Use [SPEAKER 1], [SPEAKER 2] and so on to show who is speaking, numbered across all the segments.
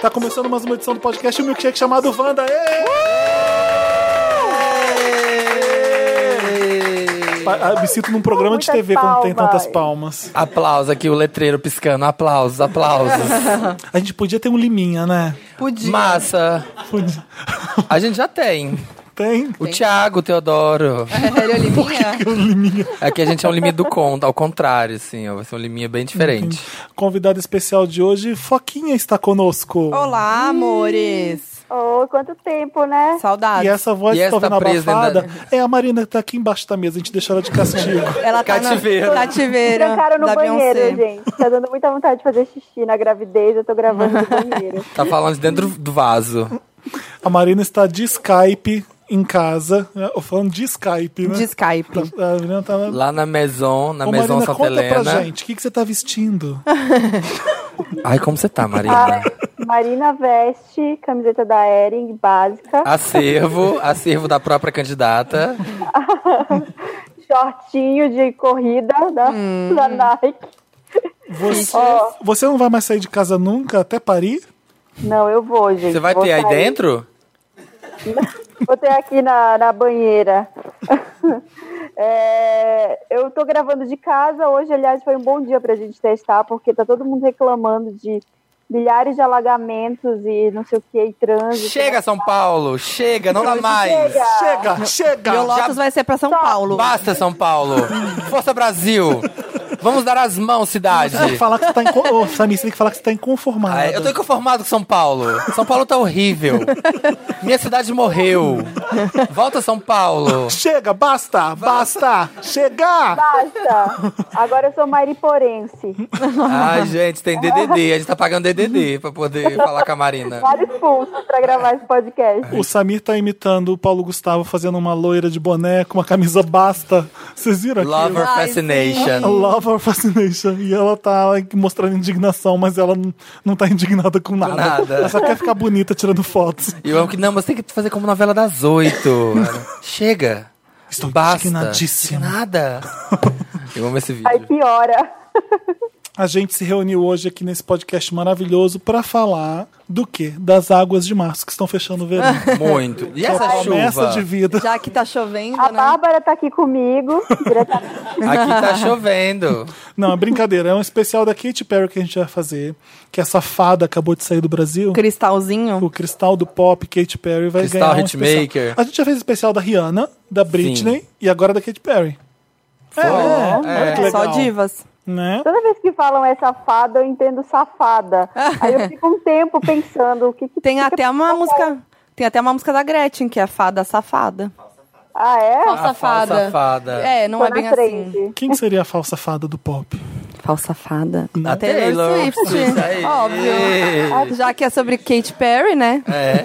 [SPEAKER 1] Tá começando mais uma edição do podcast O Milkshake chamado Wanda. Ê! Pa- ah, Me sinto num programa de
[SPEAKER 2] Muitas
[SPEAKER 1] TV quando tem
[SPEAKER 2] palmas.
[SPEAKER 1] tantas palmas.
[SPEAKER 3] Aplausos aqui, o letreiro piscando. Aplausos, aplausos.
[SPEAKER 1] A gente podia ter um liminha, né?
[SPEAKER 4] Podia.
[SPEAKER 3] Massa.
[SPEAKER 1] Podia-
[SPEAKER 3] A gente já tem.
[SPEAKER 1] Tem?
[SPEAKER 3] O Thiago, o Teodoro.
[SPEAKER 4] Ele olha em minha.
[SPEAKER 3] Aqui a gente é um limite do conto, ao contrário, assim. ó. Vai ser um liminha bem diferente.
[SPEAKER 1] Uhum. Convidado especial de hoje, Foquinha está conosco.
[SPEAKER 4] Olá, amores.
[SPEAKER 2] Oh, quanto tempo, né?
[SPEAKER 1] E
[SPEAKER 4] Saudades.
[SPEAKER 1] essa voz
[SPEAKER 3] E
[SPEAKER 1] que tá
[SPEAKER 3] essa
[SPEAKER 1] ouvindo
[SPEAKER 3] tá presa
[SPEAKER 1] abafada é a Marina que tá aqui embaixo da mesa, a gente deixou ela de castigo.
[SPEAKER 4] Ela tá
[SPEAKER 3] Cativeira.
[SPEAKER 4] na cativeira
[SPEAKER 2] Trancaram no
[SPEAKER 4] da
[SPEAKER 2] banheiro,
[SPEAKER 4] Beyoncé.
[SPEAKER 2] gente. Tá dando muita vontade de fazer xixi na gravidez, eu tô gravando no banheiro.
[SPEAKER 3] Tá falando de dentro do vaso.
[SPEAKER 1] A Marina está de Skype em casa. né? Eu falando de Skype, né?
[SPEAKER 4] De Skype.
[SPEAKER 1] A Marina tá lá.
[SPEAKER 3] Lá na Maison, na né?
[SPEAKER 1] Ô,
[SPEAKER 3] Maison
[SPEAKER 1] Marina,
[SPEAKER 3] Santa
[SPEAKER 1] conta pra
[SPEAKER 3] Helena.
[SPEAKER 1] gente, o que, que você tá vestindo?
[SPEAKER 3] Ai, como você tá, Marina?
[SPEAKER 2] Ai, Marina veste, camiseta da Ering básica,
[SPEAKER 3] Ah. Acervo, acervo da própria candidata.
[SPEAKER 2] shortinho de corrida da,
[SPEAKER 4] Hum.
[SPEAKER 2] da Nike.
[SPEAKER 1] Você,
[SPEAKER 2] Ó,
[SPEAKER 1] você não vai mais sair de casa nunca até Paris?
[SPEAKER 2] não, eu vou, gente.
[SPEAKER 3] Você vai
[SPEAKER 2] Vou
[SPEAKER 3] ter aí
[SPEAKER 2] sair.
[SPEAKER 3] dentro?
[SPEAKER 2] Vou ter aqui na, na banheira. É, eu tô gravando de casa hoje, aliás, foi um bom dia pra gente testar, porque tá todo mundo reclamando de milhares de alagamentos e não sei o que, e trânsito.
[SPEAKER 3] Chega, São Paulo! Chega, não dá mais!
[SPEAKER 2] Chega!
[SPEAKER 1] Chega, chega!
[SPEAKER 4] Meu Lotus vai ser pra São Paulo.
[SPEAKER 3] Basta, São Paulo! Força, Brasil! Vamos dar as mãos, cidade!
[SPEAKER 1] Tem que falar que você tá inco- Ô, Samir, você tem que falar que você tá inconformado.
[SPEAKER 3] Ai, eu tô inconformado com São Paulo. São Paulo tá horrível. Minha cidade morreu. Volta, São Paulo.
[SPEAKER 1] Chega, basta, basta, chega!
[SPEAKER 2] Basta! Agora eu sou mariporense.
[SPEAKER 3] Ai, gente, tem DDD. A gente tá pagando DDD pra poder falar com a Marina.
[SPEAKER 2] Vários pulsos pra gravar esse podcast.
[SPEAKER 1] O Samir tá imitando o Paulo Gustavo fazendo uma loira de boné com uma camisa basta. Vocês viram aquilo?
[SPEAKER 3] Lover
[SPEAKER 1] A
[SPEAKER 3] Fascination.
[SPEAKER 1] Love or Fascination. E ela tá mostrando indignação, mas ela n- não tá indignada com nada.
[SPEAKER 3] nada.
[SPEAKER 1] Ela só quer ficar bonita tirando fotos.
[SPEAKER 3] E eu amo que não, mas tem que fazer como novela das oito. Chega.
[SPEAKER 1] Estou
[SPEAKER 3] Basta.
[SPEAKER 1] indignadíssima.
[SPEAKER 3] Nada. Eu amo esse
[SPEAKER 2] Aí
[SPEAKER 3] vídeo.
[SPEAKER 2] piora.
[SPEAKER 1] A gente se reuniu hoje aqui nesse podcast maravilhoso pra falar do quê? Das águas de março que estão fechando o verão.
[SPEAKER 3] Muito. E
[SPEAKER 1] É
[SPEAKER 3] essa
[SPEAKER 1] a promessa
[SPEAKER 3] chuva?
[SPEAKER 1] de vida.
[SPEAKER 4] Já que tá chovendo,
[SPEAKER 2] A
[SPEAKER 4] né?
[SPEAKER 2] Bárbara tá aqui comigo, diretamente.
[SPEAKER 3] Aqui tá chovendo.
[SPEAKER 1] Não, é brincadeira. É um especial da Katy Perry que a gente vai fazer. Que essa fada acabou de sair do Brasil.
[SPEAKER 4] Cristalzinho.
[SPEAKER 1] O cristal do pop, Katy Perry, vai
[SPEAKER 3] Cristal
[SPEAKER 1] ganhar um
[SPEAKER 3] Hitmaker.
[SPEAKER 1] especial. A gente já fez especial da Rihanna, da Britney
[SPEAKER 3] Sim.
[SPEAKER 1] e agora da Katy Perry. É, olha
[SPEAKER 3] É.
[SPEAKER 1] que
[SPEAKER 4] Só
[SPEAKER 1] legal.
[SPEAKER 4] divas.
[SPEAKER 1] Né?
[SPEAKER 2] Toda vez que falam essa fada, eu entendo safada. Aí eu fico um tempo pensando o que que
[SPEAKER 4] Tem
[SPEAKER 2] o que que-
[SPEAKER 4] até uma música. Tem até uma música da Gretchen, que é a Fada Safada.
[SPEAKER 2] Ah, é?
[SPEAKER 3] A falsa safada.
[SPEAKER 4] É, não
[SPEAKER 2] Tô
[SPEAKER 4] é
[SPEAKER 2] na
[SPEAKER 4] bem
[SPEAKER 2] frente.
[SPEAKER 4] assim.
[SPEAKER 1] Quem que seria a falsa fada do pop?
[SPEAKER 4] Falsa Fada.
[SPEAKER 3] A
[SPEAKER 4] Taylor
[SPEAKER 3] Taylor.
[SPEAKER 4] Swift.
[SPEAKER 3] Isso aí.
[SPEAKER 4] Óbvio. Já que é sobre Katy Perry, né?
[SPEAKER 3] É.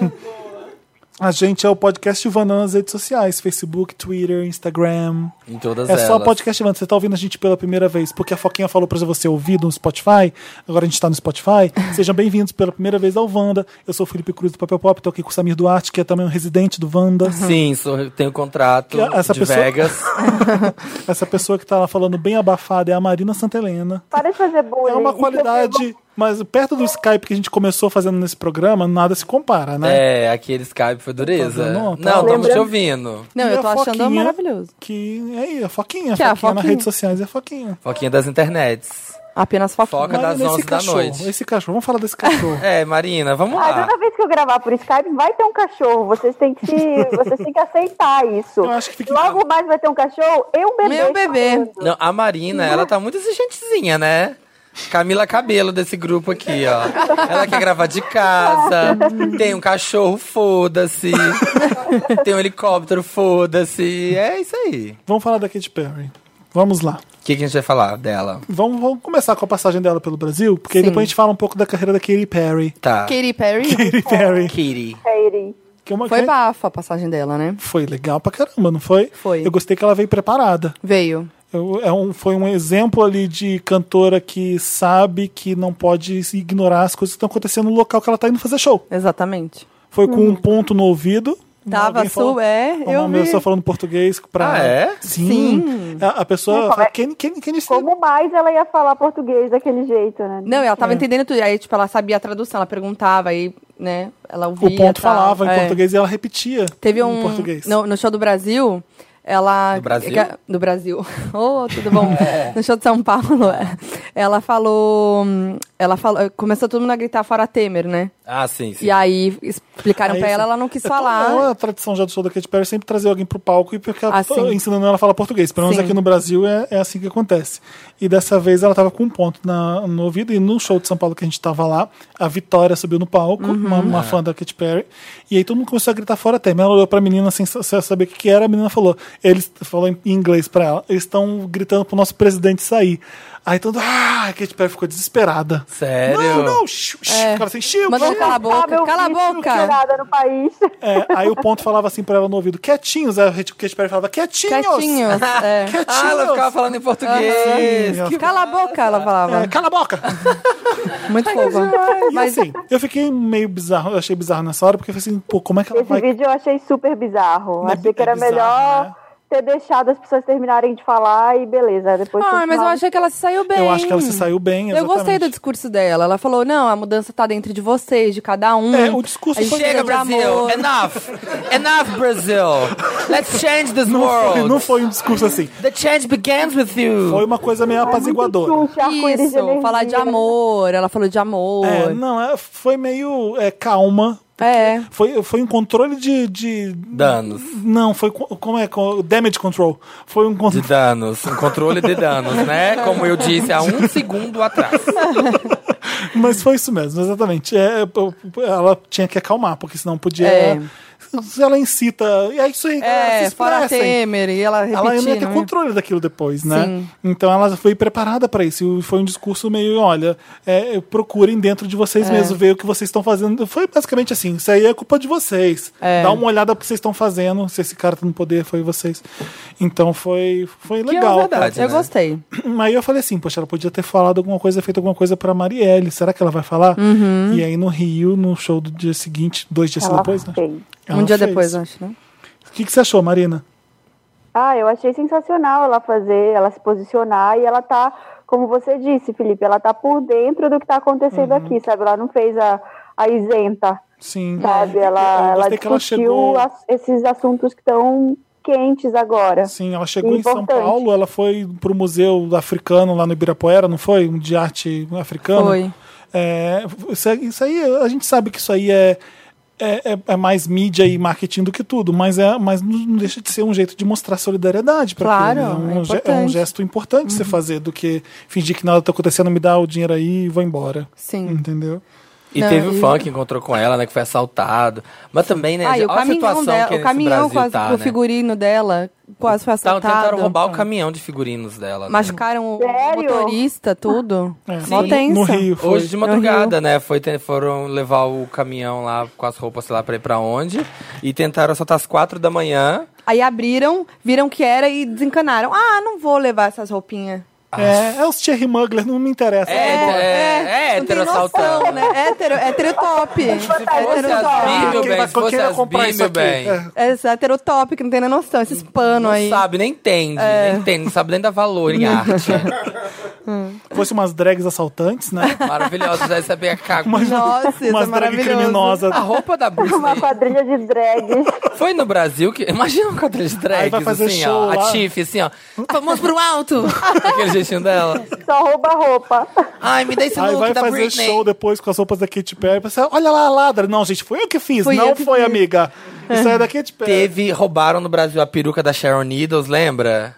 [SPEAKER 1] A gente é o podcast Ivana nas redes sociais: Facebook, Twitter, Instagram.
[SPEAKER 3] Em todas
[SPEAKER 1] É
[SPEAKER 3] elas.
[SPEAKER 1] só podcast Ivana. Você tá ouvindo a gente pela primeira vez, porque a Foquinha falou pra você ouvir no Spotify. Agora a gente tá no Spotify. Sejam bem-vindos pela primeira vez ao Wanda. Eu sou o Felipe Cruz do Papel Pop, tô aqui com o Samir Duarte, que é também um residente do Wanda.
[SPEAKER 3] Sim, sou, tenho contrato
[SPEAKER 1] Essa
[SPEAKER 3] de
[SPEAKER 1] pessoa-
[SPEAKER 3] Vegas.
[SPEAKER 1] Essa pessoa que tá lá falando bem abafada é a Marina Santelena.
[SPEAKER 2] Para de fazer bullying.
[SPEAKER 1] É uma
[SPEAKER 2] Isso eu
[SPEAKER 1] qualidade, mas perto do Skype que a gente começou fazendo nesse programa, nada se compara, né?
[SPEAKER 3] É, aquele Skype foi dureza.
[SPEAKER 1] Fazendo, ó,
[SPEAKER 3] Não,
[SPEAKER 1] tá
[SPEAKER 3] estamos te
[SPEAKER 2] lembrando.
[SPEAKER 3] ouvindo.
[SPEAKER 4] Não,
[SPEAKER 1] E
[SPEAKER 4] eu
[SPEAKER 1] a
[SPEAKER 4] tô achando
[SPEAKER 1] Foquinha,
[SPEAKER 4] maravilhoso.
[SPEAKER 1] Que é aí, a Foquinha.
[SPEAKER 4] Que é
[SPEAKER 1] a
[SPEAKER 4] a
[SPEAKER 1] Foquinha nas
[SPEAKER 4] Foquinha.
[SPEAKER 1] redes sociais é a Foquinha.
[SPEAKER 3] Foquinha das internets.
[SPEAKER 4] Apenas foquinha.
[SPEAKER 3] Foca das
[SPEAKER 1] esse
[SPEAKER 3] 11 da
[SPEAKER 1] cachorro,
[SPEAKER 3] noite.
[SPEAKER 1] esse cachorro, vamos falar desse cachorro.
[SPEAKER 3] É, Marina, vamos
[SPEAKER 1] Ah.
[SPEAKER 2] Aí
[SPEAKER 3] lá.
[SPEAKER 2] Ah, toda vez que eu gravar por Skype, vai ter um cachorro. Vocês têm que, se- vocês têm que aceitar isso.
[SPEAKER 1] Eu acho que fica-
[SPEAKER 2] Logo mais vai ter um cachorro e um bebê.
[SPEAKER 4] Meu bebê.
[SPEAKER 2] chorando.
[SPEAKER 3] Não, a Marina, ela tá muito exigentezinha, né? Camila Cabelo desse grupo aqui, ó. Ela quer gravar de casa, tem um cachorro, foda-se. tem um helicóptero, foda-se. É isso aí.
[SPEAKER 1] vamos falar da Katy Perry. Vamos lá.
[SPEAKER 3] O que, que a gente vai falar dela?
[SPEAKER 1] Vamos, vamos começar com a passagem dela pelo Brasil, porque aí
[SPEAKER 4] Sim.
[SPEAKER 1] depois a gente fala um pouco da carreira da Katy Perry.
[SPEAKER 3] Tá.
[SPEAKER 4] Katy Perry
[SPEAKER 1] Katy Perry.
[SPEAKER 3] Kitty.
[SPEAKER 2] Katie.
[SPEAKER 1] Que é uma
[SPEAKER 4] foi
[SPEAKER 1] que-
[SPEAKER 4] bafa a passagem dela, né?
[SPEAKER 1] foi legal pra caramba, não foi?
[SPEAKER 4] Foi.
[SPEAKER 1] Eu gostei que ela veio preparada.
[SPEAKER 4] Veio.
[SPEAKER 1] Eu- é um- foi um exemplo ali de cantora que sabe que não pode se ignorar as coisas que estão acontecendo no local que ela tá indo fazer show.
[SPEAKER 4] Exatamente.
[SPEAKER 1] Foi com um ponto no ouvido,
[SPEAKER 4] Uhum. Tava
[SPEAKER 1] alguém falou-
[SPEAKER 4] sua, é.
[SPEAKER 1] Uma
[SPEAKER 4] Eu
[SPEAKER 1] minha
[SPEAKER 4] vi.
[SPEAKER 1] pessoa falando português pra.
[SPEAKER 3] Ah, é?
[SPEAKER 1] Sim. A, a pessoa
[SPEAKER 5] Como é-
[SPEAKER 1] fala, quem, quem, quem disse-
[SPEAKER 5] Como mais ela ia falar português daquele jeito, né?
[SPEAKER 4] Não, ela tava entendendo tudo. Aí, tipo, ela sabia a tradução, ela perguntava, aí, né, ela ouvia.
[SPEAKER 1] O ponto
[SPEAKER 4] tal.
[SPEAKER 1] falava em
[SPEAKER 4] É.
[SPEAKER 1] português e ela repetia
[SPEAKER 4] Teve um.
[SPEAKER 1] em português.
[SPEAKER 4] No, no show do Brasil, ela.
[SPEAKER 3] Do Brasil? É.
[SPEAKER 4] que- do Brasil. Oh, tudo bom? No show de São Paulo, é. ela falou. Ela falou. Começou todo mundo a gritar fora Temer, né?
[SPEAKER 3] Ah, sim, sim.
[SPEAKER 4] E aí explicaram
[SPEAKER 1] Aí,
[SPEAKER 4] pra ela,
[SPEAKER 1] assim,
[SPEAKER 4] ela não quis
[SPEAKER 1] é
[SPEAKER 4] falar.
[SPEAKER 1] tão- não, a tradição já do show da Katy Perry é sempre trazer alguém pro palco e porque ela
[SPEAKER 4] Ah,
[SPEAKER 1] tá
[SPEAKER 4] sim.
[SPEAKER 1] ensinando ela a falar português. Pelo menos
[SPEAKER 4] Sim.
[SPEAKER 1] aqui no Brasil é, é assim que acontece. E dessa vez ela tava com um ponto na- no ouvido e no show de São Paulo que a gente tava lá, a Vitória subiu no palco,
[SPEAKER 4] Uhum.
[SPEAKER 1] uma, uma fã da Katy Perry, e aí todo mundo começou a gritar fora Temer. Ela olhou pra menina sem, sa- sem saber o que, que era, a menina falou, eles falou em inglês pra ela, eles estão gritando pro nosso presidente sair. Aí todo ah, a Katy Perry ficou desesperada.
[SPEAKER 3] Sério?
[SPEAKER 1] Não, não, shiu, shiu,
[SPEAKER 4] É.
[SPEAKER 1] ficava assim, shiu,
[SPEAKER 4] Mandou
[SPEAKER 1] shiu.
[SPEAKER 4] Cala a boca,
[SPEAKER 5] Sabe, eu
[SPEAKER 4] cala a
[SPEAKER 5] fiz
[SPEAKER 4] boca.
[SPEAKER 5] tirada no país.
[SPEAKER 1] É, aí o ponto falava assim pra ela no ouvido, quietinhos. Aí o Katy Perry falava, quietinhos.
[SPEAKER 4] Quietinhos. é.
[SPEAKER 1] Quietinhos.
[SPEAKER 3] Ah, ela ficava falando em português.
[SPEAKER 1] Sim, ela ficava-
[SPEAKER 4] Cala a boca, ela falava.
[SPEAKER 1] É, cala a boca!
[SPEAKER 4] Muito fofa.
[SPEAKER 1] E
[SPEAKER 4] Mas
[SPEAKER 1] assim, eu fiquei meio bizarro, eu achei bizarro nessa hora, porque eu falei assim, pô, como é que ela
[SPEAKER 5] Esse
[SPEAKER 1] vai.
[SPEAKER 5] vídeo eu achei super bizarro.
[SPEAKER 1] É bi-
[SPEAKER 5] achei que
[SPEAKER 1] é
[SPEAKER 5] era
[SPEAKER 1] bizarro,
[SPEAKER 5] melhor
[SPEAKER 1] né?
[SPEAKER 5] ter deixado as pessoas terminarem de falar e beleza. Depois
[SPEAKER 4] Ah, mas eu
[SPEAKER 5] continuar.
[SPEAKER 4] achei que ela se saiu é bem.
[SPEAKER 1] Eu acho que ela se saiu bem.
[SPEAKER 4] Eu gostei do
[SPEAKER 1] exatamente.
[SPEAKER 4] discurso dela. Ela falou: não, a mudança tá dentro de vocês, de cada um.
[SPEAKER 1] É, o discurso
[SPEAKER 4] A gente é
[SPEAKER 1] foi-
[SPEAKER 4] precisa
[SPEAKER 3] Chega,
[SPEAKER 4] de
[SPEAKER 3] Brasil!
[SPEAKER 4] amor.
[SPEAKER 3] Enough! Enough, Brazil! Let's change this
[SPEAKER 1] Não
[SPEAKER 3] world!
[SPEAKER 1] foi, não foi um discurso assim.
[SPEAKER 3] The change begins with you!
[SPEAKER 1] Foi uma coisa
[SPEAKER 4] É
[SPEAKER 1] meio apaziguadora.
[SPEAKER 5] Xuxa, arco-íris de
[SPEAKER 4] Isso,
[SPEAKER 5] energia. né?
[SPEAKER 4] falar de
[SPEAKER 3] né?
[SPEAKER 4] amor. Ela falou de amor.
[SPEAKER 1] É, não, é, foi meio é, calma.
[SPEAKER 4] É.
[SPEAKER 1] Foi, foi um controle de, de.
[SPEAKER 3] Danos.
[SPEAKER 1] Não, foi. co- Como é? co- Damage control. Foi um
[SPEAKER 3] De
[SPEAKER 1] controle.
[SPEAKER 3] danos. Um controle de danos, né? Como eu disse há um segundo atrás.
[SPEAKER 1] Mas foi isso mesmo, exatamente. É, p- p- ela tinha que acalmar, porque senão podia.
[SPEAKER 4] É.
[SPEAKER 1] Se Ela incita. E é isso aí, galera, se
[SPEAKER 4] É, fora
[SPEAKER 1] expressem.
[SPEAKER 4] Temer. E ela
[SPEAKER 1] Ela ainda ia
[SPEAKER 4] repetindo.
[SPEAKER 1] ter
[SPEAKER 4] né?
[SPEAKER 1] controle daquilo depois, né?
[SPEAKER 4] Sim.
[SPEAKER 1] Então ela foi preparada para isso. E foi um discurso meio: olha, é, procurem dentro de
[SPEAKER 4] É.
[SPEAKER 1] vocês mesmo, ver o que vocês estão fazendo. Foi basicamente assim: isso aí é culpa de vocês.
[SPEAKER 4] É.
[SPEAKER 1] Dá uma olhada pro que vocês estão fazendo. Se esse cara tá no poder, foi vocês. Então foi, foi
[SPEAKER 4] Que é
[SPEAKER 1] legal.
[SPEAKER 4] uma verdade,
[SPEAKER 3] né?
[SPEAKER 4] Eu gostei.
[SPEAKER 1] Aí eu falei assim, poxa, ela podia ter falado alguma coisa, feito alguma coisa pra Marielle. Será que ela vai falar?
[SPEAKER 4] Uhum.
[SPEAKER 1] E aí no Rio, no show do dia seguinte, dois dias
[SPEAKER 5] Ela
[SPEAKER 1] depois, né?
[SPEAKER 5] fez.
[SPEAKER 1] Ela
[SPEAKER 4] um dia
[SPEAKER 1] fez.
[SPEAKER 4] depois, acho, né?
[SPEAKER 1] O que, que você achou, Marina?
[SPEAKER 5] Ah, eu achei sensacional ela fazer, ela se posicionar e ela tá, como você disse, Felipe, ela tá por dentro do que tá acontecendo
[SPEAKER 4] Uhum.
[SPEAKER 5] aqui, sabe? Ela não fez a, a isenta,
[SPEAKER 1] Sim.
[SPEAKER 5] sabe?
[SPEAKER 1] Né, Eu
[SPEAKER 5] Ela, ela
[SPEAKER 1] gostei que ela
[SPEAKER 5] discutiu
[SPEAKER 1] chegou-
[SPEAKER 5] as- esses assuntos que estão quentes agora.
[SPEAKER 1] Sim, ela chegou em São
[SPEAKER 5] Importante.
[SPEAKER 1] Paulo, ela foi pro Museu Africano lá no Ibirapuera, não foi? Um de arte africana.
[SPEAKER 4] Foi.
[SPEAKER 1] É, isso, aí- isso aí, a gente sabe que isso aí é, é, é- é mais mídia e marketing do que tudo, mas, é, mas não não deixa de ser um jeito de mostrar solidariedade para
[SPEAKER 4] Claro,
[SPEAKER 1] é
[SPEAKER 4] é
[SPEAKER 1] um, ge- é um
[SPEAKER 4] importante. Uhum.
[SPEAKER 1] gesto importante você fazer do que fingir que nada tá acontecendo, me dá o dinheiro aí e vou embora.
[SPEAKER 4] Sim.
[SPEAKER 1] Entendeu?
[SPEAKER 3] E
[SPEAKER 4] Não,
[SPEAKER 3] teve o
[SPEAKER 4] e-
[SPEAKER 3] fã que encontrou com ela, né? Que foi assaltado. Mas também, né?
[SPEAKER 4] Ah, e o
[SPEAKER 3] olha a
[SPEAKER 4] caminhão
[SPEAKER 3] situação
[SPEAKER 4] dela,
[SPEAKER 3] que
[SPEAKER 4] o
[SPEAKER 3] esse
[SPEAKER 4] caminhão
[SPEAKER 3] Brasil
[SPEAKER 4] quase,
[SPEAKER 3] tá,
[SPEAKER 4] o
[SPEAKER 3] né?
[SPEAKER 4] figurino dela quase foi
[SPEAKER 3] Tá,
[SPEAKER 4] assaltado.
[SPEAKER 3] tentaram roubar o caminhão de figurinos dela. né?
[SPEAKER 4] Machucaram o
[SPEAKER 5] Sério?
[SPEAKER 4] motorista, tudo.
[SPEAKER 1] É.
[SPEAKER 4] Mó
[SPEAKER 1] Sim.
[SPEAKER 4] tensa.
[SPEAKER 1] No Rio foi. Uhum.
[SPEAKER 3] Hoje de madrugada, né? Foi, te- foram levar o caminhão lá com as roupas, sei lá, pra ir pra onde. E tentaram assaltar às quatro da manhã.
[SPEAKER 4] Aí abriram, viram que era e desencanaram. Ah, não vou levar essas roupinhas.
[SPEAKER 1] É, é os Thierry Mugler, não me interessa.
[SPEAKER 3] Ah, É,
[SPEAKER 1] vambora.
[SPEAKER 3] é, é
[SPEAKER 4] não tem
[SPEAKER 3] hétero
[SPEAKER 4] noção,
[SPEAKER 3] assaltando, né?
[SPEAKER 4] Hétero, hétero top.
[SPEAKER 3] Se fosse
[SPEAKER 4] hétero
[SPEAKER 3] as bi,
[SPEAKER 4] top.
[SPEAKER 3] meu
[SPEAKER 1] Quem vai-
[SPEAKER 3] bem, se
[SPEAKER 1] quem
[SPEAKER 3] fosse
[SPEAKER 1] vai
[SPEAKER 3] as
[SPEAKER 1] comprar
[SPEAKER 3] bi,
[SPEAKER 1] isso
[SPEAKER 3] meu
[SPEAKER 1] aqui?
[SPEAKER 3] bem.
[SPEAKER 1] É.
[SPEAKER 4] Esse hétero top, que não tem nem noção. Esses panos
[SPEAKER 3] Não
[SPEAKER 4] aí.
[SPEAKER 3] sabe, nem entende,
[SPEAKER 1] É.
[SPEAKER 3] nem entende, não sabe nem dar valor em arte.
[SPEAKER 1] Fosse umas drags assaltantes, né?
[SPEAKER 3] Maravilhoso, deve saber a cago.
[SPEAKER 4] Nossa, isso é
[SPEAKER 1] umas drag
[SPEAKER 4] maravilhoso.
[SPEAKER 1] criminosas.
[SPEAKER 3] A roupa da
[SPEAKER 5] Uma
[SPEAKER 3] Britney
[SPEAKER 5] quadrilha de drags.
[SPEAKER 3] foi no Brasil que. Imagina um quadrilha de
[SPEAKER 1] Aí vai
[SPEAKER 3] drags,
[SPEAKER 1] fazer
[SPEAKER 3] assim,
[SPEAKER 1] show
[SPEAKER 3] ó.
[SPEAKER 1] lá.
[SPEAKER 3] A Tiff, assim, ó. Vamos pro alto! Aquele jeitinho dela.
[SPEAKER 5] Só rouba roupa.
[SPEAKER 3] Ai, me dá esse
[SPEAKER 1] Aí
[SPEAKER 3] look
[SPEAKER 1] vai
[SPEAKER 3] da
[SPEAKER 1] fazer
[SPEAKER 3] Britney.
[SPEAKER 1] show depois com as roupas da Katy Perry. Você, Olha lá a ladra. Não, gente, foi eu que fiz.
[SPEAKER 4] Fui
[SPEAKER 1] não
[SPEAKER 4] eu que
[SPEAKER 1] foi,
[SPEAKER 4] fiz.
[SPEAKER 1] amiga. Isso aí é da Katy Perry.
[SPEAKER 3] Teve, roubaram no Brasil a peruca da Sharon Needles, lembra?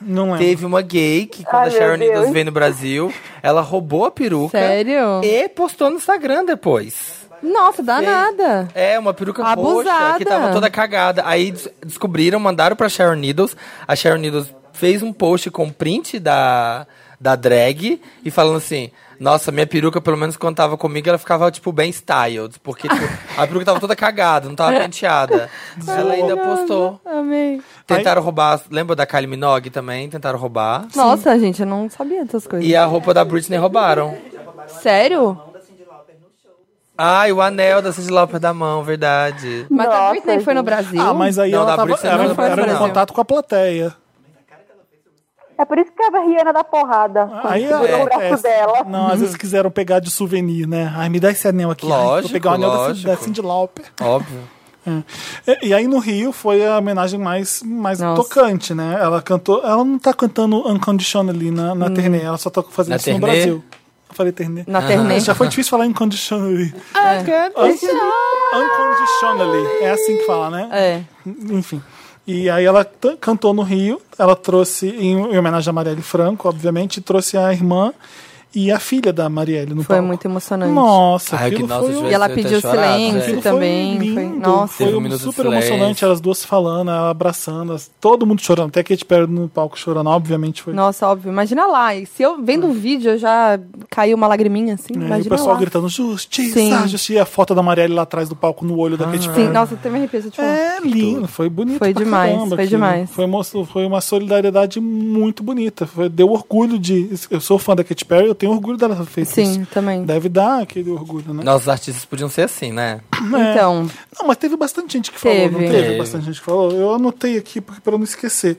[SPEAKER 1] Não é.
[SPEAKER 3] Teve uma gay que, quando
[SPEAKER 5] Ai,
[SPEAKER 3] a Sharon
[SPEAKER 5] meu Deus.
[SPEAKER 3] Needles veio no Brasil, ela roubou a peruca.
[SPEAKER 4] Sério?
[SPEAKER 3] E postou no Instagram depois.
[SPEAKER 4] Nossa, dá nada.
[SPEAKER 3] É, uma peruca roxa
[SPEAKER 4] Abusada.
[SPEAKER 3] que tava toda cagada. Aí des- descobriram, mandaram pra Sharon Needles. A Sharon Needles fez um post com print da, da drag e falando assim. Nossa, minha peruca, pelo menos quando tava comigo, ela ficava, tipo, bem styled. Porque, tipo, a peruca tava toda cagada, não tava penteada. Ela ainda postou.
[SPEAKER 4] Amei.
[SPEAKER 3] Tentaram roubar, lembra da Kylie Minogue também? Tentaram roubar.
[SPEAKER 4] Nossa, gente, eu não sabia dessas coisas.
[SPEAKER 3] E a roupa da Britney roubaram.
[SPEAKER 4] Sério?
[SPEAKER 3] Ai, o anel da Cindy Lauper da mão, verdade.
[SPEAKER 4] Mas a
[SPEAKER 5] Nossa,
[SPEAKER 4] Britney foi no
[SPEAKER 5] gente.
[SPEAKER 4] Brasil.
[SPEAKER 1] Ah, mas aí
[SPEAKER 3] Não,
[SPEAKER 1] ela
[SPEAKER 3] da
[SPEAKER 1] tava,
[SPEAKER 3] Britney
[SPEAKER 1] era,
[SPEAKER 4] não foi
[SPEAKER 1] era
[SPEAKER 4] no
[SPEAKER 1] em
[SPEAKER 4] Brasil.
[SPEAKER 1] contato com a plateia.
[SPEAKER 5] É por isso que a Rihanna dá porrada.
[SPEAKER 1] Aí
[SPEAKER 5] Segura o braço
[SPEAKER 1] acontece.
[SPEAKER 5] dela.
[SPEAKER 1] Não, às
[SPEAKER 3] Uhum.
[SPEAKER 1] vezes quiseram pegar de souvenir, né? Ai, me dá esse anel aqui. Ai,
[SPEAKER 3] Lógico,
[SPEAKER 1] vou pegar o anel da Cindy- da
[SPEAKER 3] lógico.
[SPEAKER 1] Cindy Lauper.
[SPEAKER 3] Óbvio.
[SPEAKER 1] É, E, e aí no Rio foi a homenagem mais, mais
[SPEAKER 4] Nossa.
[SPEAKER 1] tocante, né? Ela cantou. Ela não tá cantando Unconditionally na, na turnê, ela só tá fazendo
[SPEAKER 3] Na
[SPEAKER 1] isso no
[SPEAKER 3] turnê?
[SPEAKER 1] Brasil. Eu falei turnê.
[SPEAKER 4] Hum.
[SPEAKER 1] Ah,
[SPEAKER 4] Na turnê.
[SPEAKER 1] Já foi difícil falar Unconditionally.
[SPEAKER 4] É.
[SPEAKER 1] Unconditionally. É assim que fala, né?
[SPEAKER 4] É.
[SPEAKER 1] Enfim. E aí ela t- cantou no Rio, ela trouxe, em, em homenagem a Marielle Franco, obviamente, trouxe a irmã e a filha da Marielle no
[SPEAKER 4] Foi
[SPEAKER 1] palco.
[SPEAKER 4] muito emocionante.
[SPEAKER 1] Nossa,
[SPEAKER 3] Ai, que
[SPEAKER 1] aquilo
[SPEAKER 3] nossa,
[SPEAKER 1] foi... um
[SPEAKER 4] E ela
[SPEAKER 3] Eu tenho
[SPEAKER 4] pediu
[SPEAKER 3] tá chorado,
[SPEAKER 4] silêncio
[SPEAKER 1] Aquilo
[SPEAKER 3] gente.
[SPEAKER 4] também.
[SPEAKER 1] Foi
[SPEAKER 4] Foi,
[SPEAKER 1] lindo.
[SPEAKER 4] nossa.
[SPEAKER 1] foi
[SPEAKER 3] Teve um
[SPEAKER 1] um
[SPEAKER 3] minuto de
[SPEAKER 1] super
[SPEAKER 3] silêncio.
[SPEAKER 1] emocionante. Elas duas falando, ela abraçando, as- todo mundo chorando. Até Kate Perry no palco chorando, obviamente foi.
[SPEAKER 4] Nossa, óbvio. Imagina lá. E se eu vendo o vídeo, eu já caiu uma lagriminha,
[SPEAKER 1] É,
[SPEAKER 4] assim.
[SPEAKER 1] e o
[SPEAKER 4] imagina
[SPEAKER 1] pessoal
[SPEAKER 4] lá.
[SPEAKER 1] gritando, justiça,
[SPEAKER 4] Sim.
[SPEAKER 1] justiça. E a foto da Marielle lá atrás do palco no
[SPEAKER 3] Ah,
[SPEAKER 1] olho da Kate Perry.
[SPEAKER 5] Ah.
[SPEAKER 4] Sim, nossa, até me arrepio se eu te falar.
[SPEAKER 1] É lindo, foi bonito.
[SPEAKER 4] Foi
[SPEAKER 1] pra
[SPEAKER 4] demais,
[SPEAKER 1] caramba
[SPEAKER 4] foi
[SPEAKER 1] aquilo.
[SPEAKER 4] demais.
[SPEAKER 1] Foi uma, foi uma solidariedade muito bonita. Foi- deu orgulho de. Eu sou fã da Katy Perry, eu tenho orgulho dela ter feito
[SPEAKER 4] Sim,
[SPEAKER 1] isso.
[SPEAKER 4] também.
[SPEAKER 1] Deve dar aquele orgulho, né?
[SPEAKER 3] Nossos artistas podiam ser assim, né?
[SPEAKER 5] é.
[SPEAKER 4] Então,
[SPEAKER 1] Não, mas teve bastante gente que falou, não
[SPEAKER 4] Teve.
[SPEAKER 1] teve?
[SPEAKER 3] Teve.
[SPEAKER 1] Bastante gente que falou. Eu anotei aqui para não esquecer.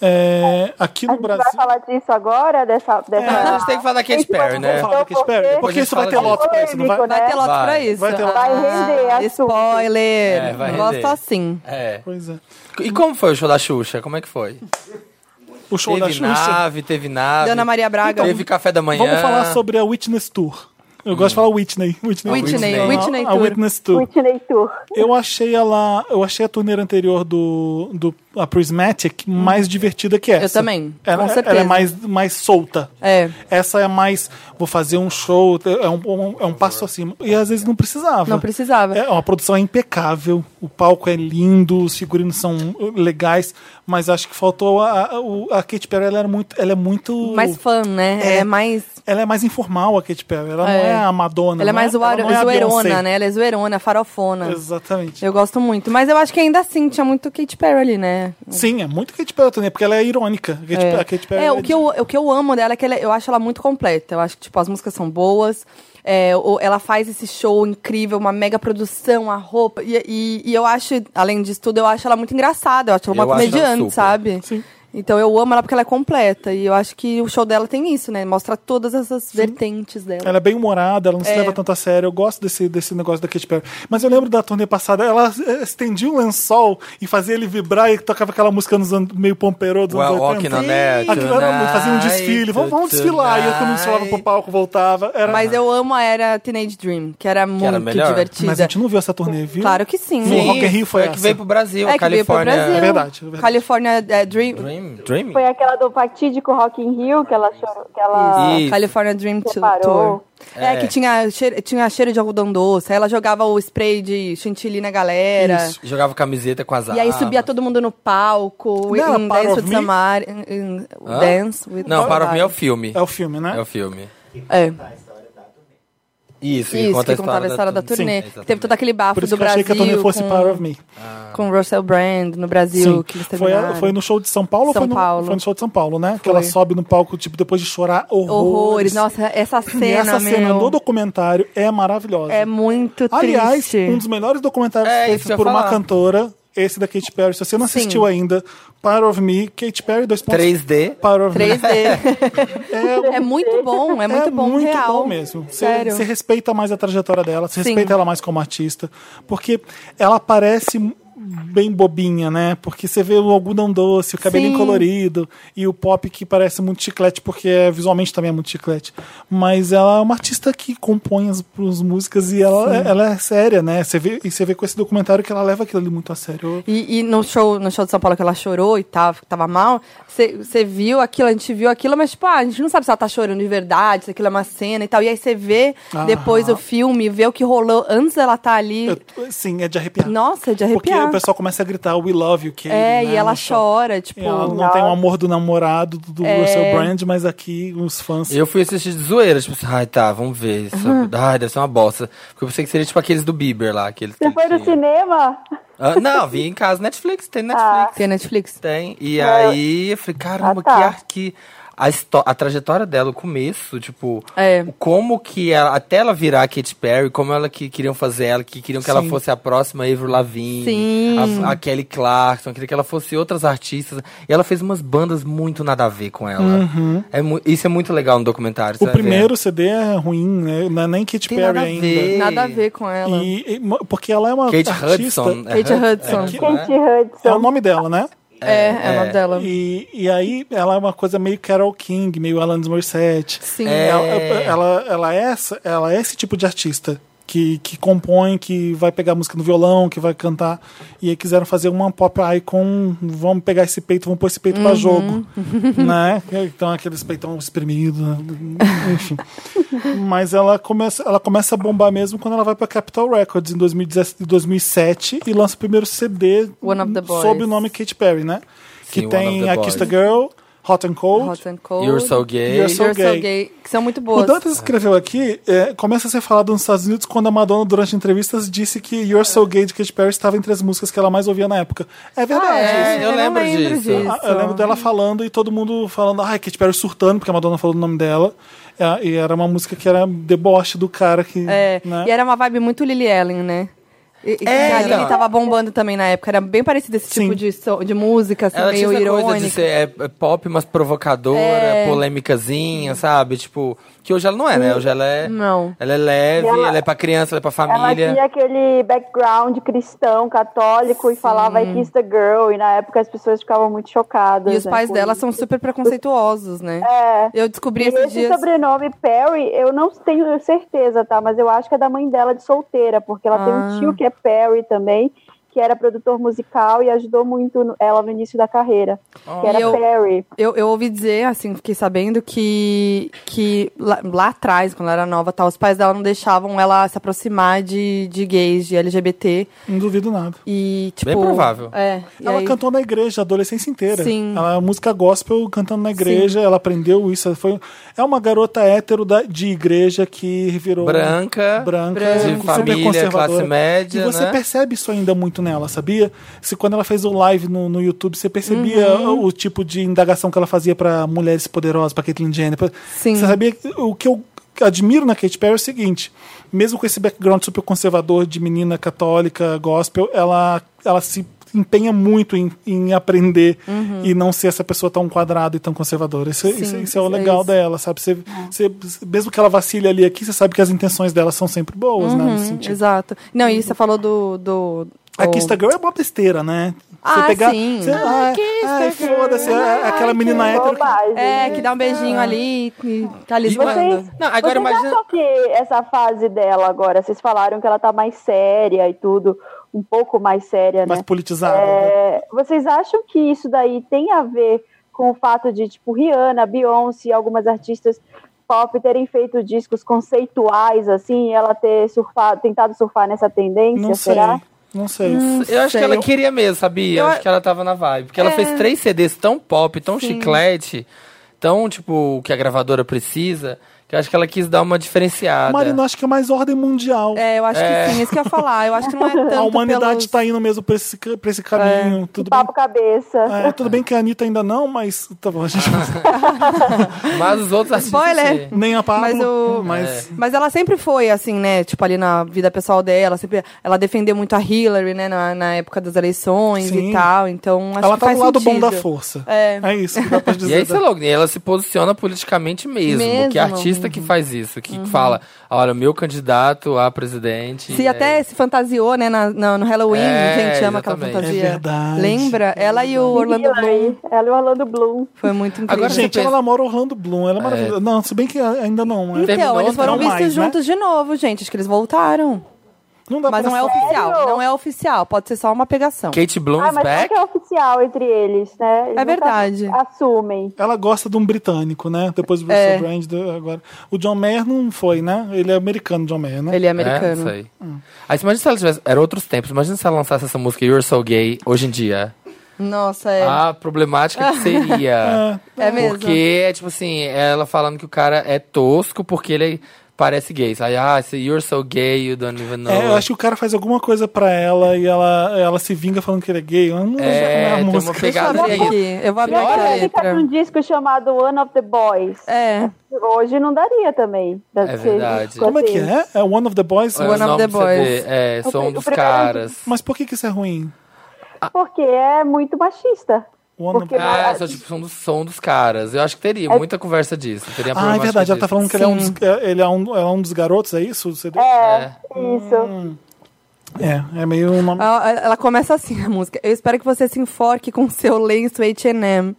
[SPEAKER 1] É, aqui
[SPEAKER 5] A
[SPEAKER 1] no
[SPEAKER 5] gente vai
[SPEAKER 1] Brasil.
[SPEAKER 5] falar disso agora, dessa. dessa...
[SPEAKER 3] A gente tem que falar da Katy Perry,
[SPEAKER 1] Vamos
[SPEAKER 3] né?
[SPEAKER 1] falar da Katy Perry? É, Porque
[SPEAKER 3] Porque
[SPEAKER 1] isso vai ter
[SPEAKER 3] fala de-
[SPEAKER 1] lote pra isso, não vai?
[SPEAKER 5] Polêmico, né?
[SPEAKER 4] vai ter lote
[SPEAKER 3] Vai.
[SPEAKER 4] pra isso.
[SPEAKER 1] Vai ter lote.
[SPEAKER 5] Vai render
[SPEAKER 4] Ah,
[SPEAKER 5] assunto.
[SPEAKER 4] Spoiler.
[SPEAKER 3] É, vai
[SPEAKER 4] Não gosto
[SPEAKER 3] render.
[SPEAKER 4] assim.
[SPEAKER 3] É.
[SPEAKER 1] Pois é.
[SPEAKER 3] E como foi o show da Xuxa? Como é que foi?
[SPEAKER 1] O show da
[SPEAKER 3] teve
[SPEAKER 1] Xuxa.
[SPEAKER 3] nave, teve nave.
[SPEAKER 4] Dona Maria
[SPEAKER 1] Então,
[SPEAKER 4] Braga.
[SPEAKER 3] Teve café da manhã.
[SPEAKER 1] Vamos falar sobre a Witness Tour. Eu gosto de falar Whitney. Whitney,
[SPEAKER 4] Whitney,
[SPEAKER 1] A-
[SPEAKER 4] Whitney
[SPEAKER 1] a
[SPEAKER 4] Tour.
[SPEAKER 1] Witness Tour.
[SPEAKER 5] Whitney Tour.
[SPEAKER 1] Eu achei ela. Eu achei a turnê anterior do, do a Prismatic mais divertida que essa.
[SPEAKER 4] também,
[SPEAKER 1] Ela,
[SPEAKER 4] com certeza.
[SPEAKER 1] ela é mais, mais solta.
[SPEAKER 4] É.
[SPEAKER 1] Essa é mais. Vou fazer um show, é um, um- é um passo acima. E às vezes não precisava.
[SPEAKER 4] Não precisava.
[SPEAKER 1] É, uma produção é impecável, o palco é lindo, os figurinos são uh, legais, mas acho que faltou. A, a, o- a Katy Perry ela era muito. Ela é muito.
[SPEAKER 4] Mais fã, né?
[SPEAKER 1] É.
[SPEAKER 4] Ela é mais.
[SPEAKER 1] Ela é mais informal, a Katy Perry. Ela não
[SPEAKER 4] É.
[SPEAKER 1] é a Madonna.
[SPEAKER 4] Ela é
[SPEAKER 1] não
[SPEAKER 4] mais
[SPEAKER 1] ela
[SPEAKER 4] zoar-
[SPEAKER 1] não é a Beyoncé.
[SPEAKER 4] zoeirona, né? Ela é zoeirona, farofona.
[SPEAKER 1] Exatamente.
[SPEAKER 4] Eu gosto muito. Mas eu acho que ainda assim tinha muito Katy Perry ali, né?
[SPEAKER 1] Sim, é muito Katy Perry também, porque ela é irônica. A Katy,
[SPEAKER 4] É,
[SPEAKER 1] a Katy Perry
[SPEAKER 4] É, o, que eu, o que eu amo dela é que ela- eu acho ela muito completa. Eu acho que, tipo, as músicas são boas. é, o- ela faz esse show incrível, uma mega produção, a roupa. E, e- e eu acho, além disso tudo, eu acho ela muito engraçada. Eu acho ela uma
[SPEAKER 3] Eu acho ela
[SPEAKER 4] comediante,
[SPEAKER 3] super.
[SPEAKER 4] sabe? Então eu amo ela porque ela é completa. E eu acho que o show dela tem isso, né? Mostra todas essas vertentes dela.
[SPEAKER 1] Ela é bem humorada, ela não se
[SPEAKER 4] É.
[SPEAKER 1] leva tanto a sério. Eu gosto desse, desse negócio da Katy Perry. Mas eu lembro da turnê passada, ela eh, estendia um lençol e fazia ele vibrar e tocava aquela música nos anos, meio pomperô dos
[SPEAKER 3] Well,
[SPEAKER 1] anos
[SPEAKER 3] walking
[SPEAKER 1] 80.
[SPEAKER 3] on air
[SPEAKER 1] Aquilo era muito, fazia um
[SPEAKER 3] tonight,
[SPEAKER 1] desfile. Vamos, vamos desfilar. E eu, quando desfilava pro
[SPEAKER 3] tonight.
[SPEAKER 1] palco, voltava. Era...
[SPEAKER 4] Mas é eu amo a era Teenage Dream, que era muito
[SPEAKER 3] melhor.
[SPEAKER 4] divertida.
[SPEAKER 1] É. Mas a gente não viu essa turnê, viu?
[SPEAKER 4] Claro que sim.
[SPEAKER 1] Sim. O Rock in Rio foi
[SPEAKER 3] a que
[SPEAKER 1] essa.
[SPEAKER 3] veio pro Brasil,
[SPEAKER 4] É que veio pro
[SPEAKER 3] Califórnia.
[SPEAKER 4] Brasil.
[SPEAKER 1] É verdade, é verdade.
[SPEAKER 4] California é, Dream,
[SPEAKER 3] Dream, Dreaming?
[SPEAKER 5] Foi aquela do fatídico Rock in Rio que ela chorou, que ela
[SPEAKER 3] Isso.
[SPEAKER 4] California Dream Tu- Tour.
[SPEAKER 5] Separou.
[SPEAKER 4] É,
[SPEAKER 3] É.
[SPEAKER 4] que tinha cheiro, tinha cheiro de algodão doce. Aí ela jogava o spray de chantilly na galera.
[SPEAKER 1] Isso.
[SPEAKER 3] Jogava camiseta com as
[SPEAKER 4] E aí subia todo mundo no palco.
[SPEAKER 1] Não,
[SPEAKER 4] em
[SPEAKER 1] Power
[SPEAKER 4] Dance
[SPEAKER 1] of
[SPEAKER 4] with
[SPEAKER 1] Me?
[SPEAKER 4] Samari. em- em
[SPEAKER 3] Hã?
[SPEAKER 4] Dance with
[SPEAKER 3] Não, para o
[SPEAKER 4] Somebody.
[SPEAKER 3] meu é o filme.
[SPEAKER 1] É o filme, né?
[SPEAKER 3] É o filme.
[SPEAKER 4] É,
[SPEAKER 3] Isso, que
[SPEAKER 4] isso,
[SPEAKER 3] conta
[SPEAKER 4] que contava a história da,
[SPEAKER 3] Sim,
[SPEAKER 4] turnê.
[SPEAKER 3] exatamente.
[SPEAKER 4] Teve todo aquele bafo
[SPEAKER 1] Por isso
[SPEAKER 4] É do
[SPEAKER 1] que eu achei
[SPEAKER 4] Brasil
[SPEAKER 1] que a turnê fosse
[SPEAKER 4] com,
[SPEAKER 1] Power of Me.
[SPEAKER 4] com Russell Brand no Brasil.
[SPEAKER 1] Sim.
[SPEAKER 4] Que eles
[SPEAKER 1] Foi, a-
[SPEAKER 4] terminaram.
[SPEAKER 1] foi no show de São Paulo ou
[SPEAKER 4] São
[SPEAKER 1] foi no,
[SPEAKER 4] Paulo.
[SPEAKER 1] foi no show de São Paulo, né? Que ela sobe no palco, tipo, depois de chorar
[SPEAKER 4] Horrores.
[SPEAKER 1] horrores.
[SPEAKER 4] Nossa, essa cena,
[SPEAKER 1] E essa cena
[SPEAKER 4] meu,
[SPEAKER 1] do documentário é maravilhosa.
[SPEAKER 4] é muito
[SPEAKER 1] Aliás,
[SPEAKER 4] triste.
[SPEAKER 1] um dos melhores documentários
[SPEAKER 3] É,
[SPEAKER 1] feitos
[SPEAKER 3] isso que eu
[SPEAKER 1] por
[SPEAKER 3] ia
[SPEAKER 1] uma
[SPEAKER 3] falar.
[SPEAKER 1] cantora, esse da Katy Perry. Se você não
[SPEAKER 4] Sim.
[SPEAKER 1] assistiu ainda, Power of Me, Katy Perry 2.
[SPEAKER 3] 3D.
[SPEAKER 1] Power of Me.
[SPEAKER 4] 3D.
[SPEAKER 1] É,
[SPEAKER 4] É muito bom, é muito bom,
[SPEAKER 1] muito
[SPEAKER 4] real.
[SPEAKER 1] bom mesmo. Você,
[SPEAKER 4] Sério.
[SPEAKER 1] você respeita mais a trajetória dela, você
[SPEAKER 4] Sim.
[SPEAKER 1] respeita ela mais como artista, porque ela parece bem bobinha, né? Porque você vê o algodão doce, o cabelinho
[SPEAKER 4] Sim.
[SPEAKER 1] colorido e o pop que parece muito chiclete, porque é- visualmente também é muito chiclete. Mas ela é uma artista que compõe as, as músicas e ela, ela é séria, né? Você vê, e você vê com esse documentário que ela leva aquilo ali muito a sério.
[SPEAKER 4] E, e no, show, no show de São Paulo que ela chorou e tava, tava mal, você viu aquilo, a gente viu aquilo, mas tipo, ah, a gente não sabe se ela tá chorando de verdade, se aquilo é uma cena e tal. E aí você vê
[SPEAKER 1] Ah.
[SPEAKER 4] depois o filme, vê o que rolou antes dela tá ali.
[SPEAKER 1] Eu- sim, é de arrepiar.
[SPEAKER 4] Nossa, é de
[SPEAKER 1] Porque
[SPEAKER 4] arrepiar.
[SPEAKER 1] o pessoal começa a gritar We Love You, Katy. né,
[SPEAKER 4] é, e ela
[SPEAKER 1] no show.
[SPEAKER 4] chora, tipo.
[SPEAKER 1] Ela não tem o amor do namorado do,
[SPEAKER 3] É.
[SPEAKER 1] do Russell Brand, mas aqui os fãs.
[SPEAKER 3] Eu fui assistir de zoeira, tipo assim, ai tá, vamos ver isso. Ai, deve ser uma bosta. Porque eu pensei que seria tipo aqueles do Bieber lá, aqueles que
[SPEAKER 5] Você foi
[SPEAKER 3] ele
[SPEAKER 5] no
[SPEAKER 3] tinha.
[SPEAKER 5] cinema?
[SPEAKER 3] Ah, não, vi em casa Netflix, tem Netflix.
[SPEAKER 4] Tem Netflix.
[SPEAKER 3] Tem. E aí eu falei, caramba,
[SPEAKER 5] Ah, tá.
[SPEAKER 3] que ar que. a, histó- a trajetória dela, o começo, tipo,
[SPEAKER 4] É.
[SPEAKER 3] como que ela, até ela virar a Katy Perry, como ela que queriam fazer ela, que queriam que ela
[SPEAKER 1] Sim.
[SPEAKER 3] fosse a próxima Avril Lavigne,
[SPEAKER 4] Sim.
[SPEAKER 3] A, a Kelly Clarkson, queria que ela fosse outras artistas. E ela fez umas bandas muito nada a ver com ela. É mu- isso é muito legal no documentário. você
[SPEAKER 1] Uhum. O
[SPEAKER 3] vai ver.
[SPEAKER 1] primeiro CD é ruim, né? Não é nem Katy
[SPEAKER 3] Tem
[SPEAKER 1] Perry
[SPEAKER 3] nada a
[SPEAKER 1] ainda.
[SPEAKER 3] ver.
[SPEAKER 4] Nada a ver com ela.
[SPEAKER 1] E, e- mo- porque ela é uma
[SPEAKER 3] Kate
[SPEAKER 1] artista.
[SPEAKER 3] Hudson. é Hud-
[SPEAKER 4] Kate
[SPEAKER 3] é
[SPEAKER 4] Hudson.
[SPEAKER 3] Hudson, né?
[SPEAKER 5] Kate Hudson.
[SPEAKER 1] É o nome dela, né?
[SPEAKER 4] É, é, o nome dela.
[SPEAKER 1] E, e aí ela é uma coisa meio Carol King, meio Alanis Morissette.
[SPEAKER 4] Sim.
[SPEAKER 3] É.
[SPEAKER 1] Ela, ela, ela é essa, ela é esse tipo de artista que, que compõe, que vai pegar música no violão, que vai cantar. E aí quiseram fazer uma pop icon, vamos pegar esse peito, vamos pôr esse peito pra jogo. né? Então aqueles peitão espremido, né? enfim. Mas ela começa, ela começa a bombar mesmo quando ela vai pra Capitol Records em 2017, 2007 e lança o primeiro CD
[SPEAKER 4] One of the Boys.
[SPEAKER 1] sob o nome Katy Perry, né?
[SPEAKER 3] Sim,
[SPEAKER 1] que
[SPEAKER 3] One of
[SPEAKER 1] tem
[SPEAKER 3] the
[SPEAKER 1] a
[SPEAKER 3] Boys.
[SPEAKER 1] Kiss the Girl, Hot and Cold.
[SPEAKER 4] Hot and Cold.
[SPEAKER 3] You're So Gay.
[SPEAKER 1] You're So
[SPEAKER 4] You're
[SPEAKER 1] Gay.
[SPEAKER 4] Que são muito
[SPEAKER 1] O
[SPEAKER 4] boas.
[SPEAKER 1] Dantas escreveu aqui, é, começa a ser falado nos Estados Unidos quando a Madonna, durante entrevistas, disse que You're So Gay de Katy Perry estava entre as músicas que ela mais ouvia na época. É verdade.
[SPEAKER 4] É,
[SPEAKER 3] eu
[SPEAKER 4] não
[SPEAKER 3] lembro disso.
[SPEAKER 1] Ah, Eu lembro dela falando e todo mundo falando, ai, Katy Perry surtando, porque a Madonna falou o nome dela. É, e era uma música que era deboche do cara que.
[SPEAKER 4] É,
[SPEAKER 1] né?
[SPEAKER 4] E era uma vibe muito Lily Allen, né? E, e
[SPEAKER 3] É,
[SPEAKER 4] que a Lily
[SPEAKER 3] então.
[SPEAKER 4] tava bombando também na época. Era bem parecido esse tipo
[SPEAKER 1] Sim.
[SPEAKER 4] de, so- de música, assim,
[SPEAKER 3] Ela tinha
[SPEAKER 4] meio
[SPEAKER 3] essa
[SPEAKER 4] irônica. É.
[SPEAKER 3] coisa de ser é, é pop, mas provocadora, polêmicazinha, sabe? Tipo, que hoje ela não é, né? Hoje ela é.
[SPEAKER 4] Não.
[SPEAKER 3] Ela é leve,
[SPEAKER 5] E ela-
[SPEAKER 3] ela... é pra criança, ela é pra
[SPEAKER 5] Ela
[SPEAKER 3] família.
[SPEAKER 5] tinha aquele background cristão, católico, e falava I kiss the girl, e na época as pessoas ficavam muito chocadas.
[SPEAKER 4] E os
[SPEAKER 5] né,
[SPEAKER 4] pais
[SPEAKER 5] com
[SPEAKER 4] dela
[SPEAKER 5] isso.
[SPEAKER 4] são super preconceituosos, né?
[SPEAKER 5] É.
[SPEAKER 4] Eu descobri
[SPEAKER 5] E esse
[SPEAKER 4] esses dias...
[SPEAKER 5] sobrenome Perry, eu não tenho certeza, tá? Mas eu acho que é da mãe dela de solteira, porque ela tem
[SPEAKER 4] Ah.
[SPEAKER 5] um tio que é Perry também, que era produtor musical e ajudou muito no- ela no início da carreira. Que era
[SPEAKER 4] E eu-
[SPEAKER 5] Perry.
[SPEAKER 4] Eu, eu ouvi dizer, assim, fiquei sabendo que, que lá, lá atrás, quando ela era nova, tal, os pais dela não deixavam ela se aproximar de, de gays, de LGBT.
[SPEAKER 1] Não duvido nada.
[SPEAKER 4] E, tipo.
[SPEAKER 3] provável.
[SPEAKER 4] É. e
[SPEAKER 1] Ela
[SPEAKER 4] aí-
[SPEAKER 1] cantou na igreja a adolescência inteira.
[SPEAKER 4] Sim.
[SPEAKER 1] Ela é música gospel cantando na igreja, ela aprendeu isso. ela Foi, é uma garota hétero da- de igreja que virou.
[SPEAKER 3] Branca.
[SPEAKER 1] branca,
[SPEAKER 4] Branca.
[SPEAKER 1] super
[SPEAKER 3] De família,
[SPEAKER 1] conservadora.
[SPEAKER 3] classe média,
[SPEAKER 1] E você
[SPEAKER 3] né?
[SPEAKER 1] percebe isso ainda muito nela, sabia? Se quando ela fez o live no, no YouTube, você percebia
[SPEAKER 4] Uhum.
[SPEAKER 1] o, o tipo de indagação que ela fazia pra mulheres poderosas, pra Caitlyn Jenner. pra-
[SPEAKER 4] Sim.
[SPEAKER 1] Você sabia que- o que eu admiro na Katy Perry é o seguinte, mesmo com esse background super conservador de menina católica, gospel, ela ela se empenha muito em, em aprender e não ser essa pessoa tão quadrada e tão conservadora. Isso,
[SPEAKER 4] Uhum. Sim,
[SPEAKER 1] isso- isso é o
[SPEAKER 4] é
[SPEAKER 1] legal
[SPEAKER 4] isso. É.
[SPEAKER 1] dela ela, sabe? Você, você- mesmo que ela vacile ali aqui, você sabe que as intenções dela são sempre boas, né? Nesse
[SPEAKER 4] Hum,
[SPEAKER 1] sentido.
[SPEAKER 4] Exato. Não, e você falou do. do
[SPEAKER 1] A
[SPEAKER 4] do-
[SPEAKER 1] Kiss the Girl é uma besteira, né?
[SPEAKER 4] Ah,
[SPEAKER 1] você pegar,
[SPEAKER 4] sim.
[SPEAKER 1] Você,
[SPEAKER 4] Ah,
[SPEAKER 1] ah,
[SPEAKER 4] Kiss
[SPEAKER 1] ah,
[SPEAKER 4] the
[SPEAKER 1] foda-se,
[SPEAKER 4] Girl.
[SPEAKER 1] é aquela menina hétero. que-
[SPEAKER 5] Bobagem.
[SPEAKER 4] É, que dá um beijinho
[SPEAKER 1] Ah.
[SPEAKER 4] ali e tá lismando.
[SPEAKER 5] Vocês,
[SPEAKER 3] Não, agora
[SPEAKER 5] vocês
[SPEAKER 3] imagina-
[SPEAKER 2] tá
[SPEAKER 5] acham que essa fase dela agora, vocês falaram que ela tá mais séria e tudo, um pouco mais séria,
[SPEAKER 1] é Mais
[SPEAKER 5] né?
[SPEAKER 1] politizada. né?
[SPEAKER 5] É, vocês acham que isso daí tem a ver com o fato de, tipo, Rihanna, Beyoncé e algumas artistas pop terem feito discos conceituais, assim, e ela ter surfado, tentado surfar nessa tendência,
[SPEAKER 1] Não sei.
[SPEAKER 5] será?
[SPEAKER 1] Não sei.
[SPEAKER 4] Hum.
[SPEAKER 3] Eu acho que
[SPEAKER 4] Sei.
[SPEAKER 3] ela queria mesmo, sabia?
[SPEAKER 4] Eu-
[SPEAKER 3] Eu acho que ela tava na vibe. Porque ela
[SPEAKER 4] É.
[SPEAKER 3] fez três CDs tão pop, tão
[SPEAKER 4] Sim.
[SPEAKER 3] chiclete, tão, tipo, o que a gravadora precisa, que eu acho que ela quis dar uma diferenciada.
[SPEAKER 1] Marina, acho que é mais ordem mundial.
[SPEAKER 4] É, eu acho que sim, isso que eu ia falar. Eu acho que não é tanto.
[SPEAKER 1] A humanidade
[SPEAKER 4] pelos... É.
[SPEAKER 1] está tá indo mesmo pra esse, ca- pra esse caminho.
[SPEAKER 5] Que
[SPEAKER 1] Tudo bem,
[SPEAKER 5] papo cabeça.
[SPEAKER 1] é, tudo bem que a Anitta ainda não, mas tá bom, a gente
[SPEAKER 3] Mas os outros artistas.
[SPEAKER 4] Spoiler.
[SPEAKER 3] Ah, sim. É.
[SPEAKER 1] nem a Pablo,
[SPEAKER 4] Mas o-
[SPEAKER 1] mas-
[SPEAKER 4] Mas ela sempre foi, assim, né? Tipo, ali na vida pessoal dela, sempre. Ela defendeu muito a Hillary, né? Na, na época das eleições
[SPEAKER 1] Sim.
[SPEAKER 4] e tal. Então, acho
[SPEAKER 1] ela
[SPEAKER 4] que
[SPEAKER 1] tá
[SPEAKER 4] faz
[SPEAKER 1] do lado bom
[SPEAKER 4] sentido.
[SPEAKER 1] da força.
[SPEAKER 4] É.
[SPEAKER 1] isso que dá pra dizer.
[SPEAKER 3] E aí, sei
[SPEAKER 1] da-
[SPEAKER 3] lá, e né? ela se posiciona politicamente mesmo.
[SPEAKER 4] Mesmo. Uhum.
[SPEAKER 3] Que artista que faz isso, que fala, olha, meu candidato a presidente.
[SPEAKER 4] Se
[SPEAKER 3] é-
[SPEAKER 4] até se fantasiou, né, na, na- no Halloween,
[SPEAKER 3] É,
[SPEAKER 4] gente ama aquela
[SPEAKER 3] exatamente.
[SPEAKER 4] fantasia.
[SPEAKER 1] É verdade.
[SPEAKER 4] Lembra? Ela e o Orlando Bloom.
[SPEAKER 5] Hillary, Ela e o É, Orlando Bloom.
[SPEAKER 4] Foi muito incrível.
[SPEAKER 3] Agora você
[SPEAKER 1] Gente, ela
[SPEAKER 3] pensa-
[SPEAKER 1] namora Orlando Bloom, ela é maravilhosa. Não, se bem que ainda não. é.
[SPEAKER 4] então,
[SPEAKER 3] terminou,
[SPEAKER 4] eles foram
[SPEAKER 1] não
[SPEAKER 4] vistos
[SPEAKER 1] mais, né?
[SPEAKER 4] juntos de novo, gente. Acho que eles voltaram.
[SPEAKER 1] Não dá
[SPEAKER 4] Mas
[SPEAKER 1] pra
[SPEAKER 4] não é
[SPEAKER 1] saber.
[SPEAKER 4] oficial. Não é oficial. Pode ser só uma pegação.
[SPEAKER 3] Kate Bloom
[SPEAKER 5] Ah,
[SPEAKER 3] is
[SPEAKER 5] mas qual
[SPEAKER 3] back.
[SPEAKER 5] que é oficial entre eles, né? Eles nunca
[SPEAKER 4] verdade.
[SPEAKER 5] Assumem.
[SPEAKER 1] Ela gosta de um britânico, né? Depois do Russell
[SPEAKER 4] É.
[SPEAKER 1] Brand, do- agora. O John Mayer não foi, né? Ele é americano, John Mayer, né?
[SPEAKER 4] Ele é
[SPEAKER 3] É, isso
[SPEAKER 4] americano.
[SPEAKER 3] aí.
[SPEAKER 1] Hum.
[SPEAKER 3] Aí imagina se ela tivesse. Era outros tempos. Imagina se ela lançasse essa música You're So Gay hoje em dia.
[SPEAKER 4] Nossa, é.
[SPEAKER 1] Ah,
[SPEAKER 3] A problemática que seria.
[SPEAKER 4] é mesmo.
[SPEAKER 3] Porque é tipo assim, ela falando que o cara é tosco porque ele é parece gays. Aí, ah, esse you're so gay, you don't even know.
[SPEAKER 1] É, eu acho que o cara faz alguma coisa pra ela e ela, ela se vinga falando que ele é gay. Eu não
[SPEAKER 3] É,
[SPEAKER 1] não
[SPEAKER 3] tem uma
[SPEAKER 1] música.
[SPEAKER 4] Deixa eu
[SPEAKER 3] pegada
[SPEAKER 4] abrir
[SPEAKER 3] aí.
[SPEAKER 4] aqui. Eu vou abrir
[SPEAKER 5] Já
[SPEAKER 4] aqui
[SPEAKER 5] que
[SPEAKER 4] a
[SPEAKER 5] ela
[SPEAKER 2] tá
[SPEAKER 4] letra.
[SPEAKER 5] fica num um disco chamado One of the Boys.
[SPEAKER 4] É.
[SPEAKER 5] Hoje não daria também. Deve
[SPEAKER 3] É
[SPEAKER 5] ser
[SPEAKER 3] verdade.
[SPEAKER 5] disco
[SPEAKER 1] Como é
[SPEAKER 5] assim.
[SPEAKER 1] que é? É One of the Boys?
[SPEAKER 3] É o
[SPEAKER 4] One of
[SPEAKER 3] nome
[SPEAKER 4] the
[SPEAKER 3] do CD.
[SPEAKER 4] Boys.
[SPEAKER 3] É,
[SPEAKER 5] O
[SPEAKER 3] são
[SPEAKER 5] pri-
[SPEAKER 3] dos
[SPEAKER 5] o primeiro
[SPEAKER 3] caras.
[SPEAKER 1] Mas por que, que isso é ruim?
[SPEAKER 4] Ah.
[SPEAKER 5] Porque é muito machista.
[SPEAKER 1] One
[SPEAKER 5] Porque-
[SPEAKER 1] of...
[SPEAKER 3] Ah, só, tipo, são dos, são dos caras. Eu acho que teria muita conversa disso.
[SPEAKER 1] É Ah,
[SPEAKER 3] Teria
[SPEAKER 1] é
[SPEAKER 3] problemática
[SPEAKER 1] verdade. Ela tá
[SPEAKER 3] disso.
[SPEAKER 1] falando que ele é, um dos, é- ele é, um, ela é um dos garotos, é isso? Você-
[SPEAKER 3] É.
[SPEAKER 5] Isso.
[SPEAKER 1] Hum, É, é meio um nome.
[SPEAKER 4] Ela, ela começa assim a música. Eu espero que você se enforque com seu lenço H&M.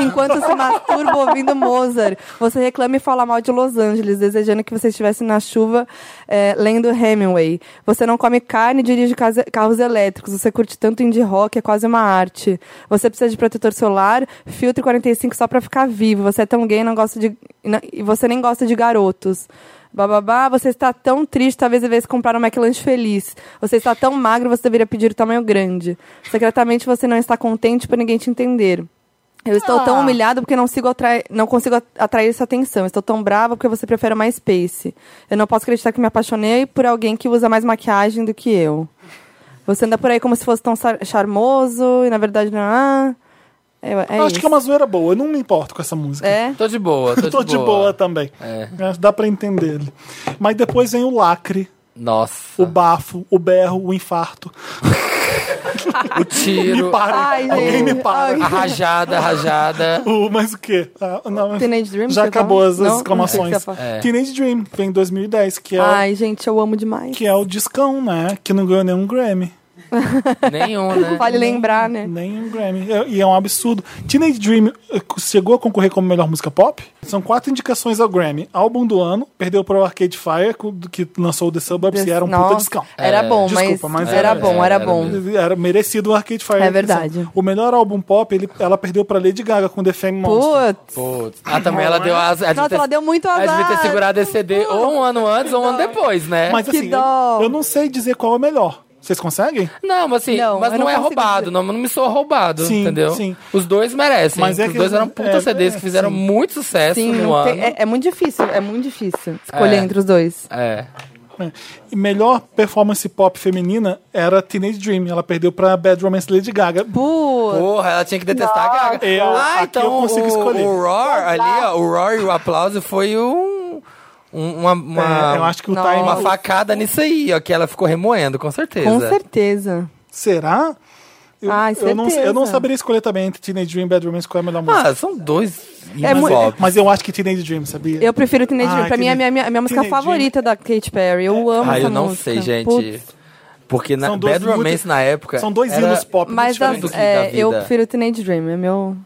[SPEAKER 4] Enquanto se masturba ouvindo Mozart, você reclama e fala mal de Los Angeles, desejando que você estivesse na chuva eh, lendo Hemingway. Você não come carne e dirige casa- carros elétricos. Você curte tanto indie rock, é quase uma arte. Você precisa de protetor solar, filtro 45 só pra ficar vivo. Você é tão gay, não gosta de. na- E você nem gosta de garotos. Bababá, você está tão triste, talvez devesse comprar um McLanche feliz. Você está tão magro, você deveria pedir o tamanho grande. Secretamente você não está contente por ninguém te entender. Eu estou tão
[SPEAKER 1] Ah.
[SPEAKER 4] humilhado porque não, sigo atrai- não consigo at- atrair sua atenção. Estou tão brava porque você prefere o MySpace. Eu não posso acreditar que me apaixonei por alguém que usa mais maquiagem do que eu. Você anda por aí como se fosse tão sar- charmoso e na verdade não. Ah, é, é
[SPEAKER 1] acho
[SPEAKER 4] isso.
[SPEAKER 1] que é uma zoeira boa. Eu não me importo com essa música.
[SPEAKER 4] É?
[SPEAKER 3] Tô de boa, tô de
[SPEAKER 1] Tô
[SPEAKER 3] boa. É.
[SPEAKER 1] de boa também. Acho que Dá pra entender ele. Mas depois vem o lacre,
[SPEAKER 3] Nossa.
[SPEAKER 1] o bafo, o berro, o infarto.
[SPEAKER 3] O tiro,
[SPEAKER 1] Me para.
[SPEAKER 4] Ai,
[SPEAKER 1] Alguém
[SPEAKER 4] gente.
[SPEAKER 1] me para.
[SPEAKER 4] Ai.
[SPEAKER 3] a rajada, a rajada.
[SPEAKER 1] O, mas o quê? Ah, não,
[SPEAKER 4] Teenage Dream?
[SPEAKER 1] já
[SPEAKER 4] você fala?
[SPEAKER 1] acabou as
[SPEAKER 4] Não?
[SPEAKER 1] exclamações.
[SPEAKER 4] Não sei o que você fala.
[SPEAKER 3] É.
[SPEAKER 1] Teenage Dream, que vem em 2010, que é,
[SPEAKER 4] Ai, gente, eu amo demais.
[SPEAKER 1] que é o discão, né? Que não ganhou nenhum Grammy.
[SPEAKER 3] Nenhum, né?
[SPEAKER 4] Vale lembrar, né?
[SPEAKER 1] Nenhum Grammy. É- E é um absurdo. Teenage Dream eh, chegou a concorrer como melhor música pop? São quatro indicações ao Grammy. Álbum do ano, perdeu para o Arcade Fire, co- do que lançou o The Suburbs, e era um puta
[SPEAKER 4] Nossa,
[SPEAKER 1] discão.
[SPEAKER 4] Era bom,
[SPEAKER 3] É,
[SPEAKER 1] Desculpa,
[SPEAKER 4] mas,
[SPEAKER 1] mas
[SPEAKER 4] era
[SPEAKER 1] era-
[SPEAKER 4] bom, era
[SPEAKER 3] era
[SPEAKER 4] bom.
[SPEAKER 3] mesmo.
[SPEAKER 1] Era merecido o Arcade Fire. Assim,
[SPEAKER 4] É verdade.
[SPEAKER 1] O melhor álbum pop, ele- ela perdeu para Lady Gaga com The Fame Monster.
[SPEAKER 4] Putz.
[SPEAKER 3] Putz. Ah, também ela deu as.
[SPEAKER 4] Nossa, ela deu muito
[SPEAKER 3] Ela devia
[SPEAKER 4] azar.
[SPEAKER 3] ter segurado esse CD ou um ano antes ou um ano depois, né?
[SPEAKER 1] é. Mas
[SPEAKER 4] Que
[SPEAKER 1] assim,
[SPEAKER 4] dó.
[SPEAKER 1] eu, eu não sei dizer qual é o melhor. Vocês conseguem?
[SPEAKER 3] Não, mas assim,
[SPEAKER 4] Não,
[SPEAKER 3] mas
[SPEAKER 4] eu
[SPEAKER 3] não,
[SPEAKER 4] não
[SPEAKER 3] é
[SPEAKER 4] consigo
[SPEAKER 3] roubado,
[SPEAKER 4] dizer.
[SPEAKER 3] não, não me sou roubado,
[SPEAKER 1] Sim,
[SPEAKER 3] entendeu?
[SPEAKER 1] sim.
[SPEAKER 3] Os dois merecem.
[SPEAKER 1] Mas é
[SPEAKER 3] os
[SPEAKER 1] que-
[SPEAKER 3] dois eram puta
[SPEAKER 1] é,
[SPEAKER 3] CDs que fizeram
[SPEAKER 1] sim.
[SPEAKER 3] muito sucesso
[SPEAKER 4] Sim,
[SPEAKER 3] no
[SPEAKER 4] não
[SPEAKER 3] ano.
[SPEAKER 4] tem- é, é muito difícil, é muito difícil escolher
[SPEAKER 3] É.
[SPEAKER 4] entre os dois.
[SPEAKER 3] É.
[SPEAKER 1] É. E melhor performance pop feminina era Teenage Dream. Ela perdeu pra Bad Romance Lady Gaga.
[SPEAKER 4] Putz.
[SPEAKER 3] Porra, ela tinha que detestar a Gaga.
[SPEAKER 1] Eu-
[SPEAKER 3] ah,
[SPEAKER 1] aqui
[SPEAKER 3] então
[SPEAKER 1] eu consigo
[SPEAKER 3] o,
[SPEAKER 1] escolher.
[SPEAKER 3] o Roar ali, ó, o Roar e o aplauso foi um... um- uma, uma,
[SPEAKER 1] É, eu acho que o
[SPEAKER 4] Nossa.
[SPEAKER 1] time.
[SPEAKER 3] uma facada nisso aí, ó, que ela ficou remoendo, com certeza.
[SPEAKER 4] Com certeza.
[SPEAKER 1] Será? Eu,
[SPEAKER 4] Ai,
[SPEAKER 1] eu, não,
[SPEAKER 4] certeza.
[SPEAKER 1] eu não saberia escolher também entre Teenage Dream e Bad Romance qual é a melhor música.
[SPEAKER 3] Ah, são dois
[SPEAKER 4] É mu-
[SPEAKER 3] pop.
[SPEAKER 1] Mas eu acho que Teenage Dream, sabia?
[SPEAKER 4] Eu prefiro Teenage
[SPEAKER 1] Ai,
[SPEAKER 4] Dream. Pra mim é a minha,
[SPEAKER 1] Teenage-
[SPEAKER 4] minha, minha música
[SPEAKER 1] Teenage Dream.
[SPEAKER 4] favorita da Katy Perry. Eu amo
[SPEAKER 3] Ah,
[SPEAKER 4] essa
[SPEAKER 3] eu não
[SPEAKER 4] é música.
[SPEAKER 3] sei, gente.
[SPEAKER 4] Putz.
[SPEAKER 3] Porque na
[SPEAKER 1] São dois
[SPEAKER 3] Bad Romance,
[SPEAKER 1] muito-
[SPEAKER 3] na época...
[SPEAKER 1] São dois
[SPEAKER 3] era-
[SPEAKER 1] hinos pop muito
[SPEAKER 4] Mas
[SPEAKER 1] diferentes.
[SPEAKER 4] as-
[SPEAKER 3] da
[SPEAKER 4] é,
[SPEAKER 3] vida.
[SPEAKER 4] eu prefiro Teenage Dream. É meu.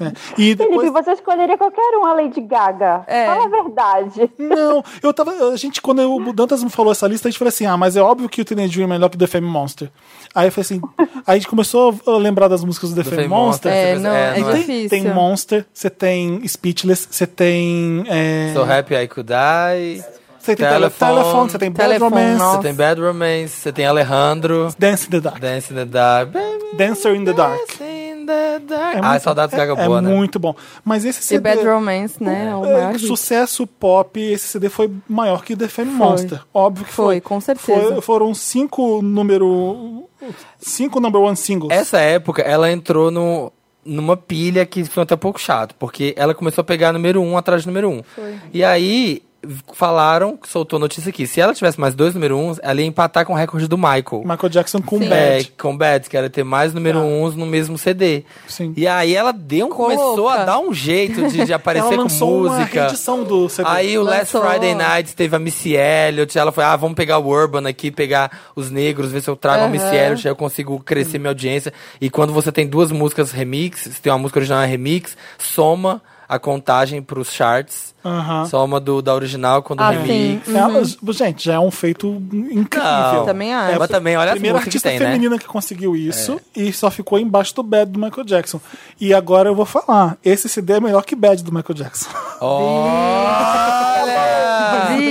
[SPEAKER 1] É. E
[SPEAKER 5] Felipe,
[SPEAKER 1] depois.
[SPEAKER 5] você escolheria qualquer um, a Lady Gaga.
[SPEAKER 4] É.
[SPEAKER 5] Fala a verdade.
[SPEAKER 1] Não, eu tava. A gente, quando eu- o Dantas me falou essa lista, a gente falou assim: ah, mas é óbvio que o Teenage Dream é melhor que o The Fame Monster. Aí eu falei assim: aí a gente começou a lembrar das músicas do The,
[SPEAKER 3] Do
[SPEAKER 1] Fame, Monster.
[SPEAKER 4] É,
[SPEAKER 3] essa coisa-
[SPEAKER 4] não, é
[SPEAKER 3] não
[SPEAKER 4] difícil.
[SPEAKER 1] Tem, tem Monster, você tem Speechless, você tem. É,
[SPEAKER 3] So Happy I Could Die...
[SPEAKER 1] Você tem Tele-
[SPEAKER 3] Telephone.
[SPEAKER 1] Telephone, você tem Bad
[SPEAKER 4] Telephone,
[SPEAKER 1] Romance,
[SPEAKER 4] nossa.
[SPEAKER 3] Você tem Bad Romance, você tem Alejandro,
[SPEAKER 1] Dance in the Dark.
[SPEAKER 3] Dance in the Dark, Baby.
[SPEAKER 1] Dancer in the Dark.
[SPEAKER 3] Dance in the Dark.
[SPEAKER 1] É
[SPEAKER 3] ah,
[SPEAKER 1] muito-
[SPEAKER 3] saudades
[SPEAKER 1] é-
[SPEAKER 3] Gaga
[SPEAKER 1] é
[SPEAKER 3] boa, né?
[SPEAKER 1] muito bom. Mas esse
[SPEAKER 4] E
[SPEAKER 1] CD...
[SPEAKER 4] Bad Romance, né? É o maior
[SPEAKER 1] é,
[SPEAKER 4] hit.
[SPEAKER 1] sucesso pop, esse CD foi maior que The Fame
[SPEAKER 4] Foi.
[SPEAKER 1] Monster. Óbvio que
[SPEAKER 4] Foi,
[SPEAKER 1] foi.
[SPEAKER 4] com certeza.
[SPEAKER 1] Foi- foram cinco número... Cinco number one singles.
[SPEAKER 3] Essa época, ela entrou no, numa pilha que foi até um pouco chato, porque ela começou a pegar número um atrás de número um. E aí, falaram, soltou a notícia aqui, se ela tivesse mais dois número uns, ela ia empatar com o recorde do Michael.
[SPEAKER 1] Michael Jackson com
[SPEAKER 4] Sim.
[SPEAKER 1] Bad.
[SPEAKER 3] É, com Bad, que era ter mais número uns no mesmo CD.
[SPEAKER 1] Sim.
[SPEAKER 3] E aí ela deu, começou
[SPEAKER 4] louca.
[SPEAKER 3] a dar um jeito de, de
[SPEAKER 1] Ela
[SPEAKER 3] aparecer com
[SPEAKER 1] lançou uma
[SPEAKER 3] música.
[SPEAKER 1] reedição do CD.
[SPEAKER 3] Aí o Last
[SPEAKER 4] Lançou.
[SPEAKER 3] Friday Night teve a Missy Elliott, ela foi, ah, vamos pegar o Urban aqui, pegar os negros, ver se eu trago a Missy Elliott, aí eu consigo crescer minha audiência. E quando você tem duas músicas remix, se tem uma música original e uma remix, soma a contagem pros charts,
[SPEAKER 1] Aham.
[SPEAKER 3] soma do, da original quando
[SPEAKER 4] Ah,
[SPEAKER 3] remix.
[SPEAKER 1] É, gente, já é um feito incrível. É
[SPEAKER 3] Não,
[SPEAKER 4] Também acho.
[SPEAKER 3] Mas também, olha as
[SPEAKER 1] primeira
[SPEAKER 3] músicas
[SPEAKER 1] artista
[SPEAKER 3] que tem, né? É.
[SPEAKER 1] feminina que conseguiu isso e só ficou embaixo do Bad do Michael Jackson. E agora eu vou falar, esse CD é melhor que Bad do Michael Jackson.
[SPEAKER 3] Olha!
[SPEAKER 4] Vixe.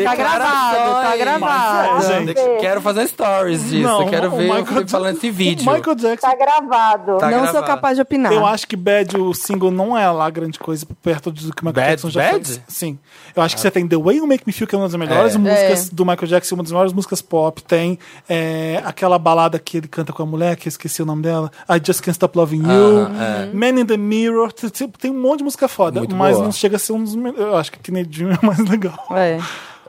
[SPEAKER 4] Existe. Tá gravado, tá
[SPEAKER 3] Declarações.
[SPEAKER 4] gravado.
[SPEAKER 1] Mas é, gente.
[SPEAKER 3] De- Quero fazer stories disso.
[SPEAKER 1] Não,
[SPEAKER 3] Quero ver o,
[SPEAKER 1] Michael
[SPEAKER 3] Felipe
[SPEAKER 1] Ja-
[SPEAKER 3] falando esse vídeo.
[SPEAKER 1] O Michael Jackson.
[SPEAKER 5] Tá gravado.
[SPEAKER 3] Tá
[SPEAKER 4] não sou
[SPEAKER 3] gravado.
[SPEAKER 4] capaz de opinar.
[SPEAKER 1] Eu acho que Bad, o single, não é lá grande coisa perto do que o Michael
[SPEAKER 3] Bad-
[SPEAKER 1] Jackson já
[SPEAKER 3] Bad? Ah.
[SPEAKER 1] fez. Sim. Eu acho que você tem The Way You Make Me Feel, que é uma das melhores músicas do Michael Jackson, uma das melhores músicas pop. Tem é, aquela balada que ele canta com a mulher, que eu esqueci o nome dela. I Just Can't Stop Loving You.
[SPEAKER 3] Aham, é.
[SPEAKER 1] Man in the Mirror. T- t- Tem um monte de música foda,
[SPEAKER 3] Muito
[SPEAKER 1] mas
[SPEAKER 3] boa.
[SPEAKER 1] não chega a ser um dos melhores. Eu acho que Teenage Dream é mais legal.
[SPEAKER 4] É.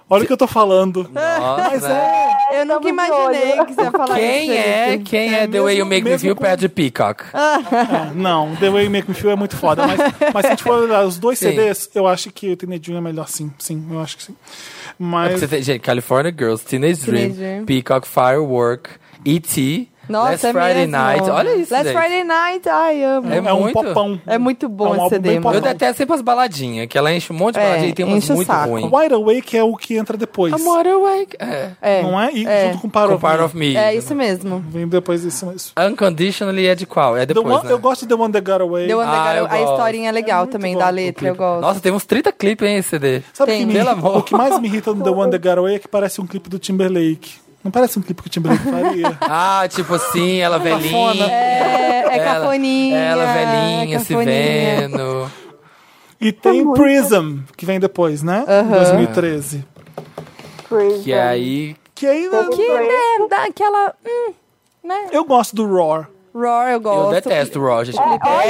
[SPEAKER 1] Olha o que eu tô falando.
[SPEAKER 3] Nossa.
[SPEAKER 1] Mas é.
[SPEAKER 4] Eu nunca
[SPEAKER 5] Estamos de
[SPEAKER 4] imaginei
[SPEAKER 5] olho.
[SPEAKER 4] que você ia falar
[SPEAKER 3] né? Quem
[SPEAKER 4] isso.
[SPEAKER 3] é,
[SPEAKER 4] Felipe.
[SPEAKER 3] quem é, The
[SPEAKER 1] mesmo-
[SPEAKER 3] Way You Make Me
[SPEAKER 1] mesmo
[SPEAKER 3] Feel
[SPEAKER 1] com-
[SPEAKER 3] Pad Peacock?
[SPEAKER 4] Ah.
[SPEAKER 1] É, não, The Way You Make Me Feel é muito foda. Mas, mas se a gente for olhar os dois
[SPEAKER 3] Sim.
[SPEAKER 1] CDs, eu acho que o Teenage Dream é melhor sim. Sim, eu acho que sim.
[SPEAKER 3] É porque
[SPEAKER 1] Mas
[SPEAKER 3] você tem, gente, California Girls, Teenage Dream,
[SPEAKER 4] Teenage Dream.
[SPEAKER 3] Peacock Firework, E.T.,
[SPEAKER 4] Nossa,
[SPEAKER 3] Last
[SPEAKER 4] é
[SPEAKER 3] Friday
[SPEAKER 4] mesmo.
[SPEAKER 3] Night. Olha isso,
[SPEAKER 4] Last
[SPEAKER 3] gente.
[SPEAKER 4] Friday Night, ai, amo.
[SPEAKER 1] é,
[SPEAKER 3] É
[SPEAKER 1] um
[SPEAKER 3] muito-
[SPEAKER 1] popão.
[SPEAKER 4] É muito bom
[SPEAKER 1] É um
[SPEAKER 4] esse
[SPEAKER 1] álbum
[SPEAKER 4] CD,
[SPEAKER 1] bem
[SPEAKER 4] mano.
[SPEAKER 3] Eu
[SPEAKER 1] popão.
[SPEAKER 3] detesto sempre as baladinhas, que ela enche um monte de
[SPEAKER 4] É,
[SPEAKER 3] baladinha e tem umas
[SPEAKER 4] enche o
[SPEAKER 3] muito
[SPEAKER 4] saco.
[SPEAKER 3] ruins.
[SPEAKER 1] Wide Awake é o que entra depois.
[SPEAKER 3] I'm wide awake. É.
[SPEAKER 4] É,
[SPEAKER 1] Não é? E
[SPEAKER 4] é.
[SPEAKER 1] junto com Power
[SPEAKER 3] Com
[SPEAKER 1] of
[SPEAKER 3] Part
[SPEAKER 1] Me.
[SPEAKER 3] of Me.
[SPEAKER 4] É isso mesmo.
[SPEAKER 1] Vem depois disso. Mas...
[SPEAKER 3] Unconditionally é de qual? É
[SPEAKER 1] The
[SPEAKER 3] depois,
[SPEAKER 1] One-
[SPEAKER 3] né?
[SPEAKER 1] Eu gosto de The One That Got Away.
[SPEAKER 4] Deu
[SPEAKER 3] Ah, eu
[SPEAKER 4] a
[SPEAKER 3] gosto.
[SPEAKER 4] historinha é legal
[SPEAKER 1] muito
[SPEAKER 4] também
[SPEAKER 1] bom
[SPEAKER 4] da
[SPEAKER 1] o
[SPEAKER 4] letra, eu gosto.
[SPEAKER 3] Nossa, tem uns 30 clipes, hein, esse CD.
[SPEAKER 1] Sabe o
[SPEAKER 4] Tem.
[SPEAKER 1] que me
[SPEAKER 3] Pelo
[SPEAKER 1] irrita?
[SPEAKER 3] amor.
[SPEAKER 1] O que mais me irrita no The One That Got Away é que parece um clipe do Timberlake. Não parece um clipe que o Timberlake faria.
[SPEAKER 3] Ah, tipo assim, ela velhinha.
[SPEAKER 1] Cafona.
[SPEAKER 4] É, é
[SPEAKER 3] ela-
[SPEAKER 4] cafoninha.
[SPEAKER 3] Ela velhinha,
[SPEAKER 4] é
[SPEAKER 3] se
[SPEAKER 4] cafoninha.
[SPEAKER 3] vendo.
[SPEAKER 1] E
[SPEAKER 4] É
[SPEAKER 1] tem Prism, que vem depois, né? Em 2013.
[SPEAKER 5] Prism.
[SPEAKER 3] Que aí...
[SPEAKER 1] Que aí
[SPEAKER 4] Que merda, aquela. Hum, né?
[SPEAKER 1] eu gosto do Roar.
[SPEAKER 4] Roar, eu
[SPEAKER 3] Eu
[SPEAKER 4] gosto. É.
[SPEAKER 3] detesto o Roger.
[SPEAKER 5] É,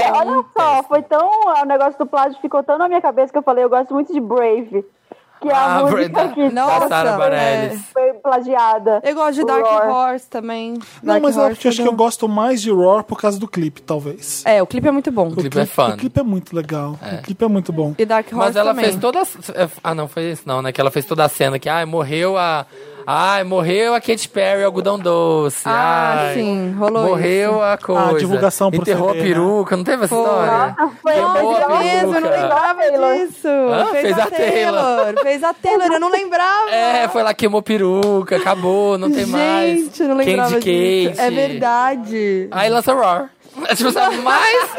[SPEAKER 5] Olha, olha só, foi tão. O negócio do plágio ficou tão na minha cabeça que eu falei, eu gosto muito de Brave. Que é a
[SPEAKER 3] Ah,
[SPEAKER 5] música
[SPEAKER 3] verdade.
[SPEAKER 5] que
[SPEAKER 4] Nossa,
[SPEAKER 3] Sara Bareilles.
[SPEAKER 4] é.
[SPEAKER 5] foi plagiada.
[SPEAKER 4] Eu gosto de Dark
[SPEAKER 5] Roar.
[SPEAKER 4] Horse também.
[SPEAKER 1] Não,
[SPEAKER 4] Dark
[SPEAKER 1] mas eu
[SPEAKER 4] Horse,
[SPEAKER 1] acho que, acho que eu gosto mais de Roar por causa do clipe, talvez.
[SPEAKER 4] É, o clipe é muito bom.
[SPEAKER 3] O clipe é fã.
[SPEAKER 1] O clipe é muito legal. O clipe é muito bom.
[SPEAKER 4] E Dark Horse
[SPEAKER 3] Mas ela
[SPEAKER 4] também.
[SPEAKER 3] fez toda. a- Ah, não, foi isso não, né? Que ela fez toda a cena que, ai, morreu a. Ai, morreu a Katy Perry, algodão doce.
[SPEAKER 4] Ah,
[SPEAKER 3] ai,
[SPEAKER 4] sim, rolou
[SPEAKER 3] Morreu a coisa.
[SPEAKER 1] divulgação pro
[SPEAKER 3] Enterrou
[SPEAKER 1] CD,
[SPEAKER 3] a
[SPEAKER 1] né?
[SPEAKER 3] peruca, não teve essa história?
[SPEAKER 5] Foi
[SPEAKER 3] Nossa,
[SPEAKER 5] plagiada.
[SPEAKER 3] Boa
[SPEAKER 4] mesmo, eu não
[SPEAKER 3] peruca.
[SPEAKER 4] lembrava
[SPEAKER 5] Taylor.
[SPEAKER 4] disso.
[SPEAKER 3] Hã? Fez a Taylor.
[SPEAKER 4] Fez a Taylor, eu não lembrava.
[SPEAKER 3] É, foi lá, queimou peruca, acabou, não tem
[SPEAKER 4] Gente,
[SPEAKER 3] mais.
[SPEAKER 4] eu não lembrava
[SPEAKER 3] Candy Ah,
[SPEAKER 4] disso.
[SPEAKER 3] Kate.
[SPEAKER 4] É verdade.
[SPEAKER 3] Aí lança Roar. É tipo a mais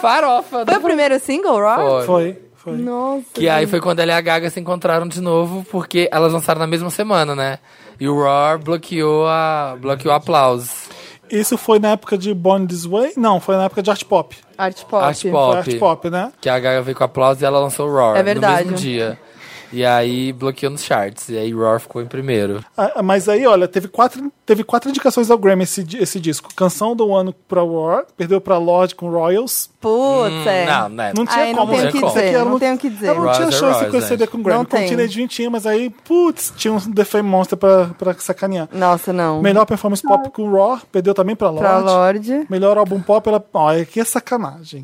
[SPEAKER 3] farofa.
[SPEAKER 4] Foi
[SPEAKER 3] da
[SPEAKER 4] o primeiro single, Rock?
[SPEAKER 3] Foi.
[SPEAKER 1] Foi, foi.
[SPEAKER 4] Nossa.
[SPEAKER 3] Que aí foi quando ela e a Gaga se encontraram de novo, porque elas lançaram na mesma semana, né? E o Roar bloqueou a bloqueou aplausos.
[SPEAKER 1] Isso foi na época de Born This Way? Não, foi na época de Art Pop.
[SPEAKER 4] Art pop.
[SPEAKER 3] Art pop.
[SPEAKER 1] Foi Art Pop, né?
[SPEAKER 3] Que a Gaga veio com aplausos e ela lançou o Roar
[SPEAKER 4] É verdade.
[SPEAKER 3] no mesmo dia. E aí bloqueou nos charts. E aí Roar ficou em primeiro.
[SPEAKER 1] Ah, Mas aí, olha, teve quatro, teve quatro indicações ao Grammy esse, di- esse disco. Canção do ano pra War, perdeu pra Lorde com Royals.
[SPEAKER 4] Putz, é.
[SPEAKER 3] Não, né?
[SPEAKER 1] Não tinha
[SPEAKER 4] Ai, não
[SPEAKER 1] como,
[SPEAKER 4] tenho
[SPEAKER 1] né?
[SPEAKER 3] o que
[SPEAKER 1] Isso aqui
[SPEAKER 4] dizer,
[SPEAKER 1] era
[SPEAKER 4] não
[SPEAKER 1] um-
[SPEAKER 4] tenho o que dizer.
[SPEAKER 1] Eu não tinha
[SPEAKER 3] Rise or
[SPEAKER 1] chance
[SPEAKER 3] Rise,
[SPEAKER 1] com esse CD
[SPEAKER 3] gente.
[SPEAKER 1] com o Grammy.
[SPEAKER 4] Não
[SPEAKER 1] com o
[SPEAKER 4] tem.
[SPEAKER 1] Teenage tinha, mas aí, putz, tinha um The Fame Monster pra, pra sacanear.
[SPEAKER 4] Nossa, não.
[SPEAKER 1] Melhor performance pop com o Raw, perdeu também pra Lorde.
[SPEAKER 4] Pra Lorde.
[SPEAKER 1] Melhor álbum pop, ela. Olha, que é sacanagem.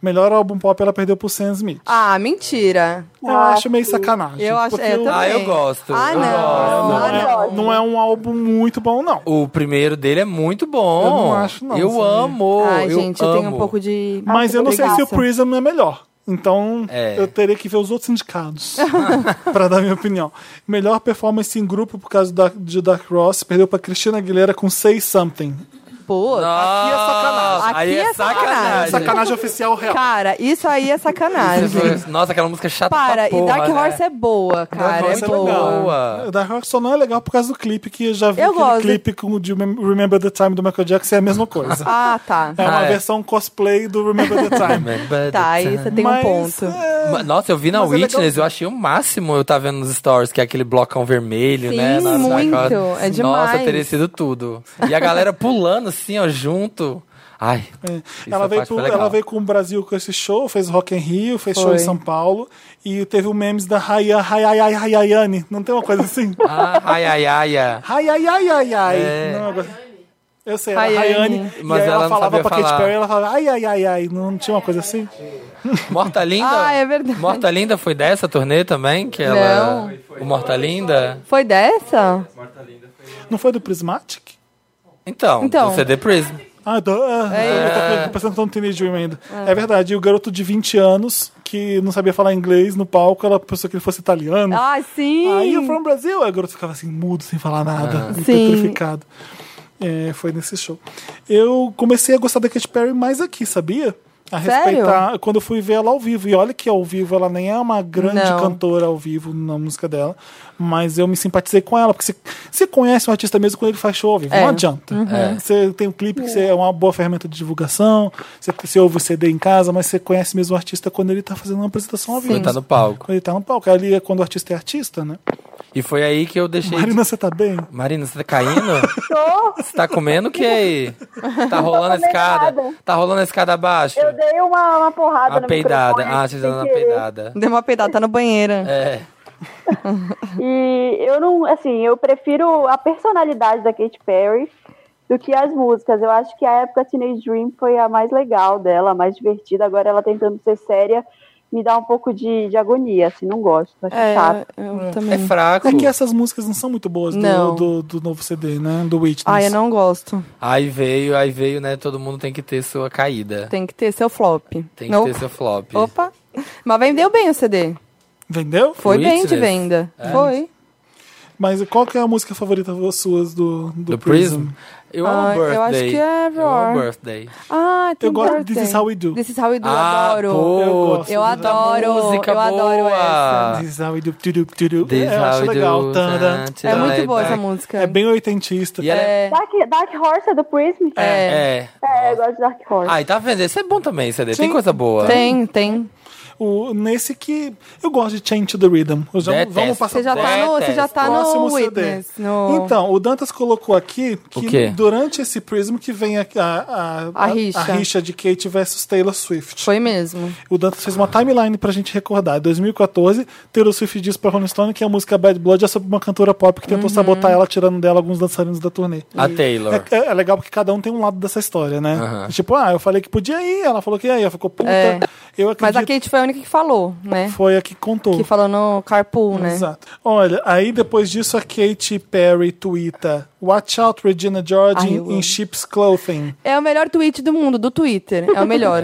[SPEAKER 1] Melhor álbum pop, ela perdeu pro Sam Smith.
[SPEAKER 4] Ah, mentira.
[SPEAKER 1] eu acho meio sacanagem.
[SPEAKER 4] Ah, Eu acho.
[SPEAKER 1] porque
[SPEAKER 4] é, eu
[SPEAKER 1] o-
[SPEAKER 4] também.
[SPEAKER 3] Ah, eu gosto.
[SPEAKER 4] Ah,
[SPEAKER 3] Eu
[SPEAKER 4] não.
[SPEAKER 3] gosto.
[SPEAKER 1] não,
[SPEAKER 4] Ah, não.
[SPEAKER 1] é, não é um álbum muito bom, não.
[SPEAKER 3] O primeiro dele é muito bom.
[SPEAKER 1] Eu não acho, não,
[SPEAKER 3] Eu
[SPEAKER 1] sabia?
[SPEAKER 3] amo.
[SPEAKER 4] Ai,
[SPEAKER 3] eu
[SPEAKER 4] gente,
[SPEAKER 3] amo.
[SPEAKER 4] eu tenho um pouco de.
[SPEAKER 1] Mas eu não sei se o
[SPEAKER 4] preguiça.
[SPEAKER 1] Prism é melhor. Então,
[SPEAKER 3] É.
[SPEAKER 1] eu teria que ver os outros indicados pra dar minha opinião. Melhor performance em grupo por causa da, de Dark Ross, perdeu pra Cristina Aguilera com Say Something.
[SPEAKER 4] Putz.
[SPEAKER 3] Aqui
[SPEAKER 1] é sacanagem.
[SPEAKER 3] Aí
[SPEAKER 4] Aqui
[SPEAKER 3] é
[SPEAKER 4] é sacanagem.
[SPEAKER 3] sacanagem.
[SPEAKER 1] Sacanagem oficial real.
[SPEAKER 4] Cara, isso aí é sacanagem.
[SPEAKER 3] Nossa, aquela música
[SPEAKER 1] Ah,
[SPEAKER 3] chata pra
[SPEAKER 4] Para,
[SPEAKER 3] porra,
[SPEAKER 4] e Dark
[SPEAKER 3] né?
[SPEAKER 4] Horse é boa, cara.
[SPEAKER 1] tá, Dark Horse
[SPEAKER 4] é
[SPEAKER 1] é
[SPEAKER 4] boa.
[SPEAKER 1] legal. O Dark Rock só não é legal por causa do clipe, que eu já vi
[SPEAKER 4] Eu
[SPEAKER 1] aquele
[SPEAKER 4] gosto.
[SPEAKER 1] clipe com o de Remember the Time do Michael Jackson, é a mesma coisa.
[SPEAKER 4] Ah, tá.
[SPEAKER 1] É uma
[SPEAKER 3] Ah, é.
[SPEAKER 1] versão cosplay do Remember the Time.
[SPEAKER 3] Remember
[SPEAKER 4] Tá,
[SPEAKER 3] the
[SPEAKER 4] aí
[SPEAKER 3] time.
[SPEAKER 4] você tem um
[SPEAKER 1] Mas,
[SPEAKER 4] ponto.
[SPEAKER 1] é,
[SPEAKER 3] Ma- Nossa, eu vi na
[SPEAKER 1] Mas é
[SPEAKER 3] Witness,
[SPEAKER 1] legalzinho.
[SPEAKER 3] eu achei o máximo eu tava vendo nos stories, que é aquele blocão vermelho,
[SPEAKER 4] Sim,
[SPEAKER 3] né? na- na-
[SPEAKER 4] muito,
[SPEAKER 3] aquela-
[SPEAKER 4] é
[SPEAKER 3] Nossa,
[SPEAKER 4] demais.
[SPEAKER 3] teria sido tudo. E a galera pulando assim, ó, junto. Ai. isso
[SPEAKER 1] ela,
[SPEAKER 3] é
[SPEAKER 1] veio
[SPEAKER 3] parte
[SPEAKER 1] pro,
[SPEAKER 3] foi legal.
[SPEAKER 1] ela veio com o Brasil com esse show, fez Rock em Rio, fez show
[SPEAKER 4] Foi.
[SPEAKER 1] em São Paulo e teve o memes da Raya, Rayayay, Rayayane. Não tem uma coisa assim?
[SPEAKER 3] Ah, ai, ai, ai, ai.
[SPEAKER 1] Rayayayayay.
[SPEAKER 3] É.
[SPEAKER 1] Não, agora- Eu sei, era
[SPEAKER 4] Rayane.
[SPEAKER 1] Rayane.
[SPEAKER 3] Mas
[SPEAKER 1] e aí
[SPEAKER 3] ela não
[SPEAKER 1] ela falava
[SPEAKER 3] sabia
[SPEAKER 1] pra Katy
[SPEAKER 3] falar.
[SPEAKER 1] Perry, ela falava ai, ai, ai, ai. Não tinha uma coisa assim?
[SPEAKER 3] Morta Linda?
[SPEAKER 4] Ah, é verdade.
[SPEAKER 3] Morta Linda foi dessa turnê também? Que ela... O Morta Linda?
[SPEAKER 4] Foi dessa?
[SPEAKER 1] Não foi do Prismatic?
[SPEAKER 3] Então,
[SPEAKER 4] Então.
[SPEAKER 3] do CD Prism.
[SPEAKER 1] Ah, tô, ah,
[SPEAKER 3] É.
[SPEAKER 1] eu tô- tô pensando que tô no Teenage Dream ainda. É. verdade, e o garoto de 20 anos, que não sabia falar inglês no palco, ela pensou que ele fosse italiano.
[SPEAKER 4] Ah, sim. Ah.
[SPEAKER 1] Aí o From Brasil, aí o garoto ficava assim, mudo, sem falar nada, e
[SPEAKER 4] Sim.
[SPEAKER 1] petrificado. É, foi nesse show. Eu comecei a gostar da Katy Perry mais aqui, sabia? A
[SPEAKER 4] Sério?
[SPEAKER 1] respeitar. Quando eu fui ver ela ao vivo, e olha que ao vivo ela nem é uma grande
[SPEAKER 4] Não.
[SPEAKER 1] cantora ao vivo na música dela, mas eu me simpatizei com ela, porque você- você conhece um artista mesmo quando ele faz show ao vivo,
[SPEAKER 4] É.
[SPEAKER 1] não adianta. Você tem um clipe que você- é uma boa ferramenta de divulgação, você, você ouve o CD em casa, mas você conhece mesmo o artista quando ele tá fazendo uma apresentação ao vivo.
[SPEAKER 3] Quando tá no palco.
[SPEAKER 1] Quando ele tá no palco, ali é quando o artista é artista, né?
[SPEAKER 3] E foi aí que eu deixei. de- Marina,
[SPEAKER 1] Marina, você tá bem?
[SPEAKER 3] você tá caindo?
[SPEAKER 5] Tô,
[SPEAKER 3] Você tá comendo o que aí? Tá rolando a
[SPEAKER 5] comendo
[SPEAKER 3] escada?
[SPEAKER 5] nada.
[SPEAKER 3] Tá rolando a escada abaixo?
[SPEAKER 5] eu dei uma, uma porrada
[SPEAKER 3] A
[SPEAKER 5] no
[SPEAKER 3] peidada.
[SPEAKER 5] microfone,
[SPEAKER 3] Ah, você
[SPEAKER 5] sem
[SPEAKER 3] tá dando uma
[SPEAKER 5] querer.
[SPEAKER 3] peidada.
[SPEAKER 4] Deu uma peidada, tá na banheira.
[SPEAKER 3] É.
[SPEAKER 5] E eu não, assim, eu prefiro a personalidade da Katy Perry do que as músicas. Eu acho que a época Teenage Dream foi a mais legal dela, a mais divertida. Agora ela tentando ser séria me dá um pouco de, de agonia, assim, não gosto, acho chato.
[SPEAKER 4] eu
[SPEAKER 3] É
[SPEAKER 4] também.
[SPEAKER 3] fraco.
[SPEAKER 1] É que essas músicas não são muito boas do,
[SPEAKER 4] Não.
[SPEAKER 1] do, do novo CD, né? Do Witness.
[SPEAKER 4] Ai, eu não gosto.
[SPEAKER 3] Aí veio, aí veio, né? Todo mundo tem que ter sua caída.
[SPEAKER 4] Tem que ter seu flop.
[SPEAKER 3] Tem que
[SPEAKER 4] Não-
[SPEAKER 3] ter seu flop.
[SPEAKER 4] Opa! Mas vendeu bem o CD.
[SPEAKER 1] Vendeu?
[SPEAKER 4] Foi É. bem de
[SPEAKER 3] Witness?
[SPEAKER 4] venda. Foi.
[SPEAKER 1] Mas qual que é a música favorita suas do, do,
[SPEAKER 3] Do Prism? Eu amo
[SPEAKER 4] Ah,
[SPEAKER 3] Birthday.
[SPEAKER 4] eu acho que é
[SPEAKER 3] Eu amo
[SPEAKER 4] Roar.
[SPEAKER 3] Birthday.
[SPEAKER 4] Ah, tem
[SPEAKER 1] Eu gosto de
[SPEAKER 4] birthday.
[SPEAKER 1] This Is How We Do.
[SPEAKER 4] This is how we do,
[SPEAKER 3] Ah,
[SPEAKER 4] adoro.
[SPEAKER 3] pô,
[SPEAKER 1] Eu gosto.
[SPEAKER 4] eu
[SPEAKER 1] muita
[SPEAKER 4] adoro,
[SPEAKER 3] música
[SPEAKER 4] eu adoro
[SPEAKER 3] boa.
[SPEAKER 4] essa.
[SPEAKER 1] This is how we do, do, do, do, do.
[SPEAKER 3] This
[SPEAKER 1] Ah. É, eu
[SPEAKER 3] how
[SPEAKER 1] acho
[SPEAKER 3] we
[SPEAKER 1] legal.
[SPEAKER 3] do,
[SPEAKER 1] Tan, tan.
[SPEAKER 3] tan, tan.
[SPEAKER 4] É muito boa essa
[SPEAKER 3] Back.
[SPEAKER 4] música.
[SPEAKER 1] É bem oitentista.
[SPEAKER 3] E ela é.
[SPEAKER 4] É.
[SPEAKER 5] Dark, Dark Horse é do Prism?
[SPEAKER 4] É.
[SPEAKER 3] é.
[SPEAKER 5] É, eu gosto de Dark Horse.
[SPEAKER 3] Ai, tá vendo? Isso é bom também, CD. Tem
[SPEAKER 1] Sim.
[SPEAKER 3] coisa boa.
[SPEAKER 4] Tem, tem.
[SPEAKER 1] O, nesse que eu gosto de Chain to the Rhythm. Eu já-
[SPEAKER 3] Detesto.
[SPEAKER 1] vamos passar
[SPEAKER 4] Você já tá no, você já tá no
[SPEAKER 1] próximo
[SPEAKER 4] Witness.
[SPEAKER 1] CD.
[SPEAKER 4] no-
[SPEAKER 1] Então, o Dantas colocou aqui que
[SPEAKER 3] quê?
[SPEAKER 1] durante esse Prism que vem a, a, a,
[SPEAKER 4] A rixa.
[SPEAKER 1] de Kate versus Taylor Swift.
[SPEAKER 4] Foi mesmo.
[SPEAKER 1] O Dantas fez uma timeline pra gente recordar. Em 2014, Taylor Swift disse pra Rolling Stone que a música Bad Blood é sobre uma cantora pop que tentou
[SPEAKER 4] Uhum.
[SPEAKER 1] sabotar ela, tirando dela alguns dançarinos da turnê.
[SPEAKER 3] A Taylor.
[SPEAKER 1] É, é- é legal porque cada um tem um lado dessa história, né?
[SPEAKER 3] Aham.
[SPEAKER 1] Tipo, ah, eu falei que podia ir, ela falou que ia, ela ficou puta.
[SPEAKER 4] É.
[SPEAKER 1] Eu
[SPEAKER 4] Mas
[SPEAKER 1] acredito
[SPEAKER 4] a Kate foi a única que falou, né?
[SPEAKER 1] foi a que contou.
[SPEAKER 4] Que falou no Carpool, né?
[SPEAKER 1] Exato. Olha, aí depois disso a Katy Perry twitta Watch out Regina George
[SPEAKER 4] Ai, eu
[SPEAKER 1] in
[SPEAKER 4] amo.
[SPEAKER 1] sheep's clothing.
[SPEAKER 4] É o melhor tweet do mundo, do Twitter. É o melhor.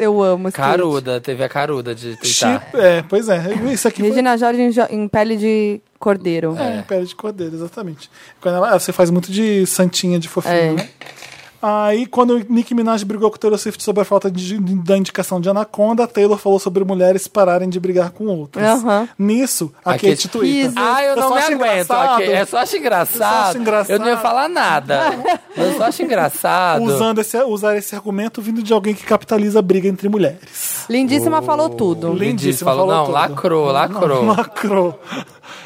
[SPEAKER 4] Eu amo esse tweet.
[SPEAKER 3] Caruda, teve a caruda de tentar.
[SPEAKER 1] Sheep, é, pois é. Isso aqui foi...
[SPEAKER 4] Regina Jorge em, jo- em pele de cordeiro.
[SPEAKER 1] É, pele de cordeiro, exatamente. Quando ela, você faz muito de santinha, de fofinho,
[SPEAKER 4] É.
[SPEAKER 1] né? Aí, quando Nick Minaj brigou com Taylor Swift sobre a falta de- da indicação de Anaconda, Taylor falou sobre mulheres pararem de brigar com outras.
[SPEAKER 4] Aham.
[SPEAKER 1] Nisso, a,
[SPEAKER 3] A
[SPEAKER 1] Kate,
[SPEAKER 3] Kate-
[SPEAKER 1] twitta.
[SPEAKER 3] Ah, eu não
[SPEAKER 1] só
[SPEAKER 3] me
[SPEAKER 1] acho
[SPEAKER 3] aguento.
[SPEAKER 1] engraçado
[SPEAKER 3] ok? É só acho engraçado.
[SPEAKER 1] Eu só acho engraçado.
[SPEAKER 3] Eu não ia falar nada. Eu só acho engraçado.
[SPEAKER 1] Usando esse, usar esse argumento vindo de alguém que capitaliza a briga entre mulheres.
[SPEAKER 4] Lindíssima falou tudo.
[SPEAKER 3] Lin-
[SPEAKER 1] Lindíssimo,
[SPEAKER 3] falou, não,
[SPEAKER 1] tudo.
[SPEAKER 3] lacrou, lacrou.
[SPEAKER 1] Não, lacrou.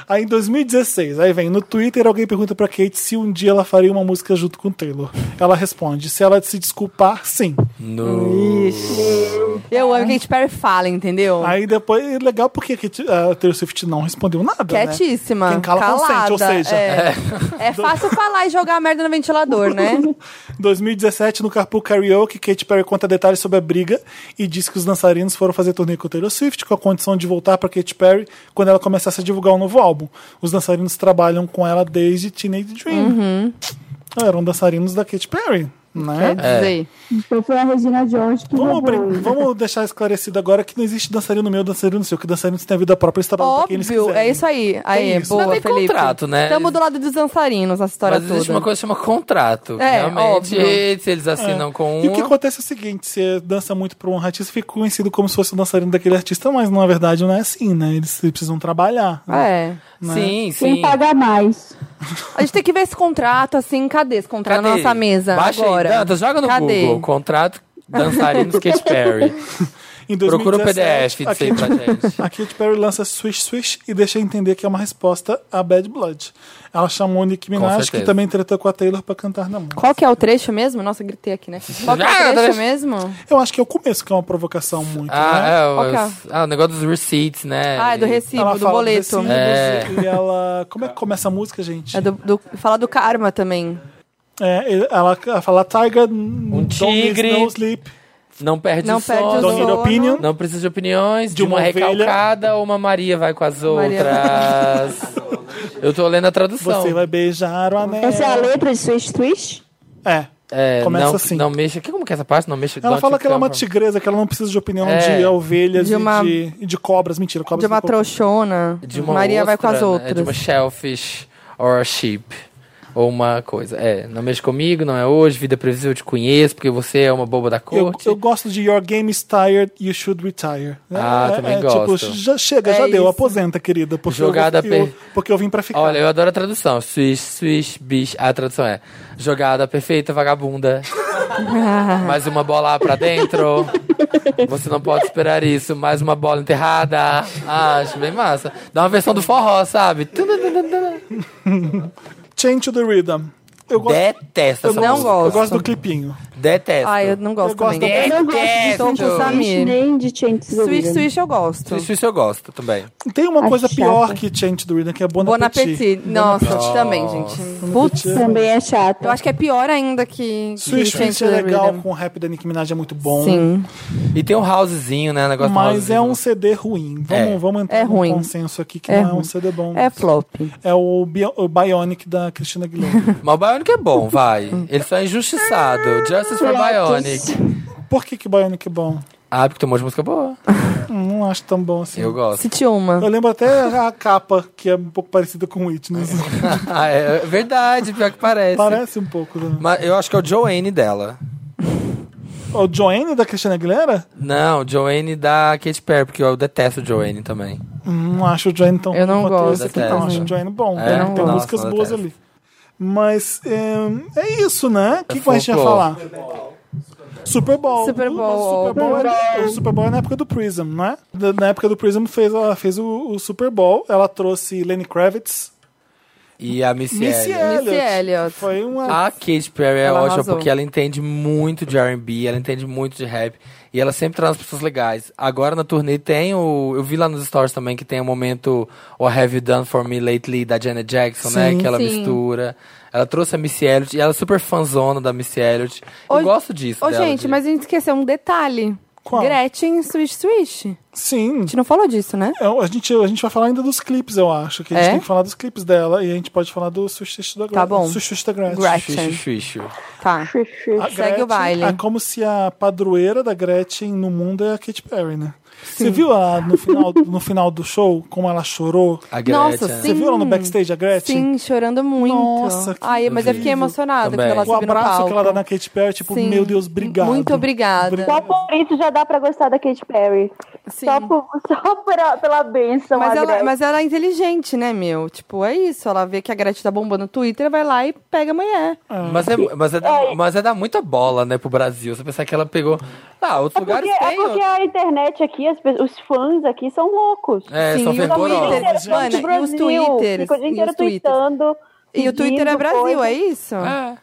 [SPEAKER 1] Aí em 2016, aí vem no Twitter alguém pergunta pra Kate se um dia ela faria uma música junto com o Taylor. Ela responde: se ela se desculpar, sim.
[SPEAKER 3] No.
[SPEAKER 4] Eu amo que Kate Perry fala, entendeu?
[SPEAKER 1] Aí depois, é legal porque a, Kate, a Taylor Swift não respondeu nada.
[SPEAKER 4] Quietíssima.
[SPEAKER 1] Né? Quem cala
[SPEAKER 4] calada.
[SPEAKER 1] consente, ou seja.
[SPEAKER 4] É. é fácil falar e jogar a merda no ventilador, né?
[SPEAKER 1] 2017, no Carpool Karaoke, Katy Perry conta detalhes sobre a briga e diz que os dançarinos foram fazer turnê com o Taylor Swift com a condição de voltar para Katy Perry quando ela começasse a divulgar um novo álbum. Os dançarinos trabalham com ela desde Teenage Dream.
[SPEAKER 4] Uhum.
[SPEAKER 1] Ah, Eram dançarinos da Katy Perry, né?
[SPEAKER 4] Quer dizer.
[SPEAKER 2] Então foi a Regina George que
[SPEAKER 1] Vamos,
[SPEAKER 2] roubou.
[SPEAKER 1] brin- vamos deixar esclarecido agora que não existe dançarino meu, dançarino seu, que dançarinos têm a vida própria e eles trabalham pra quem eles
[SPEAKER 4] Óbvio,
[SPEAKER 1] quiserem.
[SPEAKER 4] é isso aí. Aí,
[SPEAKER 1] Tem isso.
[SPEAKER 4] boa,
[SPEAKER 3] Mas tem
[SPEAKER 4] Felipe.
[SPEAKER 3] contrato, né?
[SPEAKER 4] Tamo do lado dos dançarinos, a história
[SPEAKER 3] Mas
[SPEAKER 4] toda.
[SPEAKER 3] existe uma coisa que chama contrato.
[SPEAKER 4] É,
[SPEAKER 3] Realmente,
[SPEAKER 4] óbvio.
[SPEAKER 3] se eles assinam com um.
[SPEAKER 1] E o que acontece é o seguinte: você dança muito pra um artista, fica conhecido como se fosse o dançarino daquele artista, mas na verdade não é assim, né? Eles precisam trabalhar.
[SPEAKER 4] É.
[SPEAKER 3] Sim,
[SPEAKER 2] Quem
[SPEAKER 3] sim.
[SPEAKER 2] paga mais?
[SPEAKER 4] A gente tem que ver esse contrato, assim, cadê esse contrato
[SPEAKER 3] Cadê?
[SPEAKER 4] na nossa mesa
[SPEAKER 3] Baixa
[SPEAKER 4] agora?
[SPEAKER 3] aí, Dantas, joga no
[SPEAKER 4] cadê?
[SPEAKER 3] Google. Contrato dançarinos Katy Perry.
[SPEAKER 1] Em
[SPEAKER 3] Procura o
[SPEAKER 1] 2017,
[SPEAKER 3] PDF disso aí pra gente.
[SPEAKER 1] A Katy Perry lança Swish Swish e deixa entender que é uma resposta a Bad Blood. Ela chamou Nick Minaj, que
[SPEAKER 3] certeza.
[SPEAKER 1] também tretou com a Taylor pra cantar na música.
[SPEAKER 4] Qual que é o trecho mesmo? Nossa, gritei aqui, né? Qual que é
[SPEAKER 3] Ah,
[SPEAKER 4] o trecho
[SPEAKER 3] deixa-
[SPEAKER 4] mesmo?
[SPEAKER 1] Eu acho que é o começo, que é uma provocação muito,
[SPEAKER 3] Ah,
[SPEAKER 1] né?
[SPEAKER 3] é, o,
[SPEAKER 4] Qual que é?
[SPEAKER 3] ah, o negócio dos receipts, né?
[SPEAKER 4] Ah, é do recibo,
[SPEAKER 1] Ela
[SPEAKER 4] do
[SPEAKER 1] fala dos
[SPEAKER 4] boleto.
[SPEAKER 1] recibos
[SPEAKER 3] É.
[SPEAKER 1] E ela. Como é que começa a música, gente?
[SPEAKER 4] É do, do- fala do karma também.
[SPEAKER 1] É, ela, ela fala Tiger, um
[SPEAKER 3] tigre.
[SPEAKER 1] don't miss no sleep,
[SPEAKER 3] Não perde
[SPEAKER 4] Não
[SPEAKER 3] o
[SPEAKER 4] perde
[SPEAKER 3] sono.
[SPEAKER 4] o
[SPEAKER 1] don't need
[SPEAKER 4] sono.
[SPEAKER 1] opinion.
[SPEAKER 3] Não precisa de opiniões, de,
[SPEAKER 1] De
[SPEAKER 3] uma,
[SPEAKER 1] uma ovelha.
[SPEAKER 3] recalcada ou uma Maria vai com as
[SPEAKER 4] Maria.
[SPEAKER 3] outras. Eu tô lendo a tradução.
[SPEAKER 1] Você vai beijar o anel.
[SPEAKER 2] Essa é a letra de Swish Swish?
[SPEAKER 1] É.
[SPEAKER 3] É,
[SPEAKER 1] Começa
[SPEAKER 3] não,
[SPEAKER 1] assim.
[SPEAKER 3] Não mexa. Que, como que é essa parte? Não mexa.
[SPEAKER 1] Ela
[SPEAKER 3] don't
[SPEAKER 1] fala
[SPEAKER 3] you
[SPEAKER 1] que ela é uma
[SPEAKER 3] come from-
[SPEAKER 1] tigresa, que ela não precisa de opinião
[SPEAKER 3] É.
[SPEAKER 1] de ovelhas
[SPEAKER 4] De uma-
[SPEAKER 1] e, de, e de cobras. Mentira, cobras.
[SPEAKER 4] De uma
[SPEAKER 1] não-
[SPEAKER 4] trouxona.
[SPEAKER 3] de uma
[SPEAKER 4] Maria vai com
[SPEAKER 3] ostra,
[SPEAKER 4] as
[SPEAKER 3] né? De
[SPEAKER 4] outras.
[SPEAKER 3] uma shellfish or a sheep. Ou uma coisa. É, não mexe comigo, não é hoje, vida previsível, eu te conheço, porque você é uma boba da
[SPEAKER 1] Eu,
[SPEAKER 3] corte.
[SPEAKER 1] eu gosto de Your Game is Tired, You Should Retire.
[SPEAKER 3] Ah, também gosto.
[SPEAKER 1] Tipo, já chega,
[SPEAKER 4] É
[SPEAKER 1] já deu,
[SPEAKER 4] isso.
[SPEAKER 1] aposenta, querida. Porque
[SPEAKER 3] Jogada
[SPEAKER 1] eu, vou- eu-
[SPEAKER 3] per-
[SPEAKER 1] Porque eu vim pra ficar.
[SPEAKER 3] Olha, eu adoro a tradução. Swish, swish, bicho. A tradução é jogada perfeita, vagabunda. Mais uma bola lá pra dentro. Você não pode esperar isso. Mais uma bola enterrada. Ah, acho bem massa. Dá uma versão do forró, sabe? Tudududududum.
[SPEAKER 1] Change to the Rhythm. Eu gosto,
[SPEAKER 3] Detesto
[SPEAKER 1] eu
[SPEAKER 3] essa
[SPEAKER 4] Não
[SPEAKER 3] música.
[SPEAKER 1] eu
[SPEAKER 4] gosto.
[SPEAKER 1] gosto do clipinho.
[SPEAKER 3] Detesto.
[SPEAKER 4] Ai, eu não gosto
[SPEAKER 1] Eu gosto
[SPEAKER 4] também.
[SPEAKER 2] Eu não gosto de
[SPEAKER 3] Detesto.
[SPEAKER 2] Tom com Samir, nem de Change to the
[SPEAKER 4] Switch,
[SPEAKER 2] Rhythm.
[SPEAKER 4] switch eu gosto.
[SPEAKER 3] Swish, swish eu gosto também.
[SPEAKER 1] Tem uma
[SPEAKER 2] Ai,
[SPEAKER 1] coisa
[SPEAKER 2] que
[SPEAKER 1] pior
[SPEAKER 2] chato.
[SPEAKER 1] que Change to the Rhythm, que é Bon
[SPEAKER 4] Bon
[SPEAKER 1] Appetit.
[SPEAKER 4] Appetit. Nossa, também, gente. Putz.
[SPEAKER 2] Também é chato.
[SPEAKER 4] Eu acho que é pior ainda que... que
[SPEAKER 1] Swiss
[SPEAKER 4] Change
[SPEAKER 1] Swiss é
[SPEAKER 4] the
[SPEAKER 1] legal,
[SPEAKER 4] Rhythm.
[SPEAKER 1] com o rap da Nicki Minaj é muito bom.
[SPEAKER 4] Sim.
[SPEAKER 3] E tem um housezinho, né? Negócio do
[SPEAKER 1] Mas
[SPEAKER 3] housezinho.
[SPEAKER 1] é um CD ruim. Vamos,
[SPEAKER 3] É.
[SPEAKER 1] vamos entrar
[SPEAKER 4] É
[SPEAKER 1] num
[SPEAKER 4] ruim.
[SPEAKER 1] consenso aqui que
[SPEAKER 4] É
[SPEAKER 1] não é um
[SPEAKER 4] ruim.
[SPEAKER 1] CD bom.
[SPEAKER 4] É flop.
[SPEAKER 1] É o, Bio- o Bionic da Cristina Aguilera.
[SPEAKER 3] Mas o Bionic é bom, vai. Ele só é injustiçado. Justice for Bionic.
[SPEAKER 1] Por que, que o Bionic é bom?
[SPEAKER 3] Ah, porque tem um monte de música boa.
[SPEAKER 1] Hum, Não acho tão bom assim.
[SPEAKER 3] Eu gosto.
[SPEAKER 4] Cite uma.
[SPEAKER 1] Eu lembro até a capa, que é um pouco parecida com Whitney.
[SPEAKER 3] Ah, é verdade, pior que parece.
[SPEAKER 1] Parece um pouco. Né?
[SPEAKER 3] Mas eu acho que é o Joanne dela.
[SPEAKER 1] O Joanne da Cristina Aguilera?
[SPEAKER 3] Não, o Joanne da Katy Perry, porque eu detesto o Joanne também.
[SPEAKER 1] Hum, Não acho o Joanne tão
[SPEAKER 4] Eu não
[SPEAKER 1] roteiro
[SPEAKER 4] gosto
[SPEAKER 1] assim, Não,
[SPEAKER 3] também.
[SPEAKER 1] acho o Joanne bom.
[SPEAKER 3] É?
[SPEAKER 1] tem tem
[SPEAKER 3] Nossa,
[SPEAKER 1] músicas
[SPEAKER 3] não
[SPEAKER 1] boas
[SPEAKER 3] detesto.
[SPEAKER 1] ali. Mas é, é isso, né? O que, que a gente ia
[SPEAKER 3] folclore.
[SPEAKER 1] falar? Super Bowl.
[SPEAKER 4] Super
[SPEAKER 1] Tudo,
[SPEAKER 4] Bowl.
[SPEAKER 1] Super Bowl, é- o Super Bowl é na época do Prism, né? Da- Na época do Prism fez, ela fez o, o Super Bowl. Ela trouxe Lenny Kravitz,
[SPEAKER 3] E a Missy
[SPEAKER 1] Missy
[SPEAKER 3] Elliott.
[SPEAKER 1] Elliott.
[SPEAKER 4] Elliott. Ah.
[SPEAKER 1] Foi uma.
[SPEAKER 3] A Katy Perry é
[SPEAKER 4] Ela
[SPEAKER 3] ótima
[SPEAKER 4] arrasou.
[SPEAKER 3] porque ela entende muito de R&B, ela entende muito de rap. E ela sempre traz pessoas legais. Agora na turnê tem o... Eu vi lá nos stories também que tem o momento What Have You Done For Me Lately, da Janet Jackson, né?
[SPEAKER 1] Sim.
[SPEAKER 3] Que ela
[SPEAKER 4] Sim.
[SPEAKER 3] mistura. Ela trouxe a Missy Elliott e ela é super fanzona da Missy Elliott. eu
[SPEAKER 4] Ô,
[SPEAKER 3] gosto disso
[SPEAKER 4] Ô,
[SPEAKER 3] dela,
[SPEAKER 4] gente,
[SPEAKER 3] de-
[SPEAKER 4] mas a gente esqueceu um detalhe.
[SPEAKER 1] Qual?
[SPEAKER 4] Gretchen Switch Switch. A
[SPEAKER 1] Sim.
[SPEAKER 4] gente não falou disso, né?
[SPEAKER 1] É, a, gente, a gente vai falar ainda dos clipes, eu acho. Que a gente
[SPEAKER 4] É?
[SPEAKER 1] tem que falar dos clipes dela e a gente pode falar do Sushi da Gretchen.
[SPEAKER 4] Tá bom.
[SPEAKER 1] Sushi da Gretchen.
[SPEAKER 4] Gretchen.
[SPEAKER 3] Xuxu, xuxu.
[SPEAKER 4] Tá.
[SPEAKER 1] A
[SPEAKER 4] Segue o baile.
[SPEAKER 1] É como se a padroeira da Gretchen no mundo é a Katy Perry, né? Você viu ela no final, no final do show, como ela chorou?
[SPEAKER 3] A Gretchen.
[SPEAKER 4] Nossa, sim.
[SPEAKER 1] Você viu ela no backstage, a Gretchen?
[SPEAKER 4] Sim, chorando muito.
[SPEAKER 1] Nossa, que
[SPEAKER 4] Ai, mas eu fiquei
[SPEAKER 1] horrível.
[SPEAKER 4] emocionada
[SPEAKER 3] Também.
[SPEAKER 4] quando ela
[SPEAKER 1] O
[SPEAKER 4] subiu no palco.
[SPEAKER 1] abraço que ela dá na Katy Perry, tipo,
[SPEAKER 4] Sim.
[SPEAKER 1] meu Deus, obrigado.
[SPEAKER 4] Muito obrigada.
[SPEAKER 5] Só por isso já dá pra gostar da Katy Perry.
[SPEAKER 4] Sim.
[SPEAKER 5] Só, por, só pela, pela benção.
[SPEAKER 4] Mas
[SPEAKER 5] a
[SPEAKER 4] ela,
[SPEAKER 5] Gretchen.
[SPEAKER 4] mas ela é inteligente, né, meu? Tipo, é isso. Ela vê que a Gretchen tá bombando no Twitter, vai lá e pega amanhã.
[SPEAKER 3] Mas é, mas, é dar, mas é dar muita bola, né, pro Brasil. Você pensar que ela pegou. Ah, outros
[SPEAKER 5] É porque,
[SPEAKER 3] lugares
[SPEAKER 5] é
[SPEAKER 3] tem.
[SPEAKER 5] porque
[SPEAKER 3] outros-
[SPEAKER 5] a internet aqui, as pe- os fãs aqui são loucos.
[SPEAKER 3] É,
[SPEAKER 4] Sim,
[SPEAKER 3] são
[SPEAKER 4] e o
[SPEAKER 3] fervorosos.
[SPEAKER 4] Twitter-
[SPEAKER 5] Eles vão pro
[SPEAKER 4] Mano, e os
[SPEAKER 5] Brasil,
[SPEAKER 4] Twitters,
[SPEAKER 5] Ficam o dia
[SPEAKER 4] e
[SPEAKER 5] inteiro
[SPEAKER 4] os Twitters.
[SPEAKER 5] tweetando.
[SPEAKER 4] E o Twitter é
[SPEAKER 5] pedindo
[SPEAKER 4] Brasil,
[SPEAKER 5] coisa.
[SPEAKER 4] é isso?
[SPEAKER 3] É.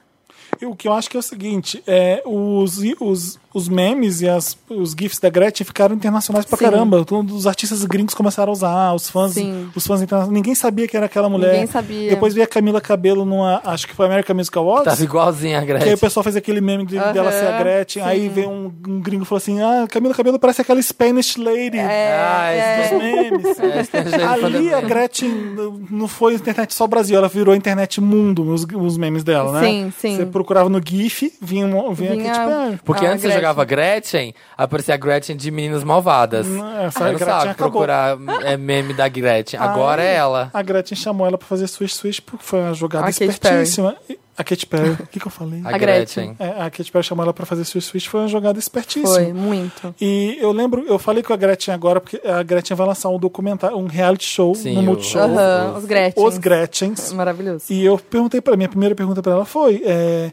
[SPEAKER 1] E O que eu acho que é o seguinte, é, os, os, os memes e as, os GIFs da Gretchen ficaram internacionais pra
[SPEAKER 4] Sim.
[SPEAKER 1] caramba. Todos Os artistas gringos começaram a usar, os fãs,
[SPEAKER 4] Sim.
[SPEAKER 1] os fãs internacionais. Ninguém sabia que era aquela mulher.
[SPEAKER 4] Ninguém sabia.
[SPEAKER 1] Depois veio a Camila Cabelo numa, acho que foi American Music Awards.
[SPEAKER 3] Tava igualzinha a
[SPEAKER 1] Que aí
[SPEAKER 3] Tá Gretchen.
[SPEAKER 1] o pessoal fez aquele meme de- dela ser a Gretchen. Aí veio um, um gringo e falou assim: Ah, Camila Cabelo parece aquela Spanish Lady
[SPEAKER 4] É.
[SPEAKER 3] Ah,
[SPEAKER 1] dos
[SPEAKER 3] esse-
[SPEAKER 1] memes.
[SPEAKER 3] esse- esse- esse-
[SPEAKER 1] Ali a
[SPEAKER 3] esse-
[SPEAKER 1] Gretchen n- não foi internet só Brasil, ela virou internet mundo, os, os memes dela, né?
[SPEAKER 4] Sim, sim.
[SPEAKER 1] Você procurava no GIF, vinha, uma- vinha, tipo,
[SPEAKER 4] Vinha-
[SPEAKER 1] Katy Perry.
[SPEAKER 3] Porque
[SPEAKER 4] Ah,
[SPEAKER 3] antes você
[SPEAKER 4] Gretchen.
[SPEAKER 3] jogava Gretchen, aparecia a Gretchen de Meninas Malvadas.
[SPEAKER 1] Não, essa
[SPEAKER 3] Era um
[SPEAKER 1] Gretchen
[SPEAKER 3] saco
[SPEAKER 1] acabou.
[SPEAKER 3] procurar é, meme da Gretchen. Agora é ela.
[SPEAKER 1] "Ah, A Gretchen chamou ela pra fazer Switch Switch porque foi uma jogada
[SPEAKER 4] A Katy
[SPEAKER 1] espertíssima. E- A Katy Perry. O que, que eu falei?
[SPEAKER 3] A,
[SPEAKER 4] A
[SPEAKER 3] Gretchen.
[SPEAKER 4] Gretchen.
[SPEAKER 1] É, a Katy Perry chamou ela pra fazer Switch Switch foi uma jogada espertíssima.
[SPEAKER 4] Foi, muito.
[SPEAKER 1] E eu lembro, eu falei com a Gretchen agora, porque a Gretchen vai lançar um documentário, um reality show
[SPEAKER 3] Sim,
[SPEAKER 1] no
[SPEAKER 3] o-
[SPEAKER 1] Multishow.
[SPEAKER 4] Aham, os Gretchen.
[SPEAKER 1] Os Gretchens.
[SPEAKER 4] Maravilhoso.
[SPEAKER 1] E eu perguntei pra minha primeira pergunta pra ela foi: é,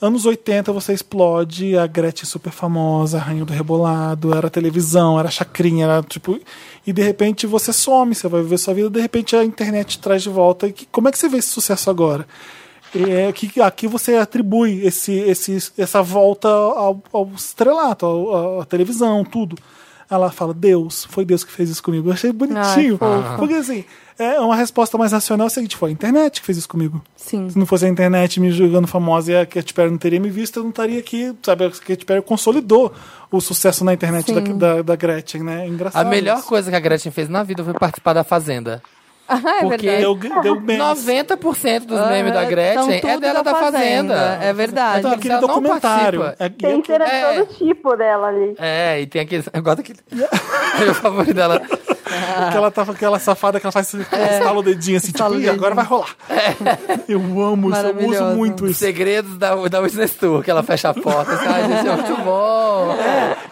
[SPEAKER 1] anos 80 você explode, a Gretchen super famosa, rainha do rebolado, era televisão, era chacrinha, era tipo. E de repente você some, você vai viver sua vida, de repente a internet traz de volta. E que- como é que você vê esse sucesso agora? É, que, aqui você atribui esse, esse, essa volta ao, ao estrelato, ao- ao- à televisão, tudo. Ela fala, Deus, foi Deus que fez isso comigo. Eu achei bonitinho.
[SPEAKER 4] Então.
[SPEAKER 1] porque assim, é uma resposta mais racional é o seguinte: foi a internet que fez isso comigo.
[SPEAKER 4] Sim.
[SPEAKER 1] Se não fosse a internet me julgando famosa e a Katy Perry não teria me visto, eu não estaria aqui. Sabe, a Katy Perry consolidou o sucesso na internet da, da, da Gretchen, né? É
[SPEAKER 3] A
[SPEAKER 1] Engraçado.
[SPEAKER 3] melhor
[SPEAKER 1] isso.
[SPEAKER 3] coisa que a Gretchen fez na vida foi participar da Fazenda.
[SPEAKER 4] Ah, é
[SPEAKER 3] Porque
[SPEAKER 4] verdade.
[SPEAKER 1] Deu, deu bem.
[SPEAKER 3] 90% dos memes da
[SPEAKER 4] Aham,
[SPEAKER 3] Gretchen
[SPEAKER 4] tão
[SPEAKER 3] é
[SPEAKER 4] tudo
[SPEAKER 3] dela da Fazenda. assim,
[SPEAKER 4] É verdade.
[SPEAKER 1] Então, aquele
[SPEAKER 3] ela não
[SPEAKER 1] documentário.
[SPEAKER 3] participa.
[SPEAKER 1] É, e
[SPEAKER 5] Tem
[SPEAKER 1] aquele-
[SPEAKER 5] cena de
[SPEAKER 3] É.
[SPEAKER 5] todo tipo dela ali.
[SPEAKER 3] É, e tem aquele. Eu gosto daquele. Meu favorito dela.
[SPEAKER 1] Porque ela tava aquela safada que ela faz ela estala o dedinho assim,
[SPEAKER 4] É. Estala
[SPEAKER 1] tipo,
[SPEAKER 4] o
[SPEAKER 1] e agora
[SPEAKER 4] dedinho." É.
[SPEAKER 1] vai rolar. Eu amo isso, eu uso
[SPEAKER 4] Maravilhoso.
[SPEAKER 1] muito
[SPEAKER 3] Os
[SPEAKER 1] isso.
[SPEAKER 3] segredos da, da Witness Tour, que ela fecha a porta. Assim, Ai, gente, é muito bom.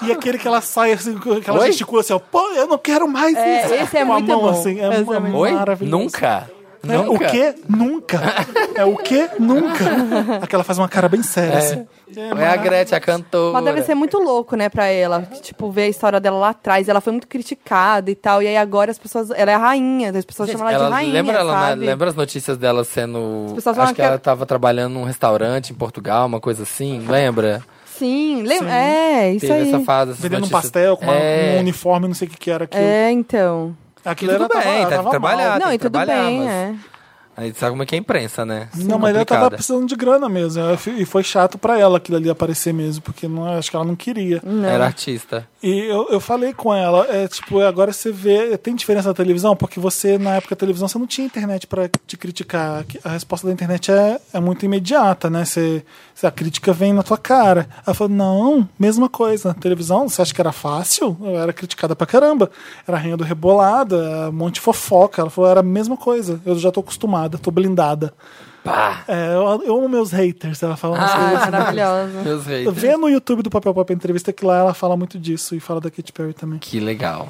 [SPEAKER 1] E aquele que ela sai assim, que ela
[SPEAKER 3] Oi?
[SPEAKER 1] gesticula assim, ó, pô, eu não quero mais
[SPEAKER 4] É,
[SPEAKER 1] isso.
[SPEAKER 4] esse é
[SPEAKER 1] Com a
[SPEAKER 4] muito
[SPEAKER 1] mão
[SPEAKER 4] bom.
[SPEAKER 1] assim, é,
[SPEAKER 4] Esse é
[SPEAKER 1] uma-
[SPEAKER 4] muito
[SPEAKER 3] Oi?
[SPEAKER 1] maravilhoso.
[SPEAKER 3] Nunca?
[SPEAKER 1] É,
[SPEAKER 3] Nunca?
[SPEAKER 1] O que? Nunca. É o que? Nunca. Aquela faz uma cara bem séria. assim.
[SPEAKER 3] É a Gretchen, a cantora.
[SPEAKER 4] Mas deve ser muito louco, né, pra ela. que, Tipo, ver a história dela lá atrás. Ela foi muito criticada e tal. E aí agora as pessoas. Ela é a rainha, as pessoas
[SPEAKER 3] Gente,
[SPEAKER 4] chamam ela, de rainha.
[SPEAKER 3] lembra, ela, né?
[SPEAKER 4] sabe?
[SPEAKER 3] lembra as notícias dela sendo.
[SPEAKER 4] pessoas falam
[SPEAKER 3] Acho que
[SPEAKER 4] que
[SPEAKER 3] ela
[SPEAKER 4] é-
[SPEAKER 3] tava trabalhando num restaurante em Portugal, uma coisa assim, lembra?
[SPEAKER 4] Sim, lembra. É, isso
[SPEAKER 3] Teve
[SPEAKER 4] aí.
[SPEAKER 3] essa fase. essas
[SPEAKER 1] Vendendo um
[SPEAKER 3] notícias.
[SPEAKER 1] pastel com uma-
[SPEAKER 3] É.
[SPEAKER 1] um uniforme, não sei o que, que era aquilo.
[SPEAKER 4] É, então.
[SPEAKER 1] Aquilo
[SPEAKER 3] E
[SPEAKER 1] era
[SPEAKER 3] tudo bem,
[SPEAKER 1] tava,
[SPEAKER 3] tá
[SPEAKER 1] tava
[SPEAKER 3] trabalhado. Ah,
[SPEAKER 4] não,
[SPEAKER 3] tem
[SPEAKER 4] e
[SPEAKER 3] que
[SPEAKER 4] tudo
[SPEAKER 3] trabalhar,
[SPEAKER 4] bem,
[SPEAKER 3] mas-
[SPEAKER 4] é.
[SPEAKER 3] Aí sabe como é que é a imprensa, né?
[SPEAKER 1] Não, mas ela tava
[SPEAKER 3] Complicada.
[SPEAKER 1] precisando de grana mesmo. ela fi- E foi chato pra ela aquilo ali aparecer mesmo, porque não, acho que ela não queria.
[SPEAKER 3] Era artista.
[SPEAKER 1] E eu, eu falei com ela, é tipo, agora você vê, tem diferença na televisão? Porque você, na época da televisão, você não tinha internet pra te criticar. A resposta da internet é, é muito imediata, né? Você, você- a crítica vem na tua cara. Ela falou, não, mesma coisa. Na televisão, você acha que era fácil? Eu era criticada pra caramba. Era a rainha do rebolado, era um monte de fofoca. Ela falou, era a mesma coisa. Eu já tô acostumada, tô blindada.
[SPEAKER 3] Pá!
[SPEAKER 1] É, eu, eu amo meus haters, ela fala. umas coisas
[SPEAKER 4] Ah,
[SPEAKER 1] assim.
[SPEAKER 4] maravilhosa.
[SPEAKER 3] Meus reis.
[SPEAKER 1] Vê no YouTube do Papel Pop a entrevista que lá ela fala muito disso e fala da Katy Perry também.
[SPEAKER 3] Que legal.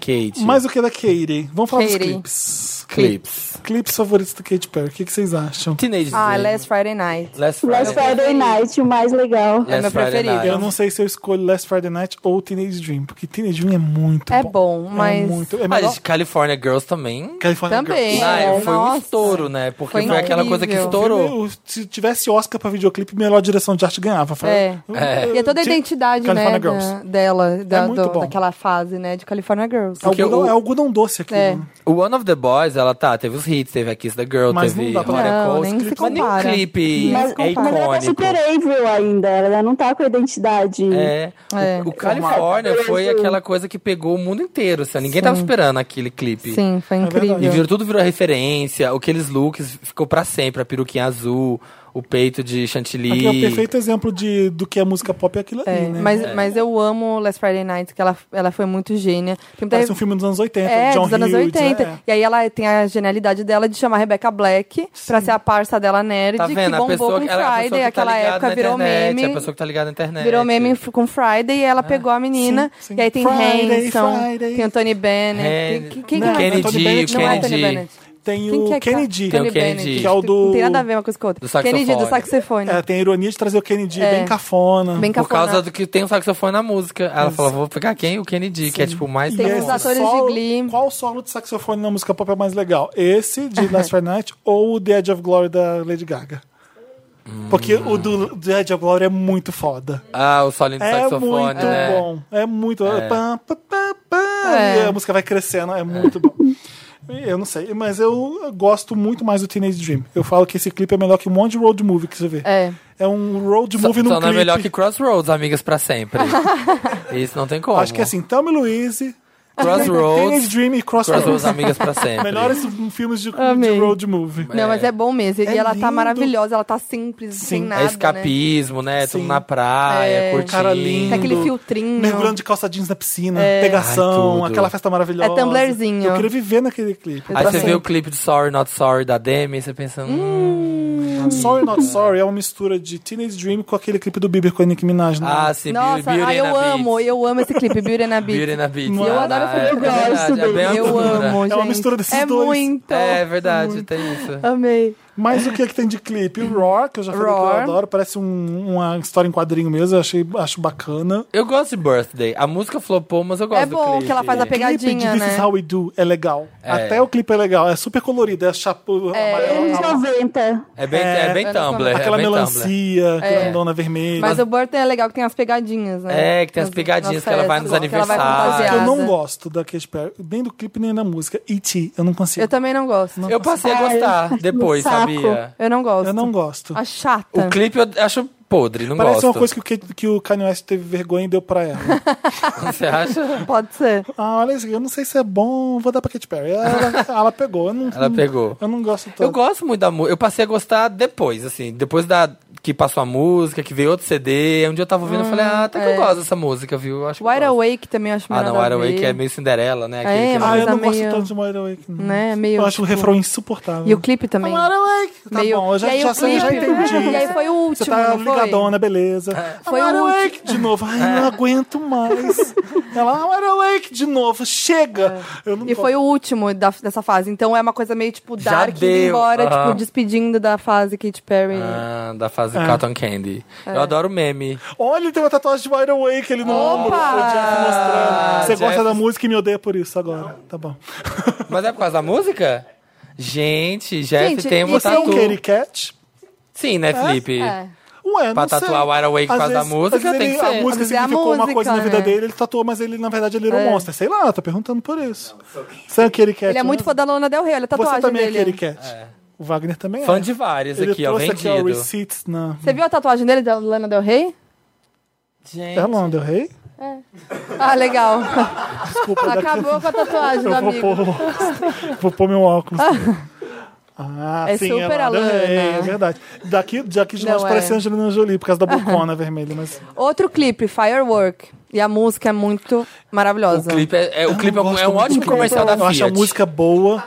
[SPEAKER 3] Kate.
[SPEAKER 1] Mais o que da Katy? Vamos falar
[SPEAKER 4] Katy.
[SPEAKER 1] dos clipes.
[SPEAKER 3] clips.
[SPEAKER 1] Clipes favoritos da Katy Perry, o que, que vocês acham?
[SPEAKER 3] Teenage
[SPEAKER 4] Ah,
[SPEAKER 3] Dream.
[SPEAKER 4] Last Friday Night.
[SPEAKER 3] Last Friday.
[SPEAKER 2] Last Friday Night, o mais legal.
[SPEAKER 4] É meu preferido.
[SPEAKER 3] Night.
[SPEAKER 1] Eu não sei se eu escolho Last Friday Night ou Teenage Dream, porque Teenage Dream é muito
[SPEAKER 4] É
[SPEAKER 1] bom.
[SPEAKER 4] bom, mas-
[SPEAKER 1] É muito. É
[SPEAKER 3] Ah,
[SPEAKER 1] melhor-
[SPEAKER 3] gente, California Girls também.
[SPEAKER 1] California
[SPEAKER 4] Também.
[SPEAKER 1] Girls.
[SPEAKER 3] Ah,
[SPEAKER 4] É,
[SPEAKER 3] foi um
[SPEAKER 4] nossa.
[SPEAKER 3] estouro, né? Porque foi,
[SPEAKER 4] Foi
[SPEAKER 3] aquela coisa que
[SPEAKER 4] incrível.
[SPEAKER 3] estourou.
[SPEAKER 1] Filme, o- Se tivesse Oscar pra videoclipe, melhor direção de arte ganhava. Fala-
[SPEAKER 4] É.
[SPEAKER 3] É.
[SPEAKER 4] E é toda a
[SPEAKER 1] Ti-
[SPEAKER 4] identidade, né,
[SPEAKER 1] California
[SPEAKER 4] da-
[SPEAKER 1] Girls.
[SPEAKER 4] dela, da,
[SPEAKER 1] muito
[SPEAKER 4] do-
[SPEAKER 1] bom.
[SPEAKER 4] daquela fase, né, de California Girls.
[SPEAKER 1] É algodão,
[SPEAKER 3] o-
[SPEAKER 1] é algodão doce aqui.
[SPEAKER 4] É.
[SPEAKER 3] O One of the Boys, ela tá, teve os hits, teve a Kiss the Girl,
[SPEAKER 1] Mas
[SPEAKER 3] teve
[SPEAKER 1] não dá pra-
[SPEAKER 3] Hot
[SPEAKER 4] Não,
[SPEAKER 3] Coast.
[SPEAKER 4] nem se
[SPEAKER 3] Mas nem o
[SPEAKER 4] compara.
[SPEAKER 3] clipe
[SPEAKER 2] Mas,
[SPEAKER 3] é
[SPEAKER 2] mas ela tá
[SPEAKER 3] icônico.
[SPEAKER 2] super Avril ainda, ela não tá com a identidade.
[SPEAKER 3] É.
[SPEAKER 4] É.
[SPEAKER 3] O, o California
[SPEAKER 2] Formato.
[SPEAKER 3] foi aquela coisa que pegou o mundo inteiro, assim, ninguém tava esperando aquele clipe.
[SPEAKER 4] Sim,
[SPEAKER 1] É
[SPEAKER 4] foi incrível.
[SPEAKER 3] E virou, tudo virou referência, aqueles looks ficou pra sempre, a peruquinha azul, o peito de chantilly.
[SPEAKER 1] Aqui é o perfeito exemplo de, do que é música pop é aquilo
[SPEAKER 4] É,
[SPEAKER 1] ali, né?
[SPEAKER 4] mas, mas eu amo Last Friday Night, que ela, ela foi muito gênia. Tem muita
[SPEAKER 1] Parece
[SPEAKER 4] re-
[SPEAKER 1] um filme dos anos 80,
[SPEAKER 4] é,
[SPEAKER 1] John
[SPEAKER 4] dos anos
[SPEAKER 1] Hughes,
[SPEAKER 4] 80.
[SPEAKER 1] é.
[SPEAKER 4] E aí ela tem a genialidade dela de chamar a Rebecca Black pra ser a parça dela nerd,
[SPEAKER 3] Tá vendo?
[SPEAKER 4] que
[SPEAKER 3] A
[SPEAKER 4] bombou
[SPEAKER 3] pessoa,
[SPEAKER 4] com
[SPEAKER 3] que- ela- a pessoa
[SPEAKER 4] Friday,
[SPEAKER 3] que tá
[SPEAKER 4] aquela
[SPEAKER 3] ligada
[SPEAKER 4] época
[SPEAKER 3] na
[SPEAKER 4] virou
[SPEAKER 3] internet,
[SPEAKER 4] meme.
[SPEAKER 3] A pessoa que tá ligada na internet. Ah.
[SPEAKER 4] Virou meme f- com Friday e ela pegou a menina.
[SPEAKER 1] Sim, sim.
[SPEAKER 4] E aí tem
[SPEAKER 1] Friday,
[SPEAKER 4] Hanson,
[SPEAKER 1] Friday.
[SPEAKER 4] tem o Tony Bennett.
[SPEAKER 3] Hand-
[SPEAKER 4] Quem, quem
[SPEAKER 1] Não,
[SPEAKER 4] que é?
[SPEAKER 1] Kennedy,
[SPEAKER 4] Tony Bennett?
[SPEAKER 1] o
[SPEAKER 4] Não é
[SPEAKER 1] Kennedy.
[SPEAKER 4] Tony Bennett.
[SPEAKER 1] Tem
[SPEAKER 4] Quem
[SPEAKER 1] o
[SPEAKER 4] que é que tá?
[SPEAKER 1] Kennedy.
[SPEAKER 3] Tem o
[SPEAKER 4] Tony Bennett.
[SPEAKER 3] Kennedy.
[SPEAKER 1] Que é o do-
[SPEAKER 4] Não tem nada a ver uma coisa com a outra.
[SPEAKER 3] Do saxofone.
[SPEAKER 4] Kennedy do saxofone.
[SPEAKER 1] É, tem a ironia de trazer o Kennedy
[SPEAKER 4] É.
[SPEAKER 1] bem cafona.
[SPEAKER 4] Bem
[SPEAKER 3] Por
[SPEAKER 4] cafona.
[SPEAKER 3] causa do que tem um saxofone na música. Ela falou, vou pegar quem? O Kennedy, que é tipo o mais...
[SPEAKER 1] E
[SPEAKER 4] Tem
[SPEAKER 1] esse
[SPEAKER 4] uns atores
[SPEAKER 1] solo-
[SPEAKER 4] de Glee.
[SPEAKER 1] Qual solo de saxofone na música pop é mais legal? Esse de Last Friday Night ou o The Edge of Glory da Lady Gaga?
[SPEAKER 3] Hum.
[SPEAKER 1] Porque o do The Edge of Glory é muito foda.
[SPEAKER 3] Ah, o solinho do
[SPEAKER 1] É
[SPEAKER 3] saxofone,
[SPEAKER 1] muito
[SPEAKER 3] né?
[SPEAKER 1] bom. É muito. Pam, pam, pam, pam,
[SPEAKER 4] É.
[SPEAKER 1] E a música vai crescendo, é muito bom. Eu não sei, mas eu gosto muito mais do Teenage Dream. Eu falo que esse clipe é melhor que um monte de road movie que você vê.
[SPEAKER 4] É.
[SPEAKER 1] É um road
[SPEAKER 3] Só,
[SPEAKER 1] movie no
[SPEAKER 3] só
[SPEAKER 1] clipe.
[SPEAKER 3] não é melhor que Crossroads, amigas pra sempre. Isso não tem como.
[SPEAKER 1] Acho que é assim, Thelma e Louise, Teenage
[SPEAKER 3] Crossroads,
[SPEAKER 1] Dream e
[SPEAKER 3] Crossroads,
[SPEAKER 1] Crossroads.
[SPEAKER 3] amigas pra sempre. É
[SPEAKER 1] Melhores filmes de, de
[SPEAKER 4] Amei.
[SPEAKER 1] road movie.
[SPEAKER 4] Não, mas é bom mesmo.
[SPEAKER 1] É
[SPEAKER 4] e ela tá
[SPEAKER 1] lindo.
[SPEAKER 4] maravilhosa, ela tá simples, sem
[SPEAKER 1] Sim. É
[SPEAKER 4] nada.
[SPEAKER 3] é
[SPEAKER 4] né?
[SPEAKER 3] escapismo, né? Tudo
[SPEAKER 1] Sim.
[SPEAKER 3] na praia,
[SPEAKER 4] É.
[SPEAKER 3] curtindo.
[SPEAKER 1] Cara lindo.
[SPEAKER 4] Tem aquele filtrinho.
[SPEAKER 1] Mergulhando de calça jeans na piscina,
[SPEAKER 3] Ai,
[SPEAKER 1] pegação,
[SPEAKER 3] tudo.
[SPEAKER 1] aquela festa maravilhosa.
[SPEAKER 4] É tumblerzinho.
[SPEAKER 1] Eu queria viver naquele clipe.
[SPEAKER 3] Aí
[SPEAKER 4] Pra
[SPEAKER 3] você vê
[SPEAKER 4] sempre.
[SPEAKER 3] o clipe de Sorry Not Sorry da Demi e você pensa... Hum,
[SPEAKER 1] Sorry Not Sorry é uma mistura de Teenage Dream com aquele clipe do Bieber com a Nicki Minaj. né?
[SPEAKER 3] ah, sim,
[SPEAKER 4] Nossa,
[SPEAKER 3] Beauty
[SPEAKER 4] ah, eu
[SPEAKER 3] and the
[SPEAKER 4] amo,
[SPEAKER 3] Beast.
[SPEAKER 4] eu amo esse clipe, Beauty and the Beast.
[SPEAKER 3] Beauty and the Beast.
[SPEAKER 1] Eu
[SPEAKER 3] Ah, é,
[SPEAKER 4] adoro esse
[SPEAKER 3] é
[SPEAKER 4] filme, eu
[SPEAKER 3] verdade,
[SPEAKER 2] gosto
[SPEAKER 3] é bem
[SPEAKER 2] dele.
[SPEAKER 3] uma
[SPEAKER 4] Eu
[SPEAKER 3] mistura.
[SPEAKER 4] amo, gente.
[SPEAKER 1] É uma mistura desses
[SPEAKER 4] é
[SPEAKER 1] dois.
[SPEAKER 4] muito.
[SPEAKER 3] É verdade, tem isso.
[SPEAKER 4] Amei.
[SPEAKER 1] Mas o que é que tem de clipe? O Roar, que eu já falei que
[SPEAKER 4] Roar.
[SPEAKER 1] eu adoro, parece um- uma história em quadrinho mesmo, eu achei, acho bacana.
[SPEAKER 3] Eu gosto de Birthday. A música flopou, mas eu gosto
[SPEAKER 4] É
[SPEAKER 3] do
[SPEAKER 4] bom
[SPEAKER 3] clipe.
[SPEAKER 4] que ela faz a
[SPEAKER 1] O clipe de
[SPEAKER 4] pegadinha,
[SPEAKER 1] This Is
[SPEAKER 4] né?
[SPEAKER 1] How We Do é legal. Até o clipe é legal, é super colorido, é chapo amarelo,
[SPEAKER 2] Anos 90.
[SPEAKER 3] É bem, é, bem Tumblr.
[SPEAKER 1] aquela
[SPEAKER 3] é bem É. Tumblr.
[SPEAKER 1] melancia, aquela lindona vermelha.
[SPEAKER 4] Mas o Burton é legal que tem as pegadinhas, né?
[SPEAKER 3] É, que tem as
[SPEAKER 4] Nas-
[SPEAKER 3] pegadinhas
[SPEAKER 4] nas
[SPEAKER 3] que ela vai
[SPEAKER 4] festas,
[SPEAKER 3] nos
[SPEAKER 4] que ela vai
[SPEAKER 3] aniversários.
[SPEAKER 1] que eu
[SPEAKER 4] fantasiada.
[SPEAKER 1] não gosto da Katy Perry, nem do clipe nem da música. E.T., eu não consigo.
[SPEAKER 4] Eu também não gosto.
[SPEAKER 3] Eu passei a
[SPEAKER 2] Ah, eu
[SPEAKER 3] gostar
[SPEAKER 2] acho um
[SPEAKER 3] depois,
[SPEAKER 2] saco.
[SPEAKER 3] sabia?
[SPEAKER 4] Eu não gosto.
[SPEAKER 1] Eu não gosto.
[SPEAKER 4] A chata.
[SPEAKER 3] O clipe eu acho podre, não
[SPEAKER 1] Parece
[SPEAKER 3] gosto.
[SPEAKER 1] uma coisa que o, Ke- que o Kanye West teve vergonha e deu pra ela.
[SPEAKER 3] Você acha?
[SPEAKER 4] Pode ser.
[SPEAKER 1] ah, olha isso aqui, eu não sei se é bom, vou dar pra Katy Perry. Ela, ela pegou. Eu não,
[SPEAKER 3] Ela pegou.
[SPEAKER 1] Eu não gosto tanto.
[SPEAKER 3] Eu gosto muito da música. Eu passei a gostar depois, assim. Depois da que passou a música, que veio outro CD. Um dia eu tava ouvindo e falei, ah, até que eu gosto dessa música, viu? Eu Acho que eu
[SPEAKER 4] Hum, é. Wide
[SPEAKER 3] gosto.
[SPEAKER 4] Awake também eu acho
[SPEAKER 3] Ah,
[SPEAKER 4] melhor.
[SPEAKER 3] não, Wide Awake é meio Cinderela, né? Aquele
[SPEAKER 4] É,
[SPEAKER 3] que-
[SPEAKER 1] Ah,
[SPEAKER 4] mas
[SPEAKER 1] eu
[SPEAKER 4] é
[SPEAKER 1] não gosto
[SPEAKER 4] meio-
[SPEAKER 1] tanto de Wide Awake. não.
[SPEAKER 4] Né, meio,
[SPEAKER 1] eu acho o
[SPEAKER 4] tipo-
[SPEAKER 1] refrão insuportável.
[SPEAKER 4] E o clipe também.
[SPEAKER 1] Wide Awake. Tá
[SPEAKER 4] meio...
[SPEAKER 1] bom, eu
[SPEAKER 4] e
[SPEAKER 1] já,
[SPEAKER 4] aí
[SPEAKER 1] já,
[SPEAKER 4] o
[SPEAKER 1] sei, já
[SPEAKER 4] clipe- né?
[SPEAKER 1] entendi.
[SPEAKER 4] E aí foi o
[SPEAKER 1] Você
[SPEAKER 4] último,
[SPEAKER 1] tá
[SPEAKER 4] não foi? É.
[SPEAKER 1] ligadona, beleza.
[SPEAKER 4] Foi o
[SPEAKER 1] I'm
[SPEAKER 4] último. É.
[SPEAKER 1] awake de novo. Ai, eu não aguento mais. Ela, I'm awake de novo. Chega. Eu não
[SPEAKER 4] É. E foi o último da- dessa fase. Então é uma coisa meio, tipo,
[SPEAKER 3] Já
[SPEAKER 4] dark, indo
[SPEAKER 3] deu,
[SPEAKER 4] embora,
[SPEAKER 3] aham.
[SPEAKER 4] tipo, despedindo da fase Katy Perry.
[SPEAKER 3] Ah, da fase
[SPEAKER 1] É.
[SPEAKER 3] Cotton Candy.
[SPEAKER 4] É.
[SPEAKER 3] Eu adoro meme.
[SPEAKER 1] Olha, ele tem uma tatuagem de Wide Awake ali no
[SPEAKER 4] Opa!
[SPEAKER 1] ombro. O Jeff mostrando.
[SPEAKER 3] Ah,
[SPEAKER 1] Você gosta
[SPEAKER 3] Jeff-
[SPEAKER 1] da música e me odeia por isso agora. Tá bom.
[SPEAKER 3] Mas é por causa da música? Gente, Jeff
[SPEAKER 4] Gente,
[SPEAKER 3] tem um
[SPEAKER 4] e
[SPEAKER 1] Você é um
[SPEAKER 3] tatu.
[SPEAKER 1] Katy Cat?
[SPEAKER 3] Sim, né, Felipe?
[SPEAKER 4] É.
[SPEAKER 1] Ué, não
[SPEAKER 3] Pra
[SPEAKER 1] sei.
[SPEAKER 3] tatuar Wide Awake por
[SPEAKER 1] Às
[SPEAKER 3] causa da
[SPEAKER 1] vezes-
[SPEAKER 3] música,
[SPEAKER 1] às vezes
[SPEAKER 3] tem
[SPEAKER 1] ele-
[SPEAKER 3] que ser.
[SPEAKER 1] A música
[SPEAKER 4] Às vezes é a
[SPEAKER 1] significou uma
[SPEAKER 4] música,
[SPEAKER 1] coisa na vida
[SPEAKER 4] né?
[SPEAKER 1] dele, ele tatuou, mas ele, na verdade, ele era um
[SPEAKER 4] É.
[SPEAKER 1] monstro. Sei lá, tô perguntando por isso. Você é um Katy Cat
[SPEAKER 4] Ele é muito
[SPEAKER 1] mesmo?
[SPEAKER 4] fã da Lana Del Rey, olha a tatuagem
[SPEAKER 1] Você também
[SPEAKER 4] dele.
[SPEAKER 1] é Katy Cat. O Wagner também
[SPEAKER 3] Fã
[SPEAKER 1] é.
[SPEAKER 3] de vários
[SPEAKER 1] Ele
[SPEAKER 3] aqui, ó,
[SPEAKER 1] trouxe aqui, ó,
[SPEAKER 3] vendido.
[SPEAKER 1] receipts na...
[SPEAKER 4] Você viu a tatuagem dele, da Lana Del Rey?
[SPEAKER 1] É
[SPEAKER 3] Gente,
[SPEAKER 1] Londres, rei?
[SPEAKER 4] Ah, legal.
[SPEAKER 1] Desculpa, daqui-
[SPEAKER 4] Acabou com a tatuagem do
[SPEAKER 1] Eu vou
[SPEAKER 4] amigo.
[SPEAKER 1] pôr, vou pôr meu óculos. Ah,
[SPEAKER 4] É
[SPEAKER 1] sim,
[SPEAKER 4] super
[SPEAKER 1] é
[SPEAKER 4] a
[SPEAKER 1] Lana. É,
[SPEAKER 4] Lana.
[SPEAKER 1] é verdade. Daqui, daqui de nós
[SPEAKER 4] Não,
[SPEAKER 1] parece
[SPEAKER 4] é.
[SPEAKER 1] Angelina Jolie, por causa da bocona vermelha. Mas
[SPEAKER 4] Outro clipe, Firework. E a música é muito
[SPEAKER 3] o
[SPEAKER 4] maravilhosa.
[SPEAKER 3] clipe é, é- o clipe é um,
[SPEAKER 1] gosto
[SPEAKER 3] é um
[SPEAKER 1] muito
[SPEAKER 3] ótimo
[SPEAKER 1] do
[SPEAKER 3] comercial da
[SPEAKER 1] Eu
[SPEAKER 3] Fiat.
[SPEAKER 1] acho a música boa.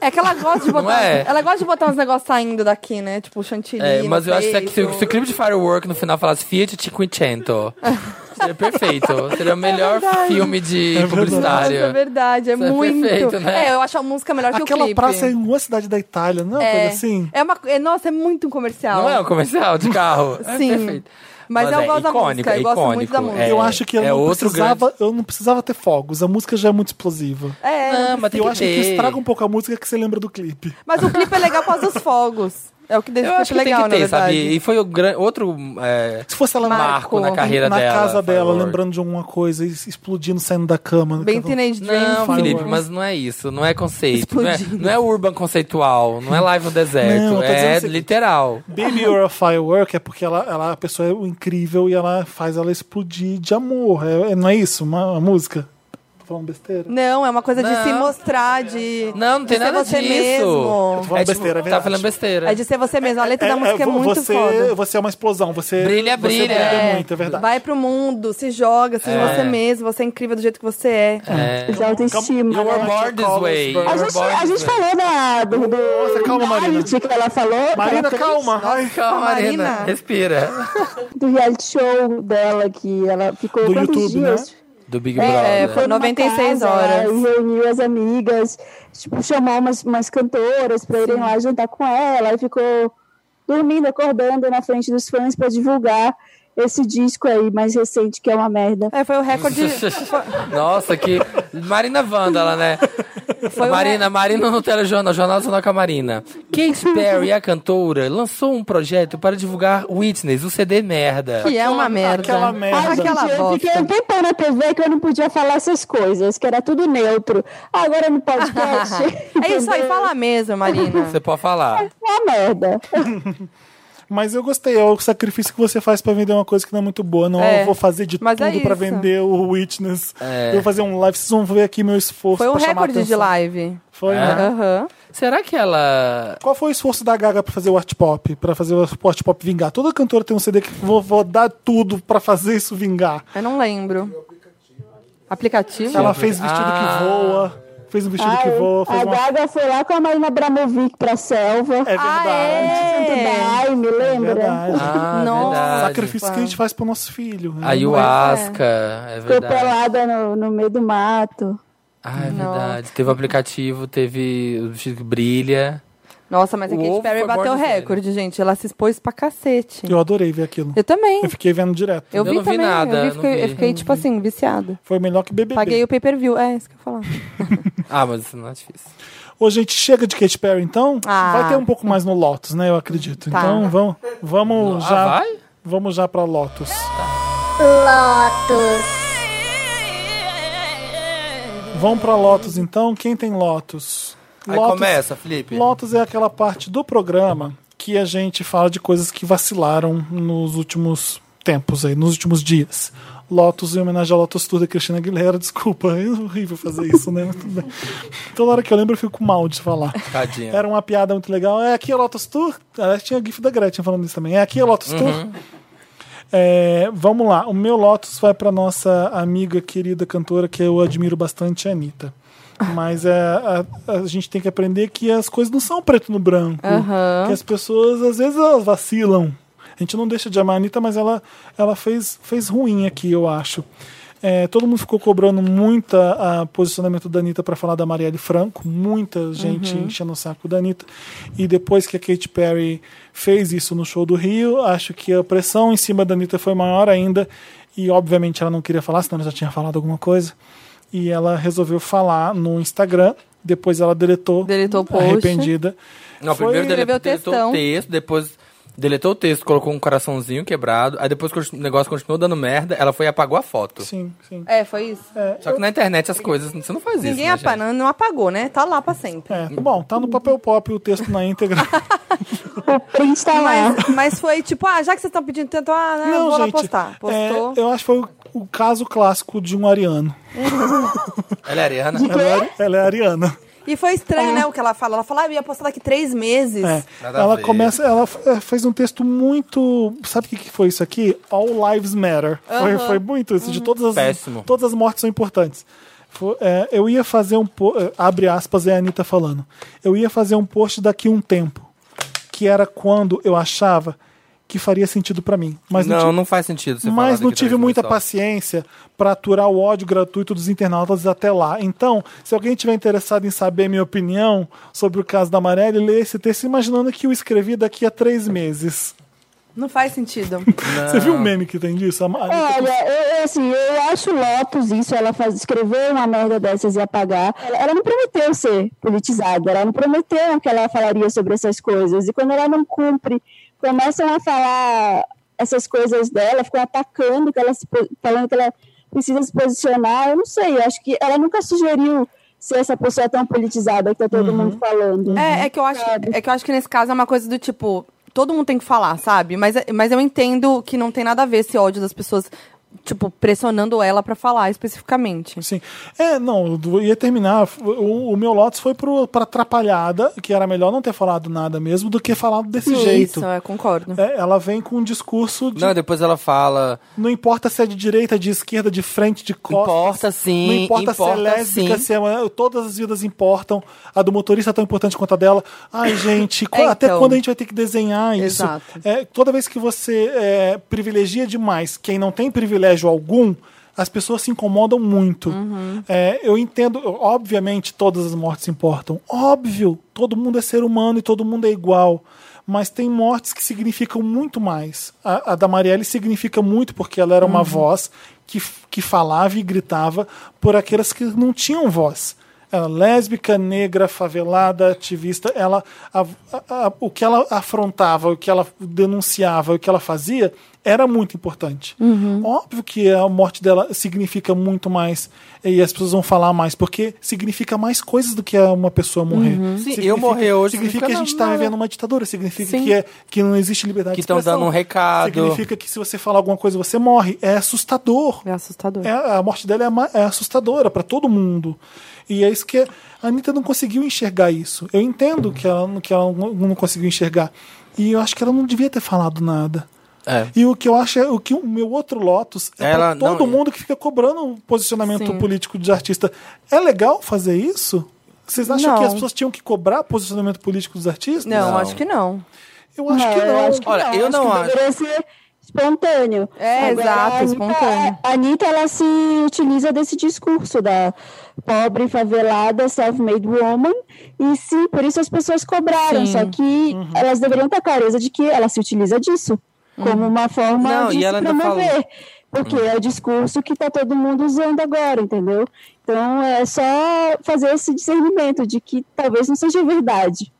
[SPEAKER 4] É que ela gosta de botar.
[SPEAKER 3] é?
[SPEAKER 4] Ela gosta de botar uns negócios saindo daqui, né? Tipo chantilly.
[SPEAKER 3] É, mas
[SPEAKER 4] no
[SPEAKER 3] eu acho que é se,
[SPEAKER 4] peito.
[SPEAKER 3] se o clipe de Firework no final falasse Fiat Cinquecento, seria perfeito. Seria o melhor filme de
[SPEAKER 1] verdade.
[SPEAKER 4] publicitário. Nossa, é verdade, é
[SPEAKER 3] Isso é
[SPEAKER 4] muito.
[SPEAKER 3] perfeito, né?
[SPEAKER 4] É, eu acho a música melhor que o
[SPEAKER 1] Aquela
[SPEAKER 4] clipe.
[SPEAKER 1] praça é em uma cidade da Itália, não é uma
[SPEAKER 4] é,
[SPEAKER 1] coisa assim?
[SPEAKER 4] é uma, é, nossa, é muito um comercial.
[SPEAKER 3] Não é um comercial de carro. É
[SPEAKER 4] Sim.
[SPEAKER 3] perfeito.
[SPEAKER 4] Mas
[SPEAKER 1] é
[SPEAKER 4] eu gosto da
[SPEAKER 3] icônico,
[SPEAKER 4] música, eu gosto muito
[SPEAKER 3] icônico.
[SPEAKER 4] da música.
[SPEAKER 1] eu acho que eu,
[SPEAKER 3] é
[SPEAKER 1] não
[SPEAKER 3] outro
[SPEAKER 1] precisava, eu não precisava ter fogos. A música já é muito explosiva.
[SPEAKER 4] É,
[SPEAKER 3] Não, Ah, mas tem
[SPEAKER 1] eu
[SPEAKER 3] que
[SPEAKER 1] acho que
[SPEAKER 3] ter.
[SPEAKER 1] estraga um pouco a música que você lembra do clipe.
[SPEAKER 4] mas o clipe é legal por causa dos fogos. É o que deixa
[SPEAKER 3] Eu
[SPEAKER 4] o
[SPEAKER 3] acho
[SPEAKER 4] clipe
[SPEAKER 3] que
[SPEAKER 4] legal,
[SPEAKER 3] tem que ter,
[SPEAKER 4] na verdade.
[SPEAKER 3] sabe? E foi o gran... outro é,
[SPEAKER 1] Se fosse ela na-
[SPEAKER 3] marco na
[SPEAKER 4] Marco.
[SPEAKER 3] carreira
[SPEAKER 1] na
[SPEAKER 3] dela.
[SPEAKER 1] casa dela,
[SPEAKER 3] Firework.
[SPEAKER 1] lembrando de alguma coisa, e explodindo, saindo da cama.
[SPEAKER 4] Bem Teenage Dream.
[SPEAKER 3] Não,
[SPEAKER 1] Firework.
[SPEAKER 3] Felipe, mas não é isso. Não é conceito. Não é,
[SPEAKER 4] Explodindo.
[SPEAKER 3] não é urban conceitual. Não é live no deserto.
[SPEAKER 1] Não, eu tô dizendo o
[SPEAKER 3] é
[SPEAKER 1] seguinte.
[SPEAKER 3] literal.
[SPEAKER 1] Baby You're a Firework é porque ela, ela, a pessoa é incrível e ela faz ela explodir de amor. É, é- não é isso? Uma, uma música? Tô falando besteira?
[SPEAKER 4] Não, é uma coisa de
[SPEAKER 3] Não.
[SPEAKER 4] se mostrar, de.
[SPEAKER 3] Não, não tem
[SPEAKER 4] de ser
[SPEAKER 3] nada
[SPEAKER 4] você
[SPEAKER 3] disso.
[SPEAKER 4] Mesmo.
[SPEAKER 1] falando besteira, é
[SPEAKER 3] tá
[SPEAKER 1] verdade.
[SPEAKER 3] falando besteira.
[SPEAKER 4] É de ser você mesmo. A letra da música é,
[SPEAKER 1] vo-
[SPEAKER 4] muito
[SPEAKER 1] você,
[SPEAKER 4] foda.
[SPEAKER 1] você é uma explosão. Você
[SPEAKER 3] Brilha,
[SPEAKER 1] você
[SPEAKER 3] brilha.
[SPEAKER 1] brilha muito, é verdade.
[SPEAKER 4] Vai pro mundo, se joga, seja
[SPEAKER 3] É.
[SPEAKER 4] você mesmo, você é incrível do jeito que você é.
[SPEAKER 3] É.
[SPEAKER 2] De autoestima.
[SPEAKER 3] You were
[SPEAKER 2] né?
[SPEAKER 3] born this way. You
[SPEAKER 2] A
[SPEAKER 3] were
[SPEAKER 2] gente,
[SPEAKER 3] born
[SPEAKER 2] a
[SPEAKER 3] this
[SPEAKER 2] gente
[SPEAKER 3] way.
[SPEAKER 2] falou da, do, do
[SPEAKER 1] Nossa, calma, Marina.
[SPEAKER 2] reality que ela falou.
[SPEAKER 1] Marina,
[SPEAKER 2] que ela fez,
[SPEAKER 1] calma. Ai,
[SPEAKER 3] Calma, Marina.
[SPEAKER 4] Marina.
[SPEAKER 3] Respira.
[SPEAKER 2] Do reality show dela, que ela ficou
[SPEAKER 1] Do
[SPEAKER 2] quantos
[SPEAKER 1] YouTube,
[SPEAKER 2] dias?
[SPEAKER 1] né?
[SPEAKER 3] Do Big
[SPEAKER 4] É,
[SPEAKER 3] Brother.
[SPEAKER 4] foi-
[SPEAKER 2] numa
[SPEAKER 4] 96
[SPEAKER 2] casa,
[SPEAKER 4] horas.
[SPEAKER 2] E reuniu as amigas, tipo, chamou umas, umas cantoras pra irem lá jantar com ela, e ficou dormindo, acordando na frente dos fãs pra divulgar esse disco aí mais recente, que é uma merda.
[SPEAKER 4] É, foi o recorde.
[SPEAKER 3] Nossa, que. Marina Vândala, né?
[SPEAKER 4] Foi o
[SPEAKER 3] Marina,
[SPEAKER 4] re-
[SPEAKER 3] Marina no telejornal, Jornal Nacional com a Marina. Kate Perry, a cantora, lançou um projeto para divulgar Witness, o CD merda.
[SPEAKER 4] que é uma merda.
[SPEAKER 1] Aquela merda.
[SPEAKER 2] Ai, gente,
[SPEAKER 4] É, Aquela
[SPEAKER 2] eu fiquei um
[SPEAKER 4] bosta.
[SPEAKER 2] tempão na TV que eu não podia falar essas coisas, que era tudo neutro. Agora no podcast.
[SPEAKER 4] É isso aí,
[SPEAKER 2] entendeu?
[SPEAKER 4] fala mesmo, Marina.
[SPEAKER 3] Você pode falar.
[SPEAKER 2] É uma merda.
[SPEAKER 1] Mas eu gostei, é o sacrifício que você faz pra vender uma coisa que não é muito boa. Não,
[SPEAKER 4] É.
[SPEAKER 1] eu vou fazer de
[SPEAKER 4] Mas é
[SPEAKER 1] tudo pra
[SPEAKER 4] isso.
[SPEAKER 1] vender o Witness.
[SPEAKER 3] É.
[SPEAKER 1] Eu vou fazer um live, vocês vão ver aqui meu esforço.
[SPEAKER 4] Foi um
[SPEAKER 1] pra chamar
[SPEAKER 4] recorde de
[SPEAKER 1] atenção.
[SPEAKER 4] live.
[SPEAKER 1] Foi,
[SPEAKER 4] É?
[SPEAKER 1] né?
[SPEAKER 4] Aham.
[SPEAKER 3] Será que ela.
[SPEAKER 1] Qual foi o esforço da Gaga pra fazer o art pop? Pra fazer o art pop vingar? Toda cantora tem um CD que vou, vou dar tudo pra fazer isso vingar.
[SPEAKER 4] Eu não lembro. Aplicativo?
[SPEAKER 1] Ela fez um vestido
[SPEAKER 3] Ah.
[SPEAKER 1] que voa, fez um vestido que
[SPEAKER 2] Ai,
[SPEAKER 1] voa, fez
[SPEAKER 2] a
[SPEAKER 1] uma...
[SPEAKER 2] Gaga foi lá com a Marina Abramovic pra selva. Ah,
[SPEAKER 1] É verdade.
[SPEAKER 2] Santo
[SPEAKER 4] Ah, é?
[SPEAKER 2] Daime, lembra?
[SPEAKER 1] verdade.
[SPEAKER 3] Ah,
[SPEAKER 4] Nossa. é.
[SPEAKER 3] verdade.
[SPEAKER 1] Sacrifício que a gente faz pro nosso filho. né?
[SPEAKER 3] A Ayahuasca. É
[SPEAKER 2] Ficou
[SPEAKER 3] verdade.
[SPEAKER 2] pelada no, no meio do mato.
[SPEAKER 3] Ah, é verdade. Teve o aplicativo, teve o vestido que brilha.
[SPEAKER 4] Nossa, mas a
[SPEAKER 3] O
[SPEAKER 4] Katy
[SPEAKER 3] ovo
[SPEAKER 4] Perry
[SPEAKER 3] foi
[SPEAKER 4] bateu
[SPEAKER 3] bordo dele.
[SPEAKER 4] recorde, gente. Ela se expôs pra cacete.
[SPEAKER 1] Eu adorei ver aquilo.
[SPEAKER 4] Eu também.
[SPEAKER 1] Eu fiquei vendo direto.
[SPEAKER 4] Eu, vi
[SPEAKER 3] não vi
[SPEAKER 4] também.
[SPEAKER 3] nada,
[SPEAKER 4] eu,
[SPEAKER 3] não
[SPEAKER 4] vi, fiquei,
[SPEAKER 3] vi.
[SPEAKER 4] eu fiquei, tipo assim, viciada.
[SPEAKER 1] Foi melhor que BBB.
[SPEAKER 4] Paguei o pay-per-view. É, isso que eu ia falar.
[SPEAKER 3] Ah, mas isso não é difícil.
[SPEAKER 1] Ô, gente, chega de Katy Perry, então.
[SPEAKER 4] Ah.
[SPEAKER 1] Vai ter um pouco mais no Lotus, né? Eu acredito.
[SPEAKER 4] Tá.
[SPEAKER 1] Então, vamos, vamos
[SPEAKER 3] Ah,
[SPEAKER 1] já...
[SPEAKER 3] vai?
[SPEAKER 1] Vamos já pra Lotus. Vamos pra Lotus, então. Quem tem Lotus?
[SPEAKER 3] Aí
[SPEAKER 1] Lotus-
[SPEAKER 3] começa, Felipe.
[SPEAKER 1] Lotus é aquela parte do programa que a gente fala de coisas que vacilaram nos últimos tempos aí, nos últimos dias. Lotus em homenagem à Lotus Tour da Cristina Aguilera, desculpa, é horrível fazer isso, né? Mas tudo bem. Toda hora que eu lembro eu fico mal de falar.
[SPEAKER 3] Tadinha.
[SPEAKER 1] Era uma piada muito legal. É aqui a Lotus Tour? Aliás, tinha GIF da Gretchen falando isso também. É aqui a Lotus Tour? É, vamos lá. O meu Lotus vai para nossa amiga querida cantora que eu admiro bastante, a Anitta. Mas é, a, a gente tem que aprender que as coisas não são preto no branco.
[SPEAKER 4] Aham.
[SPEAKER 1] Que as pessoas, às vezes, elas vacilam. A gente não deixa de amar a Anitta, mas ela, ela fez, fez ruim aqui, eu acho. É, todo mundo ficou cobrando muito o posicionamento da Anitta para falar da Marielle Franco, muita gente
[SPEAKER 4] Uhum.
[SPEAKER 1] enchendo o saco da Anitta. E depois que a Katy Perry fez isso no show do Rio, acho que a pressão em cima da Anitta foi maior ainda. E obviamente ela não queria falar, senão ela já tinha falado alguma coisa. E ela resolveu falar no Instagram, depois ela deletou,
[SPEAKER 4] Deletou o post.
[SPEAKER 1] arrependida.
[SPEAKER 3] Não,
[SPEAKER 1] Foi-
[SPEAKER 3] primeiro dele-
[SPEAKER 4] Escreveu
[SPEAKER 3] deletou
[SPEAKER 4] textão.
[SPEAKER 3] o texto, depois deletou o texto, colocou um coraçãozinho quebrado, aí depois que o negócio continuou dando merda, ela foi e apagou a foto.
[SPEAKER 1] Sim, sim.
[SPEAKER 4] É, foi isso.
[SPEAKER 3] Só que na internet as coisas, você não faz isso,
[SPEAKER 4] Ninguém
[SPEAKER 3] né,
[SPEAKER 4] apa-
[SPEAKER 3] gente?
[SPEAKER 4] não, não apagou, né? Tá lá pra sempre.
[SPEAKER 1] É, bom, tá no papel pop o texto na íntegra.
[SPEAKER 4] Ah,
[SPEAKER 2] O print
[SPEAKER 4] É.
[SPEAKER 2] tá lá.
[SPEAKER 4] Mas, mas foi tipo, ah, já que vocês estão pedindo tanto, ah, né,
[SPEAKER 1] Não,
[SPEAKER 4] vou lá
[SPEAKER 1] gente.
[SPEAKER 4] postar. Postou.
[SPEAKER 1] é, eu acho que foi o, o caso clássico de um ariano.
[SPEAKER 3] Ela é Ariana?
[SPEAKER 1] Ela é, ari- ela é ariana.
[SPEAKER 4] E foi estranho, né, o que ela fala. Ela fala, ah, eu ia postar daqui três meses.
[SPEAKER 1] É.
[SPEAKER 3] Nada a
[SPEAKER 1] Ela
[SPEAKER 3] ver.
[SPEAKER 1] começa, ela f- é, fez um texto muito. Sabe o que, que foi isso aqui? All Lives Matter. Foi, foi muito isso, de
[SPEAKER 4] Uhum.
[SPEAKER 1] todas as,
[SPEAKER 3] Péssimo.
[SPEAKER 1] todas as mortes são importantes. Fo- é, eu ia fazer um. po- é, Abre aspas, é a Anitta falando. Eu ia fazer um post daqui um tempo, que era quando eu achava que faria sentido pra mim. Mas não,
[SPEAKER 3] não,
[SPEAKER 1] tinha-
[SPEAKER 3] não faz sentido você falar
[SPEAKER 1] mas não
[SPEAKER 3] daqui
[SPEAKER 1] tive
[SPEAKER 3] três
[SPEAKER 1] muita
[SPEAKER 3] meses só.
[SPEAKER 1] paciência para aturar o ódio gratuito dos internautas até lá. Então, se alguém tiver interessado em saber minha opinião sobre o caso da Amarelli, lê esse texto imaginando que eu escrevi daqui a três meses.
[SPEAKER 4] Não faz sentido.
[SPEAKER 1] Você viu o meme que tem disso? A Ma-
[SPEAKER 2] É, Olha, eu, eu, assim, eu acho Lotus isso, ela faz, escrever uma merda dessas e apagar. Ela, ela não prometeu ser politizada, ela não prometeu que ela falaria sobre essas coisas. E quando ela não cumpre, começam a falar essas coisas dela, ficam atacando, que ela se po- falando que ela precisa se posicionar. Eu não sei, eu acho que ela nunca sugeriu ser essa pessoa tão politizada que tá todo mundo falando.
[SPEAKER 4] É, é que eu acho, é que eu acho que nesse caso é uma coisa do tipo, todo mundo tem que falar, sabe? Mas, é- mas eu entendo que não tem nada a ver esse ódio das pessoas, tipo, pressionando ela pra falar especificamente.
[SPEAKER 1] Sim. É, não, eu ia terminar. O, o meu Lotus foi pro, pra atrapalhada, que era melhor não ter falado nada mesmo do que falar desse jeito.
[SPEAKER 4] Isso, eu concordo.
[SPEAKER 1] É, ela vem com um discurso de.
[SPEAKER 3] Não, depois ela fala.
[SPEAKER 1] Não importa se é de direita, de esquerda, de frente, de costas.
[SPEAKER 3] Importa sim,
[SPEAKER 1] Não importa, se
[SPEAKER 3] importa
[SPEAKER 1] é lésbica,
[SPEAKER 3] sim.
[SPEAKER 1] se é. Todas as vidas importam. A do motorista é tão importante quanto a dela. Ai, gente, qu-
[SPEAKER 4] É,
[SPEAKER 1] até
[SPEAKER 4] então.
[SPEAKER 1] quando a gente vai ter que desenhar isso?
[SPEAKER 4] Exato.
[SPEAKER 1] É, toda vez que você é, privilegia demais quem não tem privilégio algum. As pessoas se incomodam muito. É, eu entendo, obviamente, todas as mortes importam. Óbvio, todo mundo é ser humano e todo mundo é igual. Mas tem mortes que significam muito mais. A, a da Marielle significa muito porque ela era uma voz que, f- que falava e gritava por aquelas que não tinham voz. Ela é lésbica, negra, favelada, ativista, ela a- a- a- o que ela afrontava, o que ela denunciava, o que ela fazia era muito importante. Óbvio que a morte dela significa muito mais e as pessoas vão falar mais porque significa mais coisas do que uma pessoa morrer.
[SPEAKER 3] Sim,
[SPEAKER 1] Significa-
[SPEAKER 3] eu morrer hoje
[SPEAKER 1] significa que a
[SPEAKER 3] significa
[SPEAKER 1] gente está
[SPEAKER 3] nada.
[SPEAKER 1] vivendo uma ditadura, significa
[SPEAKER 4] Sim.
[SPEAKER 1] que, é, que não existe liberdade
[SPEAKER 3] Que
[SPEAKER 1] de
[SPEAKER 3] estão
[SPEAKER 1] expressão.
[SPEAKER 3] dando um recado.
[SPEAKER 1] Significa que se você falar alguma coisa você morre. É assustador.
[SPEAKER 4] É assustador.
[SPEAKER 1] É, a morte dela é, ma- é assustadora para todo mundo. E é isso que a Anitta não conseguiu enxergar isso. Eu entendo que ela, que ela não não conseguiu enxergar. E eu acho que ela não devia ter falado nada.
[SPEAKER 3] É.
[SPEAKER 1] E o que eu acho é o que o meu outro Lotus é
[SPEAKER 3] Ela-
[SPEAKER 1] pra todo
[SPEAKER 3] não,
[SPEAKER 1] mundo que fica cobrando o posicionamento
[SPEAKER 4] Sim.
[SPEAKER 1] político de artista. É legal fazer isso? Vocês acham
[SPEAKER 4] Não.
[SPEAKER 1] que as pessoas tinham que cobrar posicionamento político dos artistas?
[SPEAKER 4] Não,
[SPEAKER 3] Não.
[SPEAKER 4] acho que não.
[SPEAKER 1] Eu acho
[SPEAKER 2] Não,
[SPEAKER 1] que não.
[SPEAKER 2] É, Eu acho que
[SPEAKER 3] Olha,
[SPEAKER 2] não.
[SPEAKER 3] eu não
[SPEAKER 2] que
[SPEAKER 3] acho.
[SPEAKER 2] Deveria ser espontâneo.
[SPEAKER 4] É, exato,
[SPEAKER 2] a Anitta-
[SPEAKER 4] espontâneo.
[SPEAKER 2] A Anitta, ela se utiliza desse discurso da pobre, favelada, self-made woman. E sim, por isso as pessoas cobraram.
[SPEAKER 4] Sim.
[SPEAKER 2] Só que
[SPEAKER 3] Uhum.
[SPEAKER 2] elas deveriam ter clareza de que ela se utiliza disso
[SPEAKER 4] Uhum.
[SPEAKER 2] como uma forma
[SPEAKER 3] Não,
[SPEAKER 2] de
[SPEAKER 3] e
[SPEAKER 2] se
[SPEAKER 3] ela ainda
[SPEAKER 2] promover. Porque é o discurso que está todo mundo usando agora, entendeu? Então é só fazer esse discernimento de que talvez não seja verdade.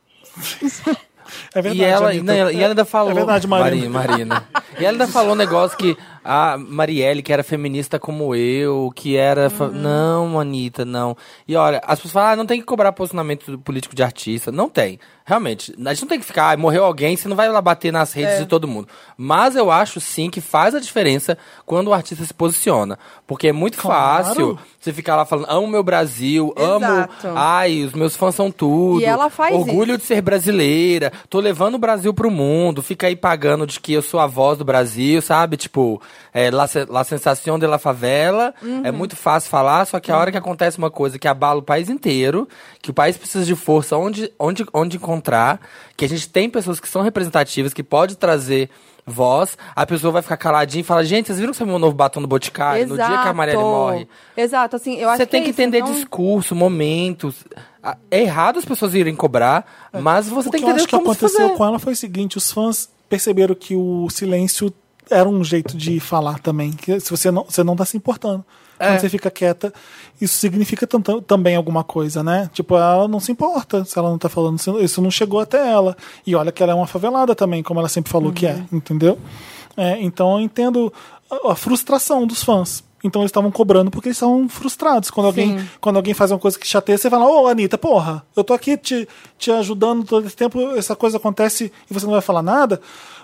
[SPEAKER 1] É verdade.
[SPEAKER 3] e, ela,
[SPEAKER 1] Anitta.
[SPEAKER 3] não, ela- e ela ainda falou.
[SPEAKER 1] É verdade, Marina.
[SPEAKER 3] Marina. Marina. E ela ainda falou um negócio que. a Marielle, que era feminista como eu, que era.
[SPEAKER 1] Uhum.
[SPEAKER 3] fa- Não, Anitta, não. E olha, as pessoas falam, ah, não tem que cobrar posicionamento político de artista. Não tem. Realmente, a gente não tem que ficar, ah, morreu alguém, você não vai lá bater nas
[SPEAKER 1] É.
[SPEAKER 3] redes de todo mundo. Mas eu acho sim que faz a diferença quando o artista se posiciona. Porque é muito
[SPEAKER 1] Claro.
[SPEAKER 3] fácil você ficar lá falando, amo meu Brasil, amo.
[SPEAKER 4] Exato.
[SPEAKER 3] Ai, os meus fãs são tudo.
[SPEAKER 4] E ela faz
[SPEAKER 3] Orgulho orgulho de ser brasileira, tô levando o Brasil pro mundo, fica aí pagando de que eu sou a voz do Brasil, sabe? Tipo, é, la, se- la sensação de la favela, é
[SPEAKER 4] Uhum.
[SPEAKER 3] muito fácil falar, só que a hora que acontece uma coisa que abala o país inteiro, que o país precisa de força onde, onde, onde encontrar, que a gente tem pessoas que são representativas, que pode trazer voz, a pessoa vai ficar caladinha e fala, gente, vocês viram que saiu meu novo batom do Boticário? Ah, No dia que a Marielle morre,
[SPEAKER 4] Exato, assim, eu acho
[SPEAKER 3] você tem
[SPEAKER 4] é
[SPEAKER 3] que
[SPEAKER 4] isso,
[SPEAKER 3] entender
[SPEAKER 4] não-
[SPEAKER 3] discurso, momentos. Ah, É errado as pessoas irem cobrar,
[SPEAKER 4] É.
[SPEAKER 3] mas você
[SPEAKER 1] o que
[SPEAKER 3] tem que
[SPEAKER 1] eu acho
[SPEAKER 3] entender
[SPEAKER 1] que
[SPEAKER 3] como se
[SPEAKER 1] aconteceu
[SPEAKER 3] fazer.
[SPEAKER 1] com ela foi o seguinte: os fãs perceberam que o silêncio era um jeito de falar também. Que se você não, você não tá se importando.
[SPEAKER 3] É.
[SPEAKER 1] Quando você fica quieta, isso significa tam- tam- também alguma coisa, né? Tipo, ela não se importa se ela não tá falando, se- isso não chegou até ela. E olha que ela é uma favelada também, como ela sempre falou que
[SPEAKER 3] Uhum.
[SPEAKER 1] é, entendeu? É, então eu entendo a, a frustração dos fãs. Então eles estavam cobrando porque eles estavam frustrados. Quando alguém, quando alguém faz uma coisa que chateia, você fala, ô Anitta, porra, eu tô aqui te, te ajudando todo esse tempo, essa coisa acontece e você não vai falar nada.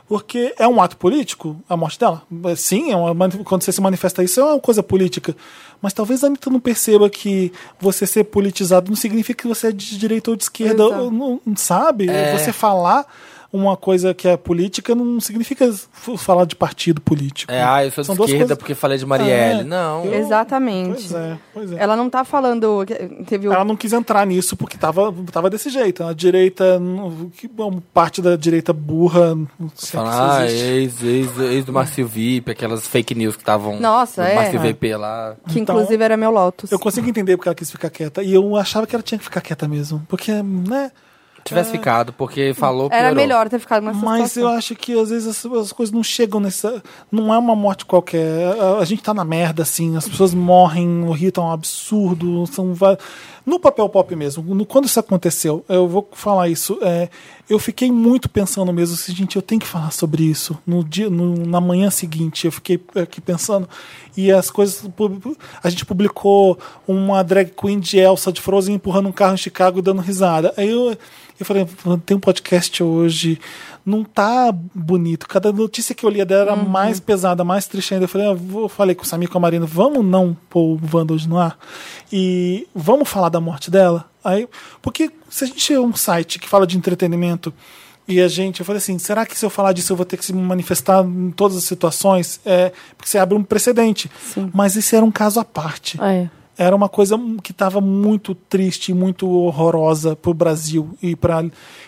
[SPEAKER 1] Porque é um ato político a morte dela. Sim, é uma mani- quando você se manifesta isso, é uma coisa política. Mas talvez a Anitta não perceba que você ser politizado não significa que você é de direita ou de esquerda,
[SPEAKER 4] Exato.
[SPEAKER 1] ou não, sabe? Você falar uma coisa que é política não significa f- falar de partido político.
[SPEAKER 3] É, ah, eu sou de
[SPEAKER 1] São duas
[SPEAKER 3] esquerda
[SPEAKER 1] coisas-
[SPEAKER 3] porque falei de Marielle.
[SPEAKER 1] Ah, é.
[SPEAKER 3] Não.
[SPEAKER 1] Eu-
[SPEAKER 4] Exatamente.
[SPEAKER 1] Pois é, pois é.
[SPEAKER 4] Ela não tá falando. Teve o
[SPEAKER 1] Ela não quis entrar nisso porque tava, tava desse jeito. A direita, não- que bom, parte da direita burra, não sei
[SPEAKER 3] Falar,
[SPEAKER 1] se é
[SPEAKER 3] ah,
[SPEAKER 1] isso existe.
[SPEAKER 3] ex, ex, ex do Marcio VIP, aquelas fake news que estavam.
[SPEAKER 4] Nossa,
[SPEAKER 3] do
[SPEAKER 4] é.
[SPEAKER 3] Marcio VP lá.
[SPEAKER 4] Que
[SPEAKER 1] Então-
[SPEAKER 4] inclusive era meu Lotus.
[SPEAKER 1] Eu consigo entender porque ela quis ficar quieta. E eu achava que ela tinha que ficar quieta mesmo. Porque, né?
[SPEAKER 3] Tivesse ficado, porque falou.
[SPEAKER 4] Era
[SPEAKER 3] piorou.
[SPEAKER 4] melhor ter ficado nessa
[SPEAKER 1] Mas eu
[SPEAKER 4] situação.
[SPEAKER 1] acho que às vezes as, as coisas não chegam nessa. Não é uma morte qualquer. A, a gente tá na merda, assim. As pessoas morrem, o Rio tá um absurdo. São va- No papel pop mesmo, no- quando isso aconteceu, eu vou falar isso. é, eu fiquei muito pensando mesmo, assim, gente, eu tenho que falar sobre isso. No dia, no- na manhã seguinte, eu fiquei aqui pensando. E as coisas. pu- pu- A gente publicou uma drag queen de Elsa de Frozen empurrando um carro em Chicago e dando risada. Aí eu. Eu falei, tem um podcast hoje, não tá bonito. Cada notícia que eu lia dela era mais pesada, mais triste ainda. Eu falei, ah, vou, falei com o Samir e com a Marina, vamos não pôr o Wanda hoje no ar? E vamos falar da morte dela? Aí, porque se a gente é um site que fala de entretenimento e a gente, eu falei assim, será que se eu falar disso eu vou ter que se manifestar em todas as situações? É, porque você abre um precedente. Mas esse era um caso à parte
[SPEAKER 4] É.
[SPEAKER 1] era uma coisa que estava muito triste, muito horrorosa pro Brasil e para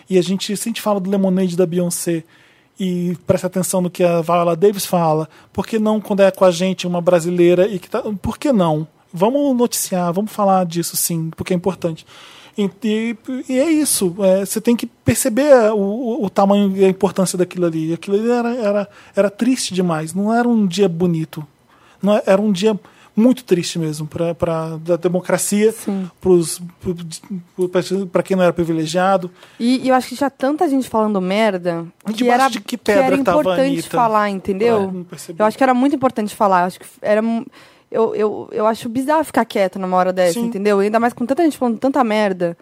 [SPEAKER 1] e a gente sempre fala do Lemonade da Beyoncé e presta atenção no que a Viola Davis fala. Por que não quando é com a gente uma brasileira e que tá, por que não? Vamos noticiar, vamos falar disso sim, porque é importante. E, e- e é isso. é, você tem que perceber é, o, o- o tamanho e a importância daquilo ali. Aquilo ali era, era, era triste demais. Não era um dia bonito. Não é- era um dia muito triste mesmo para da democracia, para quem não era privilegiado.
[SPEAKER 4] E, e eu acho que tinha tanta gente falando merda
[SPEAKER 1] E
[SPEAKER 4] que
[SPEAKER 1] debaixo
[SPEAKER 4] era,
[SPEAKER 1] de que pedra
[SPEAKER 4] era
[SPEAKER 1] que tava a
[SPEAKER 4] importante
[SPEAKER 1] Anitta?
[SPEAKER 4] falar, entendeu?
[SPEAKER 1] É, não percebi.
[SPEAKER 4] eu acho que era muito importante falar. Eu acho que era. mu- Eu, eu, eu acho bizarro ficar quieto numa hora dessa,
[SPEAKER 1] Sim.
[SPEAKER 4] entendeu? Ainda mais com tanta gente falando tanta merda.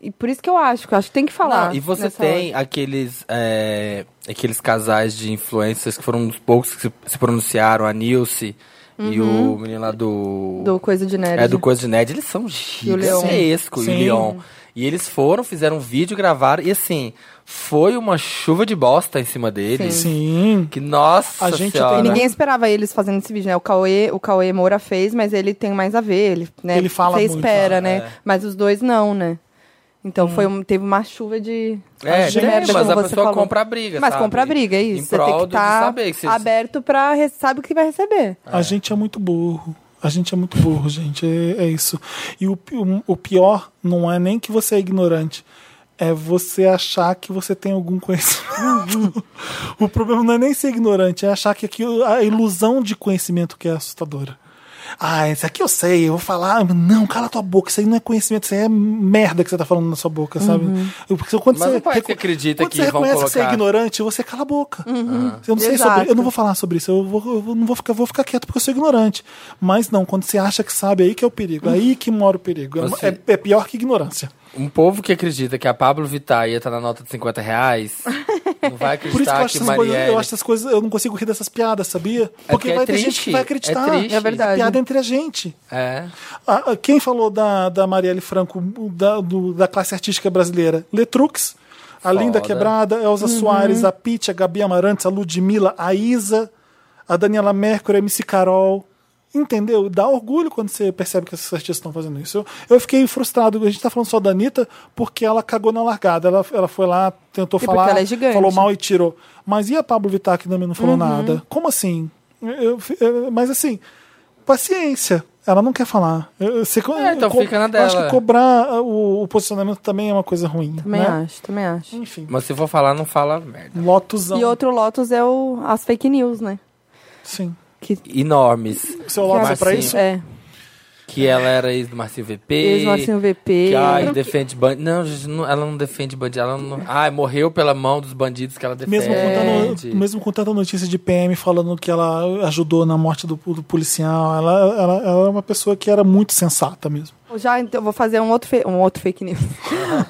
[SPEAKER 4] E por isso que eu acho, que eu acho que tem que falar.
[SPEAKER 3] Não, e você
[SPEAKER 4] nessa
[SPEAKER 3] tem
[SPEAKER 4] hora.
[SPEAKER 3] aqueles é, aqueles casais de influencers que foram um dos poucos que se, se pronunciaram, a Nilce e o menino lá do.
[SPEAKER 4] Uhum. Do coisa de nerd.
[SPEAKER 3] É do Coisa de Nerd, eles são
[SPEAKER 4] E o Leon.
[SPEAKER 3] gigantescos, e o
[SPEAKER 1] Sim.
[SPEAKER 3] Leon. E eles foram, fizeram um vídeo, gravaram, e assim, foi uma chuva de bosta em cima deles.
[SPEAKER 1] Sim.
[SPEAKER 3] Que nossa
[SPEAKER 1] A gente
[SPEAKER 3] senhora.
[SPEAKER 1] tem-
[SPEAKER 4] E
[SPEAKER 1] né?
[SPEAKER 4] ninguém esperava eles fazendo esse vídeo, né? O Cauê, o Cauê Moura fez, mas ele tem mais a ver. Ele, né?
[SPEAKER 1] Ele fala
[SPEAKER 4] Você
[SPEAKER 1] muito,
[SPEAKER 4] espera,
[SPEAKER 1] é. Hum.
[SPEAKER 4] né? Mas os dois não, né? Então foi um- teve uma chuva de.
[SPEAKER 3] É,
[SPEAKER 4] de
[SPEAKER 1] gente-
[SPEAKER 3] tem,
[SPEAKER 4] merda,
[SPEAKER 3] mas
[SPEAKER 4] como
[SPEAKER 3] a
[SPEAKER 4] você
[SPEAKER 3] pessoa
[SPEAKER 4] falou.
[SPEAKER 3] compra a briga,
[SPEAKER 4] Mas
[SPEAKER 3] sabe?
[SPEAKER 4] compra a briga, é
[SPEAKER 3] Em
[SPEAKER 4] isso. Você
[SPEAKER 3] prol
[SPEAKER 4] tem que
[SPEAKER 3] de
[SPEAKER 4] estar
[SPEAKER 3] saber que se-
[SPEAKER 4] aberto pra. re- Sabe o que vai receber.
[SPEAKER 1] A gente é muito burro. A gente é muito burro, gente. É, é isso. E o, pi- um- o pior não é nem que você é ignorante. É você achar que você tem algum conhecimento. o problema não é nem ser ignorante, é achar que aquilo, a ilusão de conhecimento que é assustadora. ah, esse aqui eu sei, eu vou falar. Não, cala tua boca, isso aí não é conhecimento, isso aí é merda que você tá falando na sua boca, sabe? Eu- Porque quando
[SPEAKER 3] Mas
[SPEAKER 1] você,
[SPEAKER 3] não parece
[SPEAKER 1] reco-
[SPEAKER 3] que acredita
[SPEAKER 1] quando
[SPEAKER 3] que
[SPEAKER 1] você
[SPEAKER 3] vão
[SPEAKER 1] reconhece que você é
[SPEAKER 3] colocar.
[SPEAKER 1] ignorante, você cala a boca. Eu, não sei
[SPEAKER 4] Exato.
[SPEAKER 1] sobre- eu não vou falar sobre isso, eu, vou, eu vou- não vou ficar, vou ficar quieto porque eu sou ignorante. Mas não, quando você acha que sabe, aí que é o perigo, aí que mora o perigo. É-
[SPEAKER 3] Você-
[SPEAKER 1] É, é pior que ignorância.
[SPEAKER 3] Um povo que acredita que a Pablo Vittar ia estar na nota de 50 reais, não vai
[SPEAKER 1] Por isso que eu
[SPEAKER 3] acreditar
[SPEAKER 1] acho,
[SPEAKER 3] que
[SPEAKER 1] essas coisas,
[SPEAKER 3] Marielle...
[SPEAKER 1] eu acho essas coisas, eu não consigo rir dessas piadas, sabia? Porque
[SPEAKER 3] porque é
[SPEAKER 1] vai ter
[SPEAKER 3] triste,
[SPEAKER 1] gente que vai
[SPEAKER 3] é
[SPEAKER 1] acreditar.
[SPEAKER 3] triste. É
[SPEAKER 4] verdade.
[SPEAKER 1] piada entre a gente.
[SPEAKER 3] É.
[SPEAKER 1] Ah, ah, quem falou da, da Marielle Franco, da, do- da classe artística brasileira? Letrux, a
[SPEAKER 3] Foda.
[SPEAKER 1] Linda Quebrada, Elza Soares, a Pitty, a Gabi Amarantes, a Ludmilla, a Isa, a Daniela Mercury, a MC Carol. Entendeu? Dá orgulho quando você percebe que essas artistas estão fazendo isso. Eu, eu fiquei frustrado. A gente tá falando só da Anitta porque ela cagou na largada. Ela, ela foi lá, tentou
[SPEAKER 4] porque
[SPEAKER 1] falar,
[SPEAKER 4] ela é gigante. Uhum.
[SPEAKER 1] falou mal e tirou. Mas e a Pablo Vittar que também não falou nada? Como assim? Eu- eu- mas assim, paciência. Ela não quer falar. Eu, eu sei que-
[SPEAKER 3] É, então
[SPEAKER 1] co-
[SPEAKER 3] fica na
[SPEAKER 1] eu Acho
[SPEAKER 3] dela.
[SPEAKER 1] que cobrar ah, o, o posicionamento também é uma coisa ruim.
[SPEAKER 4] Também
[SPEAKER 1] né?
[SPEAKER 4] acho, também acho.
[SPEAKER 1] Enfim.
[SPEAKER 3] Mas se for falar, não fala merda. Então-
[SPEAKER 1] Lotusão.
[SPEAKER 4] E outro Lotus é o, as fake news, né?
[SPEAKER 1] Sim.
[SPEAKER 4] Que,
[SPEAKER 3] Enormes.
[SPEAKER 1] O seu Lotus é
[SPEAKER 3] Mas
[SPEAKER 1] pra
[SPEAKER 3] sim.
[SPEAKER 1] isso?
[SPEAKER 4] é,
[SPEAKER 3] Que ela era ex do Marcinho VP.
[SPEAKER 4] ex-Marcinho VP.
[SPEAKER 3] Que, ai, defende bandido. Não, gente, não- ela não defende bandido. Ela não... Ai, morreu pela mão dos bandidos que ela defende.
[SPEAKER 1] Mesmo, com tanta, no- mesmo com tanta notícia de PM falando que ela ajudou na morte do, do policial, ela, ela, ela é uma pessoa que era muito sensata mesmo.
[SPEAKER 4] Eu Já então, vou fazer um outro, fe- um outro fake news.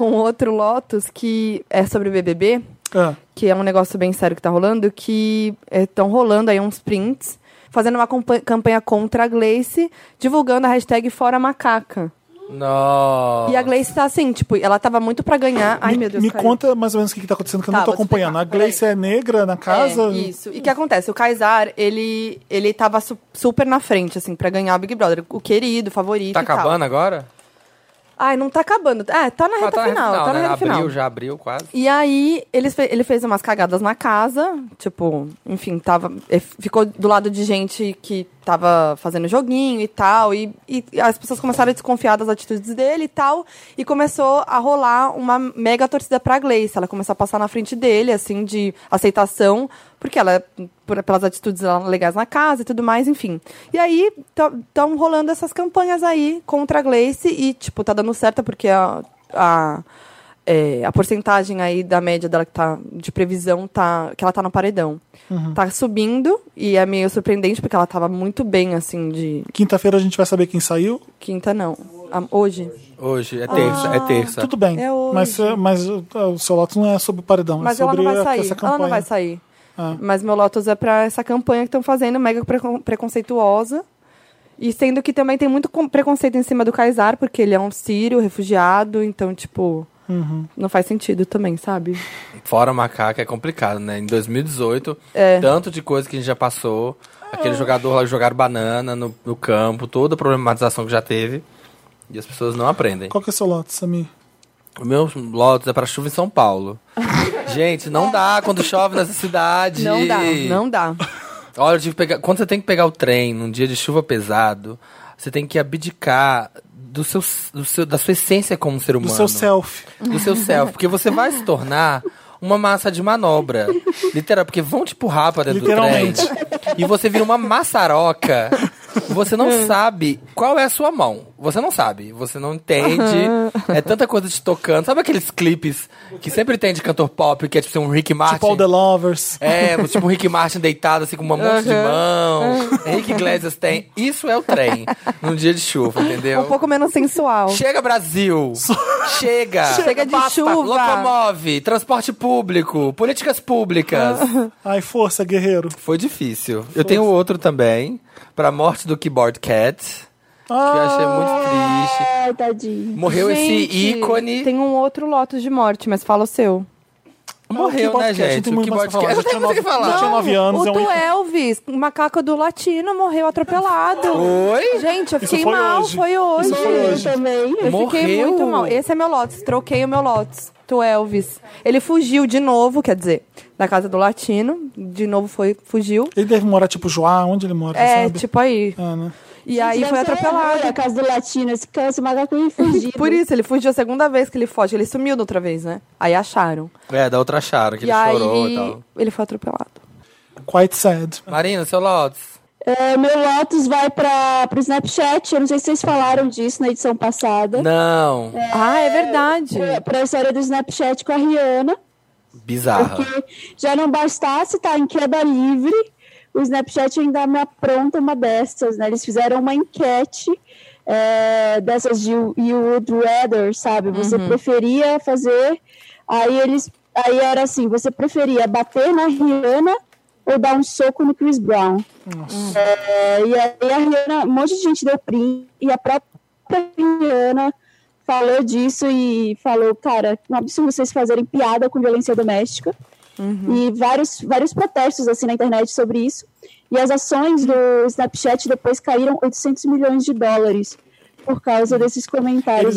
[SPEAKER 4] um outro Lotus que é sobre o BBB,
[SPEAKER 1] É.
[SPEAKER 4] que é um negócio bem sério que tá rolando, que estão rolando aí uns prints, fazendo uma compa- campanha contra a Gleice, divulgando a hashtag Fora Macaca.
[SPEAKER 3] Não.
[SPEAKER 4] E a Gleice tá assim, tipo, ela tava muito pra ganhar. Ai,
[SPEAKER 1] me
[SPEAKER 4] meu Deus.
[SPEAKER 1] me
[SPEAKER 4] caiu.
[SPEAKER 1] conta mais ou menos o que, que tá acontecendo, que eu
[SPEAKER 4] Tá,
[SPEAKER 1] não tô
[SPEAKER 4] vou te
[SPEAKER 1] acompanhando. A
[SPEAKER 4] explicar. Peraí.
[SPEAKER 1] Gleice é negra na casa?
[SPEAKER 4] É, isso. E o que acontece? O Kaysar, ele, ele tava su- super na frente, assim, pra ganhar o Big Brother. O querido, o favorito.
[SPEAKER 3] Tá
[SPEAKER 4] e tal.
[SPEAKER 3] acabando agora?
[SPEAKER 4] Ai, não tá acabando. É, tá na
[SPEAKER 3] Ah,
[SPEAKER 4] reta
[SPEAKER 3] tá na reta
[SPEAKER 4] final. Tá na
[SPEAKER 3] né?
[SPEAKER 4] reta final.
[SPEAKER 3] Abriu, já abriu quase.
[SPEAKER 4] E aí, ele, fe- ele fez umas cagadas na casa, tipo, enfim, tava, eh, ficou do lado de gente que tava fazendo joguinho e tal, e, e as pessoas começaram a desconfiar das atitudes dele e tal, e começou a rolar uma mega torcida pra Gleice, ela começou a passar na frente dele, assim, de aceitação, porque ela, por- pelas atitudes dela legais na casa e tudo mais, enfim. E aí, estão rolando essas campanhas aí contra a Gleice, e, tipo, tá dando certo porque a- a é, a porcentagem aí da média dela que tá de previsão tá que ela tá no paredão.
[SPEAKER 1] Uhum.
[SPEAKER 4] Tá subindo e é meio surpreendente porque ela tava muito bem assim de
[SPEAKER 1] Quinta-feira a gente vai saber quem saiu.
[SPEAKER 4] quinta não. Ah, hoje.
[SPEAKER 3] Hoje,
[SPEAKER 4] Ah.
[SPEAKER 3] é terça, é terça.
[SPEAKER 1] Tudo bem.
[SPEAKER 4] É hoje.
[SPEAKER 1] mas, é, mas uh, o seu Lotus não é sobre o paredão,
[SPEAKER 4] Mas
[SPEAKER 1] é
[SPEAKER 4] ela
[SPEAKER 1] sobre
[SPEAKER 4] não vai
[SPEAKER 1] a-
[SPEAKER 4] sair.
[SPEAKER 1] essa campanha. Ah.
[SPEAKER 4] Ela não vai sair. Mas meu Lotus é pra essa campanha que estão fazendo, mega precon- preconceituosa. E sendo que também tem muito com- preconceito em cima do Kaysar, porque ele é um sírio, refugiado, então, tipo,
[SPEAKER 1] Uhum.
[SPEAKER 4] não faz sentido também, sabe?
[SPEAKER 3] Fora macaca é complicado, né? Em 2018,
[SPEAKER 4] É.
[SPEAKER 3] tanto de coisa que a gente já passou. Aquele jogador lá que jogaram banana no, no campo, toda a problematização que já teve. E as pessoas não aprendem.
[SPEAKER 1] Qual que é o seu Lotus, Samir?
[SPEAKER 3] O meu Lotus é pra chuva em São Paulo. gente, não dá quando chove nessa cidade.
[SPEAKER 4] Não dá, não dá.
[SPEAKER 3] Olha, eu tive que pegar- quando você tem que pegar o trem num dia de chuva pesado, você tem que abdicar do seu, do seu- da sua essência como ser
[SPEAKER 1] Do
[SPEAKER 3] humano.
[SPEAKER 1] seu selfie.
[SPEAKER 3] Do seu self. Porque você vai se tornar uma massa de manobra. Literal, porque vão te empurrar pra dentro do trem.
[SPEAKER 1] Literalmente.
[SPEAKER 3] E você vira uma maçaroca. Você não sabe qual é a sua mão. Você não sabe. Você não entende. É tanta coisa te tocando. Sabe aqueles clipes que sempre tem de cantor pop, que é tipo ser um Rick Martin?
[SPEAKER 1] Tipo All the Lovers.
[SPEAKER 3] É, tipo o Rick Martin deitado assim com uma monte de mão. Henrique Iglesias tem. Isso é o trem. Num dia de chuva, entendeu?
[SPEAKER 4] Um pouco menos sensual.
[SPEAKER 3] Chega, Brasil! Chega!
[SPEAKER 4] Chega de chuva.
[SPEAKER 3] Locomove, transporte público, políticas públicas.
[SPEAKER 1] Ai, força, guerreiro.
[SPEAKER 3] Foi difícil. Eu tenho outro também, pra morte do Keyboard Cat, que eu achei muito triste.
[SPEAKER 2] Ai, tadinho.
[SPEAKER 3] Morreu
[SPEAKER 4] Gente,
[SPEAKER 3] esse ícone.
[SPEAKER 4] Tem um outro Lotus de morte, mas fala o seu.
[SPEAKER 3] Morreu,
[SPEAKER 1] Mas o Keyboard
[SPEAKER 3] né,
[SPEAKER 1] Cat, não
[SPEAKER 3] gente?
[SPEAKER 1] tem
[SPEAKER 3] O
[SPEAKER 1] muito mais
[SPEAKER 3] Keyboard
[SPEAKER 1] pra falar.
[SPEAKER 3] Cat.
[SPEAKER 1] Já tinha nove- já tinha nove anos.
[SPEAKER 4] o
[SPEAKER 1] é um
[SPEAKER 4] do
[SPEAKER 1] ícone.
[SPEAKER 4] Elvis, o macaco do latino, morreu atropelado.
[SPEAKER 3] Oi?
[SPEAKER 4] Gente, eu fiquei
[SPEAKER 1] foi
[SPEAKER 4] mal,
[SPEAKER 1] hoje.
[SPEAKER 4] foi hoje.
[SPEAKER 1] Isso foi
[SPEAKER 2] Eu também.
[SPEAKER 4] Eu fiquei
[SPEAKER 3] Morreu.
[SPEAKER 4] muito mal. Esse é meu Lotus, troquei o meu Lotus do Elvis. Ele fugiu de novo, quer dizer, da casa do latino, de novo foi, fugiu.
[SPEAKER 1] Ele deve morar tipo Joá, onde ele mora,
[SPEAKER 4] É,
[SPEAKER 1] sabe?
[SPEAKER 4] tipo aí.
[SPEAKER 1] Ah, né?
[SPEAKER 4] E aí
[SPEAKER 2] Deve
[SPEAKER 4] foi
[SPEAKER 2] ser errado
[SPEAKER 4] atropelado.
[SPEAKER 2] A casa é, do latino, esse câncer macaco ia fugir.
[SPEAKER 4] Por isso, ele fugiu a segunda vez que ele foge. Ele sumiu da outra vez, né? Aí acharam.
[SPEAKER 3] É, da outra acharam que
[SPEAKER 4] e
[SPEAKER 3] ele
[SPEAKER 4] aí
[SPEAKER 3] chorou e tal.
[SPEAKER 4] ele foi atropelado.
[SPEAKER 1] Quite sad.
[SPEAKER 3] Marina, seu Lotus.
[SPEAKER 2] É, meu Lotus vai para o Snapchat. Eu não sei se vocês falaram disso na edição passada.
[SPEAKER 3] Não.
[SPEAKER 4] Ah, é verdade.
[SPEAKER 2] Para a história do Snapchat com a Rihanna.
[SPEAKER 3] Bizarra.
[SPEAKER 2] Porque já não bastasse estar em queda livre, o Snapchat ainda me apronta uma dessas, né? Eles fizeram uma enquete é, dessas de you you would rather, sabe? Você preferia fazer. Aí eles. Aí era assim, você preferia bater na Rihanna ou dar um soco no Chris Brown? É, e aí a Rihanna, um monte de gente deu print, e a própria Rihanna falou disso e falou, cara, é um absurdo vocês fazerem piada com violência doméstica. E vários, vários protestos assim na internet sobre isso. E as ações do Snapchat depois caíram 800 milhões de dólares por causa desses comentários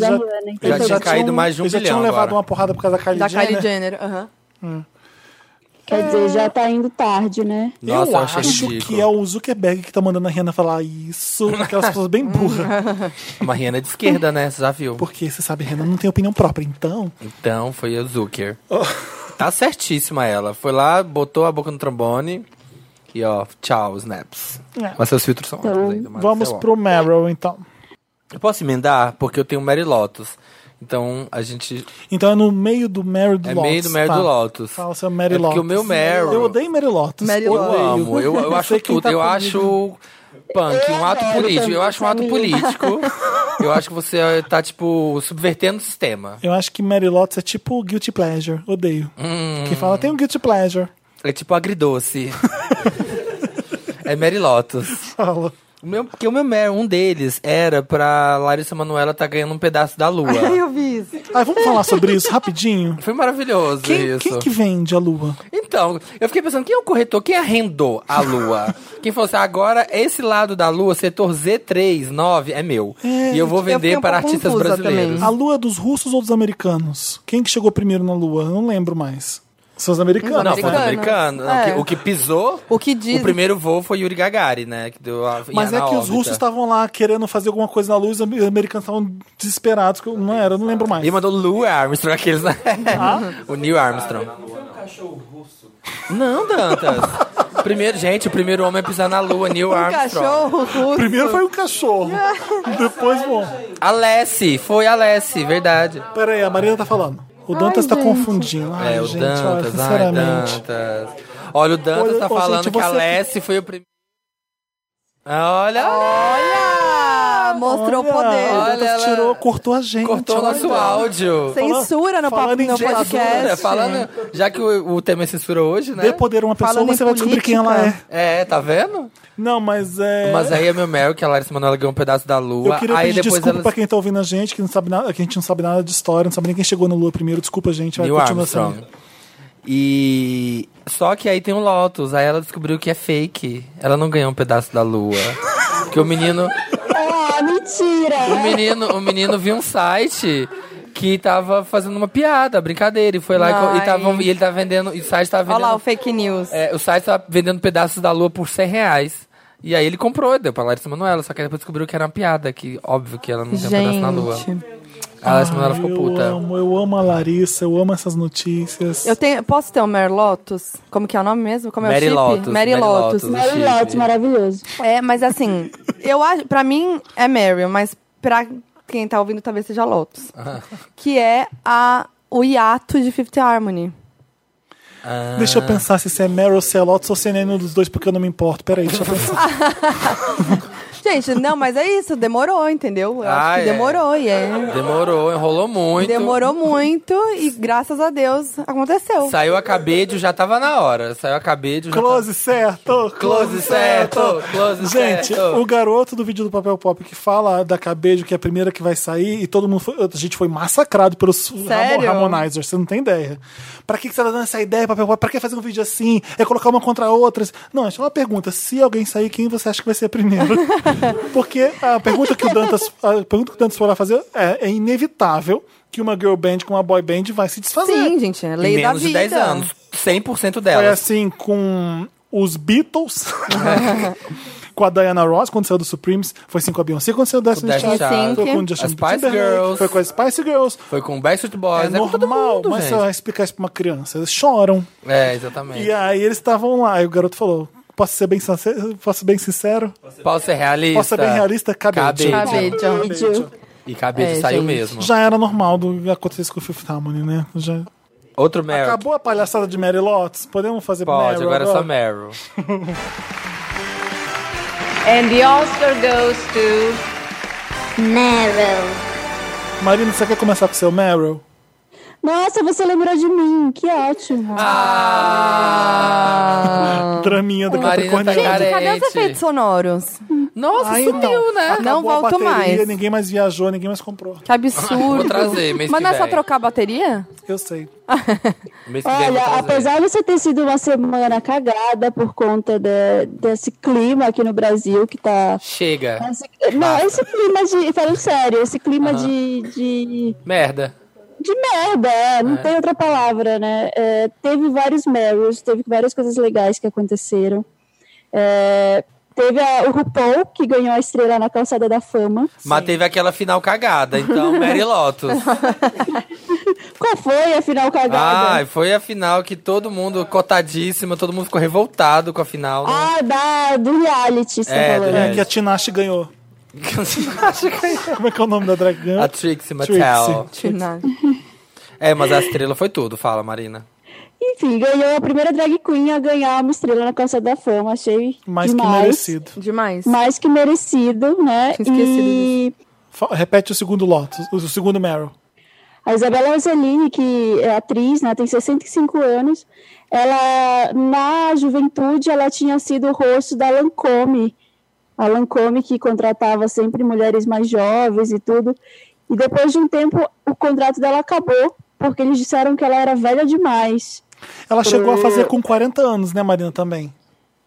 [SPEAKER 1] Eles
[SPEAKER 2] da
[SPEAKER 1] já-
[SPEAKER 2] Rihanna. Então,
[SPEAKER 3] Já
[SPEAKER 1] Eles
[SPEAKER 2] foi
[SPEAKER 3] tinha caído mais de um
[SPEAKER 1] Eles já tinham
[SPEAKER 3] bilhão
[SPEAKER 1] levado
[SPEAKER 3] agora.
[SPEAKER 1] uma porrada por causa da Kylie
[SPEAKER 4] Da
[SPEAKER 1] Jenner.
[SPEAKER 4] Kylie Jenner. aham.
[SPEAKER 2] Quer dizer, já tá indo tarde, né?
[SPEAKER 3] Nossa,
[SPEAKER 1] eu
[SPEAKER 3] eu achei
[SPEAKER 1] acho
[SPEAKER 3] ridículo.
[SPEAKER 1] que é o Zuckerberg que tá mandando a Rihanna falar isso, aquelas pessoas bem burras.
[SPEAKER 3] Uma Rihanna de esquerda, né? Você já viu?
[SPEAKER 1] Porque você sabe, a Rihanna não tem opinião própria, então.
[SPEAKER 3] Então, foi a Zucker.
[SPEAKER 1] Oh.
[SPEAKER 3] Tá certíssima ela. Foi lá, botou a boca no trombone e ó, tchau, snaps. Mas seus filtros são ótimos ainda. mas
[SPEAKER 1] É. Então, Vamos
[SPEAKER 3] é bom.
[SPEAKER 1] pro Meryl, então.
[SPEAKER 3] Eu posso emendar? Porque eu tenho Mary Lotus. Então, a gente...
[SPEAKER 1] Então é no meio do Meryl do
[SPEAKER 3] É
[SPEAKER 1] Lotus.
[SPEAKER 3] meio do Mary
[SPEAKER 1] tá?
[SPEAKER 3] do Lotus.
[SPEAKER 1] Fala seu Mary
[SPEAKER 3] é
[SPEAKER 1] Lotus.
[SPEAKER 3] Porque o meu Meryl...
[SPEAKER 1] Eu odeio Mary Lotus.
[SPEAKER 4] Mary
[SPEAKER 3] Eu
[SPEAKER 1] Odeio.
[SPEAKER 3] amo, eu, eu
[SPEAKER 1] Não
[SPEAKER 3] acho
[SPEAKER 1] sei quem
[SPEAKER 3] tudo.
[SPEAKER 1] tá
[SPEAKER 3] eu
[SPEAKER 1] comigo.
[SPEAKER 3] acho punk, um ato
[SPEAKER 2] adoro
[SPEAKER 3] político. Eu
[SPEAKER 2] também
[SPEAKER 3] acho um ato
[SPEAKER 2] essa
[SPEAKER 3] político. Eu acho que você tá, tipo, subvertendo o sistema.
[SPEAKER 1] Eu acho que Mary Lotus é tipo Guilty Pleasure. Odeio.
[SPEAKER 3] Hum.
[SPEAKER 1] Quem fala tem um Guilty Pleasure.
[SPEAKER 3] É tipo agridoce. é Mary Lotus.
[SPEAKER 1] Fala.
[SPEAKER 3] O meu, porque o meu Mary, um deles era pra Larissa Manoela tá ganhando um pedaço da lua.
[SPEAKER 4] Ai, eu vi isso.
[SPEAKER 1] Ah, vamos falar sobre isso rapidinho?
[SPEAKER 3] Foi maravilhoso
[SPEAKER 1] Quem,
[SPEAKER 3] isso.
[SPEAKER 1] quem que vende a lua?
[SPEAKER 3] Então, eu fiquei pensando, quem é o corretor? Quem arrendou a lua? quem falou assim, agora esse lado da lua, setor Z39, é meu. e eu vou
[SPEAKER 4] eu fiquei
[SPEAKER 3] vender
[SPEAKER 4] um
[SPEAKER 3] para
[SPEAKER 4] pouco
[SPEAKER 3] artistas
[SPEAKER 4] confusa
[SPEAKER 3] brasileiros.
[SPEAKER 1] A lua é dos russos ou dos americanos? Quem que chegou primeiro na lua? Eu não lembro mais. São os americanos,
[SPEAKER 3] Não,
[SPEAKER 1] né?
[SPEAKER 3] foi do americano. Não,
[SPEAKER 4] É.
[SPEAKER 3] que- o que pisou,
[SPEAKER 4] O que diz.
[SPEAKER 3] o primeiro voo foi Yuri Gagarin, né? Que deu a,
[SPEAKER 1] Mas é
[SPEAKER 3] na
[SPEAKER 1] que os
[SPEAKER 3] órbita.
[SPEAKER 1] russos estavam lá querendo fazer alguma coisa na lua, os am- americanos estavam desesperados, que eu- não era, eu não lembro mais.
[SPEAKER 3] Ele mandou Lou Armstrong, aqueles, né?
[SPEAKER 1] Ah?
[SPEAKER 3] O Neil Armstrong. Não, Dantas. Primeiro, gente, o primeiro homem a pisar na lua, Neil
[SPEAKER 4] Um
[SPEAKER 3] Armstrong.
[SPEAKER 4] cachorro russo.
[SPEAKER 1] Primeiro foi um cachorro, depois, bom.
[SPEAKER 3] Alessi, foi Alessi, verdade.
[SPEAKER 1] Peraí, a Marina tá falando. O Dantas tá confundindo. Ai,
[SPEAKER 3] é, o
[SPEAKER 1] gente, olha,
[SPEAKER 3] Dantas, ai,
[SPEAKER 1] sinceramente.
[SPEAKER 3] Dantas. Olha, o Dantas
[SPEAKER 1] Olha,
[SPEAKER 3] tá
[SPEAKER 1] ô,
[SPEAKER 3] falando
[SPEAKER 1] gente,
[SPEAKER 3] que a
[SPEAKER 1] você-
[SPEAKER 3] Lessie foi o primeiro. Olha,
[SPEAKER 4] Olha! Ah, Mostrou o
[SPEAKER 1] Olha,
[SPEAKER 4] poder.
[SPEAKER 1] o Dantas
[SPEAKER 3] Olha, ela
[SPEAKER 1] tirou, cortou a gente.
[SPEAKER 3] cortou
[SPEAKER 1] olha.
[SPEAKER 3] nosso áudio.
[SPEAKER 4] Censura no,
[SPEAKER 1] falando
[SPEAKER 4] papo,
[SPEAKER 1] em
[SPEAKER 4] no
[SPEAKER 1] censura,
[SPEAKER 4] podcast.
[SPEAKER 3] Censura, falando, já que o, o tema é censura hoje, né?
[SPEAKER 1] Dê poder a uma pessoa,
[SPEAKER 4] Falando em
[SPEAKER 1] você vai descobrir quem ela é.
[SPEAKER 4] política.
[SPEAKER 3] É, tá vendo?
[SPEAKER 1] Não, mas é.
[SPEAKER 3] Mas aí é meu Mel, que a Larissa Manoela ganhou um pedaço da lua.
[SPEAKER 1] Eu queria
[SPEAKER 3] aí
[SPEAKER 1] pedir
[SPEAKER 3] depois
[SPEAKER 1] desculpa
[SPEAKER 3] ela.
[SPEAKER 1] pra quem tá ouvindo a gente, que, não sabe nada, que a gente não sabe nada de história, não sabe nem quem chegou na Lua primeiro. Desculpa, gente. Vai
[SPEAKER 3] Neil
[SPEAKER 1] continuar
[SPEAKER 3] Armstrong.
[SPEAKER 1] assim.
[SPEAKER 3] E. Só que aí tem o Lotus, aí ela descobriu que é fake. Ela não ganhou um pedaço da lua. Porque o menino.
[SPEAKER 2] Ah,
[SPEAKER 3] O
[SPEAKER 2] mentira!
[SPEAKER 3] menino, o menino viu um site que tava fazendo uma piada, brincadeira, e foi lá e co- e,
[SPEAKER 4] Ai.
[SPEAKER 3] tava, e ele tava vendendo, e o site tava
[SPEAKER 4] Olha
[SPEAKER 3] vendendo,
[SPEAKER 4] lá o fake news.
[SPEAKER 3] é, o site tava vendendo pedaços da lua por 100 reais. E aí ele comprou, e deu pra Larissa Manoela, só que depois descobriu que era uma piada, que óbvio que ela não tem um pedaço na lua.
[SPEAKER 4] Gente.
[SPEAKER 3] A Larissa Manoela ficou
[SPEAKER 1] eu
[SPEAKER 3] puta.
[SPEAKER 1] amo, eu amo a Larissa, eu amo essas notícias.
[SPEAKER 4] Eu tenho, posso ter um Mary Lotus? Como que é o nome mesmo? Como é o
[SPEAKER 3] Mary
[SPEAKER 4] chip?
[SPEAKER 3] Lotus,
[SPEAKER 4] Mary,
[SPEAKER 3] Mary
[SPEAKER 4] Lotus.
[SPEAKER 3] Lotus.
[SPEAKER 2] Mary Lotus, É um maravilhoso.
[SPEAKER 4] É, mas assim, eu acho, pra mim é Mary, mas pra quem tá ouvindo talvez seja Lotus. Que é a, o hiato de Fifth Harmony.
[SPEAKER 1] Deixa eu pensar se isso é Meryl, se é Lotus ou se é nenhum dos dois, porque eu não me importo. Peraí, deixa eu pensar.
[SPEAKER 4] Gente, não, mas é isso, demorou, entendeu? Eu
[SPEAKER 3] Ah,
[SPEAKER 4] acho que
[SPEAKER 3] é.
[SPEAKER 4] demorou, e é.
[SPEAKER 3] Demorou, enrolou muito.
[SPEAKER 4] Demorou muito e graças a Deus aconteceu.
[SPEAKER 3] Saiu a cabide, já tava na hora. Saiu a cabide, já tava...
[SPEAKER 1] Close certo!
[SPEAKER 3] Close certo! Close
[SPEAKER 1] Gente,
[SPEAKER 3] certo!
[SPEAKER 1] o garoto do vídeo do Papel Pop que fala da Cabejo, que é a primeira que vai sair, e todo mundo foi, a gente foi massacrado pelos Ramon,
[SPEAKER 4] Sério?
[SPEAKER 1] Ramonizers, você não tem ideia. Pra que, que você tá dando essa ideia, Papel Pop? Pra que fazer um vídeo assim? É colocar uma contra a outra? Não, é só uma pergunta. Se alguém sair, quem você acha que vai ser a primeira? Porque a pergunta que o Dantas, a pergunta que o Dantas foi lá fazer é, é inevitável que uma girl band com uma boy band vai se desfazer.
[SPEAKER 4] Sim, gente, é lei
[SPEAKER 3] Em menos
[SPEAKER 4] da
[SPEAKER 3] de
[SPEAKER 4] vida.
[SPEAKER 3] 10 anos. 100%
[SPEAKER 1] Foi
[SPEAKER 3] delas.
[SPEAKER 1] assim com os Beatles. Com a Diana Ross, quando saiu do Supremes, foi assim com a Beyoncé, quando saiu do Destiny's
[SPEAKER 3] Destiny's
[SPEAKER 1] Child,
[SPEAKER 4] Child.
[SPEAKER 1] foi com o
[SPEAKER 4] Sync.
[SPEAKER 1] Justin
[SPEAKER 3] As Spice
[SPEAKER 1] Timberlake,
[SPEAKER 3] Girls.
[SPEAKER 1] foi com as Spice Girls.
[SPEAKER 3] Foi com Backstreet Boys,
[SPEAKER 1] é
[SPEAKER 3] é, com todo
[SPEAKER 1] normal,
[SPEAKER 3] mundo,
[SPEAKER 1] mas
[SPEAKER 3] gente.
[SPEAKER 1] você vai explicar isso pra uma criança, eles choram.
[SPEAKER 3] É, exatamente.
[SPEAKER 1] E aí eles estavam lá, e o garoto falou, Posso ser bem, sincero- posso ser bem sincero?
[SPEAKER 3] Posso ser realista?
[SPEAKER 1] Posso ser bem realista? Cabelo.
[SPEAKER 3] Cabeça.
[SPEAKER 4] Cabeça.
[SPEAKER 1] Cabeça.
[SPEAKER 3] E cabelo
[SPEAKER 4] É,
[SPEAKER 3] saiu
[SPEAKER 4] gente.
[SPEAKER 3] mesmo.
[SPEAKER 1] Já era normal do que acontecesse com o Fifth Harmony, né? Já...
[SPEAKER 3] Outro Meryl.
[SPEAKER 1] Acabou a palhaçada de Mary Lotus? Podemos fazer
[SPEAKER 3] Pode,
[SPEAKER 1] Meryl
[SPEAKER 3] agora é só Meryl.
[SPEAKER 6] And the Oscar goes to.
[SPEAKER 7] Meryl.
[SPEAKER 1] Marina, você quer começar com o seu Meryl?
[SPEAKER 2] Nossa, você lembrou de mim, que ótimo.
[SPEAKER 3] Ah!
[SPEAKER 1] Draminha da
[SPEAKER 3] Marina
[SPEAKER 1] Capricorniana.
[SPEAKER 3] tá
[SPEAKER 4] Gente, cadê os
[SPEAKER 3] Carente.
[SPEAKER 4] efeitos sonoros?
[SPEAKER 3] Nossa,
[SPEAKER 1] Ah,
[SPEAKER 3] sumiu,
[SPEAKER 1] então.
[SPEAKER 3] né?
[SPEAKER 1] Acabou
[SPEAKER 4] Não
[SPEAKER 1] a
[SPEAKER 4] volto
[SPEAKER 1] bateria,
[SPEAKER 4] mais.
[SPEAKER 1] Ninguém mais viajou, ninguém mais comprou.
[SPEAKER 4] Que absurdo.
[SPEAKER 3] Vou trazer mês
[SPEAKER 4] Mas
[SPEAKER 3] que
[SPEAKER 4] não é só
[SPEAKER 3] vem.
[SPEAKER 4] trocar a bateria?
[SPEAKER 1] Eu sei.
[SPEAKER 3] Mês que vem eu vou
[SPEAKER 2] Olha,
[SPEAKER 3] trazer.
[SPEAKER 2] apesar de você ter sido uma semana cagada por conta da- desse clima aqui no Brasil que tá.
[SPEAKER 3] Chega.
[SPEAKER 2] esse- não, esse clima de. Falando sério, esse clima de, de.
[SPEAKER 3] Merda.
[SPEAKER 2] de merda, é, não tem outra palavra, né? É, teve vários Meryls, teve várias coisas legais que aconteceram. É, teve a- o RuPaul, que ganhou a estrela na calçada da fama.
[SPEAKER 3] Mas teve aquela final cagada, então Mary Lotus.
[SPEAKER 2] Qual foi a final cagada?
[SPEAKER 3] Ai, foi a final que todo mundo cotadíssimo, todo mundo ficou revoltado com a final. né?
[SPEAKER 2] Ah, da, do reality, você
[SPEAKER 3] É,
[SPEAKER 2] tá falando.
[SPEAKER 3] do
[SPEAKER 1] É, que a Tinashe ganhou. Como é que é o nome da drag ganhou?
[SPEAKER 3] a Trixie Mattel.
[SPEAKER 4] Tina.
[SPEAKER 3] É, mas a estrela foi tudo, fala, Marina.
[SPEAKER 2] Enfim, ganhou a primeira drag queen a ganhar uma estrela na calçada da fama. Achei
[SPEAKER 1] Mais
[SPEAKER 2] demais.
[SPEAKER 1] que merecido.
[SPEAKER 4] Demais.
[SPEAKER 2] Mais que merecido, né?
[SPEAKER 4] Tinha esquecido
[SPEAKER 2] e
[SPEAKER 1] Fa- Repete o segundo Lotus, o segundo Meryl.
[SPEAKER 2] a Isabela Angelini, que é atriz, né? Tem 65 anos. Ela, na juventude, ela tinha sido o rosto da Lancome. A Lancome que contratava sempre mulheres mais jovens e tudo. E depois de um tempo, o contrato dela acabou, porque eles disseram que ela era velha demais.
[SPEAKER 1] Ela chegou a fazer com 40 anos, né, Marina, também?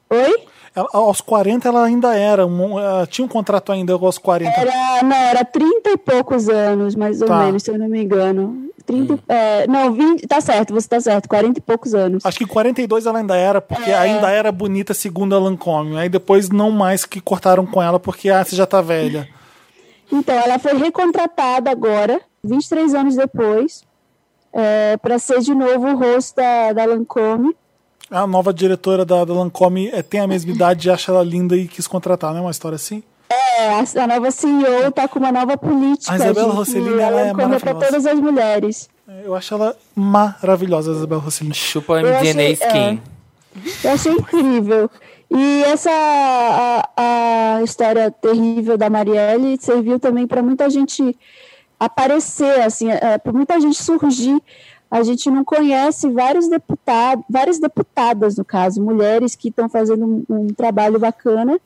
[SPEAKER 2] Oi?
[SPEAKER 1] Ela- aos 40 ela ainda era, um- ela tinha um contrato ainda aos 40.
[SPEAKER 2] Era, não, era 30 e poucos anos, mais ou
[SPEAKER 1] Tá. Hum.
[SPEAKER 2] menos, se eu não me engano. 30, e- é, não, 20, tá certo, você tá certo, 40 e poucos anos.
[SPEAKER 1] Acho que em 42 ela ainda era, porque
[SPEAKER 3] É.
[SPEAKER 1] ainda era bonita segundo a Lancôme. Aí depois não mais que cortaram com ela, porque ah, você já tá velha.
[SPEAKER 2] Então, ela foi recontratada agora, 23 anos depois, é, para ser de novo o rosto da, da Lancome.
[SPEAKER 1] A nova diretora da, da Lancôme eh, tem a mesma idade, acha ela linda e quis contratar, não é uma história assim?
[SPEAKER 2] É, a, a nova CEO tá com uma nova política.
[SPEAKER 1] A Isabela
[SPEAKER 2] de que
[SPEAKER 1] Rossellini,
[SPEAKER 2] a
[SPEAKER 1] ela é
[SPEAKER 2] Lancôme pra
[SPEAKER 1] maravilhosa.
[SPEAKER 2] todas as mulheres.
[SPEAKER 1] Eu acho ela maravilhosa, a Isabel Rossellini.
[SPEAKER 3] Chupa
[SPEAKER 2] Eu achei-
[SPEAKER 3] DNA
[SPEAKER 1] é,
[SPEAKER 3] Skin.
[SPEAKER 2] Eu achei incrível. E essa a, a história terrível da Marielle serviu também para muita gente aparecer, assim, para muita gente surgir. A gente não conhece vários deputados, várias deputadas, no caso, mulheres que estão fazendo um, um trabalho bacana.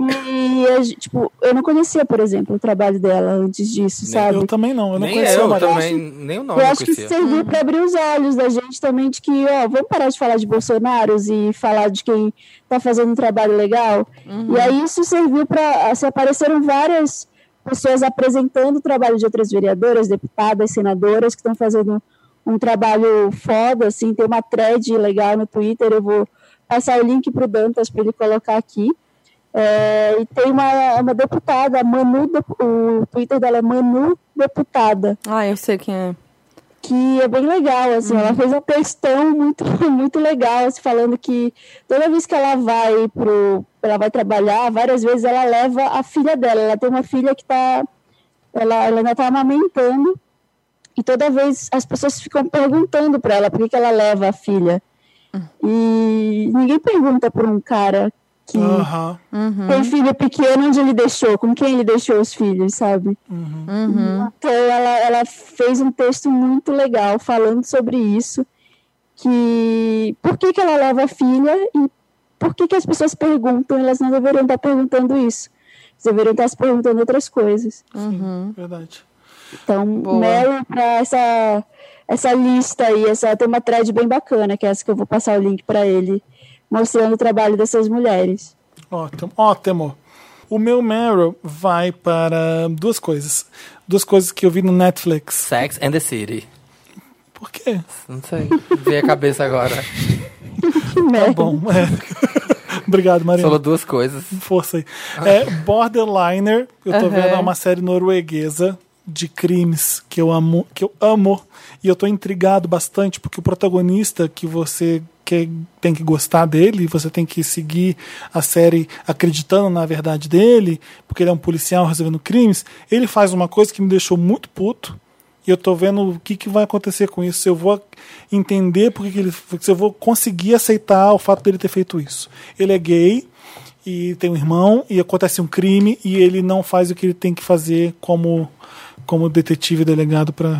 [SPEAKER 2] E, a gente, tipo, eu não conhecia, por exemplo, o trabalho dela antes disso, sabe?
[SPEAKER 1] Eu também não, eu não
[SPEAKER 3] Nem
[SPEAKER 1] conhecia a
[SPEAKER 3] eu
[SPEAKER 1] Maria.
[SPEAKER 3] também, nem o nome
[SPEAKER 2] Eu
[SPEAKER 3] eu
[SPEAKER 2] acho que
[SPEAKER 3] conhecia.
[SPEAKER 2] serviu para abrir os olhos da gente também de que, ó, vamos parar de falar de Bolsonaros e falar de quem tá fazendo um trabalho legal. E aí isso serviu para se apareceram várias pessoas apresentando o trabalho de outras vereadoras, deputadas, senadoras que estão fazendo um trabalho foda, assim, tem uma thread legal no Twitter, eu vou passar o link pro Dantas para ele colocar aqui. É, e tem uma, uma deputada, Manu, Dep- o Twitter dela é Manu Deputada
[SPEAKER 4] Ah, eu sei quem é.
[SPEAKER 2] que é bem legal, assim, ela fez um textão muito, muito legal, assim, falando que toda vez que ela vai pro, ela vai trabalhar, várias vezes ela leva a filha dela, ela tem uma filha que tá, ela, ela ainda tá amamentando, e toda vez as pessoas ficam perguntando para ela por que, que ela leva a filha, e ninguém pergunta por um cara que
[SPEAKER 1] Aham.
[SPEAKER 2] tem filho pequeno, onde ele deixou, com quem ele deixou os filhos, sabe? Então, ela, ela fez um texto muito legal falando sobre isso, que por que, que ela leva a filha e por que, que as pessoas perguntam, elas não deveriam estar perguntando isso. Elas deveriam estar se perguntando outras coisas.
[SPEAKER 1] Verdade.
[SPEAKER 2] Então, Meryl para essa, essa lista aí, essa, tem uma thread bem bacana, que é essa que eu vou passar o link para ele, mostrando o trabalho dessas mulheres.
[SPEAKER 1] Ótimo, ótimo. O meu Meryl vai para duas coisas. Duas coisas que eu vi no Netflix.
[SPEAKER 3] Sex and the City.
[SPEAKER 1] Por quê?
[SPEAKER 3] Não sei. Veio a cabeça agora.
[SPEAKER 1] Tá bom. é. Obrigado, Marina.
[SPEAKER 3] Falou duas coisas.
[SPEAKER 1] Força aí. É, Borderliner, eu tô vendo, é uma série norueguesa de crimes que eu amo, que eu amo, e eu tô intrigado bastante porque o protagonista que você que tem que gostar dele, você tem que seguir a série acreditando na verdade dele, porque ele é um policial resolvendo crimes. Ele faz uma coisa que me deixou muito puto. E eu tô vendo o que, que vai acontecer com isso. Se eu vou entender porque que ele. Se eu vou conseguir aceitar o fato dele ter feito isso. Ele é gay e tem um irmão, e acontece um crime, e ele não faz o que ele tem que fazer como como detetive delegado para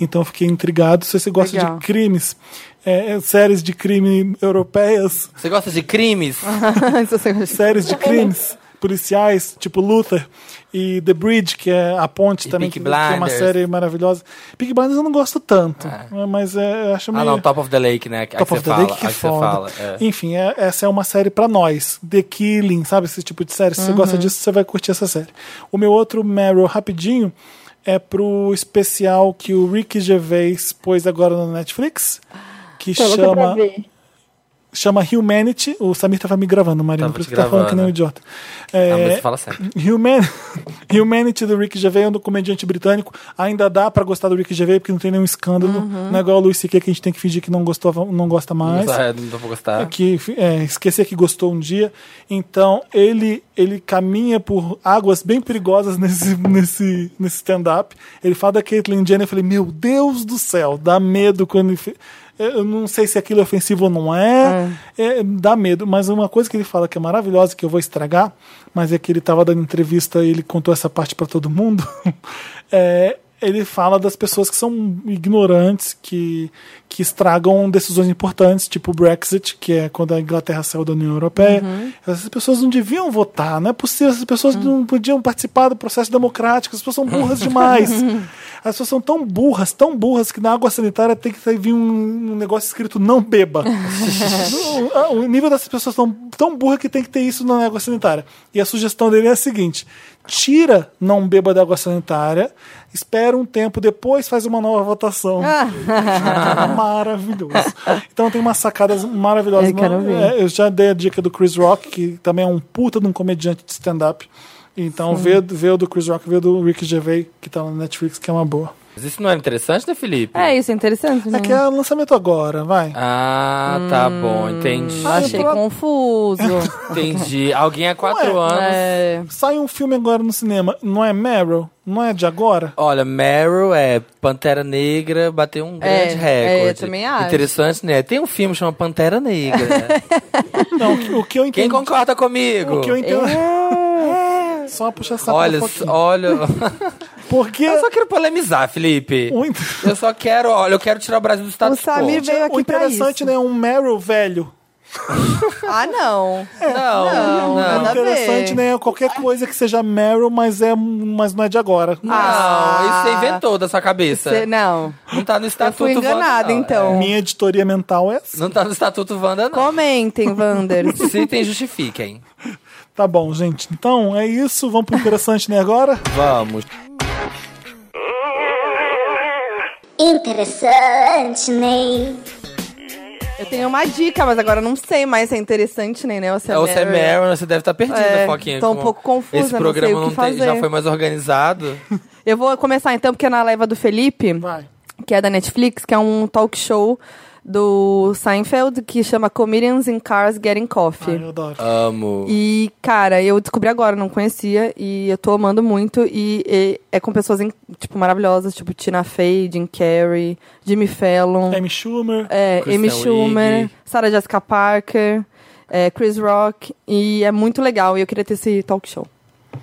[SPEAKER 1] então eu fiquei intrigado se você gosta
[SPEAKER 4] Legal.
[SPEAKER 1] de crimes é, séries de crime europeias
[SPEAKER 3] Você gosta de crimes?
[SPEAKER 1] Ah,
[SPEAKER 4] Isso você gosta.
[SPEAKER 1] séries de crimes policiais, tipo Luther e The Bridge, que é a ponte
[SPEAKER 3] E
[SPEAKER 1] também,
[SPEAKER 3] Peaky
[SPEAKER 1] que, que é uma
[SPEAKER 3] Blinders.
[SPEAKER 1] série maravilhosa. Peak Blinders eu não gosto tanto, né, mas é, eu acho
[SPEAKER 3] Ah,
[SPEAKER 1] meio...
[SPEAKER 3] não, Top of the Lake, né? A que
[SPEAKER 1] Top
[SPEAKER 3] você
[SPEAKER 1] of the
[SPEAKER 3] fala.
[SPEAKER 1] Lake, que
[SPEAKER 3] a que você
[SPEAKER 1] foda.
[SPEAKER 3] fala. é.
[SPEAKER 1] Enfim, é- essa é uma série pra nós. The Killing, sabe? Esse tipo de série. Se
[SPEAKER 2] Uhum.
[SPEAKER 1] você gosta disso, você vai curtir essa série. O meu outro Meryl, rapidinho, é pro especial que o Ricky Gervais pôs agora na Netflix, que
[SPEAKER 2] Tô louca pra
[SPEAKER 1] chama,
[SPEAKER 2] ver.
[SPEAKER 1] chama Humanity. O Samir tava me gravando, Marina,
[SPEAKER 3] Tava
[SPEAKER 1] por isso que
[SPEAKER 3] te
[SPEAKER 1] tá falando que
[SPEAKER 3] gravando.
[SPEAKER 1] nem um idiota.
[SPEAKER 3] Ah, mas
[SPEAKER 1] É,
[SPEAKER 3] você fala sempre.
[SPEAKER 1] Human... Humanity do Rick Gervais é um do comediante britânico. Ainda dá pra gostar do Rick Gervais porque não tem nenhum escândalo.
[SPEAKER 2] Uhum.
[SPEAKER 1] Não é igual o Luis C.K. que a gente tem que fingir que não, gostou, não gosta mais.
[SPEAKER 3] Ah, Não tô pra gostar.
[SPEAKER 1] Que é, esquecer que gostou um dia. Então ele ele caminha por águas bem perigosas nesse, nesse, nesse stand-up. Ele fala da Caitlyn Jenner. Eu falei, meu Deus do céu, dá medo quando ele. fe- Eu não sei se aquilo é ofensivo ou não é. É, Dá medo. Mas uma coisa que ele fala que é maravilhosa, que eu vou estragar, mas é que ele tava dando entrevista e ele contou essa parte pra todo mundo. é, ele fala das pessoas que são ignorantes, que, que estragam decisões importantes, tipo o Brexit, que é quando a Inglaterra saiu da União Europeia. Essas pessoas não deviam votar, não é possível, essas pessoas não podiam participar do processo democrático, as pessoas são burras demais. As pessoas são tão burras, tão burras, que na água sanitária tem que vir um, um negócio escrito não beba. ah, o, o nível dessas pessoas tão, tão burra que tem que ter isso na água sanitária. E a sugestão dele é a seguinte: tira não beba da água sanitária, espera um tempo, depois faz uma nova votação.
[SPEAKER 4] Ah.
[SPEAKER 1] Ah, Maravilhoso. Então tem umas sacadas maravilhosas.
[SPEAKER 4] Eu quero ver.
[SPEAKER 1] É, eu já dei a dica do Chris Rock, que também é um puta de um comediante de stand-up. Então vê, vê o do Chris Rock, vê o do Rick Gervais, que tá na Netflix, que é uma boa.
[SPEAKER 3] Mas isso não era interessante, né, Felipe?
[SPEAKER 4] É isso, é interessante.
[SPEAKER 1] É
[SPEAKER 4] Né?
[SPEAKER 1] que é lançamento agora, vai.
[SPEAKER 3] Ah, tá bom,
[SPEAKER 4] Hum.
[SPEAKER 3] entendi.
[SPEAKER 4] Achei
[SPEAKER 1] Ah,
[SPEAKER 4] confuso.
[SPEAKER 3] Entendi. Alguém há quatro
[SPEAKER 1] Ué.
[SPEAKER 3] anos.
[SPEAKER 4] É,
[SPEAKER 1] Sai um filme agora no cinema, não é Meryl? Não é de agora?
[SPEAKER 3] Olha, Meryl é Pantera Negra, bateu um grande recorde.
[SPEAKER 4] é, eu também acho.
[SPEAKER 3] Interessante, né? Tem um filme chamado Pantera Negra. né?
[SPEAKER 1] Não, o que- o que eu
[SPEAKER 3] Quem
[SPEAKER 1] entendi.
[SPEAKER 3] concorda comigo?
[SPEAKER 1] o que eu entendo.
[SPEAKER 4] É.
[SPEAKER 1] É, Só um puxa essa
[SPEAKER 3] Olha, olha.
[SPEAKER 1] Porque
[SPEAKER 3] eu só quero polemizar, Felipe.
[SPEAKER 1] o, in-
[SPEAKER 3] Eu só quero, olha, eu quero tirar o Brasil do status
[SPEAKER 4] O Um Samir
[SPEAKER 3] quo.
[SPEAKER 4] veio
[SPEAKER 1] o
[SPEAKER 4] aqui pra isso.
[SPEAKER 1] interessante, né? Um Meryl velho.
[SPEAKER 4] Ah, não.
[SPEAKER 3] Não,
[SPEAKER 4] Não,
[SPEAKER 1] O
[SPEAKER 3] não.
[SPEAKER 4] nada a ver.
[SPEAKER 1] interessante, né? Qualquer coisa que seja Meryl, mas, é, mas não é de agora.
[SPEAKER 3] Não,
[SPEAKER 4] Ah.
[SPEAKER 3] isso você inventou da sua cabeça.
[SPEAKER 4] Cê- não.
[SPEAKER 3] Não tá no
[SPEAKER 4] né? Eu
[SPEAKER 3] estatuto
[SPEAKER 4] fui enganada,
[SPEAKER 3] Wanda, não.
[SPEAKER 4] então.
[SPEAKER 1] Minha editoria mental é essa.
[SPEAKER 3] Não tá no estatuto Wanda, não.
[SPEAKER 4] Comentem, Wanders.
[SPEAKER 3] Se tem, justifiquem.
[SPEAKER 1] Tá bom, gente. Então é isso. Vamos pro interessante, né? Agora.
[SPEAKER 3] Vamos.
[SPEAKER 7] Interessante, Ney.
[SPEAKER 4] Eu tenho uma dica, mas agora eu não sei mais se é interessante nem, né? Ou se é
[SPEAKER 3] É, Ou você é
[SPEAKER 4] Meryl.
[SPEAKER 3] Meryl, você deve estar perdida,
[SPEAKER 4] É,
[SPEAKER 3] Foquinha.
[SPEAKER 4] tô um
[SPEAKER 3] com-
[SPEAKER 4] pouco confusa,
[SPEAKER 3] Esse
[SPEAKER 4] não
[SPEAKER 3] programa
[SPEAKER 4] sei o que
[SPEAKER 3] tem- já
[SPEAKER 4] fazer.
[SPEAKER 3] foi mais organizado.
[SPEAKER 4] Eu vou começar então, porque é na leva do Felipe, que é da Netflix, que é um talk show do Seinfeld que chama Comedians in Cars Getting Coffee.
[SPEAKER 1] Ai, Ah, eu adoro.
[SPEAKER 3] Amo.
[SPEAKER 4] E, cara, eu descobri agora, não conhecia, e eu tô amando muito. E, e é com pessoas, in- tipo, maravilhosas, tipo Tina Fey, Jim Carrey, Jimmy Fallon,
[SPEAKER 1] Amy Schumer.
[SPEAKER 4] é,
[SPEAKER 3] Kristen
[SPEAKER 4] Amy Schumer,
[SPEAKER 3] Wiig.
[SPEAKER 4] Sarah Jessica Parker, é, Chris Rock. E é muito legal, e eu queria ter esse talk show.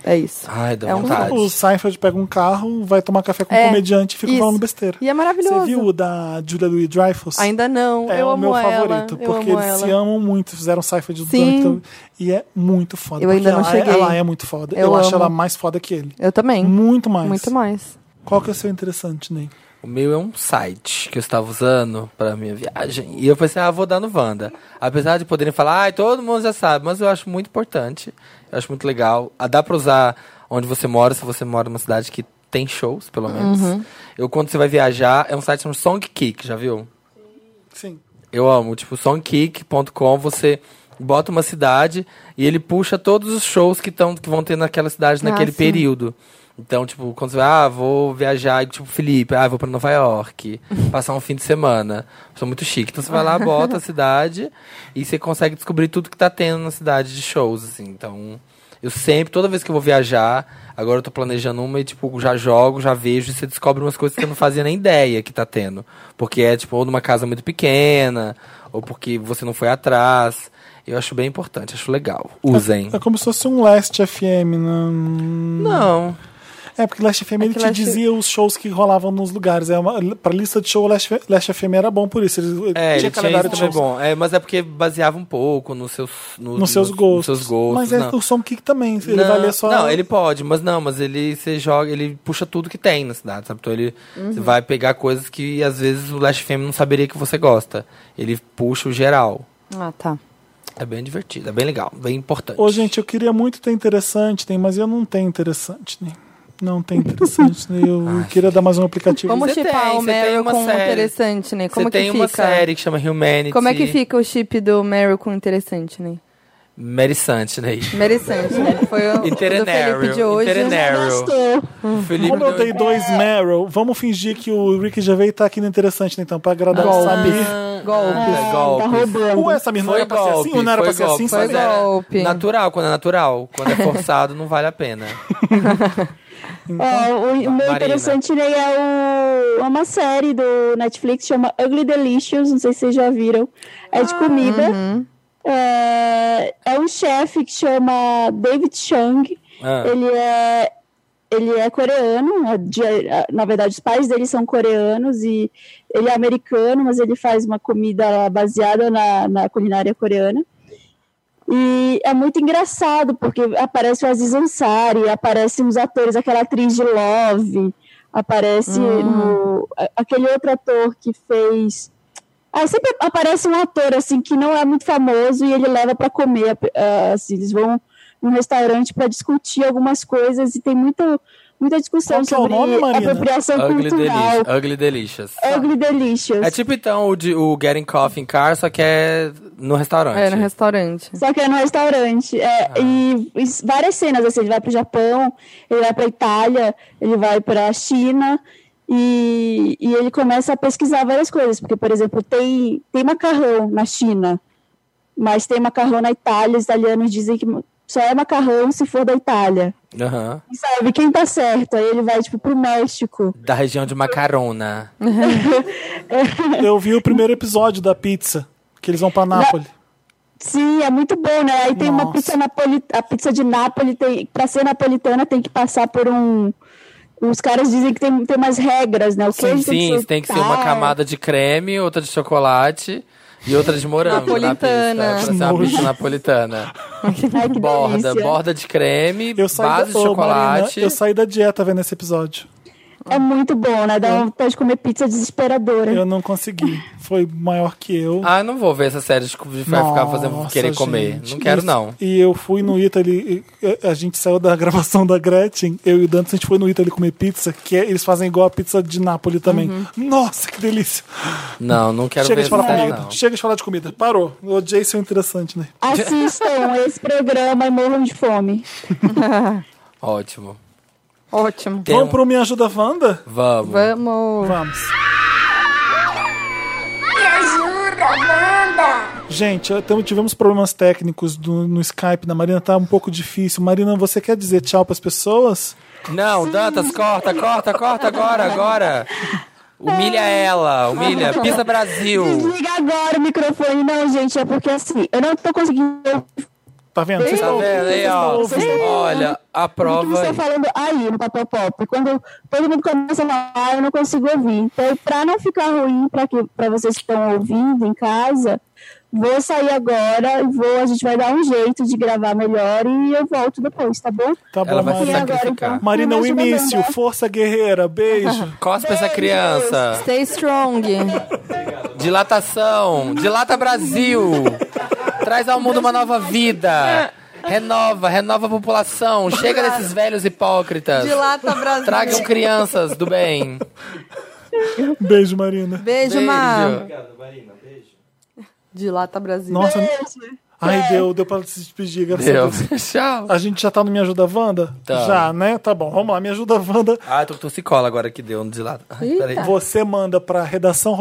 [SPEAKER 4] É isso.
[SPEAKER 3] Ai, dá
[SPEAKER 4] É um-
[SPEAKER 3] vontade.
[SPEAKER 1] O Seinfeld pega um carro, vai tomar café com um
[SPEAKER 4] É,
[SPEAKER 1] comediante e fica
[SPEAKER 4] isso.
[SPEAKER 1] falando besteira.
[SPEAKER 4] E é maravilhoso.
[SPEAKER 1] Você viu o da Julia Louis Dreyfus?
[SPEAKER 4] Ainda não,
[SPEAKER 1] é
[SPEAKER 4] eu
[SPEAKER 1] o
[SPEAKER 4] amo
[SPEAKER 1] meu
[SPEAKER 4] ela.
[SPEAKER 1] favorito,
[SPEAKER 4] eu
[SPEAKER 1] porque
[SPEAKER 4] amo
[SPEAKER 1] eles
[SPEAKER 4] ela.
[SPEAKER 1] se amam muito, fizeram Seinfeld do
[SPEAKER 4] Sim.
[SPEAKER 1] Donald e é muito foda.
[SPEAKER 4] Eu
[SPEAKER 1] porque
[SPEAKER 4] ainda não
[SPEAKER 1] ela,
[SPEAKER 4] cheguei.
[SPEAKER 1] ela é muito foda. Eu,
[SPEAKER 4] Eu
[SPEAKER 1] acho
[SPEAKER 4] amo.
[SPEAKER 1] ela mais foda que ele.
[SPEAKER 4] Eu também.
[SPEAKER 1] Muito mais.
[SPEAKER 4] Muito mais.
[SPEAKER 1] Qual que é o seu interessante, Ney?
[SPEAKER 3] O meu é um site que eu estava usando para minha viagem. E eu pensei, ah, vou dar no Wanda. Apesar de poderem falar, ah, todo mundo já sabe, mas eu acho muito importante. Eu acho muito legal. Ah, Dá para usar onde você mora, se você mora numa cidade que tem shows, pelo menos.
[SPEAKER 4] Uhum.
[SPEAKER 3] Eu, quando você vai viajar, é um site chamado Songkick, já viu?
[SPEAKER 1] Sim.
[SPEAKER 3] Eu amo. Tipo, songkick.com, você bota uma cidade e ele puxa todos os shows que, tão, que vão ter naquela cidade naquele
[SPEAKER 4] sim.
[SPEAKER 3] período. Então, tipo, quando você vai, ah, vou viajar, e, tipo, Felipe, ah, vou pra Nova York, passar um fim de semana. Sou muito chique. Então você vai lá, bota a cidade e você consegue descobrir tudo que tá tendo na cidade de shows, assim. Então, eu sempre, toda vez que eu vou viajar, agora eu tô planejando uma e, tipo, já jogo, já vejo e você descobre umas coisas que eu não fazia nem ideia que tá tendo. Porque é, tipo, ou numa casa muito pequena, ou porque você não foi atrás. Eu acho bem importante, acho legal. Usem.
[SPEAKER 1] É como se fosse um Last FM, né?
[SPEAKER 3] Não.
[SPEAKER 1] É, porque Last FM ele
[SPEAKER 4] que
[SPEAKER 1] te
[SPEAKER 4] Last-
[SPEAKER 1] dizia os shows que rolavam nos lugares. É uma, pra lista de show, Last, Last FM era bom por isso. Ele,
[SPEAKER 3] É, ele tinha isso
[SPEAKER 1] calendário de
[SPEAKER 3] também
[SPEAKER 1] shows.
[SPEAKER 3] bom. É, mas é porque baseava um pouco nos seus, no-
[SPEAKER 1] Nos seus
[SPEAKER 3] nos-
[SPEAKER 1] gostos.
[SPEAKER 3] Nos seus gostos.
[SPEAKER 1] Mas é
[SPEAKER 3] não.
[SPEAKER 1] o Som Kick também. Ele
[SPEAKER 3] não,
[SPEAKER 1] vai ler só.
[SPEAKER 3] Não, ele pode, mas não, mas ele você joga, ele puxa tudo que tem na cidade, sabe? Então ele
[SPEAKER 4] Uhum.
[SPEAKER 3] você vai pegar coisas que às vezes o Last Fame não saberia que você gosta. Ele puxa o geral.
[SPEAKER 4] Ah, tá.
[SPEAKER 3] É bem divertido, é bem legal, bem importante.
[SPEAKER 1] Ô, gente, eu queria muito ter interessante, tem, mas eu não tenho interessante, né? Não tem interessante, né? Eu queria dar mais um aplicativo.
[SPEAKER 4] Como
[SPEAKER 3] Você
[SPEAKER 4] chipar
[SPEAKER 3] tem,
[SPEAKER 4] o
[SPEAKER 3] você tem
[SPEAKER 4] Meryl
[SPEAKER 3] uma
[SPEAKER 4] com o
[SPEAKER 3] série.
[SPEAKER 4] interessante, né? Como
[SPEAKER 3] você
[SPEAKER 4] que
[SPEAKER 3] tem
[SPEAKER 4] fica?
[SPEAKER 3] uma série que chama Humanity.
[SPEAKER 4] Como é que fica o chip do Meryl com o interessante, né?
[SPEAKER 3] Mary Santiney.
[SPEAKER 4] Interessante, né? Foi o, o do Felipe de
[SPEAKER 3] Interenário.
[SPEAKER 4] hoje.
[SPEAKER 3] Interenário.
[SPEAKER 2] Gostou.
[SPEAKER 3] O Felipe
[SPEAKER 1] Como eu
[SPEAKER 3] do-
[SPEAKER 1] dei dois Meryl, vamos fingir que o Rick Gervais tá aqui no interessante, né, então, pra agradar o
[SPEAKER 4] Golpes.
[SPEAKER 1] Samir.
[SPEAKER 4] Golpes.
[SPEAKER 3] Ah,
[SPEAKER 2] Tá
[SPEAKER 3] golpes.
[SPEAKER 2] roubando.
[SPEAKER 1] Ué, Samir, não
[SPEAKER 3] Foi
[SPEAKER 1] era pra ser
[SPEAKER 3] golpe,
[SPEAKER 1] assim? Ou não era
[SPEAKER 3] foi
[SPEAKER 1] pra ser
[SPEAKER 3] golpe,
[SPEAKER 1] assim,
[SPEAKER 3] foi
[SPEAKER 1] Samir?
[SPEAKER 4] Samir? golpe.
[SPEAKER 3] Natural, quando é natural. Quando é forçado, não vale a pena.
[SPEAKER 2] É, o, o meu
[SPEAKER 3] Marina.
[SPEAKER 2] interessante né, é o- uma série do Netflix chama Ugly Delicious, não sei se vocês já viram. É de comida. É, é um chefe que chama David Chang.
[SPEAKER 3] Ah,
[SPEAKER 2] Ele é ele é coreano, é de- na verdade os pais dele são coreanos e ele é americano, mas ele faz uma comida baseada na, na culinária coreana. E é muito engraçado, porque aparece o Aziz Ansari, aparecem os atores, aquela atriz de Love, aparece
[SPEAKER 1] Uhum.
[SPEAKER 2] no- a- aquele outro ator que fez... Aí sempre aparece um ator, assim, que não é muito famoso e ele leva para comer, ah, assim, eles vão num restaurante para discutir algumas coisas e tem muita, muita discussão
[SPEAKER 1] Qual que é o
[SPEAKER 2] sobre
[SPEAKER 1] nome, Marina?
[SPEAKER 2] apropriação
[SPEAKER 3] ugly,
[SPEAKER 2] cultural.
[SPEAKER 3] delicious, ugly Delicious.
[SPEAKER 1] É
[SPEAKER 3] Tá.
[SPEAKER 2] Ugly Delicious.
[SPEAKER 3] É tipo então o, de, o Getting Coffee in Car, só que é no restaurante.
[SPEAKER 4] É, no restaurante.
[SPEAKER 2] Só que é no restaurante. É, e, e várias cenas, assim, ele vai para o Japão, ele vai para Itália, ele vai para a China. E, e ele começa a pesquisar várias coisas, porque, por exemplo, tem, tem macarrão na China, mas tem macarrão na Itália. Os italianos dizem que só é macarrão se for da Itália.
[SPEAKER 3] Aham.
[SPEAKER 2] E sabe quem tá certo? Aí ele vai, tipo, pro México.
[SPEAKER 3] Da região de Macarona. é.
[SPEAKER 1] Eu vi o primeiro episódio da pizza, que eles vão pra Nápoles.
[SPEAKER 2] Sim, é muito bom, né? Aí tem uma
[SPEAKER 1] Nossa.
[SPEAKER 2] pizza napoli... a pizza de Nápoles tem, para ser napolitana tem que passar por um os caras dizem que tem, tem umas regras, né? O
[SPEAKER 3] Sim,
[SPEAKER 2] queijo
[SPEAKER 3] sim, isso tem que ser uma
[SPEAKER 2] soltar.
[SPEAKER 3] camada de creme, outra de chocolate e outra de morango na pista.
[SPEAKER 4] Napolitana.
[SPEAKER 3] Pra ser uma pizza napolitana.
[SPEAKER 2] Ai, que
[SPEAKER 3] tipo Borda,
[SPEAKER 2] delícia.
[SPEAKER 3] borda de creme,
[SPEAKER 1] Eu saí,
[SPEAKER 3] base
[SPEAKER 1] da,
[SPEAKER 3] de
[SPEAKER 1] Ô, Marina,
[SPEAKER 3] chocolate.
[SPEAKER 1] eu saí da dieta vendo esse episódio.
[SPEAKER 2] É muito bom, né? Dá vontade de comer pizza desesperadora.
[SPEAKER 1] Eu não consegui. Foi maior que eu.
[SPEAKER 3] Ah, eu não vou ver essa série de de ficar fazendo
[SPEAKER 1] Nossa,
[SPEAKER 3] querer comer.
[SPEAKER 1] gente.
[SPEAKER 3] Não quero,
[SPEAKER 1] E-
[SPEAKER 3] não.
[SPEAKER 1] E eu fui no Italy, e- a gente saiu da gravação da Gretchen, eu e o Dantas, a gente foi no Italy comer pizza, que é- eles fazem igual a pizza de Nápoles também.
[SPEAKER 2] Uhum.
[SPEAKER 1] Nossa, que delícia!
[SPEAKER 3] Não, não quero
[SPEAKER 1] Chega
[SPEAKER 3] ver
[SPEAKER 1] de
[SPEAKER 3] essa
[SPEAKER 1] falar
[SPEAKER 3] série,
[SPEAKER 1] comida.
[SPEAKER 3] não.
[SPEAKER 1] Chega de falar de comida. Parou. O Jason é interessante, né?
[SPEAKER 2] Assistam esse programa e morram de fome.
[SPEAKER 3] Ótimo.
[SPEAKER 4] Ótimo.
[SPEAKER 3] Tem
[SPEAKER 1] Vamos
[SPEAKER 3] um-
[SPEAKER 1] pro Me Ajuda Wanda?
[SPEAKER 3] Vamos.
[SPEAKER 4] Vamos.
[SPEAKER 1] Vamos.
[SPEAKER 7] Me ajuda, Wanda!
[SPEAKER 1] Gente, então tivemos problemas técnicos do- no Skype da Marina, tá um pouco difícil. Marina, você quer dizer tchau pras pessoas?
[SPEAKER 3] Não, Dantas, corta, corta, corta agora, agora. Humilha ela, humilha. Pisa Brasil.
[SPEAKER 2] Desliga agora o microfone. Não, gente, é porque assim, eu não tô conseguindo ouvir
[SPEAKER 1] Tá vendo? Vocês
[SPEAKER 3] Tá
[SPEAKER 1] estão ouvindo,
[SPEAKER 3] vendo aí,
[SPEAKER 1] vocês estão
[SPEAKER 3] ó?
[SPEAKER 1] ouvindo.
[SPEAKER 3] Olha, a
[SPEAKER 2] o que
[SPEAKER 3] prova
[SPEAKER 2] vocês estão
[SPEAKER 3] aí.
[SPEAKER 2] falando aí no papel pop. Quando todo mundo começa a falar, "Ah, eu não consigo ouvir. Então, para não ficar ruim para vocês que estão ouvindo em casa, vou sair agora, e vou, a gente vai dar um jeito de gravar melhor e eu volto depois, tá bom?
[SPEAKER 1] Tá
[SPEAKER 3] Ela
[SPEAKER 1] bom,
[SPEAKER 3] vai se
[SPEAKER 2] E
[SPEAKER 1] Marina.
[SPEAKER 2] agora,
[SPEAKER 3] sacrificar.
[SPEAKER 2] então,
[SPEAKER 1] Marina, o
[SPEAKER 2] me ajuda,
[SPEAKER 1] início.
[SPEAKER 2] Wanda.
[SPEAKER 1] Força guerreira. Beijo.
[SPEAKER 3] Cospe essa criança.
[SPEAKER 4] Stay strong.
[SPEAKER 3] Dilatação. Dilata Brasil. Traz ao mundo uma nova vida. Renova, renova a população. Chega desses velhos hipócritas.
[SPEAKER 4] Dilata Brasil.
[SPEAKER 3] Tragam crianças do bem.
[SPEAKER 1] Beijo, Marina.
[SPEAKER 4] Beijo, Mar.
[SPEAKER 3] Beijo.
[SPEAKER 4] Dilata Brasil.
[SPEAKER 1] Nossa, Ai, deu, deu pra se despedir, graças a
[SPEAKER 3] Deu.
[SPEAKER 1] Deus.
[SPEAKER 3] Tchau.
[SPEAKER 1] A gente já tá no Me Ajuda Wanda?
[SPEAKER 3] Tá.
[SPEAKER 1] Já, né? Tá bom, vamos lá. Me Ajuda Wanda
[SPEAKER 3] Ah, eu tô com torcicola agora que deu um de lado. Ai, peraí.
[SPEAKER 1] Você manda para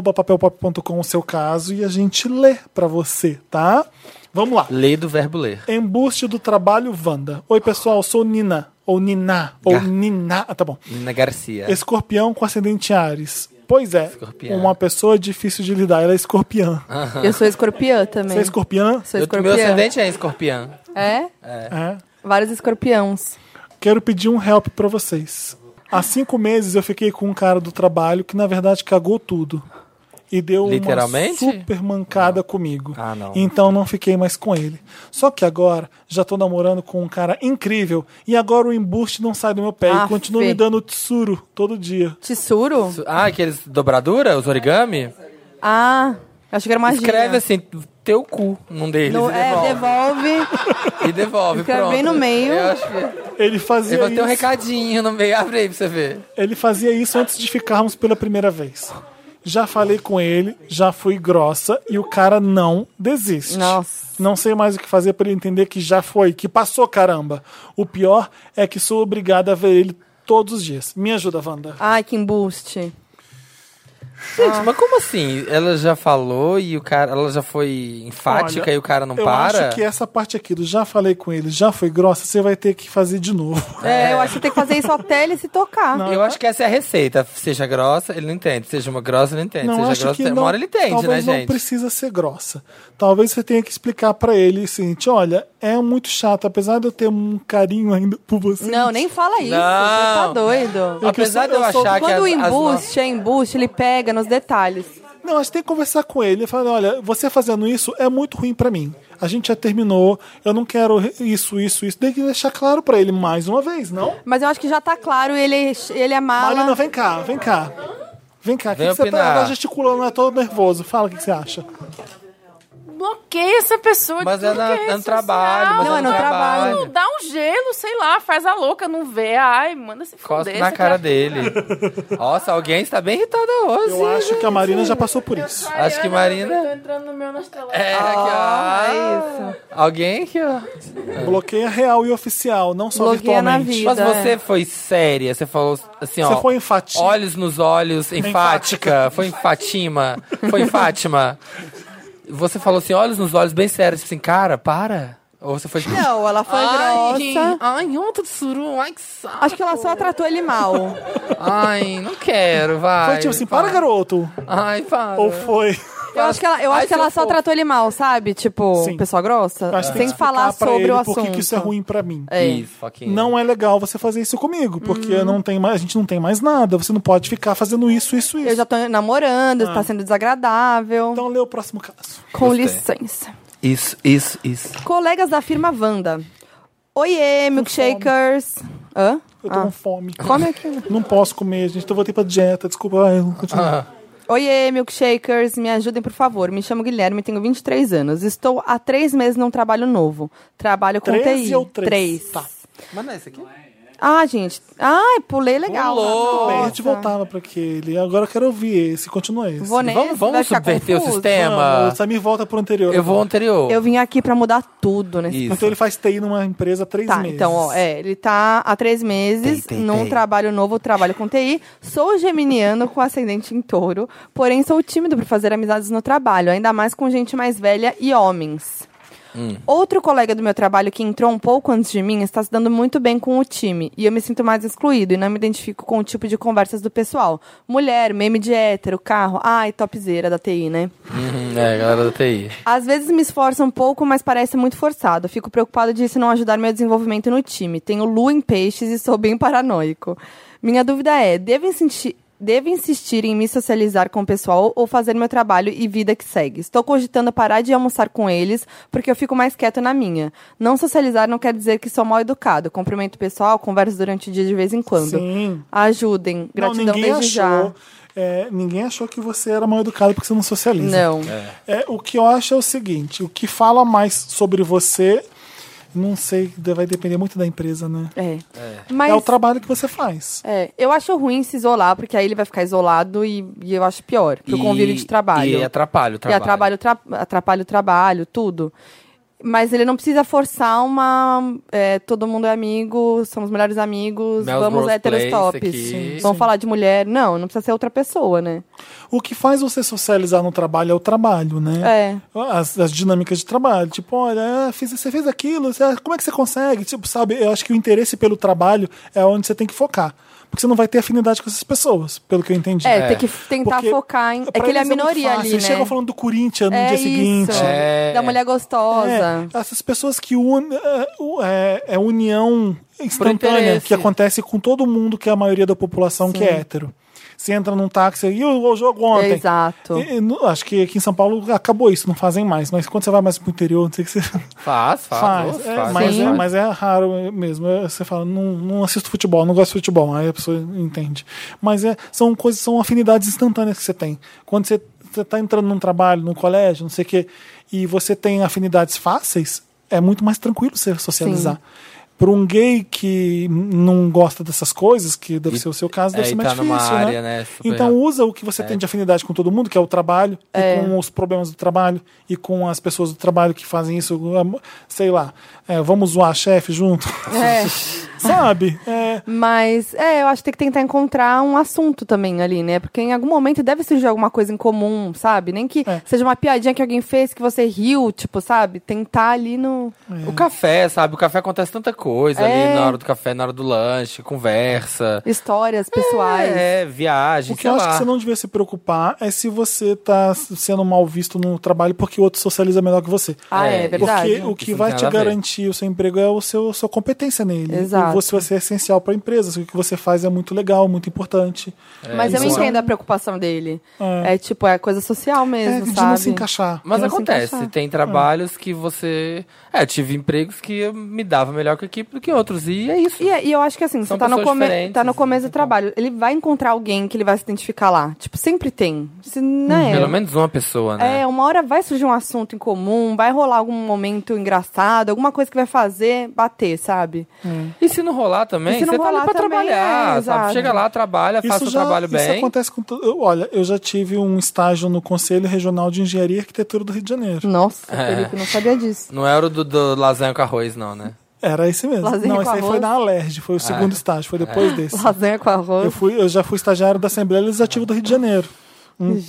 [SPEAKER 1] redação@papelpop.com o seu caso e a gente lê para você, tá? Vamos lá.
[SPEAKER 3] Lê do verbo ler.
[SPEAKER 1] Embuste do trabalho Wanda. Oi, pessoal, sou Nina ou Nina ou
[SPEAKER 3] Gar-
[SPEAKER 1] Nina, ah, tá bom.
[SPEAKER 3] Nina Garcia.
[SPEAKER 1] Escorpião com ascendente Ares. Pois é,
[SPEAKER 3] Escorpião. Ah,
[SPEAKER 1] uma pessoa difícil de lidar, ela é escorpiã.
[SPEAKER 4] Eu sou escorpiã também.
[SPEAKER 1] Você é escorpiã?
[SPEAKER 4] Sou
[SPEAKER 3] Eu-
[SPEAKER 4] escorpiã.
[SPEAKER 3] meu ascendente é escorpião.
[SPEAKER 4] É?
[SPEAKER 1] É.
[SPEAKER 4] Vários escorpiões.
[SPEAKER 1] Quero pedir um help para vocês. Há cinco meses eu fiquei com um cara do trabalho que na verdade cagou tudo. E deu uma
[SPEAKER 3] Literalmente?
[SPEAKER 1] super mancada comigo.
[SPEAKER 3] Ah, não.
[SPEAKER 1] Então não fiquei mais com ele. Só que agora já tô namorando com um cara incrível. E agora o embuste não sai do meu pé.
[SPEAKER 4] Ah,
[SPEAKER 1] e continua
[SPEAKER 4] Fê.
[SPEAKER 1] me dando tsuru todo dia.
[SPEAKER 4] Tissuro?
[SPEAKER 3] Ah, aqueles dobradura, os origami?
[SPEAKER 4] Ah, eu achei que era uma
[SPEAKER 3] Escreve assim, teu cu num deles
[SPEAKER 4] No,
[SPEAKER 3] e
[SPEAKER 4] é,
[SPEAKER 3] devolve.
[SPEAKER 4] devolve.
[SPEAKER 3] E devolve,
[SPEAKER 4] Escreve
[SPEAKER 3] pronto.
[SPEAKER 4] bem no meio.
[SPEAKER 3] Eu acho que...
[SPEAKER 1] Ele fazia
[SPEAKER 3] Eu vou ter um
[SPEAKER 1] isso.
[SPEAKER 3] recadinho no meio. Abre aí pra você ver.
[SPEAKER 1] Ele fazia isso antes de ficarmos pela primeira vez. Já falei com ele, já fui grossa e o cara não desiste.
[SPEAKER 4] Nossa.
[SPEAKER 1] Não sei mais o que fazer para ele entender que já foi, que passou, caramba. O pior é que sou obrigada a ver ele todos os dias. Me ajuda, Wanda.
[SPEAKER 4] Ai, que embuste.
[SPEAKER 3] Gente, mas como assim? Ela já falou e o cara... Ela já foi enfática
[SPEAKER 1] Olha,
[SPEAKER 3] e o cara não
[SPEAKER 1] eu
[SPEAKER 3] para?
[SPEAKER 1] acho que essa parte aqui do já falei com ele, já foi grossa, você vai ter que fazer de novo.
[SPEAKER 4] É, eu acho que tem que fazer isso até ele se tocar.
[SPEAKER 3] Eu acho que essa é a receita. Seja grossa, ele não entende. Seja uma grossa, ele não entende.
[SPEAKER 1] Não,
[SPEAKER 3] Seja
[SPEAKER 1] acho
[SPEAKER 3] É, grossa,
[SPEAKER 1] que
[SPEAKER 3] tem-
[SPEAKER 1] não,
[SPEAKER 3] uma hora ele entende, né,
[SPEAKER 1] talvez não
[SPEAKER 3] gente?
[SPEAKER 1] precisa ser grossa. Talvez você tenha que explicar pra ele o seguinte, olha, é muito chato, apesar de eu ter um carinho ainda por você.
[SPEAKER 4] Não, nem fala isso.
[SPEAKER 3] Não.
[SPEAKER 4] Você tá doido.
[SPEAKER 1] é que
[SPEAKER 3] Apesar
[SPEAKER 1] eu
[SPEAKER 3] de eu
[SPEAKER 1] sou- eu sou-
[SPEAKER 3] achar que
[SPEAKER 4] Quando
[SPEAKER 3] as,
[SPEAKER 4] o
[SPEAKER 3] as
[SPEAKER 4] embuste é embuste, ele pega nos detalhes.
[SPEAKER 1] Não, a gente tem que conversar com ele. Falar, olha, você fazendo isso é muito ruim pra mim. A gente já terminou, eu não quero isso, isso, isso. Tem que deixar claro pra ele mais uma vez, não?
[SPEAKER 4] Mas eu acho que já tá claro, ele, ele é mala.
[SPEAKER 1] Marina, vem cá, vem cá. Vem cá, o que,
[SPEAKER 3] Vem
[SPEAKER 1] que você tá
[SPEAKER 3] opinar.
[SPEAKER 1] tá gesticulando, é todo nervoso. Fala o que que você acha.
[SPEAKER 8] Bloqueia essa pessoa. de
[SPEAKER 3] Mas
[SPEAKER 8] tudo
[SPEAKER 3] é na-
[SPEAKER 8] que
[SPEAKER 3] é no
[SPEAKER 8] rede
[SPEAKER 3] trabalho,
[SPEAKER 8] social.
[SPEAKER 3] mas
[SPEAKER 4] Não, é é no no trabalho. trabalho.
[SPEAKER 8] Não, dá um gelo, sei lá, faz a louca, não vê. Ai, manda se
[SPEAKER 3] Cospe
[SPEAKER 8] fuder.
[SPEAKER 3] na
[SPEAKER 8] essa
[SPEAKER 3] cara dele. Nossa, alguém está bem irritada hoje.
[SPEAKER 1] Eu acho que a Marina já passou por isso.
[SPEAKER 3] Acho que Marina-
[SPEAKER 8] Eu tô entrando no meu Nostalgia.
[SPEAKER 3] É, aqui, ó.
[SPEAKER 4] Ah, É isso.
[SPEAKER 3] Alguém aqui, ó.
[SPEAKER 1] Bloqueia real e oficial, não só
[SPEAKER 4] Bloqueia na
[SPEAKER 1] virtualmente.
[SPEAKER 4] vida. é.
[SPEAKER 3] Mas você foi séria, você falou assim, ó.
[SPEAKER 1] Você foi enfática.
[SPEAKER 3] Olhos nos olhos, enfática. foi em Fatima. Foi em Fátima. Você falou assim, olhos nos olhos, bem sério. Tipo assim, cara, para. Ou você foi. tipo,
[SPEAKER 4] Não, ela foi
[SPEAKER 8] Ai,
[SPEAKER 4] grossa.
[SPEAKER 8] ai, ontem de suru, ai que saco.
[SPEAKER 4] Acho que ela só tratou ele mal.
[SPEAKER 3] Ai, não quero, vai.
[SPEAKER 1] Foi tipo assim, para,
[SPEAKER 3] garoto.
[SPEAKER 1] garoto.
[SPEAKER 3] Ai, para.
[SPEAKER 1] Ou foi.
[SPEAKER 4] Eu acho que ela, eu
[SPEAKER 3] Ai,
[SPEAKER 4] acho
[SPEAKER 3] se
[SPEAKER 4] que ela
[SPEAKER 3] eu
[SPEAKER 4] só
[SPEAKER 3] for-
[SPEAKER 4] tratou ele mal, sabe? Tipo,
[SPEAKER 1] Sim.
[SPEAKER 4] pessoa grossa.
[SPEAKER 1] Acho que tem
[SPEAKER 4] Sem
[SPEAKER 1] que
[SPEAKER 4] falar
[SPEAKER 1] explicar pra
[SPEAKER 4] sobre
[SPEAKER 1] ele
[SPEAKER 4] o
[SPEAKER 1] por
[SPEAKER 4] assunto.
[SPEAKER 1] que que isso é ruim pra mim.
[SPEAKER 4] É. Uhum.
[SPEAKER 3] Isso, foquinha.
[SPEAKER 1] Não é legal você fazer isso comigo, porque não tem mais, a gente não tem mais nada. Você não pode ficar fazendo isso, isso, isso.
[SPEAKER 4] Eu já tô namorando, tá sendo desagradável.
[SPEAKER 1] Ah. Então lê o próximo caso.
[SPEAKER 4] Com
[SPEAKER 3] Gostei.
[SPEAKER 4] licença.
[SPEAKER 3] Isso, isso, isso.
[SPEAKER 4] Colegas da firma Wanda. Oiê, milkshakers. Hã?
[SPEAKER 1] Eu tô
[SPEAKER 4] Ah,
[SPEAKER 1] com fome.
[SPEAKER 4] Come aqui. né? Ah.
[SPEAKER 1] Não posso comer, gente. Então eu voltei pra dieta. Desculpa, vai, eu continuo.
[SPEAKER 4] Oiê, milkshakers, me ajudem, por favor. Me chamo Guilherme, tenho 23 anos. Estou há três meses num trabalho novo. Trabalho com
[SPEAKER 1] Treze
[SPEAKER 4] TI.
[SPEAKER 1] ou três?
[SPEAKER 4] Três.
[SPEAKER 1] Tá.
[SPEAKER 3] Mas não é esse aqui?
[SPEAKER 4] Ah, gente. Ai, pulei legal.
[SPEAKER 3] Pulou.
[SPEAKER 1] Bem, a
[SPEAKER 4] Nossa.
[SPEAKER 1] gente voltava pra aquele. Agora eu quero ouvir esse. Continua esse.
[SPEAKER 4] Vou nesse,
[SPEAKER 3] Vamos,
[SPEAKER 4] vai
[SPEAKER 3] vamos
[SPEAKER 4] ficar
[SPEAKER 3] subverter o
[SPEAKER 4] confuso.
[SPEAKER 1] Vamos,
[SPEAKER 3] sistema.
[SPEAKER 1] o Samir volta pro anterior.
[SPEAKER 3] Eu vou ao anterior.
[SPEAKER 4] Eu vim aqui pra mudar tudo nesse
[SPEAKER 3] Isso.
[SPEAKER 1] Então ele faz TI numa empresa há três
[SPEAKER 4] Tá,
[SPEAKER 1] meses.
[SPEAKER 4] então, ó, é, ele tá há três meses
[SPEAKER 3] Tem, tem,
[SPEAKER 4] num
[SPEAKER 3] tem.
[SPEAKER 4] trabalho novo, trabalho com TI. Sou geminiano com ascendente em touro, porém sou tímido para fazer amizades no trabalho, ainda mais com gente mais velha e homens.
[SPEAKER 3] Hum.
[SPEAKER 4] Outro colega do meu trabalho que entrou um pouco antes de mim está se dando muito bem com o time e eu me sinto mais excluído e não me identifico com o tipo de conversas do pessoal. Mulher, meme de hétero, carro, ai, topzera da TI, né?
[SPEAKER 3] Uhum, é, galera da TI.
[SPEAKER 4] Às vezes me esforço um pouco, mas parece muito forçado. Fico preocupado de isso não ajudar meu desenvolvimento no time. Tenho lua em peixes e sou bem paranoico. Minha dúvida é, devo insistir, devo insistir em me socializar com o pessoal ou fazer meu trabalho e vida que segue? Estou cogitando parar de almoçar com eles, porque eu fico mais quieto na minha. Não socializar não quer dizer que sou mal educado. Cumprimento o pessoal, converso durante o dia de vez em quando.
[SPEAKER 1] Sim.
[SPEAKER 4] Ajudem. Gratidão
[SPEAKER 1] não, ninguém
[SPEAKER 4] desde
[SPEAKER 1] achou. é, ninguém achou que você era mal educado porque você não socializa.
[SPEAKER 4] já. Não.
[SPEAKER 1] É, o que eu acho é o seguinte: o que fala mais sobre você, não sei, vai depender muito da empresa, né?
[SPEAKER 4] É. Mas...
[SPEAKER 1] É o trabalho que você faz.
[SPEAKER 4] É, eu acho ruim se isolar, porque aí ele vai ficar isolado e, e eu acho pior, pro
[SPEAKER 3] E-
[SPEAKER 4] convívio de trabalho.
[SPEAKER 3] E atrapalha o
[SPEAKER 4] E
[SPEAKER 3] trabalho.
[SPEAKER 4] atrapalha o, tra- atrapalha o trabalho, tudo. Mas ele não precisa forçar uma. é, todo mundo é amigo, somos melhores amigos,
[SPEAKER 3] Mel's
[SPEAKER 4] vamos
[SPEAKER 3] World
[SPEAKER 4] héteros
[SPEAKER 3] Place
[SPEAKER 4] tops.
[SPEAKER 3] aqui. Sim.
[SPEAKER 4] Vamos falar de mulher. Não, não precisa ser outra pessoa, né?
[SPEAKER 1] O que faz você socializar no trabalho é o trabalho, né?
[SPEAKER 4] É.
[SPEAKER 1] As, as dinâmicas de trabalho. Tipo, olha, ah, fiz- você fez aquilo, você- ah, como é que você consegue? Tipo, sabe, eu acho que o interesse pelo trabalho é onde você tem que focar. Porque você não vai ter afinidade com essas pessoas, pelo que eu entendi.
[SPEAKER 4] É, tem que tentar
[SPEAKER 1] Porque
[SPEAKER 4] focar em. É
[SPEAKER 1] pra
[SPEAKER 4] que ele é a
[SPEAKER 1] eles muito
[SPEAKER 4] minoria
[SPEAKER 1] fácil.
[SPEAKER 4] ali, né?
[SPEAKER 1] Eles chegam falando do Corinthians no
[SPEAKER 4] é
[SPEAKER 1] dia
[SPEAKER 4] isso.
[SPEAKER 1] seguinte.
[SPEAKER 3] É.
[SPEAKER 4] Da mulher gostosa.
[SPEAKER 1] É, essas pessoas que unem é, é união instantânea
[SPEAKER 3] interesse.
[SPEAKER 1] que acontece com todo mundo que é a maioria da população que é hétero. Você entra num táxi e o, o jogo ontem.
[SPEAKER 4] Exato.
[SPEAKER 1] E- e no- acho que aqui em São Paulo acabou isso, não fazem mais. Mas quando você vai mais pro interior, não sei o que você
[SPEAKER 3] Faz, faz.
[SPEAKER 1] faz.
[SPEAKER 3] nossa,
[SPEAKER 1] É,
[SPEAKER 3] faz,
[SPEAKER 1] mas,
[SPEAKER 3] faz.
[SPEAKER 1] é, mas é raro mesmo. É, Você fala, não, não assisto futebol, não gosto de futebol. Aí a pessoa entende. Mas é, são coisas, são afinidades instantâneas que você tem. Quando você, você tá entrando num trabalho, num colégio, não sei o quê, e você tem afinidades fáceis, é muito mais tranquilo você socializar. Para um gay que não gosta dessas coisas, que deve
[SPEAKER 3] E-
[SPEAKER 1] ser o seu caso, deve
[SPEAKER 3] é,
[SPEAKER 1] ser
[SPEAKER 3] e
[SPEAKER 1] mais
[SPEAKER 3] tá
[SPEAKER 1] difícil.
[SPEAKER 3] numa área,
[SPEAKER 1] né?
[SPEAKER 3] né, super- É.
[SPEAKER 1] Então usa o que você tem de afinidade com todo mundo, que é o trabalho, e com os problemas do trabalho, e com as pessoas do trabalho que fazem isso, sei lá, é, vamos zoar chefe junto,
[SPEAKER 4] É.
[SPEAKER 1] sabe? É,
[SPEAKER 4] Mas, é, eu acho que tem que tentar encontrar um assunto também ali, né? Porque em algum momento deve surgir alguma coisa em comum, sabe? Nem que
[SPEAKER 1] É.
[SPEAKER 4] seja uma piadinha que alguém fez que você riu, tipo, sabe? Tentar ali no.
[SPEAKER 3] O café, sabe? O café acontece tanta coisa
[SPEAKER 4] É.
[SPEAKER 3] ali na hora do café, na hora do lanche, conversa.
[SPEAKER 4] Histórias pessoais.
[SPEAKER 3] É, viagem,
[SPEAKER 1] o que
[SPEAKER 3] sei
[SPEAKER 1] eu acho
[SPEAKER 3] lá.
[SPEAKER 1] que você não devia se preocupar é se você tá sendo mal visto no trabalho porque o outro socializa melhor que você.
[SPEAKER 4] Ah, é,
[SPEAKER 3] É,
[SPEAKER 4] verdade.
[SPEAKER 1] Porque o que
[SPEAKER 3] Isso não
[SPEAKER 1] vai
[SPEAKER 3] tem
[SPEAKER 1] te
[SPEAKER 3] nada a ver.
[SPEAKER 1] garantir o seu emprego é o seu sua competência nele.
[SPEAKER 4] Exato.
[SPEAKER 1] Você vai ser essencial para a empresa. O que você faz é muito legal, muito importante.
[SPEAKER 4] Mas eu
[SPEAKER 1] isso é-
[SPEAKER 4] entendo a preocupação dele. É, tipo, é coisa social
[SPEAKER 1] É,
[SPEAKER 4] mesmo,
[SPEAKER 1] de não
[SPEAKER 4] sabe?
[SPEAKER 1] se encaixar.
[SPEAKER 3] Mas
[SPEAKER 4] Não se
[SPEAKER 3] acontece,
[SPEAKER 4] encaixar.
[SPEAKER 3] tem trabalhos que você. É, tive empregos que eu me dava melhor que a equipe do que outros. E é isso.
[SPEAKER 4] E, é- e eu acho que assim, você
[SPEAKER 3] São
[SPEAKER 4] tá no,
[SPEAKER 3] pessoas
[SPEAKER 4] come-
[SPEAKER 3] diferentes,
[SPEAKER 4] tá no começo do
[SPEAKER 3] então.
[SPEAKER 4] trabalho. Ele vai encontrar alguém que ele vai se identificar lá. Tipo, sempre tem. Se, né?
[SPEAKER 3] Pelo menos uma pessoa, né?
[SPEAKER 4] É, uma hora vai surgir um assunto em comum, vai rolar algum momento engraçado, alguma coisa que vai fazer bater, sabe?
[SPEAKER 3] E se não rolar também,
[SPEAKER 4] E se não
[SPEAKER 3] você tá ali
[SPEAKER 4] rolar
[SPEAKER 3] pra
[SPEAKER 4] também,
[SPEAKER 3] trabalhar,
[SPEAKER 4] é, exato.
[SPEAKER 3] sabe? Chega lá, trabalha, faça o trabalho
[SPEAKER 1] isso
[SPEAKER 3] bem.
[SPEAKER 1] acontece com tudo. Olha, eu já tive um estágio no Conselho Regional de Engenharia e Arquitetura do Rio de Janeiro.
[SPEAKER 4] Nossa,
[SPEAKER 3] É.
[SPEAKER 4] Felipe, não sabia disso.
[SPEAKER 3] Não era o do, do lasanha com arroz, não, né?
[SPEAKER 1] Era esse mesmo.
[SPEAKER 4] Lasanha
[SPEAKER 1] Não,
[SPEAKER 4] com
[SPEAKER 1] esse aí foi
[SPEAKER 4] arroz.
[SPEAKER 1] na Alerj,
[SPEAKER 3] É.
[SPEAKER 1] foi o segundo estágio, foi depois desse.
[SPEAKER 4] Lasanha com
[SPEAKER 1] Eu,
[SPEAKER 4] arroz.
[SPEAKER 1] fui, eu já fui estagiário da Assembleia Legislativa do Rio de Janeiro.